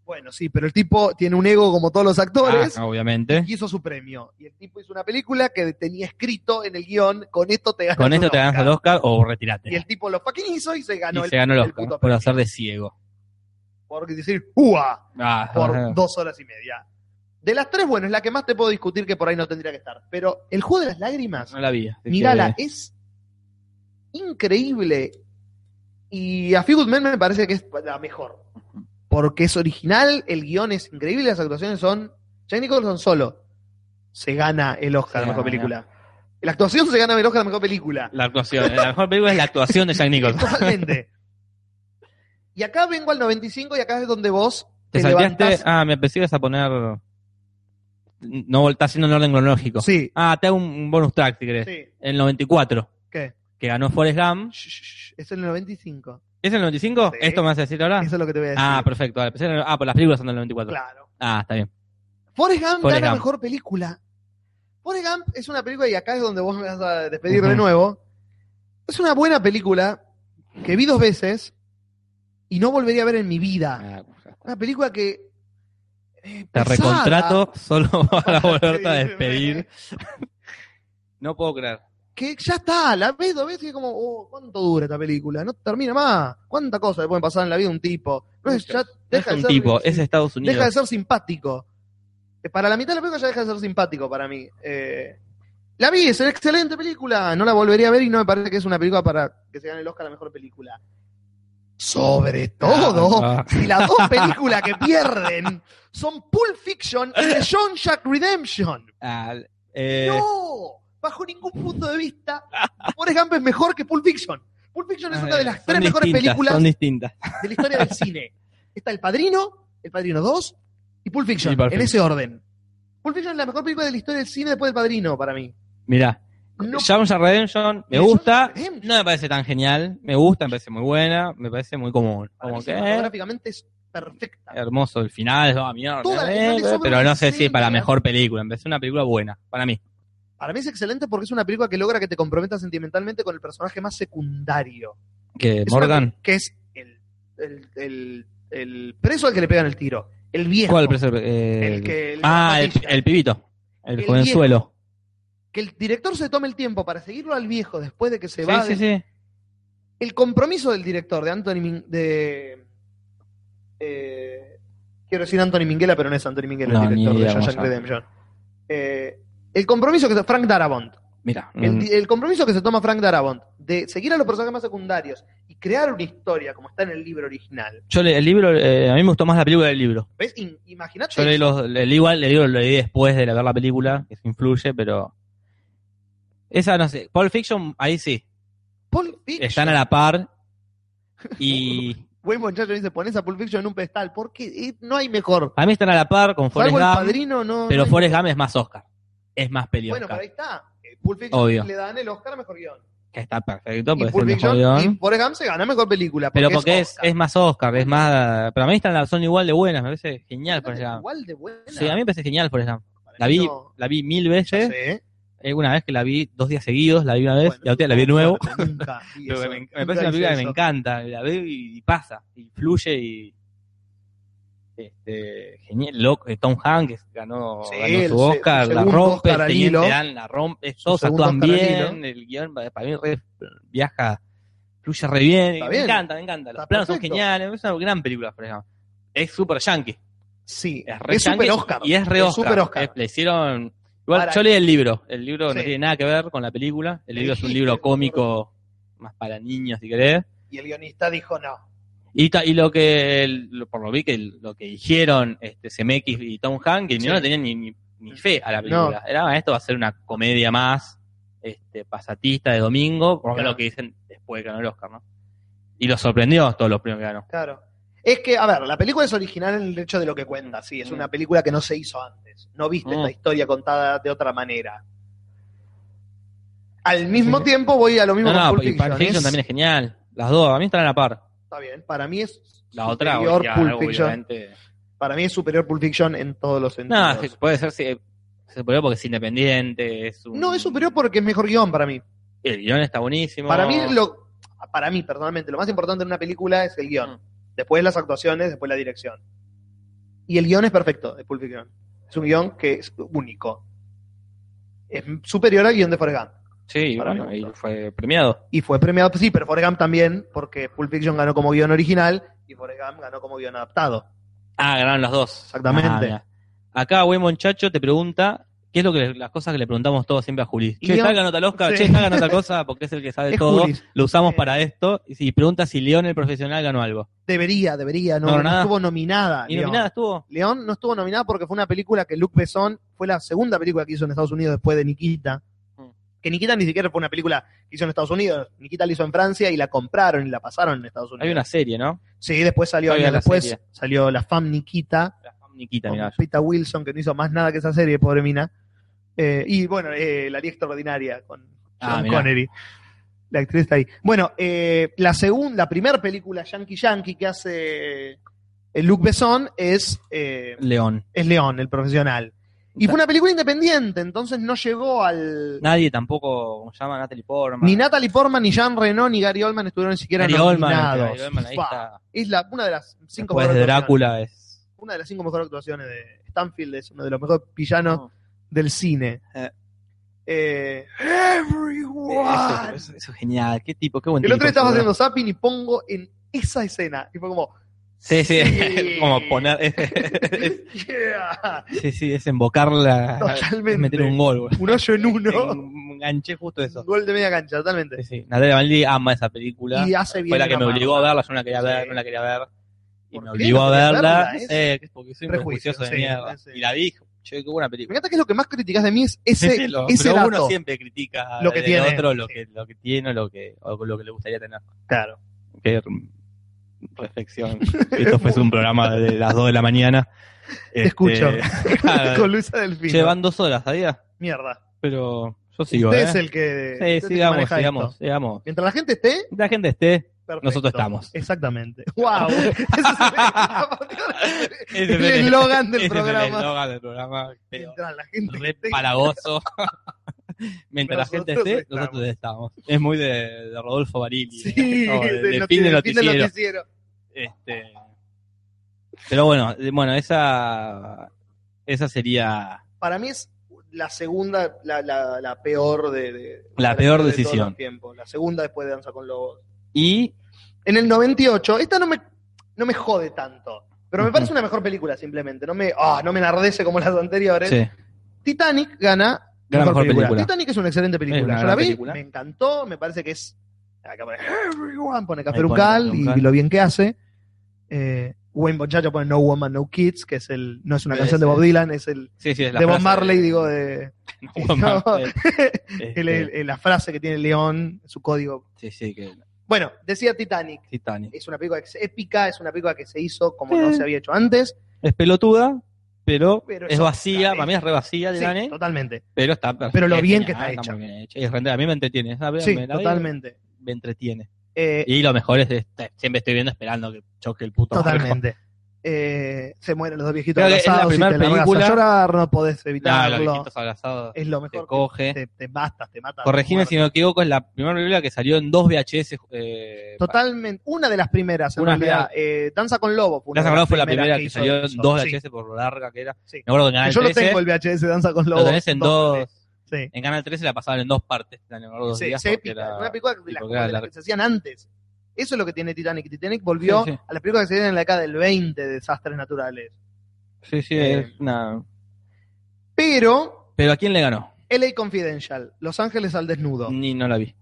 [SPEAKER 2] Bueno, sí, pero el tipo tiene un ego como todos los actores.
[SPEAKER 1] Ah, obviamente.
[SPEAKER 2] Y hizo su premio. Y el tipo hizo una película que tenía escrito en el guión, con esto te ganas
[SPEAKER 1] Con esto
[SPEAKER 2] un
[SPEAKER 1] te ganas
[SPEAKER 2] Oscar.
[SPEAKER 1] el Oscar o retirate.
[SPEAKER 2] Y el tipo lo fucking hizo y se ganó el,
[SPEAKER 1] se ganó el
[SPEAKER 2] el
[SPEAKER 1] Oscar
[SPEAKER 2] puto
[SPEAKER 1] por
[SPEAKER 2] premio.
[SPEAKER 1] hacer de ciego.
[SPEAKER 2] Por decir ¡Ua!
[SPEAKER 1] Ah,
[SPEAKER 2] por
[SPEAKER 1] ajá.
[SPEAKER 2] dos horas y media. De las tres, bueno, es la que más te puedo discutir que por ahí no tendría que estar. Pero el juego de las lágrimas,
[SPEAKER 1] no la vi. así que-
[SPEAKER 2] mirala, es increíble. Y a Few Good Men me parece que es la mejor. Porque es original, el guión es increíble, las actuaciones son. Jack Nicholson solo se gana el Oscar
[SPEAKER 1] Se
[SPEAKER 2] a
[SPEAKER 1] gana.
[SPEAKER 2] mejor película. La actuación se gana el Oscar a mejor película.
[SPEAKER 1] La actuación. eh, La mejor película es la actuación de Jack Nicholson.
[SPEAKER 2] Totalmente. y acá vengo al 95 y acá es donde vos
[SPEAKER 1] Te
[SPEAKER 2] te,
[SPEAKER 1] salteaste.
[SPEAKER 2] levantás.
[SPEAKER 1] Ah, me pensé que ibas a poner. No, está haciendo en orden cronológico.
[SPEAKER 2] Sí,
[SPEAKER 1] Ah, te hago un- un bonus track, si querés.
[SPEAKER 2] sí.
[SPEAKER 1] El 94,
[SPEAKER 2] ¿Qué?
[SPEAKER 1] que ganó Forrest Gump.
[SPEAKER 2] Shh, shh, shh, Es el 95.
[SPEAKER 1] ¿Es el 95?
[SPEAKER 2] Sí.
[SPEAKER 1] ¿Esto me vas a decir ahora?
[SPEAKER 2] Eso es lo que te voy a decir.
[SPEAKER 1] Ah, perfecto. vale, pensé en el- Ah, pues las películas son del 94.
[SPEAKER 2] Claro.
[SPEAKER 1] Ah, está bien.
[SPEAKER 2] Forrest Gump
[SPEAKER 1] Forrest
[SPEAKER 2] gana
[SPEAKER 1] Gump.
[SPEAKER 2] mejor película. Forrest Gump es una película, y acá es donde vos me vas a despedir de
[SPEAKER 1] Ujú.
[SPEAKER 2] nuevo. Es una buena película que vi dos veces y no volvería a ver en mi vida.
[SPEAKER 1] Ah,
[SPEAKER 2] Una película que. eh,
[SPEAKER 1] Te
[SPEAKER 2] pesada.
[SPEAKER 1] recontrato solo para volverte a
[SPEAKER 2] Sí,
[SPEAKER 1] despedir. No puedo creer.
[SPEAKER 2] que ya está, la ves dos veces y es como, oh, ¿cuánto dura esta película? No termina más. ¿Cuántas cosas le pueden pasar en la vida a un tipo? No es, ya
[SPEAKER 1] No
[SPEAKER 2] deja
[SPEAKER 1] es un
[SPEAKER 2] de ser,
[SPEAKER 1] tipo, es Estados Unidos.
[SPEAKER 2] deja de ser simpático. Eh, Para la mitad de la película ya deja de ser simpático para mí. Eh, la vi, es una excelente película. No la volvería a ver y no me parece que es una película para que se gane el Oscar a la mejor película. Sobre todo,
[SPEAKER 1] Ah,
[SPEAKER 2] si las dos películas que pierden son Pulp Fiction y The Shawshank Redemption.
[SPEAKER 1] ah, eh,
[SPEAKER 2] No, bajo ningún punto de vista, Forrest Gump es mejor que Pulp Fiction. Pulp Fiction es una de las
[SPEAKER 1] Ah, eh, son
[SPEAKER 2] tres mejores
[SPEAKER 1] distintas,
[SPEAKER 2] películas
[SPEAKER 1] Son distintas.
[SPEAKER 2] de la historia del cine. Está El Padrino, El Padrino 2 y Pulp Fiction,
[SPEAKER 1] Y Pulp
[SPEAKER 2] en
[SPEAKER 1] Fiction.
[SPEAKER 2] ese orden. Pulp Fiction es la mejor película de la historia del cine después del Padrino, para mí.
[SPEAKER 1] Mirá,
[SPEAKER 2] No-
[SPEAKER 1] Shawshank Redemption me
[SPEAKER 2] Shawshank
[SPEAKER 1] gusta.
[SPEAKER 2] Redemption.
[SPEAKER 1] No me parece tan genial. Me gusta, me parece muy buena. Me parece muy común.
[SPEAKER 2] para
[SPEAKER 1] Como
[SPEAKER 2] mí,
[SPEAKER 1] que, eh,
[SPEAKER 2] cinematográficamente es perfecta.
[SPEAKER 1] hermoso el final. es, ah, mierda,
[SPEAKER 2] Todas las
[SPEAKER 1] eh,
[SPEAKER 2] finales son
[SPEAKER 1] pero no sé si
[SPEAKER 2] buenísimas.
[SPEAKER 1] para mejor película. Me parece una película buena, para mí.
[SPEAKER 2] Para mí es excelente porque es una película que logra que te comprometas sentimentalmente con el personaje más secundario.
[SPEAKER 1] Que
[SPEAKER 2] Es una
[SPEAKER 1] Morgan.
[SPEAKER 2] pe- que es el, el- el- el preso al que le pegan el tiro. El viejo.
[SPEAKER 1] ¿Cuál preso- eh,
[SPEAKER 2] El que- el
[SPEAKER 1] ah, el,
[SPEAKER 2] zapatista.
[SPEAKER 1] el pibito. El,
[SPEAKER 2] El
[SPEAKER 1] jovenzuelo.
[SPEAKER 2] que el director se tome el tiempo para seguirlo al viejo después de que se
[SPEAKER 1] Sí,
[SPEAKER 2] va.
[SPEAKER 1] sí,
[SPEAKER 2] de-
[SPEAKER 1] sí.
[SPEAKER 2] El compromiso del director de Anthony Min- de eh, quiero decir Anthony Minghella, pero no es Anthony Minghella
[SPEAKER 1] No,
[SPEAKER 2] el
[SPEAKER 1] ni
[SPEAKER 2] director de
[SPEAKER 1] idea cómo
[SPEAKER 2] Shawshank
[SPEAKER 1] se llama.
[SPEAKER 2] Redemption. Eh, el compromiso que se- Frank Darabont,
[SPEAKER 1] Mira.
[SPEAKER 2] el,
[SPEAKER 1] mm,
[SPEAKER 2] di- el compromiso que se toma Frank Darabont de seguir a los personajes más secundarios y crear una historia como está en el libro original.
[SPEAKER 1] Yo le- el libro, eh, a mí me gustó más la película del libro.
[SPEAKER 2] ¿Ves? In- Imaginate
[SPEAKER 1] Yo leí
[SPEAKER 2] eso.
[SPEAKER 1] los, el igual, el libro lo leí después de la- ver la película, que eso influye, pero. Esa no sé. Pulp Fiction, ahí sí.
[SPEAKER 2] Pulp Fiction.
[SPEAKER 1] Están a la par. Y.
[SPEAKER 2] Buen muchacho dice, pones a Pulp Fiction en un pedestal porque eh, no hay mejor.
[SPEAKER 1] A mí están a la par con Forrest
[SPEAKER 2] Salvo el
[SPEAKER 1] Gump.
[SPEAKER 2] padrino, no. no
[SPEAKER 1] Pero
[SPEAKER 2] hay
[SPEAKER 1] Forrest Gump es más Oscar. Es más película.
[SPEAKER 2] Bueno, pero ahí está. Eh, Pulp Fiction
[SPEAKER 1] Obvio.
[SPEAKER 2] le dan el Oscar a mejor guión.
[SPEAKER 1] que está perfecto, porque es
[SPEAKER 2] y
[SPEAKER 1] el mejor
[SPEAKER 2] Pulp Fiction y
[SPEAKER 1] guión.
[SPEAKER 2] Forrest Gump se gana mejor película.
[SPEAKER 1] Pero porque es,
[SPEAKER 2] Oscar.
[SPEAKER 1] es más Oscar, es más. Pero a mí están, son igual de buenas, me parece genial
[SPEAKER 2] Fíjate,
[SPEAKER 1] Forrest Gump.
[SPEAKER 2] Igual de buena.
[SPEAKER 1] Sí, a mí me parece genial Forrest Gump.
[SPEAKER 2] Para
[SPEAKER 1] La
[SPEAKER 2] mí
[SPEAKER 1] vi,
[SPEAKER 2] no.
[SPEAKER 1] la vi mil
[SPEAKER 2] Ya
[SPEAKER 1] veces.
[SPEAKER 2] sé.
[SPEAKER 1] Eh, Una vez que la vi dos días seguidos, la vi una vez,
[SPEAKER 2] Bueno,
[SPEAKER 1] la otra la vi de nuevo.
[SPEAKER 2] fuerte, nunca vi
[SPEAKER 1] Pero
[SPEAKER 2] eso,
[SPEAKER 1] me, me
[SPEAKER 2] nunca
[SPEAKER 1] parece una
[SPEAKER 2] hice
[SPEAKER 1] película que me
[SPEAKER 2] eso.
[SPEAKER 1] encanta, la veo y, y pasa, y fluye y este genial, loco, eh, Tom Hanks ganó,
[SPEAKER 2] Sí,
[SPEAKER 1] ganó
[SPEAKER 2] el
[SPEAKER 1] su
[SPEAKER 2] se-
[SPEAKER 1] Oscar,
[SPEAKER 2] su
[SPEAKER 1] la
[SPEAKER 2] segundo
[SPEAKER 1] rompe,
[SPEAKER 2] Oscar al
[SPEAKER 1] teniente
[SPEAKER 2] hilo.
[SPEAKER 1] Dan la rompe, todos
[SPEAKER 2] segundo
[SPEAKER 1] actúan
[SPEAKER 2] Oscar al
[SPEAKER 1] bien, el guión pa- para mí re- viaja, fluye re bien,
[SPEAKER 2] Está
[SPEAKER 1] me
[SPEAKER 2] bien.
[SPEAKER 1] encanta, me encanta, los
[SPEAKER 2] Está
[SPEAKER 1] planos son
[SPEAKER 2] perfecto.
[SPEAKER 1] geniales, es una gran película, por ejemplo. Es super yankee,
[SPEAKER 2] Sí,
[SPEAKER 1] es re
[SPEAKER 2] es super
[SPEAKER 1] yankee
[SPEAKER 2] Oscar.
[SPEAKER 1] y es re
[SPEAKER 2] Es
[SPEAKER 1] Oscar,
[SPEAKER 2] super Oscar.
[SPEAKER 1] Eh, le hicieron igual
[SPEAKER 2] Para-
[SPEAKER 1] yo leí el libro, el libro no
[SPEAKER 2] Sí.
[SPEAKER 1] tiene nada que ver con la película, el
[SPEAKER 2] Me
[SPEAKER 1] libro es un
[SPEAKER 2] dijiste, me
[SPEAKER 1] libro
[SPEAKER 2] acuerdo.
[SPEAKER 1] cómico más para niños si querés
[SPEAKER 2] Y el guionista dijo no.
[SPEAKER 1] y, ta- y lo que, el- lo- por lo vi que el- lo que dijeron este, Zemeckis y Tom Hanks, que
[SPEAKER 2] Sí.
[SPEAKER 1] no tenían ni, ni, ni fe a la película. Era, "Ah, esto va a ser una comedia más este, pasatista de domingo, por lo menos
[SPEAKER 2] Claro.
[SPEAKER 1] lo que dicen después de que ganó el Oscar, ¿no? Y lo sorprendió todos los premios que ganó.
[SPEAKER 2] Claro. Es que, a ver, la película es original en el hecho de lo que cuenta, sí, es
[SPEAKER 1] Mm.
[SPEAKER 2] una película que no se hizo antes. No viste
[SPEAKER 1] Mm.
[SPEAKER 2] esta historia contada de otra manera. Al mismo
[SPEAKER 1] Sí.
[SPEAKER 2] tiempo voy a lo mismo
[SPEAKER 1] No,
[SPEAKER 2] con
[SPEAKER 1] no,
[SPEAKER 2] Pulp
[SPEAKER 1] y Pulp
[SPEAKER 2] Fiction.
[SPEAKER 1] Fiction
[SPEAKER 2] Es-
[SPEAKER 1] también es genial. Las dos, a mí están a la par.
[SPEAKER 2] Está bien. Para mí es
[SPEAKER 1] La otra,
[SPEAKER 2] superior
[SPEAKER 1] obvia-
[SPEAKER 2] Pulp Fiction.
[SPEAKER 1] obviamente.
[SPEAKER 2] Para mí es superior Pulp Fiction en todos los
[SPEAKER 1] No,
[SPEAKER 2] sentidos.
[SPEAKER 1] sí, puede ser sí, superior porque es independiente. Es un-
[SPEAKER 2] No, es superior porque es mejor guión para mí.
[SPEAKER 1] El guión está buenísimo.
[SPEAKER 2] Para mí, lo, para mí personalmente, lo más importante en una película es el guión.
[SPEAKER 1] Mm.
[SPEAKER 2] Después las actuaciones, después la dirección. Y el guión es perfecto de Pulp Fiction. Es un guión que es único. Es superior al guión de Forrest Gump.
[SPEAKER 1] Sí,
[SPEAKER 2] para
[SPEAKER 1] bueno,
[SPEAKER 2] mí,
[SPEAKER 1] y
[SPEAKER 2] no.
[SPEAKER 1] fue premiado.
[SPEAKER 2] Y fue premiado, sí, pero Forrest Gump también, porque Pulp Fiction ganó como guión original y Forrest Gump ganó como guión adaptado.
[SPEAKER 1] Ah, ganaron los dos.
[SPEAKER 2] Exactamente.
[SPEAKER 1] Ah, mira. Acá, buen muchacho, te pregunta. ¿Qué es lo que le- las cosas que le preguntamos todos siempre a Juli? Che,
[SPEAKER 2] León-
[SPEAKER 1] está ganando tal Oscar,
[SPEAKER 2] Sí.
[SPEAKER 1] che, está ganando tal cosa, porque es el que sabe
[SPEAKER 2] Es
[SPEAKER 1] todo.
[SPEAKER 2] Julis.
[SPEAKER 1] Lo usamos
[SPEAKER 2] Eh.
[SPEAKER 1] para esto. Y si pregunta si León el profesional ganó algo.
[SPEAKER 2] Debería, debería, no,
[SPEAKER 1] No,
[SPEAKER 2] no
[SPEAKER 1] nada.
[SPEAKER 2] estuvo nominada.
[SPEAKER 1] ¿Y
[SPEAKER 2] Ah, León.
[SPEAKER 1] nominada estuvo?
[SPEAKER 2] León no estuvo nominada porque fue una película que Luc Besson fue la segunda película que hizo en Estados Unidos después de Nikita.
[SPEAKER 1] Mm.
[SPEAKER 2] Que Nikita ni siquiera fue una película que hizo en Estados Unidos. Nikita la hizo en Francia y la compraron y la pasaron en Estados Unidos.
[SPEAKER 1] Hay una serie, ¿no?
[SPEAKER 2] Sí, después salió
[SPEAKER 1] Todavía la
[SPEAKER 2] después
[SPEAKER 1] serie.
[SPEAKER 2] salió la fam Nikita
[SPEAKER 1] La fam Nikita,
[SPEAKER 2] con
[SPEAKER 1] mirá.
[SPEAKER 2] Pita Wilson que no hizo más nada que esa serie, pobre mina. Eh, y bueno, eh, la Liga extraordinaria con
[SPEAKER 1] Ah,
[SPEAKER 2] Sean
[SPEAKER 1] mirá.
[SPEAKER 2] Connery. La actriz está ahí. Bueno, eh, la segunda, la primera película Yankee Yankee que hace eh, Luc Besson es eh,
[SPEAKER 1] León.
[SPEAKER 2] es León, el profesional. Y fue una película independiente, entonces no llegó al.
[SPEAKER 1] Nadie tampoco, como se llama, Natalie Portman.
[SPEAKER 2] Ni Natalie Portman, ni Jean Reno, ni Gary Oldman estuvieron ni siquiera
[SPEAKER 1] Gary Oldman,
[SPEAKER 2] nominados.
[SPEAKER 1] Gary Oldman, ahí
[SPEAKER 2] Fua.
[SPEAKER 1] está.
[SPEAKER 2] Es la, una de las cinco
[SPEAKER 1] Después de
[SPEAKER 2] mejores actuaciones.
[SPEAKER 1] Drácula es...
[SPEAKER 2] Una de las cinco mejores actuaciones de Stanfield, es uno de los mejores villanos
[SPEAKER 1] No.
[SPEAKER 2] del cine.
[SPEAKER 1] Eh.
[SPEAKER 2] Eh,
[SPEAKER 1] Eso,
[SPEAKER 2] everyone.
[SPEAKER 1] eso- eso es genial. Qué tipo, qué buen
[SPEAKER 2] El
[SPEAKER 1] tipo.
[SPEAKER 2] otro día estaba
[SPEAKER 1] ese,
[SPEAKER 2] haciendo zapping y pongo en esa escena. Y fue como,
[SPEAKER 1] Sí, sí,
[SPEAKER 2] Sí.
[SPEAKER 1] como poner. es-
[SPEAKER 2] yeah,
[SPEAKER 1] sí, sí, es embocarla. Es
[SPEAKER 2] totalmente.
[SPEAKER 1] meter un gol,
[SPEAKER 2] Un hoyo en uno.
[SPEAKER 1] boludo. Enganché justo eso.
[SPEAKER 2] Un gol de media cancha, totalmente.
[SPEAKER 1] Sí, sí. Natalia Valdi ama esa película.
[SPEAKER 2] Y hace bien.
[SPEAKER 1] Fue la que
[SPEAKER 2] una
[SPEAKER 1] me
[SPEAKER 2] mano.
[SPEAKER 1] obligó a verla. Yo no la quería
[SPEAKER 2] Sí.
[SPEAKER 1] ver, no la quería ver. Y
[SPEAKER 2] ¿Por
[SPEAKER 1] me
[SPEAKER 2] qué
[SPEAKER 1] obligó
[SPEAKER 2] no
[SPEAKER 1] a
[SPEAKER 2] querías
[SPEAKER 1] verla.
[SPEAKER 2] verla?
[SPEAKER 1] No
[SPEAKER 2] Es
[SPEAKER 1] sé, porque soy un
[SPEAKER 2] prejuicio,
[SPEAKER 1] prejuicioso de
[SPEAKER 2] sí,
[SPEAKER 1] mierda.
[SPEAKER 2] sí.
[SPEAKER 1] Y la vi. Che, qué buena película.
[SPEAKER 2] Me encanta que es lo que más criticas de mí es ese,
[SPEAKER 1] Sí, lo-
[SPEAKER 2] ese
[SPEAKER 1] pero
[SPEAKER 2] dato.
[SPEAKER 1] uno siempre critica
[SPEAKER 2] Lo que
[SPEAKER 1] del
[SPEAKER 2] tiene,
[SPEAKER 1] otro lo
[SPEAKER 2] sí.
[SPEAKER 1] que lo que tiene o lo que o lo que le gustaría tener.
[SPEAKER 2] Claro.
[SPEAKER 1] Qué r- reflexión. Esto fue un programa de las 2 de la mañana. Este,
[SPEAKER 2] Te escucho.
[SPEAKER 1] claro.
[SPEAKER 2] Con Luisa Delfino.
[SPEAKER 1] Llevan dos horas, ¿sabías?
[SPEAKER 2] Mierda.
[SPEAKER 1] Pero yo sigo,
[SPEAKER 2] Usted
[SPEAKER 1] ¿eh?
[SPEAKER 2] Este es el que. usted
[SPEAKER 1] Sí,
[SPEAKER 2] es el que
[SPEAKER 1] sigamos,
[SPEAKER 2] maneja
[SPEAKER 1] sigamos,
[SPEAKER 2] esto.
[SPEAKER 1] sigamos.
[SPEAKER 2] Mientras la gente esté,
[SPEAKER 1] La gente esté.
[SPEAKER 2] perfecto.
[SPEAKER 1] Nosotros estamos.
[SPEAKER 2] Exactamente. ¡Wow! Ese es el-
[SPEAKER 1] Ese
[SPEAKER 2] El
[SPEAKER 1] es
[SPEAKER 2] eslogan del
[SPEAKER 1] ese es El
[SPEAKER 2] programa.
[SPEAKER 1] eslogan del programa. Pero
[SPEAKER 2] Mientras la gente
[SPEAKER 1] re
[SPEAKER 2] esté.
[SPEAKER 1] palagoso. Mientras la gente
[SPEAKER 2] Nosotros
[SPEAKER 1] esté,
[SPEAKER 2] estamos.
[SPEAKER 1] nosotros estamos. Es muy de, de Rodolfo Barili.
[SPEAKER 2] Sí,
[SPEAKER 1] ¿no? de,
[SPEAKER 2] del
[SPEAKER 1] de
[SPEAKER 2] noti-
[SPEAKER 1] fin de
[SPEAKER 2] del fin
[SPEAKER 1] noticiero.
[SPEAKER 2] del noticiero.
[SPEAKER 1] Este, pero bueno, de- bueno, esa esa sería
[SPEAKER 2] Para mí es la segunda, la, la, la peor de. de-
[SPEAKER 1] La peor
[SPEAKER 2] de todos
[SPEAKER 1] decisión.
[SPEAKER 2] los tiempos. La segunda después de Danza con Lobos.
[SPEAKER 1] y
[SPEAKER 2] En el 98, esta no me, no me jode tanto. Pero me
[SPEAKER 1] Ujú.
[SPEAKER 2] parece una mejor película, simplemente. No me, ah, no me enardece como las anteriores.
[SPEAKER 1] sí,
[SPEAKER 2] Titanic gana
[SPEAKER 1] Gana
[SPEAKER 2] mejor
[SPEAKER 1] mejor
[SPEAKER 2] película.
[SPEAKER 1] película.
[SPEAKER 2] Titanic es una excelente película.
[SPEAKER 1] Es una
[SPEAKER 2] Yo la
[SPEAKER 1] gran
[SPEAKER 2] vi,
[SPEAKER 1] película.
[SPEAKER 2] me encantó, me parece que es. Acá pone Everyone, pone Café
[SPEAKER 1] Ahí pone
[SPEAKER 2] Ucal
[SPEAKER 1] Café
[SPEAKER 2] y,
[SPEAKER 1] Ucal.
[SPEAKER 2] lo bien que hace. Eh, Wayne Bonchacho pone No Woman, No Kids, que es el, no es una
[SPEAKER 1] Sí,
[SPEAKER 2] canción de
[SPEAKER 1] sí.
[SPEAKER 2] Bob Dylan, es el
[SPEAKER 1] sí, sí, es la
[SPEAKER 2] de Bob
[SPEAKER 1] frase
[SPEAKER 2] Marley,
[SPEAKER 1] de-
[SPEAKER 2] digo, de
[SPEAKER 1] No, Bob Marley. Este,
[SPEAKER 2] el- el- la frase que tiene León, su código.
[SPEAKER 1] sí, sí, que
[SPEAKER 2] Bueno, decía Titanic.
[SPEAKER 1] Titanic.
[SPEAKER 2] Es una película ex- épica, es una película que se hizo como
[SPEAKER 1] Sí.
[SPEAKER 2] no se había hecho antes.
[SPEAKER 1] Es pelotuda, pero,
[SPEAKER 2] Pero
[SPEAKER 1] es
[SPEAKER 2] eso,
[SPEAKER 1] vacía,
[SPEAKER 2] claro,
[SPEAKER 1] para mí es re vacía de
[SPEAKER 2] Sí,
[SPEAKER 1] Dane,
[SPEAKER 2] totalmente.
[SPEAKER 1] pero está perfecta,
[SPEAKER 2] Pero lo
[SPEAKER 1] es
[SPEAKER 2] bien
[SPEAKER 1] genial,
[SPEAKER 2] que está hecha.
[SPEAKER 1] muy bien hecha. Y es rentable, a mí me entretiene, ¿sabes?
[SPEAKER 2] Sí,
[SPEAKER 1] Me la veo,
[SPEAKER 2] totalmente.
[SPEAKER 1] me entretiene.
[SPEAKER 2] Eh,
[SPEAKER 1] Y lo mejor es este, siempre estoy viendo esperando que choque el puto barco.
[SPEAKER 2] totalmente. Eh, se mueren los dos viejitos
[SPEAKER 1] Creo que es la
[SPEAKER 2] abrazados y te
[SPEAKER 1] primera
[SPEAKER 2] largas
[SPEAKER 1] película-
[SPEAKER 2] a llorar, no podés
[SPEAKER 1] Nah, los
[SPEAKER 2] evitarlo.
[SPEAKER 1] viejitos abrazados
[SPEAKER 2] es lo
[SPEAKER 1] te
[SPEAKER 2] mejor. que
[SPEAKER 1] coge.
[SPEAKER 2] Te, te bastas, te matas.
[SPEAKER 1] Corregime si
[SPEAKER 2] Muerte.
[SPEAKER 1] no me equivoco, es la primera película que salió en dos VHS. Eh,
[SPEAKER 2] Totalmente. Una de las primeras, en
[SPEAKER 1] Una
[SPEAKER 2] realidad. Eh, Danza con Lobo.
[SPEAKER 1] Plaza Colorado fue la primera que,
[SPEAKER 2] hizo
[SPEAKER 1] salió en
[SPEAKER 2] eso.
[SPEAKER 1] dos
[SPEAKER 2] Sí,
[SPEAKER 1] VHS por lo larga que era.
[SPEAKER 2] sí.
[SPEAKER 1] Me acuerdo que en Canal
[SPEAKER 2] Yo lo
[SPEAKER 1] 13.
[SPEAKER 2] tengo el VHS de Danza con Lobo.
[SPEAKER 1] lo tenés en dos.
[SPEAKER 2] Sí.
[SPEAKER 1] En Canal 13 la pasaban en dos partes. La me acuerdo dos
[SPEAKER 2] Sí,
[SPEAKER 1] días
[SPEAKER 2] es
[SPEAKER 1] porque
[SPEAKER 2] épica.
[SPEAKER 1] era-
[SPEAKER 2] Una película de las,
[SPEAKER 1] porque era
[SPEAKER 2] de las
[SPEAKER 1] larga.
[SPEAKER 2] que se hacían antes. Eso es lo que tiene Titanic. Titanic volvió
[SPEAKER 1] Sí, sí.
[SPEAKER 2] a las películas que se hacían en la década del 20 de desastres naturales.
[SPEAKER 1] Sí, sí,
[SPEAKER 2] Eh.
[SPEAKER 1] es una.
[SPEAKER 2] Pero,
[SPEAKER 1] Pero ¿a quién le ganó?
[SPEAKER 2] LA Confidential, Los Ángeles al Desnudo.
[SPEAKER 1] Ni no la vi.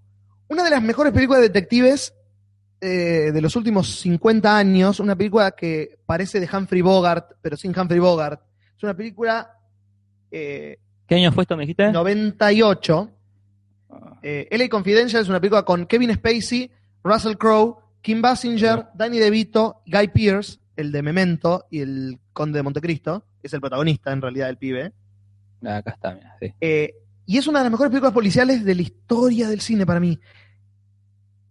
[SPEAKER 2] Una de las mejores películas de detectives eh, de los últimos 50 años. Una película que parece de Humphrey Bogart, pero sin Humphrey Bogart. Es una película eh,
[SPEAKER 1] ¿Qué año fue esto, me dijiste?
[SPEAKER 2] 98.
[SPEAKER 1] Ah,
[SPEAKER 2] Eh, LA Confidential es una película con Kevin Spacey, Russell Crowe, Kim Basinger, Danny DeVito, Guy Pearce, el de Memento y el Conde de Montecristo, que es el protagonista en realidad del pibe.
[SPEAKER 1] Ah, Acá está, mira, sí.
[SPEAKER 2] Eh, y es una de las mejores películas policiales de la historia del cine para mí.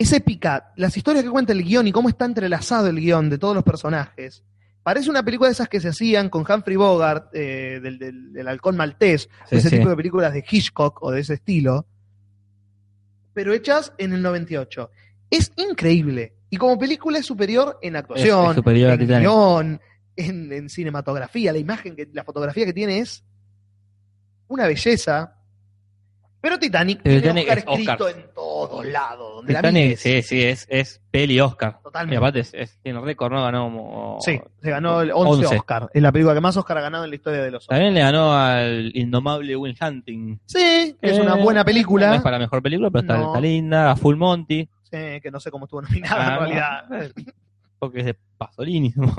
[SPEAKER 2] es épica. Las historias que cuenta el guión y cómo está entrelazado el guión de todos los personajes. Parece una película de esas que se hacían con Humphrey Bogart, eh, del, del- del Halcón Maltés,
[SPEAKER 1] Sí,
[SPEAKER 2] o ese
[SPEAKER 1] sí.
[SPEAKER 2] tipo de películas de Hitchcock o de ese estilo, pero hechas en el 98. Es increíble. Y como película es superior en actuación,
[SPEAKER 1] Es- es superior a
[SPEAKER 2] en
[SPEAKER 1] Titanic.
[SPEAKER 2] guión, en, en cinematografía. La imagen, que, la fotografía que tiene es una belleza. Pero Titanic,
[SPEAKER 1] Pero
[SPEAKER 2] tiene
[SPEAKER 1] Titanic
[SPEAKER 2] Oscar
[SPEAKER 1] es
[SPEAKER 2] escrito
[SPEAKER 1] Oscar.
[SPEAKER 2] en todos lados. Donde la
[SPEAKER 1] Titanic,
[SPEAKER 2] mires.
[SPEAKER 1] sí, sí, es, es peli Oscar. Y
[SPEAKER 2] Totalmente.
[SPEAKER 1] aparte es, es- tiene récord, ¿no? Ganó como...
[SPEAKER 2] Sí, se ganó el 11,
[SPEAKER 1] Once.
[SPEAKER 2] Oscar. Es la película que más Oscar ha ganado en la historia de los Oscars.
[SPEAKER 1] También le ganó al indomable Will Hunting.
[SPEAKER 2] Sí, que es
[SPEAKER 1] Eh,
[SPEAKER 2] una buena
[SPEAKER 1] No
[SPEAKER 2] película.
[SPEAKER 1] es para mejor película, pero está,
[SPEAKER 2] No.
[SPEAKER 1] está linda. A Full Monty.
[SPEAKER 2] Sí, que no sé cómo estuvo nominada
[SPEAKER 1] Ah,
[SPEAKER 2] en realidad.
[SPEAKER 1] no. Porque es de Pasolini. ¿no?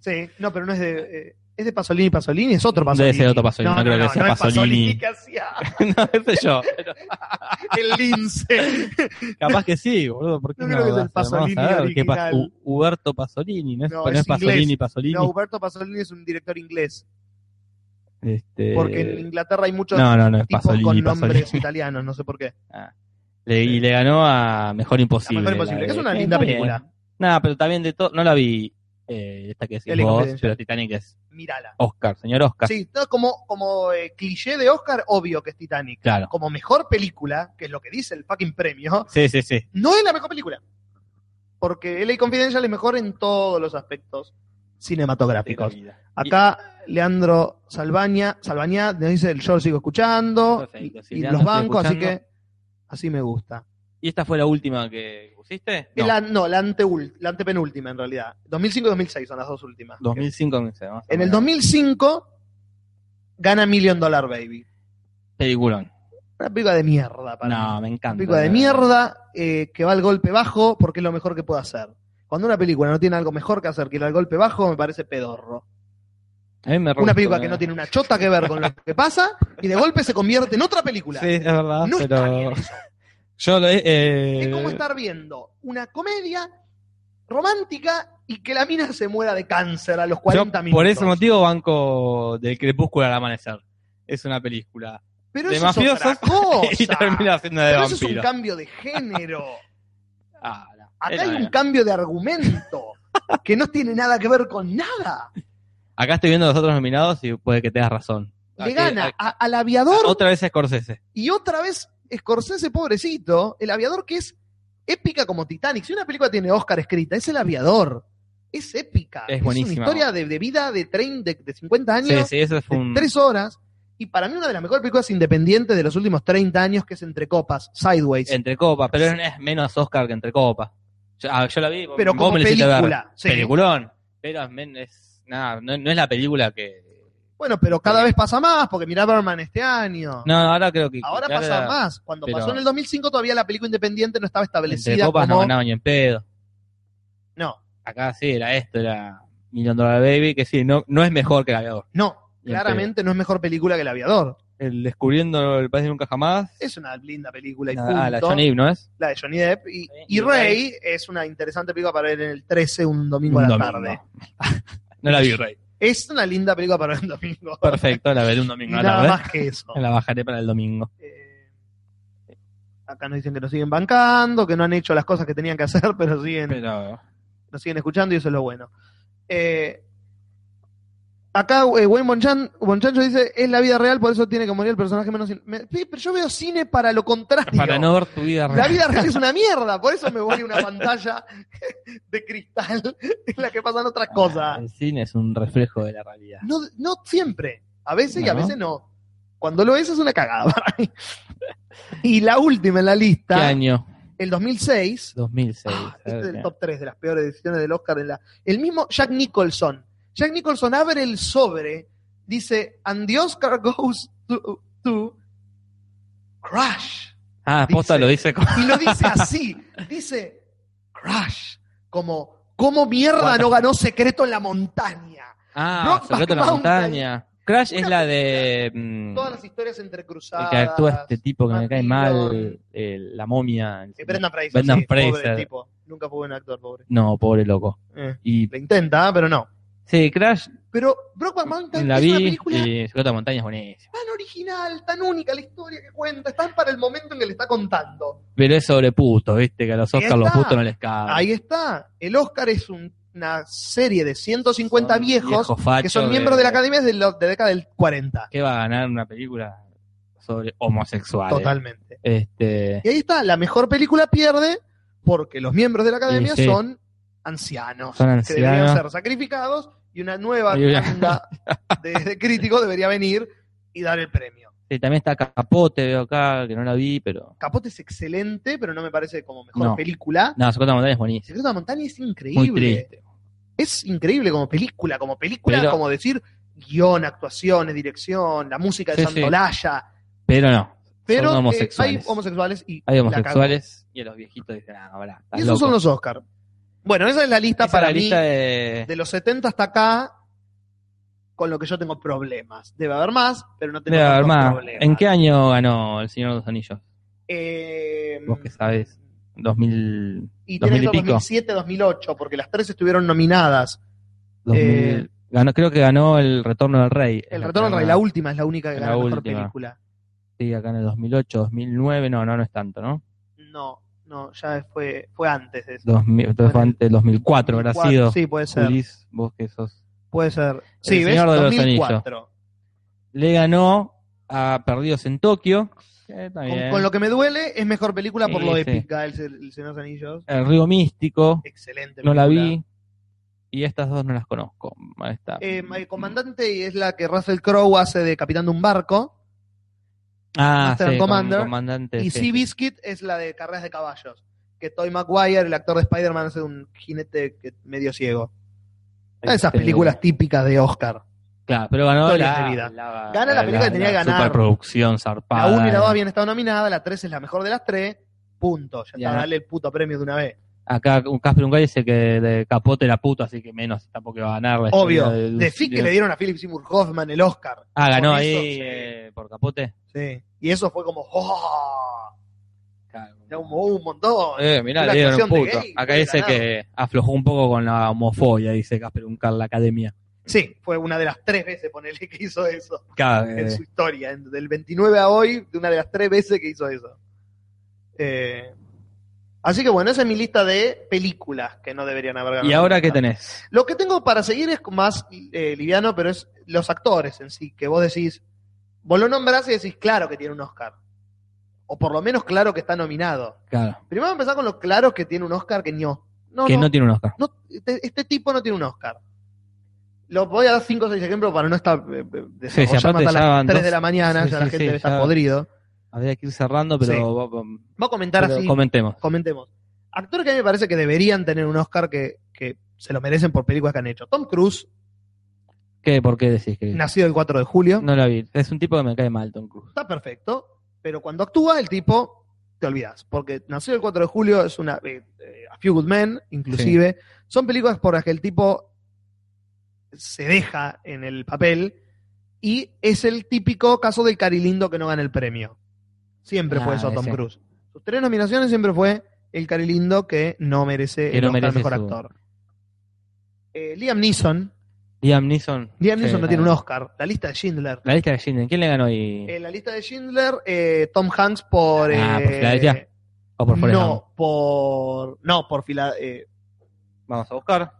[SPEAKER 2] Sí, no, pero no es de. eh, ¿Es de Pasolini Pasolini? Es otro Pasolini.
[SPEAKER 1] Debe ser otro Pasolini, no creo que sea
[SPEAKER 2] no es
[SPEAKER 1] Pasolini.
[SPEAKER 2] que hacía
[SPEAKER 1] no, qué sé yo. Pero
[SPEAKER 2] el lince.
[SPEAKER 1] capaz que sí, boludo. ¿por qué
[SPEAKER 2] No
[SPEAKER 1] no,
[SPEAKER 2] creo que sea el
[SPEAKER 1] Vamos a
[SPEAKER 2] Pasolini
[SPEAKER 1] ver, ¿qué
[SPEAKER 2] original.
[SPEAKER 1] U- Huberto Pasolini, no es,
[SPEAKER 2] No,
[SPEAKER 1] no
[SPEAKER 2] es
[SPEAKER 1] es Pasolini,
[SPEAKER 2] inglés.
[SPEAKER 1] Pasolini.
[SPEAKER 2] No, Huberto Pasolini es un director inglés.
[SPEAKER 1] este,
[SPEAKER 2] Porque en Inglaterra hay muchos
[SPEAKER 1] no, no, no es
[SPEAKER 2] tipos
[SPEAKER 1] Pasolini,
[SPEAKER 2] con
[SPEAKER 1] Pasolini.
[SPEAKER 2] nombres italianos, no sé por qué.
[SPEAKER 1] Le- y le ganó a Mejor Imposible.
[SPEAKER 2] La Mejor Imposible,
[SPEAKER 1] la
[SPEAKER 2] que es
[SPEAKER 1] de-
[SPEAKER 2] una
[SPEAKER 1] Eh,
[SPEAKER 2] linda
[SPEAKER 1] está bien.
[SPEAKER 2] película.
[SPEAKER 1] Nada, pero también de todo. No la vi eh, esta que
[SPEAKER 2] El
[SPEAKER 1] decís vos,
[SPEAKER 2] Inconfidencial.
[SPEAKER 1] pero Titanic es
[SPEAKER 2] Mírala.
[SPEAKER 1] Oscar, señor Oscar.
[SPEAKER 2] Sí, no, como, como eh, cliché de Oscar, obvio que es Titanic.
[SPEAKER 1] Claro.
[SPEAKER 2] Como mejor película, que es lo que dice el fucking premio,
[SPEAKER 1] Sí, sí, sí.
[SPEAKER 2] no es la mejor película. Porque LA Confidential es mejor en todos los aspectos cinematográficos. Acá Leandro Salvaña, Salvaña nos dice el yo lo sigo escuchando
[SPEAKER 1] Perfecto, sí,
[SPEAKER 2] y
[SPEAKER 1] Leandro,
[SPEAKER 2] los
[SPEAKER 1] estoy
[SPEAKER 2] bancos, así
[SPEAKER 1] escuchando.
[SPEAKER 2] que así me gusta.
[SPEAKER 1] ¿Y esta fue la última que pusiste?
[SPEAKER 2] No, la, no, la, anteul- la antepenúltima en realidad. 2005 y 2006 son las dos últimas.
[SPEAKER 1] 2005, 2006. más o
[SPEAKER 2] En el
[SPEAKER 1] menos.
[SPEAKER 2] 2005 gana Million Dollar Baby.
[SPEAKER 1] Peliculón.
[SPEAKER 2] Una película de mierda para mí.
[SPEAKER 1] No, me encanta.
[SPEAKER 2] Una película de mierda eh, que va al golpe bajo porque es lo mejor que puede hacer. Cuando una película no tiene algo mejor que hacer que ir al golpe bajo, me parece pedorro.
[SPEAKER 1] A mí me re
[SPEAKER 2] Una
[SPEAKER 1] gustó,
[SPEAKER 2] película
[SPEAKER 1] eh.
[SPEAKER 2] que no tiene una chota que ver con lo que pasa y de golpe se convierte en otra película.
[SPEAKER 1] Sí, es verdad,
[SPEAKER 2] No está bien
[SPEAKER 1] pero.
[SPEAKER 2] eso.
[SPEAKER 1] Yo lo.
[SPEAKER 2] Es
[SPEAKER 1] Eh...
[SPEAKER 2] como estar viendo una comedia romántica y que la mina se muera de cáncer a los 40
[SPEAKER 1] yo
[SPEAKER 2] minutos.
[SPEAKER 1] Por ese motivo, banco del crepúsculo al amanecer. Es una película.
[SPEAKER 2] Pero
[SPEAKER 1] de
[SPEAKER 2] eso es otra
[SPEAKER 1] mafiosos,
[SPEAKER 2] cosa.
[SPEAKER 1] y termina siendo de
[SPEAKER 2] Pero eso es un
[SPEAKER 1] vampiro.
[SPEAKER 2] cambio de género.
[SPEAKER 1] Ah, no.
[SPEAKER 2] Acá
[SPEAKER 1] Era,
[SPEAKER 2] hay un
[SPEAKER 1] era.
[SPEAKER 2] cambio de argumento que no tiene nada que ver con nada.
[SPEAKER 1] Acá estoy viendo los otros nominados y puede que tengas razón.
[SPEAKER 2] Le
[SPEAKER 1] Aquí-
[SPEAKER 2] gana
[SPEAKER 1] a-
[SPEAKER 2] a- al aviador
[SPEAKER 1] Otra vez Scorsese.
[SPEAKER 2] y otra vez Scorsese, pobrecito, el aviador que es épica como Titanic. Si una película tiene Oscar escrita, es el aviador. Es épica.
[SPEAKER 1] Es buenísima.
[SPEAKER 2] una historia de, de vida de, 30, de, de 50 años,
[SPEAKER 1] Sí, sí, eso fue
[SPEAKER 2] de
[SPEAKER 1] un.
[SPEAKER 2] tres horas. Y para mí una de las mejores películas independientes de los últimos 30 años, que es Entre Copas, Sideways.
[SPEAKER 1] Entre copas, pero es- es menos Oscar que entre copas. Yo, ah, yo la vi,
[SPEAKER 2] pero
[SPEAKER 1] vos
[SPEAKER 2] como
[SPEAKER 1] me la hiciste ver.
[SPEAKER 2] película. sí.
[SPEAKER 1] Peliculón. Pero es men- es, nada, no, no es la película que.
[SPEAKER 2] Bueno, pero cada
[SPEAKER 1] Sí.
[SPEAKER 2] vez pasa más, porque mirá Berman este año.
[SPEAKER 1] No, ahora creo que.
[SPEAKER 2] Ahora
[SPEAKER 1] creo que
[SPEAKER 2] pasa
[SPEAKER 1] la-
[SPEAKER 2] más. Cuando
[SPEAKER 1] pero-
[SPEAKER 2] pasó en el 2005 todavía la película independiente no estaba
[SPEAKER 1] Entre
[SPEAKER 2] establecida
[SPEAKER 1] copas no
[SPEAKER 2] como...
[SPEAKER 1] ganaba ni en pedo.
[SPEAKER 2] no,
[SPEAKER 1] Acá sí, era esto, era Million Dollar Baby, que sí, no, no es mejor que el aviador.
[SPEAKER 2] no,
[SPEAKER 1] Ni en
[SPEAKER 2] claramente no es mejor película que El Aviador.
[SPEAKER 1] El Descubriendo el País de Nunca Jamás.
[SPEAKER 2] Es una linda película y punto.
[SPEAKER 1] ah, la Johnny Depp, ¿no es?
[SPEAKER 2] La de Johnny Depp. Y, y
[SPEAKER 1] Y
[SPEAKER 2] Rey es una interesante película para ver en el 13 un domingo
[SPEAKER 1] Un
[SPEAKER 2] a la
[SPEAKER 1] domingo.
[SPEAKER 2] tarde.
[SPEAKER 1] no la vi, Rey.
[SPEAKER 2] Es una linda película para ver un domingo.
[SPEAKER 1] Perfecto, la veré un domingo a la
[SPEAKER 2] Nada
[SPEAKER 1] tarde.
[SPEAKER 2] más que eso.
[SPEAKER 1] La bajaré para el domingo.
[SPEAKER 2] Eh, acá nos dicen que nos siguen bancando, que no han hecho las cosas que tenían que hacer, pero siguen
[SPEAKER 1] Pero.
[SPEAKER 2] nos siguen escuchando y eso es lo bueno. Eh, acá eh, Wayne Bonchan, Bonchancho dice, es la vida real, por eso tiene que morir el personaje menos... cin- me- sí, pero yo veo cine para lo contrario.
[SPEAKER 1] Para no ver tu vida
[SPEAKER 2] La
[SPEAKER 1] real.
[SPEAKER 2] vida real es una mierda, por eso me voy a una pantalla de cristal en la que pasan otras
[SPEAKER 1] Ah,
[SPEAKER 2] cosas.
[SPEAKER 1] El cine es un reflejo de la realidad.
[SPEAKER 2] No, no siempre, a veces y a
[SPEAKER 1] No.
[SPEAKER 2] veces no. Cuando lo ves es una cagada. para mí. Y la última en la
[SPEAKER 1] ¿Qué
[SPEAKER 2] lista,
[SPEAKER 1] año?
[SPEAKER 2] el 2006,
[SPEAKER 1] 2006. A ver,
[SPEAKER 2] Ah, este es el
[SPEAKER 1] mira.
[SPEAKER 2] top 3 de las peores decisiones del Oscar. En la... El mismo Jack Nicholson. Jack Nicholson abre el sobre, dice, and the Oscar goes to, to Crash.
[SPEAKER 1] Ah, posta
[SPEAKER 2] Dice-
[SPEAKER 1] lo dice con...
[SPEAKER 2] Y lo dice así, dice Crash, como, ¿cómo mierda no ganó Secreto en la Montaña?
[SPEAKER 1] Ah,
[SPEAKER 2] Brokeback
[SPEAKER 1] secreto en la
[SPEAKER 2] Mountain.
[SPEAKER 1] montaña. Crash
[SPEAKER 2] Una
[SPEAKER 1] es la de... mm,
[SPEAKER 2] Todas las historias
[SPEAKER 1] el
[SPEAKER 2] entrecruzadas.
[SPEAKER 1] que actúa este tipo que me cae mal,
[SPEAKER 2] Martillon.
[SPEAKER 1] eh, la momia.
[SPEAKER 2] Eh, Brendan Fraser.
[SPEAKER 1] Brendan
[SPEAKER 2] sí, pobre
[SPEAKER 1] Fraser.
[SPEAKER 2] tipo. Nunca fue buen actor, pobre.
[SPEAKER 1] No, pobre loco.
[SPEAKER 2] Eh,
[SPEAKER 1] Y
[SPEAKER 2] lo intenta, pero no.
[SPEAKER 1] Sí, Crash
[SPEAKER 2] Pero Brockback Mountain
[SPEAKER 1] la
[SPEAKER 2] es una
[SPEAKER 1] vi
[SPEAKER 2] película
[SPEAKER 1] y Secreto de Montaña es buenísimo.
[SPEAKER 2] tan original, tan única la historia que cuenta, es tan para el momento en que le está contando.
[SPEAKER 1] Pero es sobre putos, viste, que a los Oscars los
[SPEAKER 2] está.
[SPEAKER 1] putos no les caben.
[SPEAKER 2] Ahí está. El Oscar es un- una serie de 150
[SPEAKER 1] Son
[SPEAKER 2] viejos,
[SPEAKER 1] fachos
[SPEAKER 2] que son miembros de, la academia de la de década del 40.
[SPEAKER 1] ¿Qué va a ganar una película sobre homosexuales?
[SPEAKER 2] Totalmente.
[SPEAKER 1] Este,
[SPEAKER 2] Y ahí está, la mejor película pierde porque los miembros de la academia
[SPEAKER 1] Y sí.
[SPEAKER 2] son ancianos.
[SPEAKER 1] son
[SPEAKER 2] que deberían
[SPEAKER 1] ancianos.
[SPEAKER 2] ser sacrificados y una nueva
[SPEAKER 1] Y una-
[SPEAKER 2] tanda de, de críticos debería venir y dar el premio.
[SPEAKER 1] Sí, también está Capote, veo acá, que no la vi, pero.
[SPEAKER 2] Capote es excelente, pero no me parece como mejor
[SPEAKER 1] No.
[SPEAKER 2] película.
[SPEAKER 1] No, Secreto de Montaña es buenísimo.
[SPEAKER 2] Secreto de la Montaña es
[SPEAKER 1] Muy
[SPEAKER 2] increíble.
[SPEAKER 1] triste.
[SPEAKER 2] Es increíble como película, como película,
[SPEAKER 1] Pero-
[SPEAKER 2] como decir guión, actuaciones, dirección, la música de
[SPEAKER 1] Sí, sí.
[SPEAKER 2] Santolaya.
[SPEAKER 1] Pero no.
[SPEAKER 2] Pero eh, hay
[SPEAKER 1] homosexuales.
[SPEAKER 2] homosexuales y
[SPEAKER 1] Hay
[SPEAKER 2] la cagó.
[SPEAKER 1] homosexuales y a los viejitos dicen, ah, pará, estás
[SPEAKER 2] Y esos
[SPEAKER 1] loco".
[SPEAKER 2] son los Oscars. Bueno, esa es la lista
[SPEAKER 1] Esa
[SPEAKER 2] para
[SPEAKER 1] es la
[SPEAKER 2] mí
[SPEAKER 1] lista
[SPEAKER 2] de...
[SPEAKER 1] de.
[SPEAKER 2] los 70 hasta acá con lo que yo tengo problemas. Debe haber más, pero no tengo
[SPEAKER 1] Debe haber
[SPEAKER 2] tantos
[SPEAKER 1] más.
[SPEAKER 2] problemas.
[SPEAKER 1] ¿En qué año ganó El Señor de los Anillos?
[SPEAKER 2] Eh,
[SPEAKER 1] Vos que sabés. 2000. 2000 y
[SPEAKER 2] Y tenés los
[SPEAKER 1] pico.
[SPEAKER 2] 2007, 2008, porque las tres estuvieron nominadas.
[SPEAKER 1] 2000 ganó, creo que ganó El Retorno del Rey.
[SPEAKER 2] Eh, El Retorno del Rey, la última es la única que
[SPEAKER 1] La
[SPEAKER 2] ganó mejor
[SPEAKER 1] última.
[SPEAKER 2] película.
[SPEAKER 1] Sí, acá en el 2008, 2009. No, no, no es tanto, ¿no?
[SPEAKER 2] No, no, ya fue, fue antes de eso.
[SPEAKER 1] 2000, entonces fue antes, 2004 habrá sido.
[SPEAKER 2] Sí, puede ser.
[SPEAKER 1] Julis, vos que sos.
[SPEAKER 2] Puede ser. Sí,
[SPEAKER 1] El
[SPEAKER 2] ¿ves?
[SPEAKER 1] Señor de los
[SPEAKER 2] 2004.
[SPEAKER 1] Le ganó a Perdidos en Tokio. que está
[SPEAKER 2] Con,
[SPEAKER 1] bien.
[SPEAKER 2] con lo que me duele, es mejor película por
[SPEAKER 1] Sí,
[SPEAKER 2] lo
[SPEAKER 1] sí.
[SPEAKER 2] épica, el, el Señor de los Anillos.
[SPEAKER 1] El Río Místico.
[SPEAKER 2] Excelente.
[SPEAKER 1] No la
[SPEAKER 2] película.
[SPEAKER 1] vi. Y estas dos no las conozco. Ahí está.
[SPEAKER 2] Eh, el comandante y es la que Russell Crowe hace de capitán de un barco.
[SPEAKER 1] Ah,
[SPEAKER 2] Master and
[SPEAKER 1] sí, con-
[SPEAKER 2] Commander.
[SPEAKER 1] comandante.
[SPEAKER 2] Y
[SPEAKER 1] sí,
[SPEAKER 2] Sea
[SPEAKER 1] sí.
[SPEAKER 2] Biscuit es la de carreras de caballos. Que Toy Maguire, el actor de Spider-Man, hace un jinete que- medio ciego. Esas
[SPEAKER 1] Este,
[SPEAKER 2] películas típicas de Oscar.
[SPEAKER 1] Claro, pero ganó
[SPEAKER 2] Historias
[SPEAKER 1] la,
[SPEAKER 2] de vida.
[SPEAKER 1] la-
[SPEAKER 2] Gana la película que tenía que ganar.
[SPEAKER 1] Superproducción zarpada.
[SPEAKER 2] la 1 y la 2 habían estado nominadas, la 3 es la mejor de las 3. Punto. Ya
[SPEAKER 1] Ya.
[SPEAKER 2] está, dale el puto premio de una vez.
[SPEAKER 1] Acá un Casper Ungar dice que de Capote la puto, así que menos tampoco iba a ganar. la
[SPEAKER 2] Obvio.
[SPEAKER 1] historia del-
[SPEAKER 2] De Fick que le dieron a Philip Seymour Hoffman el Oscar.
[SPEAKER 1] Ah, ganó
[SPEAKER 2] por
[SPEAKER 1] ahí
[SPEAKER 2] eso, sí.
[SPEAKER 1] eh, por Capote.
[SPEAKER 2] Sí. Y eso fue como. ¡Oh!
[SPEAKER 1] Claro.
[SPEAKER 2] Era un, un montón.
[SPEAKER 1] Eh, mirá,
[SPEAKER 2] Una
[SPEAKER 1] le dieron un
[SPEAKER 2] actuación de
[SPEAKER 1] puto.
[SPEAKER 2] gay,
[SPEAKER 1] Acá
[SPEAKER 2] puede
[SPEAKER 1] dice
[SPEAKER 2] ganar.
[SPEAKER 1] que aflojó un poco con la homofobia, dice Casper Uncar, la academia.
[SPEAKER 2] Sí, fue una de las tres veces, ponele, que hizo eso.
[SPEAKER 1] Claro, eh,
[SPEAKER 2] en su historia. en- Del 29 a hoy, de una de las tres veces que hizo eso. Eh, así que bueno, esa es mi lista de películas que no deberían haber ganado.
[SPEAKER 1] ¿Y ahora qué tenés?
[SPEAKER 2] Lo que tengo para seguir es más eh, liviano, pero es los actores en sí, que vos decís, vos lo nombrás y decís, claro que tiene un Oscar. O por lo menos claro que está nominado.
[SPEAKER 1] Claro.
[SPEAKER 2] Primero empezar con los claros que tiene un Oscar que no. No,
[SPEAKER 1] que
[SPEAKER 2] no,
[SPEAKER 1] no tiene un Oscar.
[SPEAKER 2] no, este, este tipo no tiene un Oscar. Lo voy a dar 5 o 6 ejemplos para no estar eh, eh,
[SPEAKER 1] Sí, sí, aparte
[SPEAKER 2] desarrollando
[SPEAKER 1] ya
[SPEAKER 2] a las
[SPEAKER 1] van
[SPEAKER 2] 3
[SPEAKER 1] dos-
[SPEAKER 2] de la mañana,
[SPEAKER 1] sí,
[SPEAKER 2] ya la
[SPEAKER 1] sí,
[SPEAKER 2] gente
[SPEAKER 1] sí,
[SPEAKER 2] está
[SPEAKER 1] ya-
[SPEAKER 2] podrido.
[SPEAKER 1] Habría que ir cerrando, pero,
[SPEAKER 2] Sí.
[SPEAKER 1] va- va-
[SPEAKER 2] Voy a comentar
[SPEAKER 1] pero
[SPEAKER 2] así,
[SPEAKER 1] comentemos.
[SPEAKER 2] comentemos. Actores que a mí me parece que deberían tener un Oscar que, que se lo merecen por películas que han hecho. Tom Cruise,
[SPEAKER 1] ¿Qué, ¿Por qué decís que
[SPEAKER 2] nacido el 4 de julio,
[SPEAKER 1] no la vi? Es un tipo que me cae mal, Tom Cruise.
[SPEAKER 2] está perfecto, pero cuando actúa el tipo te olvidas, porque nacido el 4 de julio es una... eh, eh, a Few Good Men, inclusive. Son películas por las que el tipo se deja en el papel y es el típico caso del cari lindo que no gana el premio. Siempre fue
[SPEAKER 1] Ah,
[SPEAKER 2] eso Tom
[SPEAKER 1] ese.
[SPEAKER 2] Cruise. Sus tres nominaciones siempre fue el cari lindo que no merece
[SPEAKER 1] Que
[SPEAKER 2] el
[SPEAKER 1] no
[SPEAKER 2] Oscar
[SPEAKER 1] merece
[SPEAKER 2] mejor
[SPEAKER 1] su-
[SPEAKER 2] actor. Eh, Liam Neeson.
[SPEAKER 1] Liam Neeson.
[SPEAKER 2] Liam
[SPEAKER 1] Sí,
[SPEAKER 2] Neeson no
[SPEAKER 1] la-
[SPEAKER 2] tiene un Eh, Oscar. La lista de Schindler.
[SPEAKER 1] La lista de Schindler. ¿Quién le ganó ahí?
[SPEAKER 2] En la lista de Schindler, eh, Tom Hanks por...
[SPEAKER 1] Ah, por
[SPEAKER 2] eh,
[SPEAKER 1] Filadelfia. ¿O por Forrest Gump?
[SPEAKER 2] no, por... No, por Fila- eh,
[SPEAKER 1] Vamos a buscar.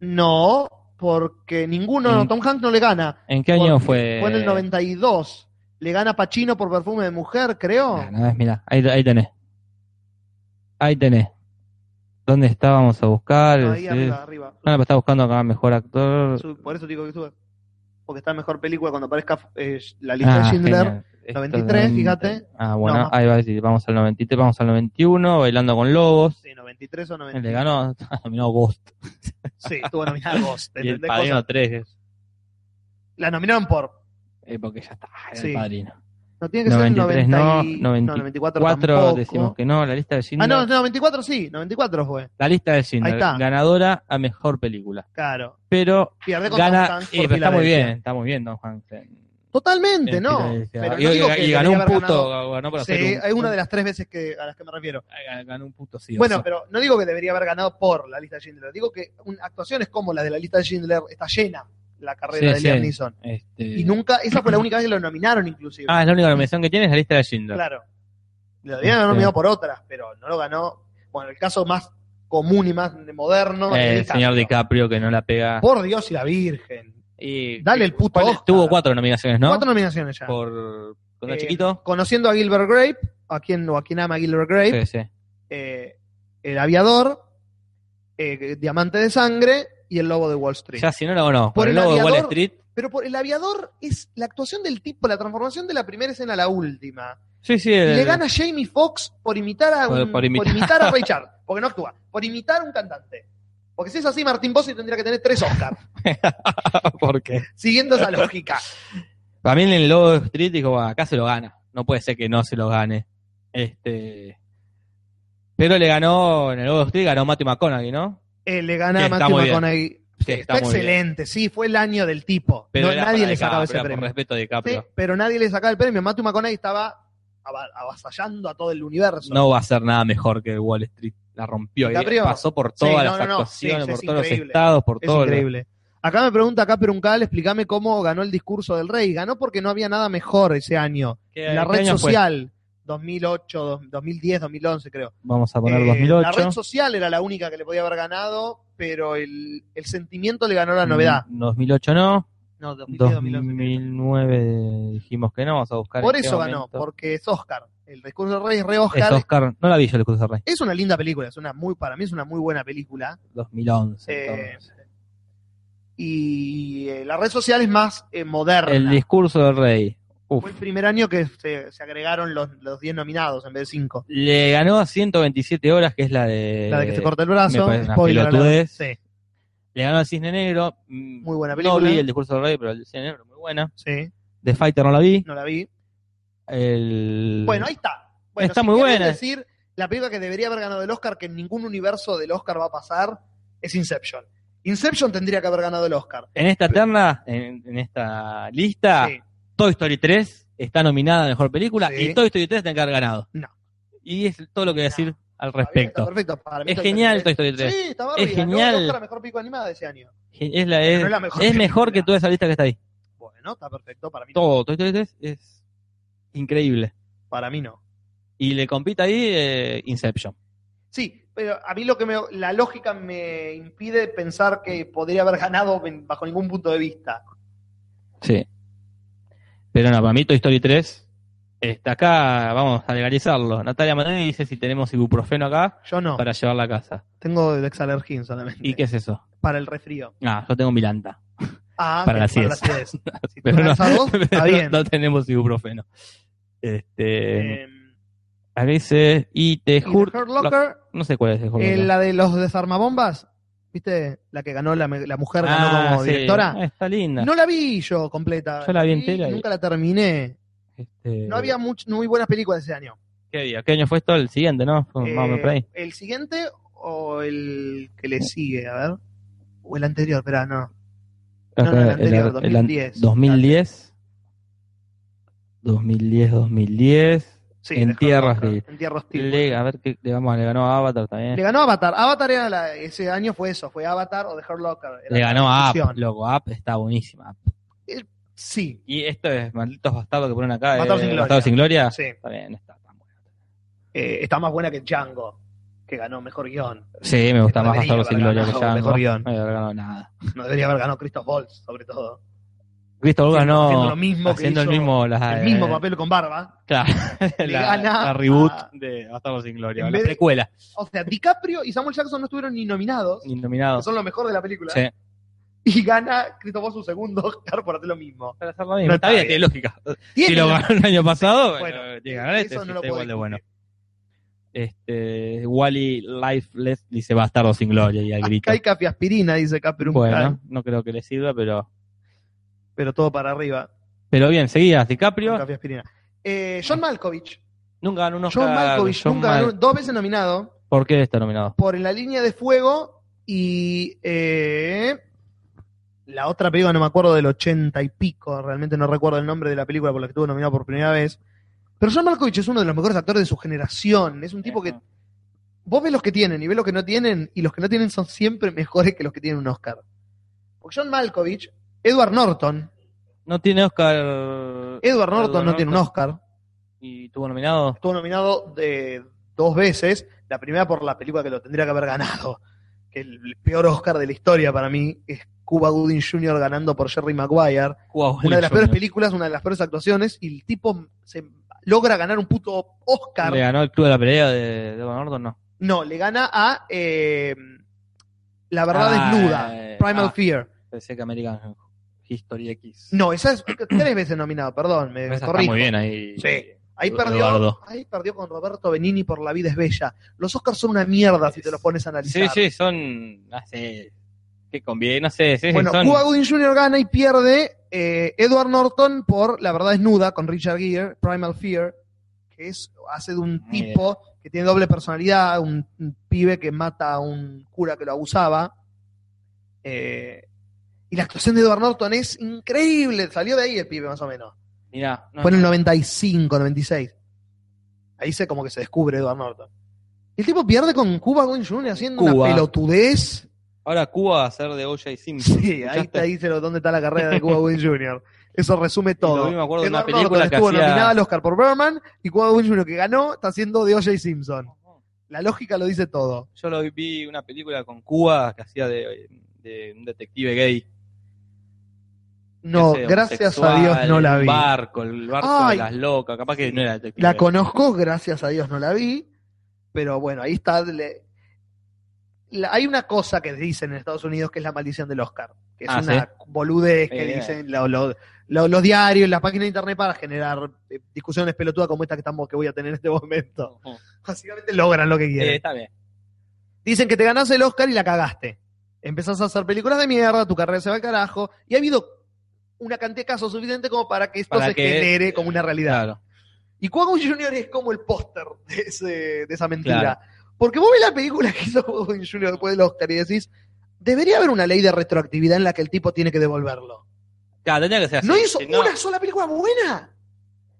[SPEAKER 2] no, porque ninguno,
[SPEAKER 1] Mm.
[SPEAKER 2] Tom Hanks no le gana.
[SPEAKER 1] ¿En qué año
[SPEAKER 2] Porque
[SPEAKER 1] fue?
[SPEAKER 2] Fue en el 92. Le gana Pacino por Perfume de Mujer, creo.
[SPEAKER 1] Ah, no, ves, mirá, ahí, ahí tenés. Ahí tenés. ¿Dónde está? Vamos a buscar.
[SPEAKER 2] Ahí
[SPEAKER 1] Sí.
[SPEAKER 2] arriba, arriba.
[SPEAKER 1] Ah, pero está buscando acá mejor actor.
[SPEAKER 2] Sube, Por eso te digo que sube. Porque está en mejor película cuando aparezca eh, la lista de
[SPEAKER 1] Ah,
[SPEAKER 2] Schindler.
[SPEAKER 1] genial. Esto
[SPEAKER 2] 93,
[SPEAKER 1] es
[SPEAKER 2] fíjate.
[SPEAKER 1] Ah, bueno,
[SPEAKER 2] No, más.
[SPEAKER 1] ahí va a decir, vamos al 93, vamos al 91, bailando con lobos.
[SPEAKER 2] Sí, 93 o 90.
[SPEAKER 1] Le ganó, nominó Ghost.
[SPEAKER 2] Sí, estuvo nominada a Ghost.
[SPEAKER 1] Y el
[SPEAKER 2] ¿entendés?
[SPEAKER 1] padrino
[SPEAKER 2] Cosas-
[SPEAKER 1] 3.
[SPEAKER 2] La nominaron por.
[SPEAKER 1] Eh, porque ya está, era
[SPEAKER 2] Sí.
[SPEAKER 1] el padrino.
[SPEAKER 2] No tiene que ser
[SPEAKER 1] 93
[SPEAKER 2] el 90
[SPEAKER 1] no,
[SPEAKER 2] y-
[SPEAKER 1] 94
[SPEAKER 2] 94 tampoco.
[SPEAKER 1] decimos que no, la lista de
[SPEAKER 2] Ah,
[SPEAKER 1] Schindler.
[SPEAKER 2] no, no, 94 sí, 94 fue.
[SPEAKER 1] La lista de Schindler,
[SPEAKER 2] Ahí está.
[SPEAKER 1] ganadora a mejor película.
[SPEAKER 2] Claro.
[SPEAKER 1] Pero
[SPEAKER 2] Pierde con Tom
[SPEAKER 1] gana,
[SPEAKER 2] Hanks
[SPEAKER 1] eh,
[SPEAKER 2] por
[SPEAKER 1] pero está muy
[SPEAKER 2] Filadelfia.
[SPEAKER 1] bien, está muy bien Don Hanks.
[SPEAKER 2] Totalmente,
[SPEAKER 1] Eh,
[SPEAKER 2] no.
[SPEAKER 1] mira,
[SPEAKER 2] Pero no
[SPEAKER 1] y,
[SPEAKER 2] digo
[SPEAKER 1] y
[SPEAKER 2] que
[SPEAKER 1] ganó un
[SPEAKER 2] debería haber
[SPEAKER 1] puto,
[SPEAKER 2] ganado.
[SPEAKER 1] ganó por
[SPEAKER 2] Sí,
[SPEAKER 1] hacer un-
[SPEAKER 2] es una de las tres veces que, a las que me refiero.
[SPEAKER 1] ganó un puto sí.
[SPEAKER 2] Bueno, pero no digo que debería haber ganado por la lista de Schindler. Digo que un- actuaciones como la de la lista de Schindler está llena la
[SPEAKER 1] Sí,
[SPEAKER 2] carrera de
[SPEAKER 1] sí.
[SPEAKER 2] Liam Neeson.
[SPEAKER 1] Este...
[SPEAKER 2] Y nunca, esa fue la única vez que lo nominaron, inclusive.
[SPEAKER 1] Ah, es la única nominación que tiene es la lista de Schindler.
[SPEAKER 2] Claro. Lo habían
[SPEAKER 1] Este.
[SPEAKER 2] nominado por otras, pero no lo ganó. Bueno, el caso más común y más moderno.
[SPEAKER 1] Eh,
[SPEAKER 2] es
[SPEAKER 1] el señor
[SPEAKER 2] DiCaprio.
[SPEAKER 1] DiCaprio que no la pega.
[SPEAKER 2] Por Dios y la Virgen.
[SPEAKER 1] Y,
[SPEAKER 2] Dale el puto.
[SPEAKER 1] ¿cuál-
[SPEAKER 2] Oscar.
[SPEAKER 1] Tuvo cuatro nominaciones, ¿no?
[SPEAKER 2] Cuatro nominaciones ya.
[SPEAKER 1] Por. ¿Cuando era
[SPEAKER 2] Eh,
[SPEAKER 1] chiquito?
[SPEAKER 2] Conociendo a Gilbert Grape, a quien, o a quien ama a Gilbert Grape,
[SPEAKER 1] Sí, sí.
[SPEAKER 2] eh, El Aviador, eh, Diamante de Sangre y El Lobo de Wall Street.
[SPEAKER 1] Ya, si no, no, no.
[SPEAKER 2] Por
[SPEAKER 1] Por el
[SPEAKER 2] el
[SPEAKER 1] logo de Wall
[SPEAKER 2] aviador-
[SPEAKER 1] Street.
[SPEAKER 2] Pero por El Aviador es la actuación del tipo, la transformación de la primera escena a la última.
[SPEAKER 1] Sí, sí.
[SPEAKER 2] Y
[SPEAKER 1] el-
[SPEAKER 2] le gana Jamie Foxx por imitar a
[SPEAKER 1] Por-
[SPEAKER 2] un-
[SPEAKER 1] por imitar.
[SPEAKER 2] por imitar a Ray Charles, porque no actúa, por imitar a un cantante. Porque si es así, Martín Bossi tendría que tener tres Oscars,
[SPEAKER 1] ¿Por qué?
[SPEAKER 2] siguiendo esa lógica.
[SPEAKER 1] Para mí en el logo de Wall Street dijo, "Bah, acá se lo gana. No puede ser que no se lo gane. Este. Pero le ganó, en el logo de Wall Street ganó Matthew McConaughey, ¿no?
[SPEAKER 2] Eh, le
[SPEAKER 1] Que
[SPEAKER 2] gana a
[SPEAKER 1] está
[SPEAKER 2] Matthew
[SPEAKER 1] muy bien.
[SPEAKER 2] McConaughey.
[SPEAKER 1] Que
[SPEAKER 2] está
[SPEAKER 1] muy bien.
[SPEAKER 2] excelente, sí, fue el año del tipo.
[SPEAKER 1] Pero
[SPEAKER 2] No,
[SPEAKER 1] era
[SPEAKER 2] nadie
[SPEAKER 1] para
[SPEAKER 2] le sacaba ese
[SPEAKER 1] DiCaprio, Por
[SPEAKER 2] premio.
[SPEAKER 1] respeto a
[SPEAKER 2] Sí,
[SPEAKER 1] DiCaprio.
[SPEAKER 2] pero nadie le sacaba el premio. Matthew McConaughey estaba ava- avasallando a todo el universo.
[SPEAKER 1] No va a ser nada mejor que Wall Street. La rompió. Y
[SPEAKER 2] DiCaprio.
[SPEAKER 1] pasó por todas
[SPEAKER 2] Sí, no,
[SPEAKER 1] las
[SPEAKER 2] no, no.
[SPEAKER 1] actuaciones,
[SPEAKER 2] Sí,
[SPEAKER 1] por
[SPEAKER 2] es
[SPEAKER 1] todos los
[SPEAKER 2] increíble.
[SPEAKER 1] estados, por
[SPEAKER 2] es
[SPEAKER 1] todo. lo-
[SPEAKER 2] increíble. Acá me pregunta acá Peruncal, explícame cómo ganó el discurso del rey. Ganó porque no había nada mejor ese año.
[SPEAKER 1] ¿Qué-
[SPEAKER 2] la
[SPEAKER 1] Eh, qué este
[SPEAKER 2] red
[SPEAKER 1] año fue?
[SPEAKER 2] social, 2008, dos- 2010, 2011 creo.
[SPEAKER 1] Vamos a poner
[SPEAKER 2] Eh, La
[SPEAKER 1] 2008.
[SPEAKER 2] red social era la única que le podía haber ganado, pero el, el sentimiento le ganó la novedad.
[SPEAKER 1] Mm, 2008 no.
[SPEAKER 2] No, 2010, 2011.
[SPEAKER 1] 2009 dijimos que no. Vamos a buscar.
[SPEAKER 2] Por
[SPEAKER 1] en qué
[SPEAKER 2] eso ganó,
[SPEAKER 1] momento.
[SPEAKER 2] porque es Oscar. El discurso del rey es re
[SPEAKER 1] Es
[SPEAKER 2] Oscar. Es,
[SPEAKER 1] Oscar. No la vi yo, el Cruz del Rey.
[SPEAKER 2] una linda película, es una muy para mí es una muy buena película.
[SPEAKER 1] 2011.
[SPEAKER 2] Eh,
[SPEAKER 1] entonces.
[SPEAKER 2] Y eh, la red social es más eh, moderna.
[SPEAKER 1] el discurso del rey. Uf.
[SPEAKER 2] Fue el primer año que se, se agregaron los los 10 nominados en vez de 5.
[SPEAKER 1] Le ganó a 127 horas, que es la de.
[SPEAKER 2] La de que se corta el
[SPEAKER 1] Eh, me
[SPEAKER 2] brazo,
[SPEAKER 1] parece una
[SPEAKER 2] spoiler alert.
[SPEAKER 1] pelotudez.
[SPEAKER 2] Sí,
[SPEAKER 1] Le ganó al Cisne Negro. mm,
[SPEAKER 2] Muy buena
[SPEAKER 1] No
[SPEAKER 2] película.
[SPEAKER 1] vi el discurso del rey, pero el Cisne Negro muy buena.
[SPEAKER 2] sí,
[SPEAKER 1] The Fighter no la vi.
[SPEAKER 2] no la vi.
[SPEAKER 1] El...
[SPEAKER 2] Bueno, ahí está. Bueno,
[SPEAKER 1] Está
[SPEAKER 2] si
[SPEAKER 1] muy
[SPEAKER 2] querés
[SPEAKER 1] buena.
[SPEAKER 2] decir la película que debería haber ganado el Oscar, que en ningún universo del Oscar va a pasar, es Inception. Inception tendría que haber ganado el Oscar.
[SPEAKER 1] En esta terna, en, en esta lista,
[SPEAKER 2] Sí.
[SPEAKER 1] Toy Story 3 está nominada a mejor película
[SPEAKER 2] Sí.
[SPEAKER 1] y Toy Story 3 tiene que haber ganado.
[SPEAKER 2] No.
[SPEAKER 1] Y es todo lo que voy a decir al
[SPEAKER 2] Para mí está
[SPEAKER 1] respecto.
[SPEAKER 2] perfecto. Para mí
[SPEAKER 1] Es
[SPEAKER 2] Toy Story
[SPEAKER 1] genial Toy
[SPEAKER 2] tres.
[SPEAKER 1] Story 3.
[SPEAKER 2] Sí, está Barbie.
[SPEAKER 1] Es
[SPEAKER 2] ganó
[SPEAKER 1] genial.
[SPEAKER 2] El Oscar a mejor película animada de ese año.
[SPEAKER 1] Es, la,
[SPEAKER 2] Pero
[SPEAKER 1] es,
[SPEAKER 2] es la mejor
[SPEAKER 1] es mejor que
[SPEAKER 2] película.
[SPEAKER 1] toda esa lista que está ahí.
[SPEAKER 2] Bueno, está perfecto. Para mí, no.
[SPEAKER 1] Todo, Toy Story 3 es increíble.
[SPEAKER 2] para mí no.
[SPEAKER 1] Y le compita ahí eh, Inception.
[SPEAKER 2] Sí, pero a mí lo que me, la lógica me impide pensar que podría haber ganado en- bajo ningún punto de vista.
[SPEAKER 1] Sí. Pero no, para mí Toy Story 3 está acá, vamos a legalizarlo. Natalia Manuel dice si tenemos ibuprofeno acá
[SPEAKER 2] Yo no.
[SPEAKER 1] para llevarla a casa.
[SPEAKER 2] Tengo el exalergín solamente.
[SPEAKER 1] ¿Y qué es eso?
[SPEAKER 2] Para el resfrío.
[SPEAKER 1] Ah, yo tengo Milanta.
[SPEAKER 2] Ah,
[SPEAKER 1] Para la
[SPEAKER 2] las
[SPEAKER 1] acidez.
[SPEAKER 2] acidez. Si
[SPEAKER 1] Pero no,
[SPEAKER 2] tenés a dos, está
[SPEAKER 1] pero
[SPEAKER 2] bien.
[SPEAKER 1] no tenemos ibuprofeno. Este,
[SPEAKER 2] Em,
[SPEAKER 1] a veces y te
[SPEAKER 2] Y The
[SPEAKER 1] juro,
[SPEAKER 2] Hurt Locker,
[SPEAKER 1] no sé cuál es el Hurt
[SPEAKER 2] eh,
[SPEAKER 1] Locker.
[SPEAKER 2] la de los desarmabombas, ¿viste? La que ganó la, me- la mujer,
[SPEAKER 1] Ah,
[SPEAKER 2] ganó como
[SPEAKER 1] sí.
[SPEAKER 2] directora.
[SPEAKER 1] Ah, Está linda.
[SPEAKER 2] No la vi yo completa.
[SPEAKER 1] Yo la vi
[SPEAKER 2] y
[SPEAKER 1] entera y-
[SPEAKER 2] Nunca la terminé.
[SPEAKER 1] Este,
[SPEAKER 2] No había much- muy buenas películas ese año.
[SPEAKER 1] ¿Qué día? ¿Qué año fue esto? El siguiente, ¿no? Fue más o menos
[SPEAKER 2] Eh,
[SPEAKER 1] por ahí.
[SPEAKER 2] ¿El siguiente o el que le sigue? A ver. O el anterior, espera, no. no, el anterior, 2010.
[SPEAKER 1] 2010. 2010, 2010.
[SPEAKER 2] Sí,
[SPEAKER 1] En
[SPEAKER 2] The Hurt
[SPEAKER 1] Tierra
[SPEAKER 2] Locker,
[SPEAKER 1] Hostil.
[SPEAKER 2] En Tierra Hostil.
[SPEAKER 1] Le, a ver qué le vamos, le ganó a Avatar también.
[SPEAKER 2] Le
[SPEAKER 1] Le,
[SPEAKER 2] ganó Avatar. Avatar era la- ese año fue eso, fue Avatar o The Hurt Locker. Era la
[SPEAKER 1] ganó a App,
[SPEAKER 2] discusión.
[SPEAKER 1] loco, App está buenísima.
[SPEAKER 2] Sí,
[SPEAKER 1] Y esto es malditos bastardos que ponen acá.
[SPEAKER 2] Bastardos
[SPEAKER 1] eh,
[SPEAKER 2] sin Gloria.
[SPEAKER 1] Bastardos sin gloria.
[SPEAKER 2] sí.
[SPEAKER 1] Está bien, no está tan bueno.
[SPEAKER 2] Eh, está más buena que Django, que ganó mejor guión.
[SPEAKER 1] Sí, me gusta
[SPEAKER 2] No
[SPEAKER 1] más
[SPEAKER 2] debería
[SPEAKER 1] Bastardos sin
[SPEAKER 2] haber
[SPEAKER 1] gloria que
[SPEAKER 2] ganado mejor
[SPEAKER 1] Django.
[SPEAKER 2] guión.
[SPEAKER 1] No había ganado nada.
[SPEAKER 2] No debería haber ganado Christoph Waltz, sobre todo.
[SPEAKER 1] Cristóbal ganó
[SPEAKER 2] haciendo lo mismo que
[SPEAKER 1] haciendo el
[SPEAKER 2] hizo
[SPEAKER 1] mismo, las-
[SPEAKER 2] El mismo
[SPEAKER 1] eh,
[SPEAKER 2] papel con barba.
[SPEAKER 1] Claro,
[SPEAKER 2] Le
[SPEAKER 1] la,
[SPEAKER 2] gana
[SPEAKER 1] la reboot
[SPEAKER 2] a-
[SPEAKER 1] de Bastardos sin gloria,
[SPEAKER 2] en
[SPEAKER 1] la
[SPEAKER 2] vez de-
[SPEAKER 1] precuela,
[SPEAKER 2] O sea, DiCaprio y Samuel Jackson no estuvieron ni nominados,
[SPEAKER 1] ni nominado.
[SPEAKER 2] que son lo mejor de la película.
[SPEAKER 1] Sí.
[SPEAKER 2] Y gana Christoph Waltz su segundo Oscar por hacer lo mismo.
[SPEAKER 1] Para hacer lo mismo.
[SPEAKER 2] No
[SPEAKER 1] está
[SPEAKER 2] está
[SPEAKER 1] bien,
[SPEAKER 2] bien.
[SPEAKER 1] tiene lógica. Si
[SPEAKER 2] Tiene-
[SPEAKER 1] lo ganó el año pasado, bueno, tiene que ganar
[SPEAKER 2] eso
[SPEAKER 1] este,
[SPEAKER 2] no
[SPEAKER 1] si
[SPEAKER 2] lo
[SPEAKER 1] está
[SPEAKER 2] puedo
[SPEAKER 1] igual de bueno.
[SPEAKER 2] discutir.
[SPEAKER 1] Este, Wally Lifeless dice Bastardos sin gloria y al grito.
[SPEAKER 2] Acá hay café aspirina, dice Capri
[SPEAKER 1] Bueno, no creo que le sirva, pero.
[SPEAKER 2] pero todo para arriba.
[SPEAKER 1] Pero bien, seguías.
[SPEAKER 2] con
[SPEAKER 1] DiCaprio
[SPEAKER 2] Café aspirina. Eh, John Malkovich.
[SPEAKER 1] nunca ganó un Oscar.
[SPEAKER 2] John Malkovich
[SPEAKER 1] John
[SPEAKER 2] nunca
[SPEAKER 1] Mal-
[SPEAKER 2] ganó- dos veces nominado.
[SPEAKER 1] ¿Por qué está nominado?
[SPEAKER 2] por En la línea de fuego y eh, La otra película, no me acuerdo del ochenta y pico, realmente no recuerdo el nombre de la película por la que estuvo nominado por primera vez. Pero John Malkovich es uno de los mejores actores de su generación. Es un tipo que. Vos ves los que tienen y ves los que no tienen, y los que no tienen son siempre mejores que los que tienen un Oscar. Porque John Malkovich, Edward Norton.
[SPEAKER 1] No tiene Oscar.
[SPEAKER 2] Edward Norton no tiene un
[SPEAKER 1] Norton.
[SPEAKER 2] Oscar.
[SPEAKER 1] ¿Y tuvo nominado?
[SPEAKER 2] Estuvo nominado de dos veces. La primera por la película que lo tendría que haber ganado. Que el peor Oscar de la historia para mí es Cuba Gooding Jr. ganando por Jerry Maguire.
[SPEAKER 1] Wow,
[SPEAKER 2] Una de
[SPEAKER 1] Junior.
[SPEAKER 2] las peores películas, una de las peores actuaciones. Y el tipo se logra ganar un puto Oscar.
[SPEAKER 1] ¿Le ganó el club de la pelea de, de Van Orton? No.
[SPEAKER 2] No, le gana a eh, La Verdad
[SPEAKER 1] Ah,
[SPEAKER 2] Desnuda,
[SPEAKER 1] eh,
[SPEAKER 2] Primal
[SPEAKER 1] ah.
[SPEAKER 2] Fear.
[SPEAKER 1] Pensé que American History X.
[SPEAKER 2] No, esa es tres veces nominado, perdón, me,
[SPEAKER 1] Esa
[SPEAKER 2] me
[SPEAKER 1] está
[SPEAKER 2] corrijo.
[SPEAKER 1] muy bien ahí.
[SPEAKER 2] Sí. Ahí
[SPEAKER 1] Edu-
[SPEAKER 2] perdió,
[SPEAKER 1] Eduardo.
[SPEAKER 2] ahí perdió con Roberto Benini por La vida es bella. Los Oscars son una mierda si te los pones a analizar.
[SPEAKER 1] Sí, sí, son. No sé. Que conviene, no sé. sí, sí,
[SPEAKER 2] Bueno,
[SPEAKER 1] son-
[SPEAKER 2] Cuba Gooding Jr. gana y pierde eh, Edward Norton por La verdad desnuda con Richard Gere, Primal Fear, que es hace de un
[SPEAKER 1] Muy
[SPEAKER 2] tipo que tiene doble personalidad, un, un pibe que mata a un cura que lo abusaba. Eh, y la actuación de Edward Norton es increíble, salió de ahí el pibe más o menos.
[SPEAKER 1] Mirá, no,
[SPEAKER 2] Fue en el 95, 96. Ahí se como que se descubre Edward Norton. Y el tipo pierde con Cuba Gooding Jr. haciendo
[SPEAKER 1] Cuba.
[SPEAKER 2] una pelotudez.
[SPEAKER 1] Ahora Cuba va a ser de Oya y Simpson.
[SPEAKER 2] Sí, ahí
[SPEAKER 1] ¿escuchaste?
[SPEAKER 2] te dice lo- dónde está la carrera de Cuba Gooding Jr. Eso resume
[SPEAKER 1] Lo
[SPEAKER 2] todo.
[SPEAKER 1] vi, me acuerdo de una
[SPEAKER 2] Edward
[SPEAKER 1] película
[SPEAKER 2] Norton
[SPEAKER 1] que
[SPEAKER 2] estuvo
[SPEAKER 1] hacía-
[SPEAKER 2] nominada al Oscar por Berman y Cuba Gooding Jr. que ganó está haciendo de O.J. Simpson. La lógica lo dice todo.
[SPEAKER 1] Yo lo vi- vi una película con Cuba que hacía de, de un detective gay.
[SPEAKER 2] No,
[SPEAKER 1] que hace
[SPEAKER 2] gracias a
[SPEAKER 1] homosexual,
[SPEAKER 2] Dios no la
[SPEAKER 1] un
[SPEAKER 2] vi.
[SPEAKER 1] barco, el barco
[SPEAKER 2] Ay.
[SPEAKER 1] de las locas. Capaz que no era detective.
[SPEAKER 2] La
[SPEAKER 1] gay.
[SPEAKER 2] conozco, gracias a Dios no la vi, pero bueno, ahí está. le- la- hay una cosa que dicen en Estados Unidos que es la maldición del Oscar, que es
[SPEAKER 1] Ah,
[SPEAKER 2] una boludez que
[SPEAKER 1] Eh.
[SPEAKER 2] dicen lo- lo- lo- los diarios, las páginas de internet para generar eh, discusiones pelotudas como esta que, estamos, que voy a tener en este momento.
[SPEAKER 1] Ujú.
[SPEAKER 2] Básicamente logran lo que
[SPEAKER 1] Eh,
[SPEAKER 2] quieren.
[SPEAKER 1] está bien.
[SPEAKER 2] Dicen que te ganás el Oscar y la cagaste. Empezás a hacer películas de mierda, tu carrera se va al carajo, y ha habido una cantidad de casos suficiente como para que esto
[SPEAKER 1] Para
[SPEAKER 2] se
[SPEAKER 1] que-
[SPEAKER 2] genere como una realidad.
[SPEAKER 1] Claro.
[SPEAKER 2] Y Cuoco Jr. es como el póster de, ese- de esa mentira.
[SPEAKER 1] Claro.
[SPEAKER 2] Porque vos ves la película que hizo Cuoco Jr. después del Oscar y decís, debería haber una ley de retroactividad en la que el tipo tiene que devolverlo.
[SPEAKER 1] Claro, tendría que ser así.
[SPEAKER 2] no hizo
[SPEAKER 1] Si
[SPEAKER 2] una sola película buena.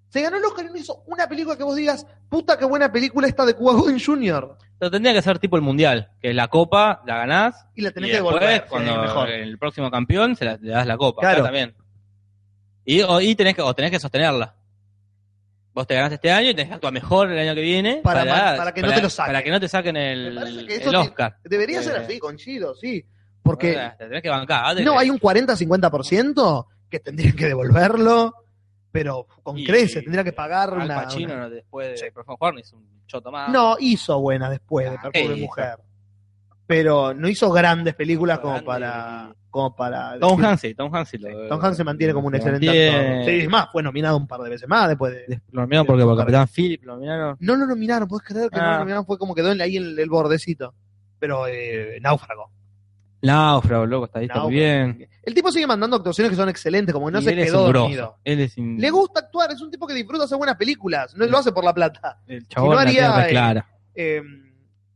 [SPEAKER 2] Se ganó el Oscar y no hizo una película que vos digas, puta, qué buena película esta de Cuoco Jr.
[SPEAKER 1] Pero tendría que ser tipo el mundial, que es la copa, la ganás.
[SPEAKER 2] Y la tenés
[SPEAKER 1] y
[SPEAKER 2] que
[SPEAKER 1] después,
[SPEAKER 2] devolver.
[SPEAKER 1] cuando eh,
[SPEAKER 2] Sí, mejor.
[SPEAKER 1] el próximo campeón, se la, le das la copa.
[SPEAKER 2] Claro.
[SPEAKER 1] Acá también. Y, o, y tenés que, o tenés que sostenerla. Vos te ganaste este año y tenés que actuar mejor el año que viene.
[SPEAKER 2] Para man- para que no te lo saquen.
[SPEAKER 1] Para que no te saquen el,
[SPEAKER 2] Me parece que
[SPEAKER 1] el
[SPEAKER 2] eso tiene-
[SPEAKER 1] Oscar.
[SPEAKER 2] Debería
[SPEAKER 1] Eh,
[SPEAKER 2] ser así, con Chido, sí. Porque
[SPEAKER 1] Ah, te tenés que bancar. antes
[SPEAKER 2] no,
[SPEAKER 1] que-
[SPEAKER 2] hay un 40-50% que tendrían que devolverlo, pero con
[SPEAKER 1] Y-
[SPEAKER 2] creces, tendría que pagar
[SPEAKER 1] Al
[SPEAKER 2] una-
[SPEAKER 1] Pacino
[SPEAKER 2] una
[SPEAKER 1] no, después de
[SPEAKER 2] Sí.
[SPEAKER 1] Perfume Juan hizo un choto más.
[SPEAKER 2] No, hizo buenas después de
[SPEAKER 1] Ah,
[SPEAKER 2] Perfume
[SPEAKER 1] sí,
[SPEAKER 2] Mujer. Pero no hizo grandes películas
[SPEAKER 1] Hizo
[SPEAKER 2] como
[SPEAKER 1] grandes
[SPEAKER 2] para. como para
[SPEAKER 1] Tom
[SPEAKER 2] decir-
[SPEAKER 1] Hanks, Tom Hanks. lo-
[SPEAKER 2] Tom Hanks se mantiene como un
[SPEAKER 1] se
[SPEAKER 2] excelente
[SPEAKER 1] mantiene.
[SPEAKER 2] actor. Sí, es más, fue nominado un par de veces más después de.
[SPEAKER 1] Lo nominaron porque por Capitán Philip, lo nominaron.
[SPEAKER 2] No lo nominaron, puedes creer que no
[SPEAKER 1] Ah.
[SPEAKER 2] lo nominaron, fue como quedó en- ahí en el, el bordecito. Pero eh, náufrago.
[SPEAKER 1] Náufrago, loco, está ahí está muy
[SPEAKER 2] Náufrago.
[SPEAKER 1] bien.
[SPEAKER 2] El tipo sigue mandando actuaciones que son excelentes, como que no
[SPEAKER 1] Y
[SPEAKER 2] se
[SPEAKER 1] él es
[SPEAKER 2] quedó
[SPEAKER 1] un grosso,
[SPEAKER 2] dormido.
[SPEAKER 1] Él es un-
[SPEAKER 2] Le gusta actuar, es un tipo que disfruta hacer buenas películas, no
[SPEAKER 1] Sí.
[SPEAKER 2] lo hace por la plata.
[SPEAKER 1] El chabón
[SPEAKER 2] Si no
[SPEAKER 1] la tiene
[SPEAKER 2] haría,
[SPEAKER 1] re
[SPEAKER 2] eh,
[SPEAKER 1] clara.
[SPEAKER 2] eh,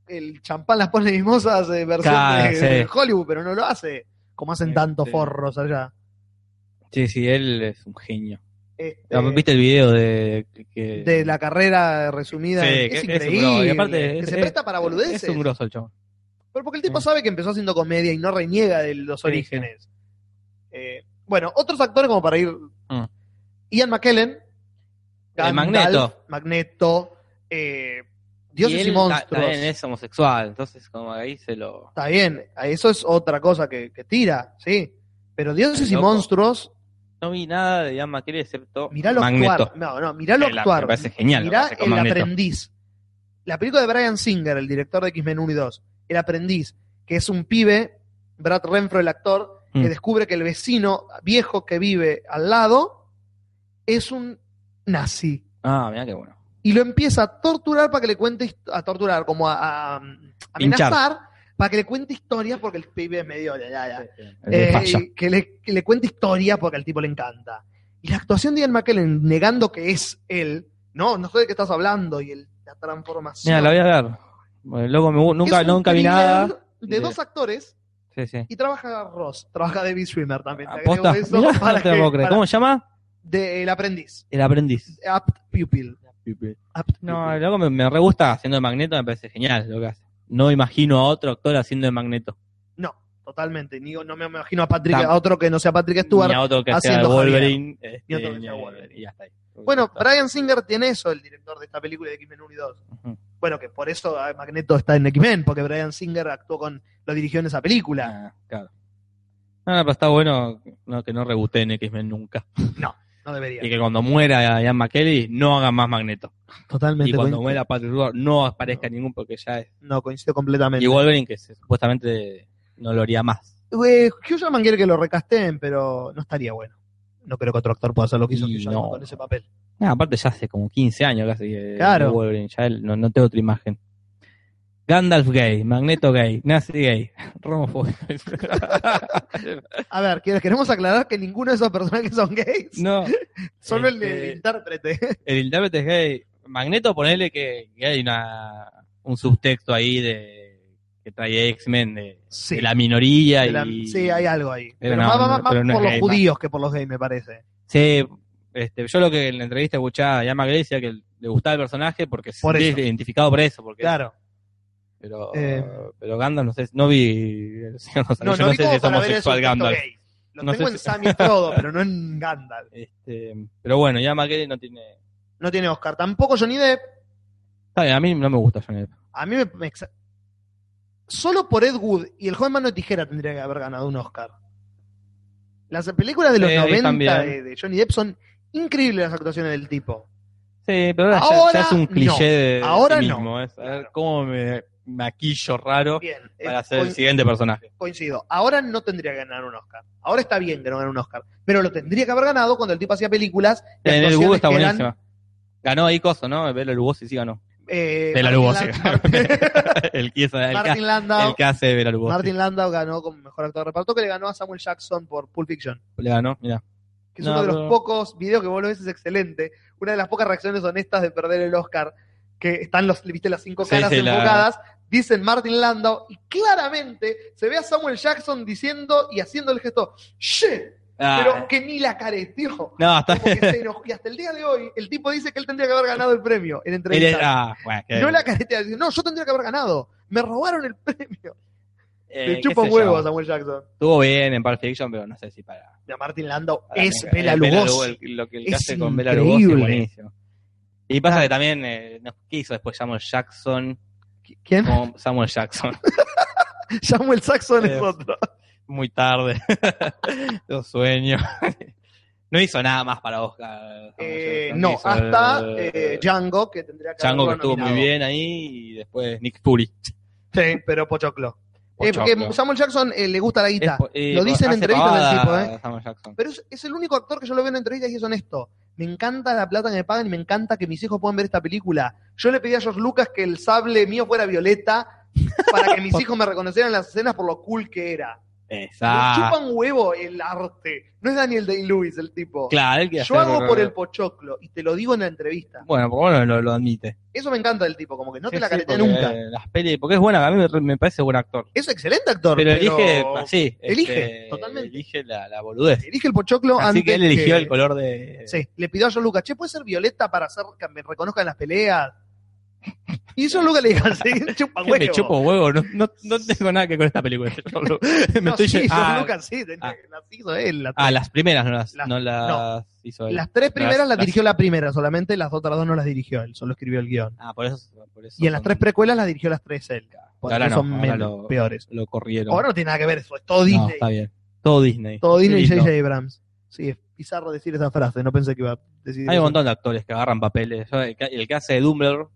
[SPEAKER 2] el champán las pone mimosas eh, versión
[SPEAKER 1] Claro,
[SPEAKER 2] de,
[SPEAKER 1] sí.
[SPEAKER 2] de Hollywood, pero no lo hace como hacen
[SPEAKER 1] Este.
[SPEAKER 2] tantos forros allá.
[SPEAKER 1] Sí, sí, él es un genio. Ah,
[SPEAKER 2] Este,
[SPEAKER 1] ¿Viste el video de que-
[SPEAKER 2] de la carrera resumida
[SPEAKER 1] Sí,
[SPEAKER 2] es,
[SPEAKER 1] que es un grosso,
[SPEAKER 2] increíble.
[SPEAKER 1] y aparte
[SPEAKER 2] que
[SPEAKER 1] es-
[SPEAKER 2] se
[SPEAKER 1] es-
[SPEAKER 2] presta para boludeces.
[SPEAKER 1] Es un grosso el chabón.
[SPEAKER 2] pero porque el tipo
[SPEAKER 1] Sí.
[SPEAKER 2] sabe que empezó haciendo comedia y no reniega de los
[SPEAKER 1] Sí,
[SPEAKER 2] orígenes. Eh, bueno, otros actores como para ir.
[SPEAKER 1] Mm.
[SPEAKER 2] Ian McKellen. Gandalf,
[SPEAKER 1] Magneto.
[SPEAKER 2] Magneto. eh, Dioses y,
[SPEAKER 1] él ta-
[SPEAKER 2] monstruos.
[SPEAKER 1] También es homosexual, entonces como ahí se lo...
[SPEAKER 2] Está bien, eso es otra cosa que, que tira, sí. Pero Dioses y
[SPEAKER 1] Loco.
[SPEAKER 2] monstruos,
[SPEAKER 1] No vi nada de Ian McKellen excepto
[SPEAKER 2] miralo
[SPEAKER 1] Magneto.
[SPEAKER 2] actuar. No, no, miralo
[SPEAKER 1] Que la-
[SPEAKER 2] actuar.
[SPEAKER 1] Me parece genial. lo que
[SPEAKER 2] Mirá
[SPEAKER 1] hace con
[SPEAKER 2] El
[SPEAKER 1] Magneto.
[SPEAKER 2] Aprendiz. La película de Brian Singer, el director de X-Men 1 y 2. El Aprendiz, que es un pibe, Brad Renfro, el actor, que
[SPEAKER 1] Mm.
[SPEAKER 2] descubre que el vecino viejo que vive al lado es un nazi.
[SPEAKER 1] Ah, mirá qué bueno.
[SPEAKER 2] Y lo empieza a torturar para que le cuente, hist- a torturar, como a, a- a
[SPEAKER 1] Hinchar.
[SPEAKER 2] amenazar, para que le cuente historias porque el pibe es medio... ya, ya, ya.
[SPEAKER 1] Eh,
[SPEAKER 2] Eh, que, le, que le cuente historia porque al tipo le encanta. Y la actuación de Ian McKellen negando que es él, no, no sé de qué estás hablando, y el- la transformación.
[SPEAKER 1] Mira, la voy a ver. Bueno, Luego me gu-
[SPEAKER 2] Es
[SPEAKER 1] nunca,
[SPEAKER 2] un
[SPEAKER 1] nunca vi
[SPEAKER 2] thriller
[SPEAKER 1] nada. Eh.
[SPEAKER 2] De
[SPEAKER 1] de-
[SPEAKER 2] dos actores
[SPEAKER 1] Sí, sí.
[SPEAKER 2] Y trabaja Ross, trabaja David Schwimmer también. te agrego
[SPEAKER 1] Aposta.
[SPEAKER 2] eso
[SPEAKER 1] Mirá,
[SPEAKER 2] para
[SPEAKER 1] no te
[SPEAKER 2] que-
[SPEAKER 1] lo puedo creer.
[SPEAKER 2] para-
[SPEAKER 1] ¿Cómo se llama?
[SPEAKER 2] de El Aprendiz,
[SPEAKER 1] El aprendiz.
[SPEAKER 2] Apt Pupil. Apt
[SPEAKER 1] No,
[SPEAKER 2] Pupil.
[SPEAKER 1] el loco me, me re gusta haciendo de magneto, me parece genial lo que hace. No imagino a otro actor haciendo de magneto.
[SPEAKER 2] No, totalmente. Ni- no me imagino a Patrick,
[SPEAKER 1] Tam-
[SPEAKER 2] a otro que no sea Patrick Stewart.
[SPEAKER 1] ni a otro que sea
[SPEAKER 2] haciendo
[SPEAKER 1] Wolverine. este,
[SPEAKER 2] Ni otro que sea
[SPEAKER 1] ni-
[SPEAKER 2] Wolverine.
[SPEAKER 1] y hasta ahí.
[SPEAKER 2] Bueno, Brian Singer tiene eso, el director de esta película de X-Men 1 y 2.
[SPEAKER 1] Ujú.
[SPEAKER 2] Bueno, que por eso ah, Magneto está en X-Men, porque Brian Singer actuó con, lo dirigió en esa
[SPEAKER 1] Ah,
[SPEAKER 2] película.
[SPEAKER 1] claro. No, no, pero está bueno no, que no rebuten X-Men nunca.
[SPEAKER 2] No debería.
[SPEAKER 1] Y que cuando muera Ian McKellen no haga más Magneto.
[SPEAKER 2] Totalmente.
[SPEAKER 1] Y cuando
[SPEAKER 2] coin-
[SPEAKER 1] muera Patrick Stewart no aparezca ningún porque ya es.
[SPEAKER 2] No, coincido completamente.
[SPEAKER 1] Y Wolverine que se- supuestamente no lo haría más.
[SPEAKER 2] Eh, Hugh Jackman quiere que lo recasteen, pero no estaría bueno. No creo que otro actor pueda hacer lo que hizo
[SPEAKER 1] Y
[SPEAKER 2] Hugh Jackman
[SPEAKER 1] no.
[SPEAKER 2] con ese papel.
[SPEAKER 1] Ah, aparte ya hace como 15 años casi que
[SPEAKER 2] Claro.
[SPEAKER 1] de Wolverine, ya él- no, no tengo otra imagen. Gandalf gay, Magneto gay, Nazi gay, Romo
[SPEAKER 2] A ver, ¿quieres- queremos aclarar que ninguno de esos personajes son gays.
[SPEAKER 1] No,
[SPEAKER 2] Solo el,
[SPEAKER 1] Este-
[SPEAKER 2] el intérprete.
[SPEAKER 1] el intérprete es gay. Magneto, ponele que, que hay una, un subtexto ahí de que trae X-Men de,
[SPEAKER 2] Sí,
[SPEAKER 1] de la minoría
[SPEAKER 2] de
[SPEAKER 1] y
[SPEAKER 2] la- sí, hay algo ahí. Pero,
[SPEAKER 1] no,
[SPEAKER 2] más,
[SPEAKER 1] no,
[SPEAKER 2] más- más
[SPEAKER 1] pero no es
[SPEAKER 2] por los
[SPEAKER 1] gay,
[SPEAKER 2] judíos que por los gays, me parece.
[SPEAKER 1] Sí, este, yo lo que en la entrevista escuchaba a Yama decía que le gustaba el personaje porque se
[SPEAKER 2] Por
[SPEAKER 1] sentía
[SPEAKER 2] eso.
[SPEAKER 1] identificado por eso. Porque,
[SPEAKER 2] Claro.
[SPEAKER 1] Pero,
[SPEAKER 2] Eh.
[SPEAKER 1] pero Gandalf, no sé, no vi. el Señor de los
[SPEAKER 2] No,
[SPEAKER 1] Anillos,
[SPEAKER 2] no,
[SPEAKER 1] no
[SPEAKER 2] vi
[SPEAKER 1] sé
[SPEAKER 2] como
[SPEAKER 1] si es
[SPEAKER 2] para ver el
[SPEAKER 1] homosexual
[SPEAKER 2] sujeto
[SPEAKER 1] Gandalf.
[SPEAKER 2] gay. Lo
[SPEAKER 1] No
[SPEAKER 2] tengo
[SPEAKER 1] sé
[SPEAKER 2] en
[SPEAKER 1] si-
[SPEAKER 2] Sammy Frodo, pero no en Gandalf.
[SPEAKER 1] Este, pero bueno, Yama no tiene.
[SPEAKER 2] No tiene Oscar. Tampoco Johnny Depp.
[SPEAKER 1] Está bien, a mí no me gusta Johnny Depp.
[SPEAKER 2] A mí me, me exa- Solo por Ed Wood y el joven mano de tijera tendría que haber ganado un Oscar. Las películas de los
[SPEAKER 1] Sí,
[SPEAKER 2] 90
[SPEAKER 1] también.
[SPEAKER 2] de, de Johnny Depp son increíbles las actuaciones del tipo.
[SPEAKER 1] Sí, pero ahora, ya-
[SPEAKER 2] Ahora
[SPEAKER 1] ya, es un
[SPEAKER 2] no.
[SPEAKER 1] cliché de,
[SPEAKER 2] Ahora
[SPEAKER 1] sí
[SPEAKER 2] no.
[SPEAKER 1] mismo. Es, a ver
[SPEAKER 2] Claro.
[SPEAKER 1] cómo me maquillo raro
[SPEAKER 2] Bien, eh,
[SPEAKER 1] para ser el
[SPEAKER 2] coin-
[SPEAKER 1] siguiente personaje.
[SPEAKER 2] coincido. Ahora no tendría que ganar un Oscar. Ahora está bien que no gane un Oscar. Pero lo tendría que haber ganado cuando el tipo hacía películas. de
[SPEAKER 1] En el
[SPEAKER 2] actuaciones
[SPEAKER 1] Google Eh, está
[SPEAKER 2] que eran,
[SPEAKER 1] buenísima. Ganó ahí Coso, ¿no? El Belo Lugosi sí ganó.
[SPEAKER 2] eh,
[SPEAKER 1] De la
[SPEAKER 2] Martin
[SPEAKER 1] Lugosi.
[SPEAKER 2] Lan- Martin-
[SPEAKER 1] el, que hizo- el, ca-
[SPEAKER 2] Martin Landau.
[SPEAKER 1] el que hace de Bela Lugosi.
[SPEAKER 2] Martin Landau ganó como mejor actor de reparto que le ganó a Samuel Jackson por Pulp Fiction.
[SPEAKER 1] Le ganó, mira.
[SPEAKER 2] Que es
[SPEAKER 1] No,
[SPEAKER 2] uno de los
[SPEAKER 1] pero-
[SPEAKER 2] pocos videos que vos lo ves, es excelente. Una de las pocas reacciones honestas de perder el Oscar, que están los, viste, las cinco
[SPEAKER 1] Sí,
[SPEAKER 2] caras
[SPEAKER 1] sí, la-
[SPEAKER 2] enfocadas, dicen Martin Landau, y claramente se ve a Samuel Jackson diciendo y haciendo el gesto, ¡Shit!
[SPEAKER 1] Ah,
[SPEAKER 2] Pero que ni la careció.
[SPEAKER 1] no, está.
[SPEAKER 2] Como que se enojó. Y hasta el día de hoy, el tipo dice que él tendría que haber ganado el premio en
[SPEAKER 1] Él es-
[SPEAKER 2] entrevista.
[SPEAKER 1] ah, bueno, que-
[SPEAKER 2] No la caretea, dice, no, yo tendría que haber ganado. Me robaron el premio.
[SPEAKER 1] eh,
[SPEAKER 2] Le
[SPEAKER 1] qué
[SPEAKER 2] chupa
[SPEAKER 1] sé
[SPEAKER 2] un
[SPEAKER 1] yo.
[SPEAKER 2] huevo a Samuel Jackson.
[SPEAKER 1] Estuvo bien en Pulp Fiction, pero no sé si para.
[SPEAKER 2] de Martin Landau
[SPEAKER 1] para
[SPEAKER 2] es
[SPEAKER 1] mí,
[SPEAKER 2] Bela
[SPEAKER 1] eh,
[SPEAKER 2] Lugosi.
[SPEAKER 1] Lugosi, Lo que él
[SPEAKER 2] Es
[SPEAKER 1] hace con Bela Lugosi es
[SPEAKER 2] increíble. Ah.
[SPEAKER 1] buenísimo. Y pasa que también, eh, no, ¿qué hizo después Samuel Jackson?
[SPEAKER 2] ¿Quién?
[SPEAKER 1] Como Samuel Jackson,
[SPEAKER 2] Samuel Saxon
[SPEAKER 1] Eh,
[SPEAKER 2] es otro.
[SPEAKER 1] muy tarde. Los sueños. No hizo nada más para Oscar. Samuel
[SPEAKER 2] Eh,
[SPEAKER 1] Jackson.
[SPEAKER 2] no,
[SPEAKER 1] Hizo,
[SPEAKER 2] hasta
[SPEAKER 1] eh,
[SPEAKER 2] eh, Django, que tendría que
[SPEAKER 1] Django, que
[SPEAKER 2] haberlo
[SPEAKER 1] estuvo muy
[SPEAKER 2] nominado.
[SPEAKER 1] bien ahí, y después Nick Fury.
[SPEAKER 2] Sí, pero Pochoclo. Eh,
[SPEAKER 1] Pochoclo.
[SPEAKER 2] porque Samuel Jackson eh, le gusta la guita.
[SPEAKER 1] Es po- eh,
[SPEAKER 2] Lo dice en
[SPEAKER 1] hace
[SPEAKER 2] entrevistas
[SPEAKER 1] pavada
[SPEAKER 2] del tipo, ¿eh?
[SPEAKER 1] Samuel Jackson.
[SPEAKER 2] Pero es, es el único actor que yo lo veo en entrevistas y es honesto. Me encanta la plata que me pagan y me encanta que mis hijos puedan ver esta película. Yo le pedí a George Lucas que el sable mío fuera violeta para que mis hijos me reconocieran en las escenas por lo cool que era.
[SPEAKER 1] Exacto.
[SPEAKER 2] Le chupan huevo el arte. No es Daniel Day-Lewis el tipo.
[SPEAKER 1] Claro, él quiere
[SPEAKER 2] Yo
[SPEAKER 1] hacer-
[SPEAKER 2] hago por el pochoclo y te lo digo en la entrevista.
[SPEAKER 1] Bueno, por lo menos lo, lo admite.
[SPEAKER 2] Eso me encanta del tipo, como que no te
[SPEAKER 1] Sí,
[SPEAKER 2] la
[SPEAKER 1] sí,
[SPEAKER 2] caretea
[SPEAKER 1] porque,
[SPEAKER 2] nunca.
[SPEAKER 1] eh, Las pelis, porque es buena, a mí me, me parece buen actor.
[SPEAKER 2] Es excelente actor.
[SPEAKER 1] Pero elige, sí,
[SPEAKER 2] elige, totalmente.
[SPEAKER 1] Elige la, la boludez.
[SPEAKER 2] elige el pochoclo
[SPEAKER 1] Así
[SPEAKER 2] antes
[SPEAKER 1] que él eligió
[SPEAKER 2] que-
[SPEAKER 1] el color de.
[SPEAKER 2] Sí, le pidió a John Lucas, che, ¿puede ser Violeta para hacer que me reconozcan las peleas? Y John Lucas le dijo, sí, chupa
[SPEAKER 1] ¿Qué me
[SPEAKER 2] huevo.
[SPEAKER 1] chupo huevo, no, no, no tengo nada que ver con esta película. me
[SPEAKER 2] No,
[SPEAKER 1] estoy
[SPEAKER 2] sí,
[SPEAKER 1] lle-
[SPEAKER 2] John
[SPEAKER 1] ah,
[SPEAKER 2] Lucas sí, tenía
[SPEAKER 1] ah.
[SPEAKER 2] que- las hizo él. las
[SPEAKER 1] ah,
[SPEAKER 2] tres.
[SPEAKER 1] las primeras no las,
[SPEAKER 2] Las-
[SPEAKER 1] no las hizo él.
[SPEAKER 2] las tres primeras las,
[SPEAKER 1] las-
[SPEAKER 2] dirigió la primera solamente, las otras dos no las dirigió él, solo escribió el guión.
[SPEAKER 1] Ah, por eso. Por eso
[SPEAKER 2] Y en las
[SPEAKER 1] son-
[SPEAKER 2] tres precuelas las dirigió las tres él. Por
[SPEAKER 1] Ahora
[SPEAKER 2] eso
[SPEAKER 1] no,
[SPEAKER 2] son
[SPEAKER 1] ahora
[SPEAKER 2] menos,
[SPEAKER 1] lo-
[SPEAKER 2] peores.
[SPEAKER 1] Lo corrieron.
[SPEAKER 2] Ahora no tiene nada que ver eso, es todo
[SPEAKER 1] no,
[SPEAKER 2] Disney.
[SPEAKER 1] está bien. Todo Disney.
[SPEAKER 2] Todo Disney y
[SPEAKER 1] Listo.
[SPEAKER 2] J.J. Abrams. Sí, es bizarro decir esa frase, no pensé que iba a decir
[SPEAKER 1] Hay un
[SPEAKER 2] eso.
[SPEAKER 1] montón de actores que agarran papeles. Yo, El que, el que hace de Dumbledore.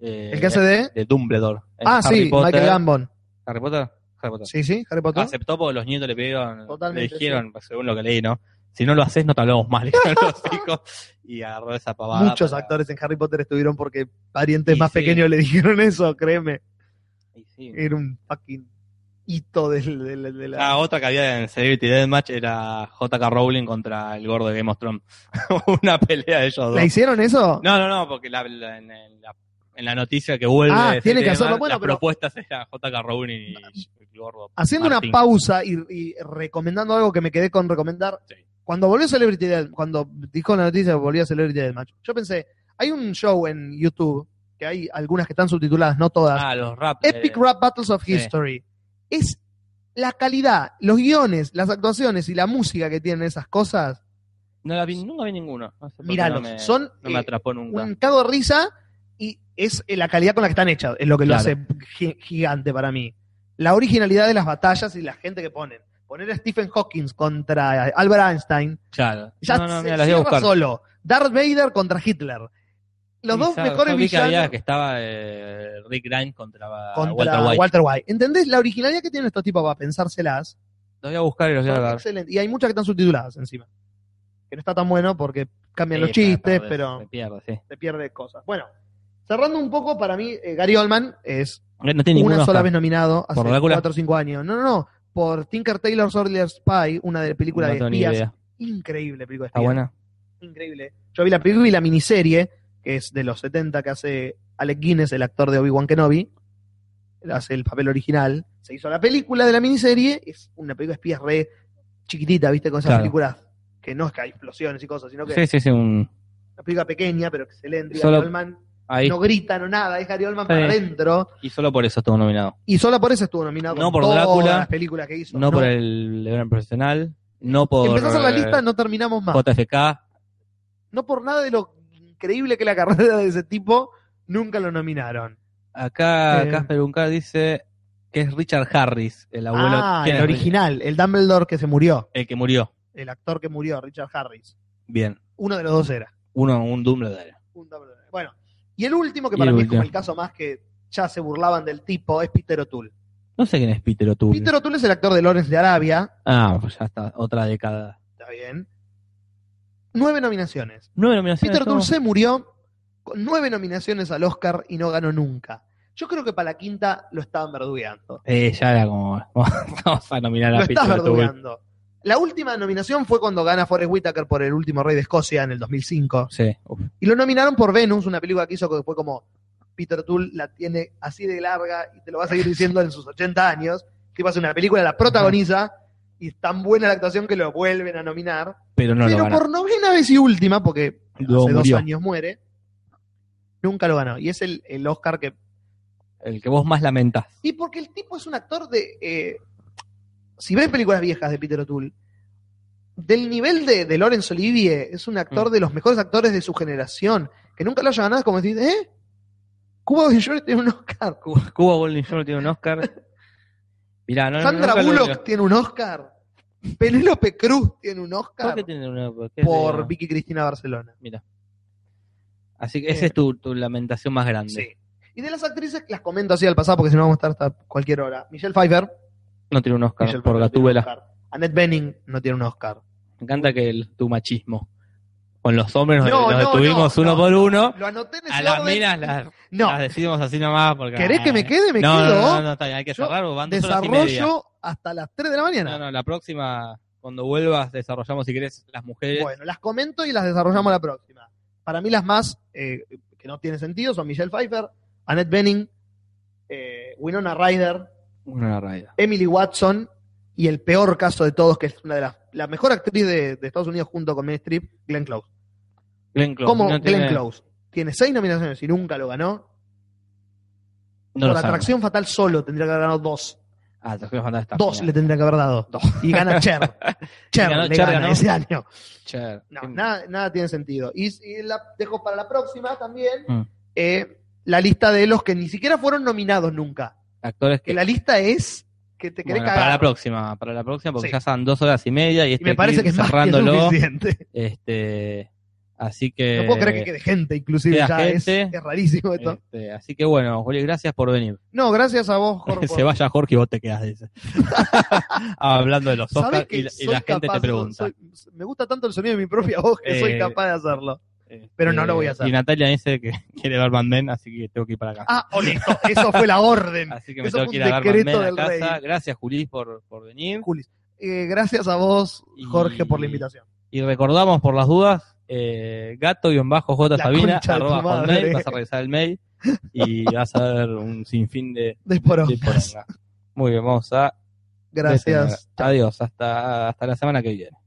[SPEAKER 1] eh,
[SPEAKER 2] El que hace de...
[SPEAKER 1] de Dumbledore. en
[SPEAKER 2] Ah,
[SPEAKER 1] Harry
[SPEAKER 2] sí,
[SPEAKER 1] Potter.
[SPEAKER 2] Michael Gambon.
[SPEAKER 1] Harry Potter. Harry Potter.
[SPEAKER 2] Sí, sí, Harry Potter.
[SPEAKER 1] Aceptó porque los nietos le pidieron,
[SPEAKER 2] Totalmente,
[SPEAKER 1] le dijeron, según lo que leí, ¿no? Si no lo haces, no te hablamos mal. los hijos. Y agarró esa pavada.
[SPEAKER 2] Muchos
[SPEAKER 1] para-
[SPEAKER 2] actores en Harry Potter estuvieron porque parientes
[SPEAKER 1] Y
[SPEAKER 2] más
[SPEAKER 1] sí.
[SPEAKER 2] pequeños le dijeron eso, créeme.
[SPEAKER 1] Y sí.
[SPEAKER 2] Era un fucking hito del- del- de, la...
[SPEAKER 1] Ah, otra que había en Celebrity Deathmatch era J.K. Rowling contra el gordo de Game of Thrones. Una pelea de ellos dos.
[SPEAKER 2] ¿La hicieron eso?
[SPEAKER 1] No, no, no, porque la, la- en, en la en la noticia que vuelve.
[SPEAKER 2] Ah,
[SPEAKER 1] ese
[SPEAKER 2] tiene que
[SPEAKER 1] tema,
[SPEAKER 2] hacerlo. Bueno,
[SPEAKER 1] las
[SPEAKER 2] pero-
[SPEAKER 1] propuestas eran J.K. Rowling y el gordo.
[SPEAKER 2] Haciendo
[SPEAKER 1] Martín.
[SPEAKER 2] una pausa y, y recomendando algo que me quedé con recomendar.
[SPEAKER 1] Sí.
[SPEAKER 2] Cuando volvió Celebrity Death, cuando dijo la noticia que volvió Celebrity Deathmatch, yo pensé, hay un show en YouTube que hay algunas que están subtituladas, no todas.
[SPEAKER 1] Ah, los rap.
[SPEAKER 2] Epic
[SPEAKER 1] eh,
[SPEAKER 2] Rap Battles of
[SPEAKER 1] sí.
[SPEAKER 2] History. Es la calidad, los guiones, las actuaciones y la música que tienen esas cosas.
[SPEAKER 1] No la vi, nunca vi ninguno. No sé por qué
[SPEAKER 2] Míralos,
[SPEAKER 1] no me-
[SPEAKER 2] son
[SPEAKER 1] No me
[SPEAKER 2] eh,
[SPEAKER 1] atrapó nunca.
[SPEAKER 2] un cago de risa y es eh, la calidad con la que están hechas, es lo que lo
[SPEAKER 1] Claro.
[SPEAKER 2] hace gi- gigante para mí. La originalidad de las batallas y la gente que ponen. Poner a Stephen Hawking contra Albert Einstein,
[SPEAKER 1] Claro.
[SPEAKER 2] ya
[SPEAKER 1] no, no,
[SPEAKER 2] se
[SPEAKER 1] mira, las voy a
[SPEAKER 2] cierra
[SPEAKER 1] buscar.
[SPEAKER 2] solo. Darth Vader contra Hitler. Los
[SPEAKER 1] Sí,
[SPEAKER 2] dos
[SPEAKER 1] ya,
[SPEAKER 2] mejores
[SPEAKER 1] yo vi que había-
[SPEAKER 2] villanos
[SPEAKER 1] Que estaba eh, Rick Grimes contra,
[SPEAKER 2] contra
[SPEAKER 1] Walter White.
[SPEAKER 2] ¿Entendés? La originalidad que tienen estos tipos para pensárselas
[SPEAKER 1] Los voy a buscar y los voy a
[SPEAKER 2] Son
[SPEAKER 1] ver.
[SPEAKER 2] excelentes. Y hay muchas que están subtituladas encima. Que no está tan bueno porque cambian los
[SPEAKER 1] Sí, para
[SPEAKER 2] chistes,
[SPEAKER 1] perder,
[SPEAKER 2] pero
[SPEAKER 1] se pierde, sí.
[SPEAKER 2] te pierdes cosas. Bueno, cerrando un poco, para mí, eh, Gary Oldman es
[SPEAKER 1] Eh, No tiene
[SPEAKER 2] una
[SPEAKER 1] ninguno
[SPEAKER 2] sola
[SPEAKER 1] acá.
[SPEAKER 2] vez nominado hace
[SPEAKER 1] ¿Por Drácula?
[SPEAKER 2] 4 o 5 años. No, no, no. Por Tinker Taylor Soldier Spy, una de película
[SPEAKER 1] No
[SPEAKER 2] de
[SPEAKER 1] tengo ni
[SPEAKER 2] espías.
[SPEAKER 1] idea.
[SPEAKER 2] Increíble película de
[SPEAKER 1] Está
[SPEAKER 2] espías.
[SPEAKER 1] buena.
[SPEAKER 2] Increíble. Yo vi la película y la miniserie, que es de los 70 que hace Alec Guinness, el actor de Obi-Wan Kenobi. Hace el papel original. Se hizo la película de la miniserie. Es una película de espías re chiquitita, ¿viste? Con esas
[SPEAKER 1] Claro.
[SPEAKER 2] películas que no es que hay explosiones y cosas, sino que
[SPEAKER 1] Sí, sí, sí. Un...
[SPEAKER 2] es una película pequeña, pero excelente. Y
[SPEAKER 1] Solo-
[SPEAKER 2] Gary Oldman
[SPEAKER 1] Ahí.
[SPEAKER 2] no grita, no nada. Es Gary Oldman para
[SPEAKER 1] Sí.
[SPEAKER 2] adentro.
[SPEAKER 1] Y solo por eso estuvo nominado.
[SPEAKER 2] Y solo por eso estuvo nominado
[SPEAKER 1] No
[SPEAKER 2] con
[SPEAKER 1] por
[SPEAKER 2] todas
[SPEAKER 1] Drácula,
[SPEAKER 2] las películas que hizo.
[SPEAKER 1] No, por el gran profesional. No por.
[SPEAKER 2] Empezás a hacer la lista,
[SPEAKER 1] eh,
[SPEAKER 2] no terminamos más.
[SPEAKER 1] JFK.
[SPEAKER 2] No por nada de lo increíble que la carrera de ese tipo, nunca lo nominaron.
[SPEAKER 1] Acá
[SPEAKER 2] Eh.
[SPEAKER 1] Casper Uncar dice que es Richard Harris, el abuelo.
[SPEAKER 2] ah,
[SPEAKER 1] ¿Quién
[SPEAKER 2] el
[SPEAKER 1] es?
[SPEAKER 2] original, el Dumbledore que se murió,
[SPEAKER 1] El que murió.
[SPEAKER 2] el actor que murió, Richard Harris.
[SPEAKER 1] Bien.
[SPEAKER 2] Uno de los dos era.
[SPEAKER 1] Uno, un Dumbledore.
[SPEAKER 2] Un Dumbledore. Bueno, y el último que
[SPEAKER 1] Y
[SPEAKER 2] para
[SPEAKER 1] el
[SPEAKER 2] mí es como
[SPEAKER 1] último.
[SPEAKER 2] el caso más que ya se burlaban del tipo es Peter O'Toole.
[SPEAKER 1] No sé quién es Peter O'Toole.
[SPEAKER 2] Peter O'Toole es el actor de Lawrence de Arabia,
[SPEAKER 1] Ah, pues ya está. Otra década.
[SPEAKER 2] está bien. Nueve nominaciones.
[SPEAKER 1] Nueve nominaciones.
[SPEAKER 2] Peter O'Toole
[SPEAKER 1] estamos-
[SPEAKER 2] se murió con nueve nominaciones al Oscar y no ganó nunca. Yo creo que para la quinta lo estaban verdugueando.
[SPEAKER 1] Eh, ya era como. Vamos a nominar a
[SPEAKER 2] lo estás
[SPEAKER 1] Peter O'Toole.
[SPEAKER 2] verdugueando. La última nominación fue cuando gana Forrest Whitaker por El último rey de Escocia en el 2005.
[SPEAKER 1] Sí. Uf.
[SPEAKER 2] Y lo nominaron por Venus, una película que hizo que fue como Peter Tull la tiene así de larga y te lo va a seguir diciendo en sus 80 años. Que pasa una película, la protagoniza y es tan buena la actuación que lo vuelven a nominar.
[SPEAKER 1] Pero no lo
[SPEAKER 2] pero
[SPEAKER 1] ganó.
[SPEAKER 2] por novena vez y última, porque
[SPEAKER 1] Luego
[SPEAKER 2] hace
[SPEAKER 1] murió.
[SPEAKER 2] dos años muere, nunca lo ganó. Y es el, el Oscar que.
[SPEAKER 1] El que vos más lamentás.
[SPEAKER 2] Y porque el tipo es un actor de. eh, si ves películas viejas de Peter O'Toole, del nivel de, de Laurence Olivier, es un actor
[SPEAKER 1] Mm.
[SPEAKER 2] de los mejores actores de su generación, que nunca lo haya ganado, es como decir, ¿eh? Cuba Gooding Jr. tiene un Oscar.
[SPEAKER 1] Cuba, Cuba Gooding Jr. tiene un Oscar. Mirá, no, no,
[SPEAKER 2] Sandra
[SPEAKER 1] nunca lo-
[SPEAKER 2] Bullock tiene un Oscar. Penélope Cruz tiene un
[SPEAKER 1] ¿Por
[SPEAKER 2] Oscar
[SPEAKER 1] qué tiene una- por qué
[SPEAKER 2] por
[SPEAKER 1] tiene-
[SPEAKER 2] Vicky Cristina Barcelona.
[SPEAKER 1] Así que esa es tu, tu lamentación más grande.
[SPEAKER 2] Sí. Y de las actrices, las comento así al pasado, porque si no vamos a estar hasta cualquier hora. Michelle Pfeiffer,
[SPEAKER 1] No tiene un Oscar
[SPEAKER 2] Michelle
[SPEAKER 1] por
[SPEAKER 2] Pfeiffer tiene un
[SPEAKER 1] Gatúbela.
[SPEAKER 2] Oscar. Annette Bening no tiene un Oscar.
[SPEAKER 1] Me encanta que el- tu machismo. Con los hombres nos,
[SPEAKER 2] No,
[SPEAKER 1] nos
[SPEAKER 2] no,
[SPEAKER 1] detuvimos
[SPEAKER 2] no,
[SPEAKER 1] uno
[SPEAKER 2] no,
[SPEAKER 1] por uno.
[SPEAKER 2] Lo anoté en ese
[SPEAKER 1] A las
[SPEAKER 2] orden.
[SPEAKER 1] minas las,
[SPEAKER 2] No,
[SPEAKER 1] las decidimos así nomás. Porque, ah,
[SPEAKER 2] ¿querés que me quede? Me
[SPEAKER 1] no,
[SPEAKER 2] quedo.
[SPEAKER 1] No, no, no, está bien, hay que
[SPEAKER 2] Yo
[SPEAKER 1] cerrar. Van dos horas y media.
[SPEAKER 2] Desarrollo hasta las 3 de la mañana.
[SPEAKER 1] No, no, la próxima, cuando vuelvas, desarrollamos si querés las mujeres.
[SPEAKER 2] Bueno, las comento y las desarrollamos la próxima. Para mí las más eh, que no tienen sentido son Michelle Pfeiffer, Annette Bening, eh, Winona Ryder,
[SPEAKER 1] Una raya.
[SPEAKER 2] Emily Watson y el peor caso de todos, que es una de las la mejor actriz de, de Estados Unidos junto con Meryl Streep, Glenn Close.
[SPEAKER 1] Glenn Close.
[SPEAKER 2] Como
[SPEAKER 1] no
[SPEAKER 2] Glenn
[SPEAKER 1] tiene-
[SPEAKER 2] Close. Tiene seis nominaciones y nunca lo ganó.
[SPEAKER 1] No
[SPEAKER 2] Por
[SPEAKER 1] lo sabe.
[SPEAKER 2] Atracción Fatal solo tendría que haber ganado dos.
[SPEAKER 1] Ah, Atracción Fatal está
[SPEAKER 2] Dos
[SPEAKER 1] genial.
[SPEAKER 2] le tendría que haber dado. Y gana Cher. Cher
[SPEAKER 1] Ganó
[SPEAKER 2] le
[SPEAKER 1] Cher,
[SPEAKER 2] gana
[SPEAKER 1] ganó.
[SPEAKER 2] ese año.
[SPEAKER 1] Cher.
[SPEAKER 2] No,
[SPEAKER 1] Qué-
[SPEAKER 2] nada, nada tiene sentido. Y, y la dejo para la próxima también.
[SPEAKER 1] Mm.
[SPEAKER 2] eh, la lista de los que ni siquiera fueron nominados nunca.
[SPEAKER 1] Actores que.
[SPEAKER 2] Que la lista es que te querés
[SPEAKER 1] Eh, Bueno,
[SPEAKER 2] cagar.
[SPEAKER 1] para la próxima, para la próxima, porque
[SPEAKER 2] Sí.
[SPEAKER 1] ya son dos horas y media y,
[SPEAKER 2] y
[SPEAKER 1] este
[SPEAKER 2] me parece que es más que
[SPEAKER 1] cerrándolo.
[SPEAKER 2] suficiente.
[SPEAKER 1] este, así que.
[SPEAKER 2] no puedo creer que quede gente, inclusive
[SPEAKER 1] Eh, queda
[SPEAKER 2] ya es- Es,
[SPEAKER 1] gente.
[SPEAKER 2] rarísimo esto.
[SPEAKER 1] este, así que bueno, Juli, gracias por venir.
[SPEAKER 2] No, gracias a vos,
[SPEAKER 1] Que
[SPEAKER 2] Jorge.
[SPEAKER 1] se vaya Jorge y vos te quedás, dice. Hablando de los
[SPEAKER 2] ¿Sabés
[SPEAKER 1] Oscars
[SPEAKER 2] que
[SPEAKER 1] y, la- y
[SPEAKER 2] soy
[SPEAKER 1] la gente
[SPEAKER 2] capaz,
[SPEAKER 1] te pregunta.
[SPEAKER 2] soy- me gusta tanto el sonido de mi propia voz que soy
[SPEAKER 1] Eh,
[SPEAKER 2] capaz de hacerlo. pero no lo voy a hacer.
[SPEAKER 1] Este, Y Natalia dice que quiere ver Mad Men, así que tengo que ir para acá.
[SPEAKER 2] Ah, honesto, eso fue la orden.
[SPEAKER 1] así que me
[SPEAKER 2] Ah, eso
[SPEAKER 1] tengo
[SPEAKER 2] fue
[SPEAKER 1] que ir
[SPEAKER 2] un
[SPEAKER 1] a ver Mad Men
[SPEAKER 2] decreto
[SPEAKER 1] a
[SPEAKER 2] del rey.
[SPEAKER 1] casa. Gracias, Juli, por, por venir.
[SPEAKER 2] Julis. Eh, gracias a vos, Jorge,
[SPEAKER 1] Y-
[SPEAKER 2] por la invitación.
[SPEAKER 1] Y recordamos por las dudas, eh, gato-j
[SPEAKER 2] La
[SPEAKER 1] sabina
[SPEAKER 2] concha de tu
[SPEAKER 1] arroba
[SPEAKER 2] madre.
[SPEAKER 1] hotmail, vas a revisar el mail. y vas a ver un sinfín de,
[SPEAKER 2] De poro.
[SPEAKER 1] de poronga. Muy bien, vamos a
[SPEAKER 2] Gracias.
[SPEAKER 1] Adiós, hasta, hasta la semana que viene.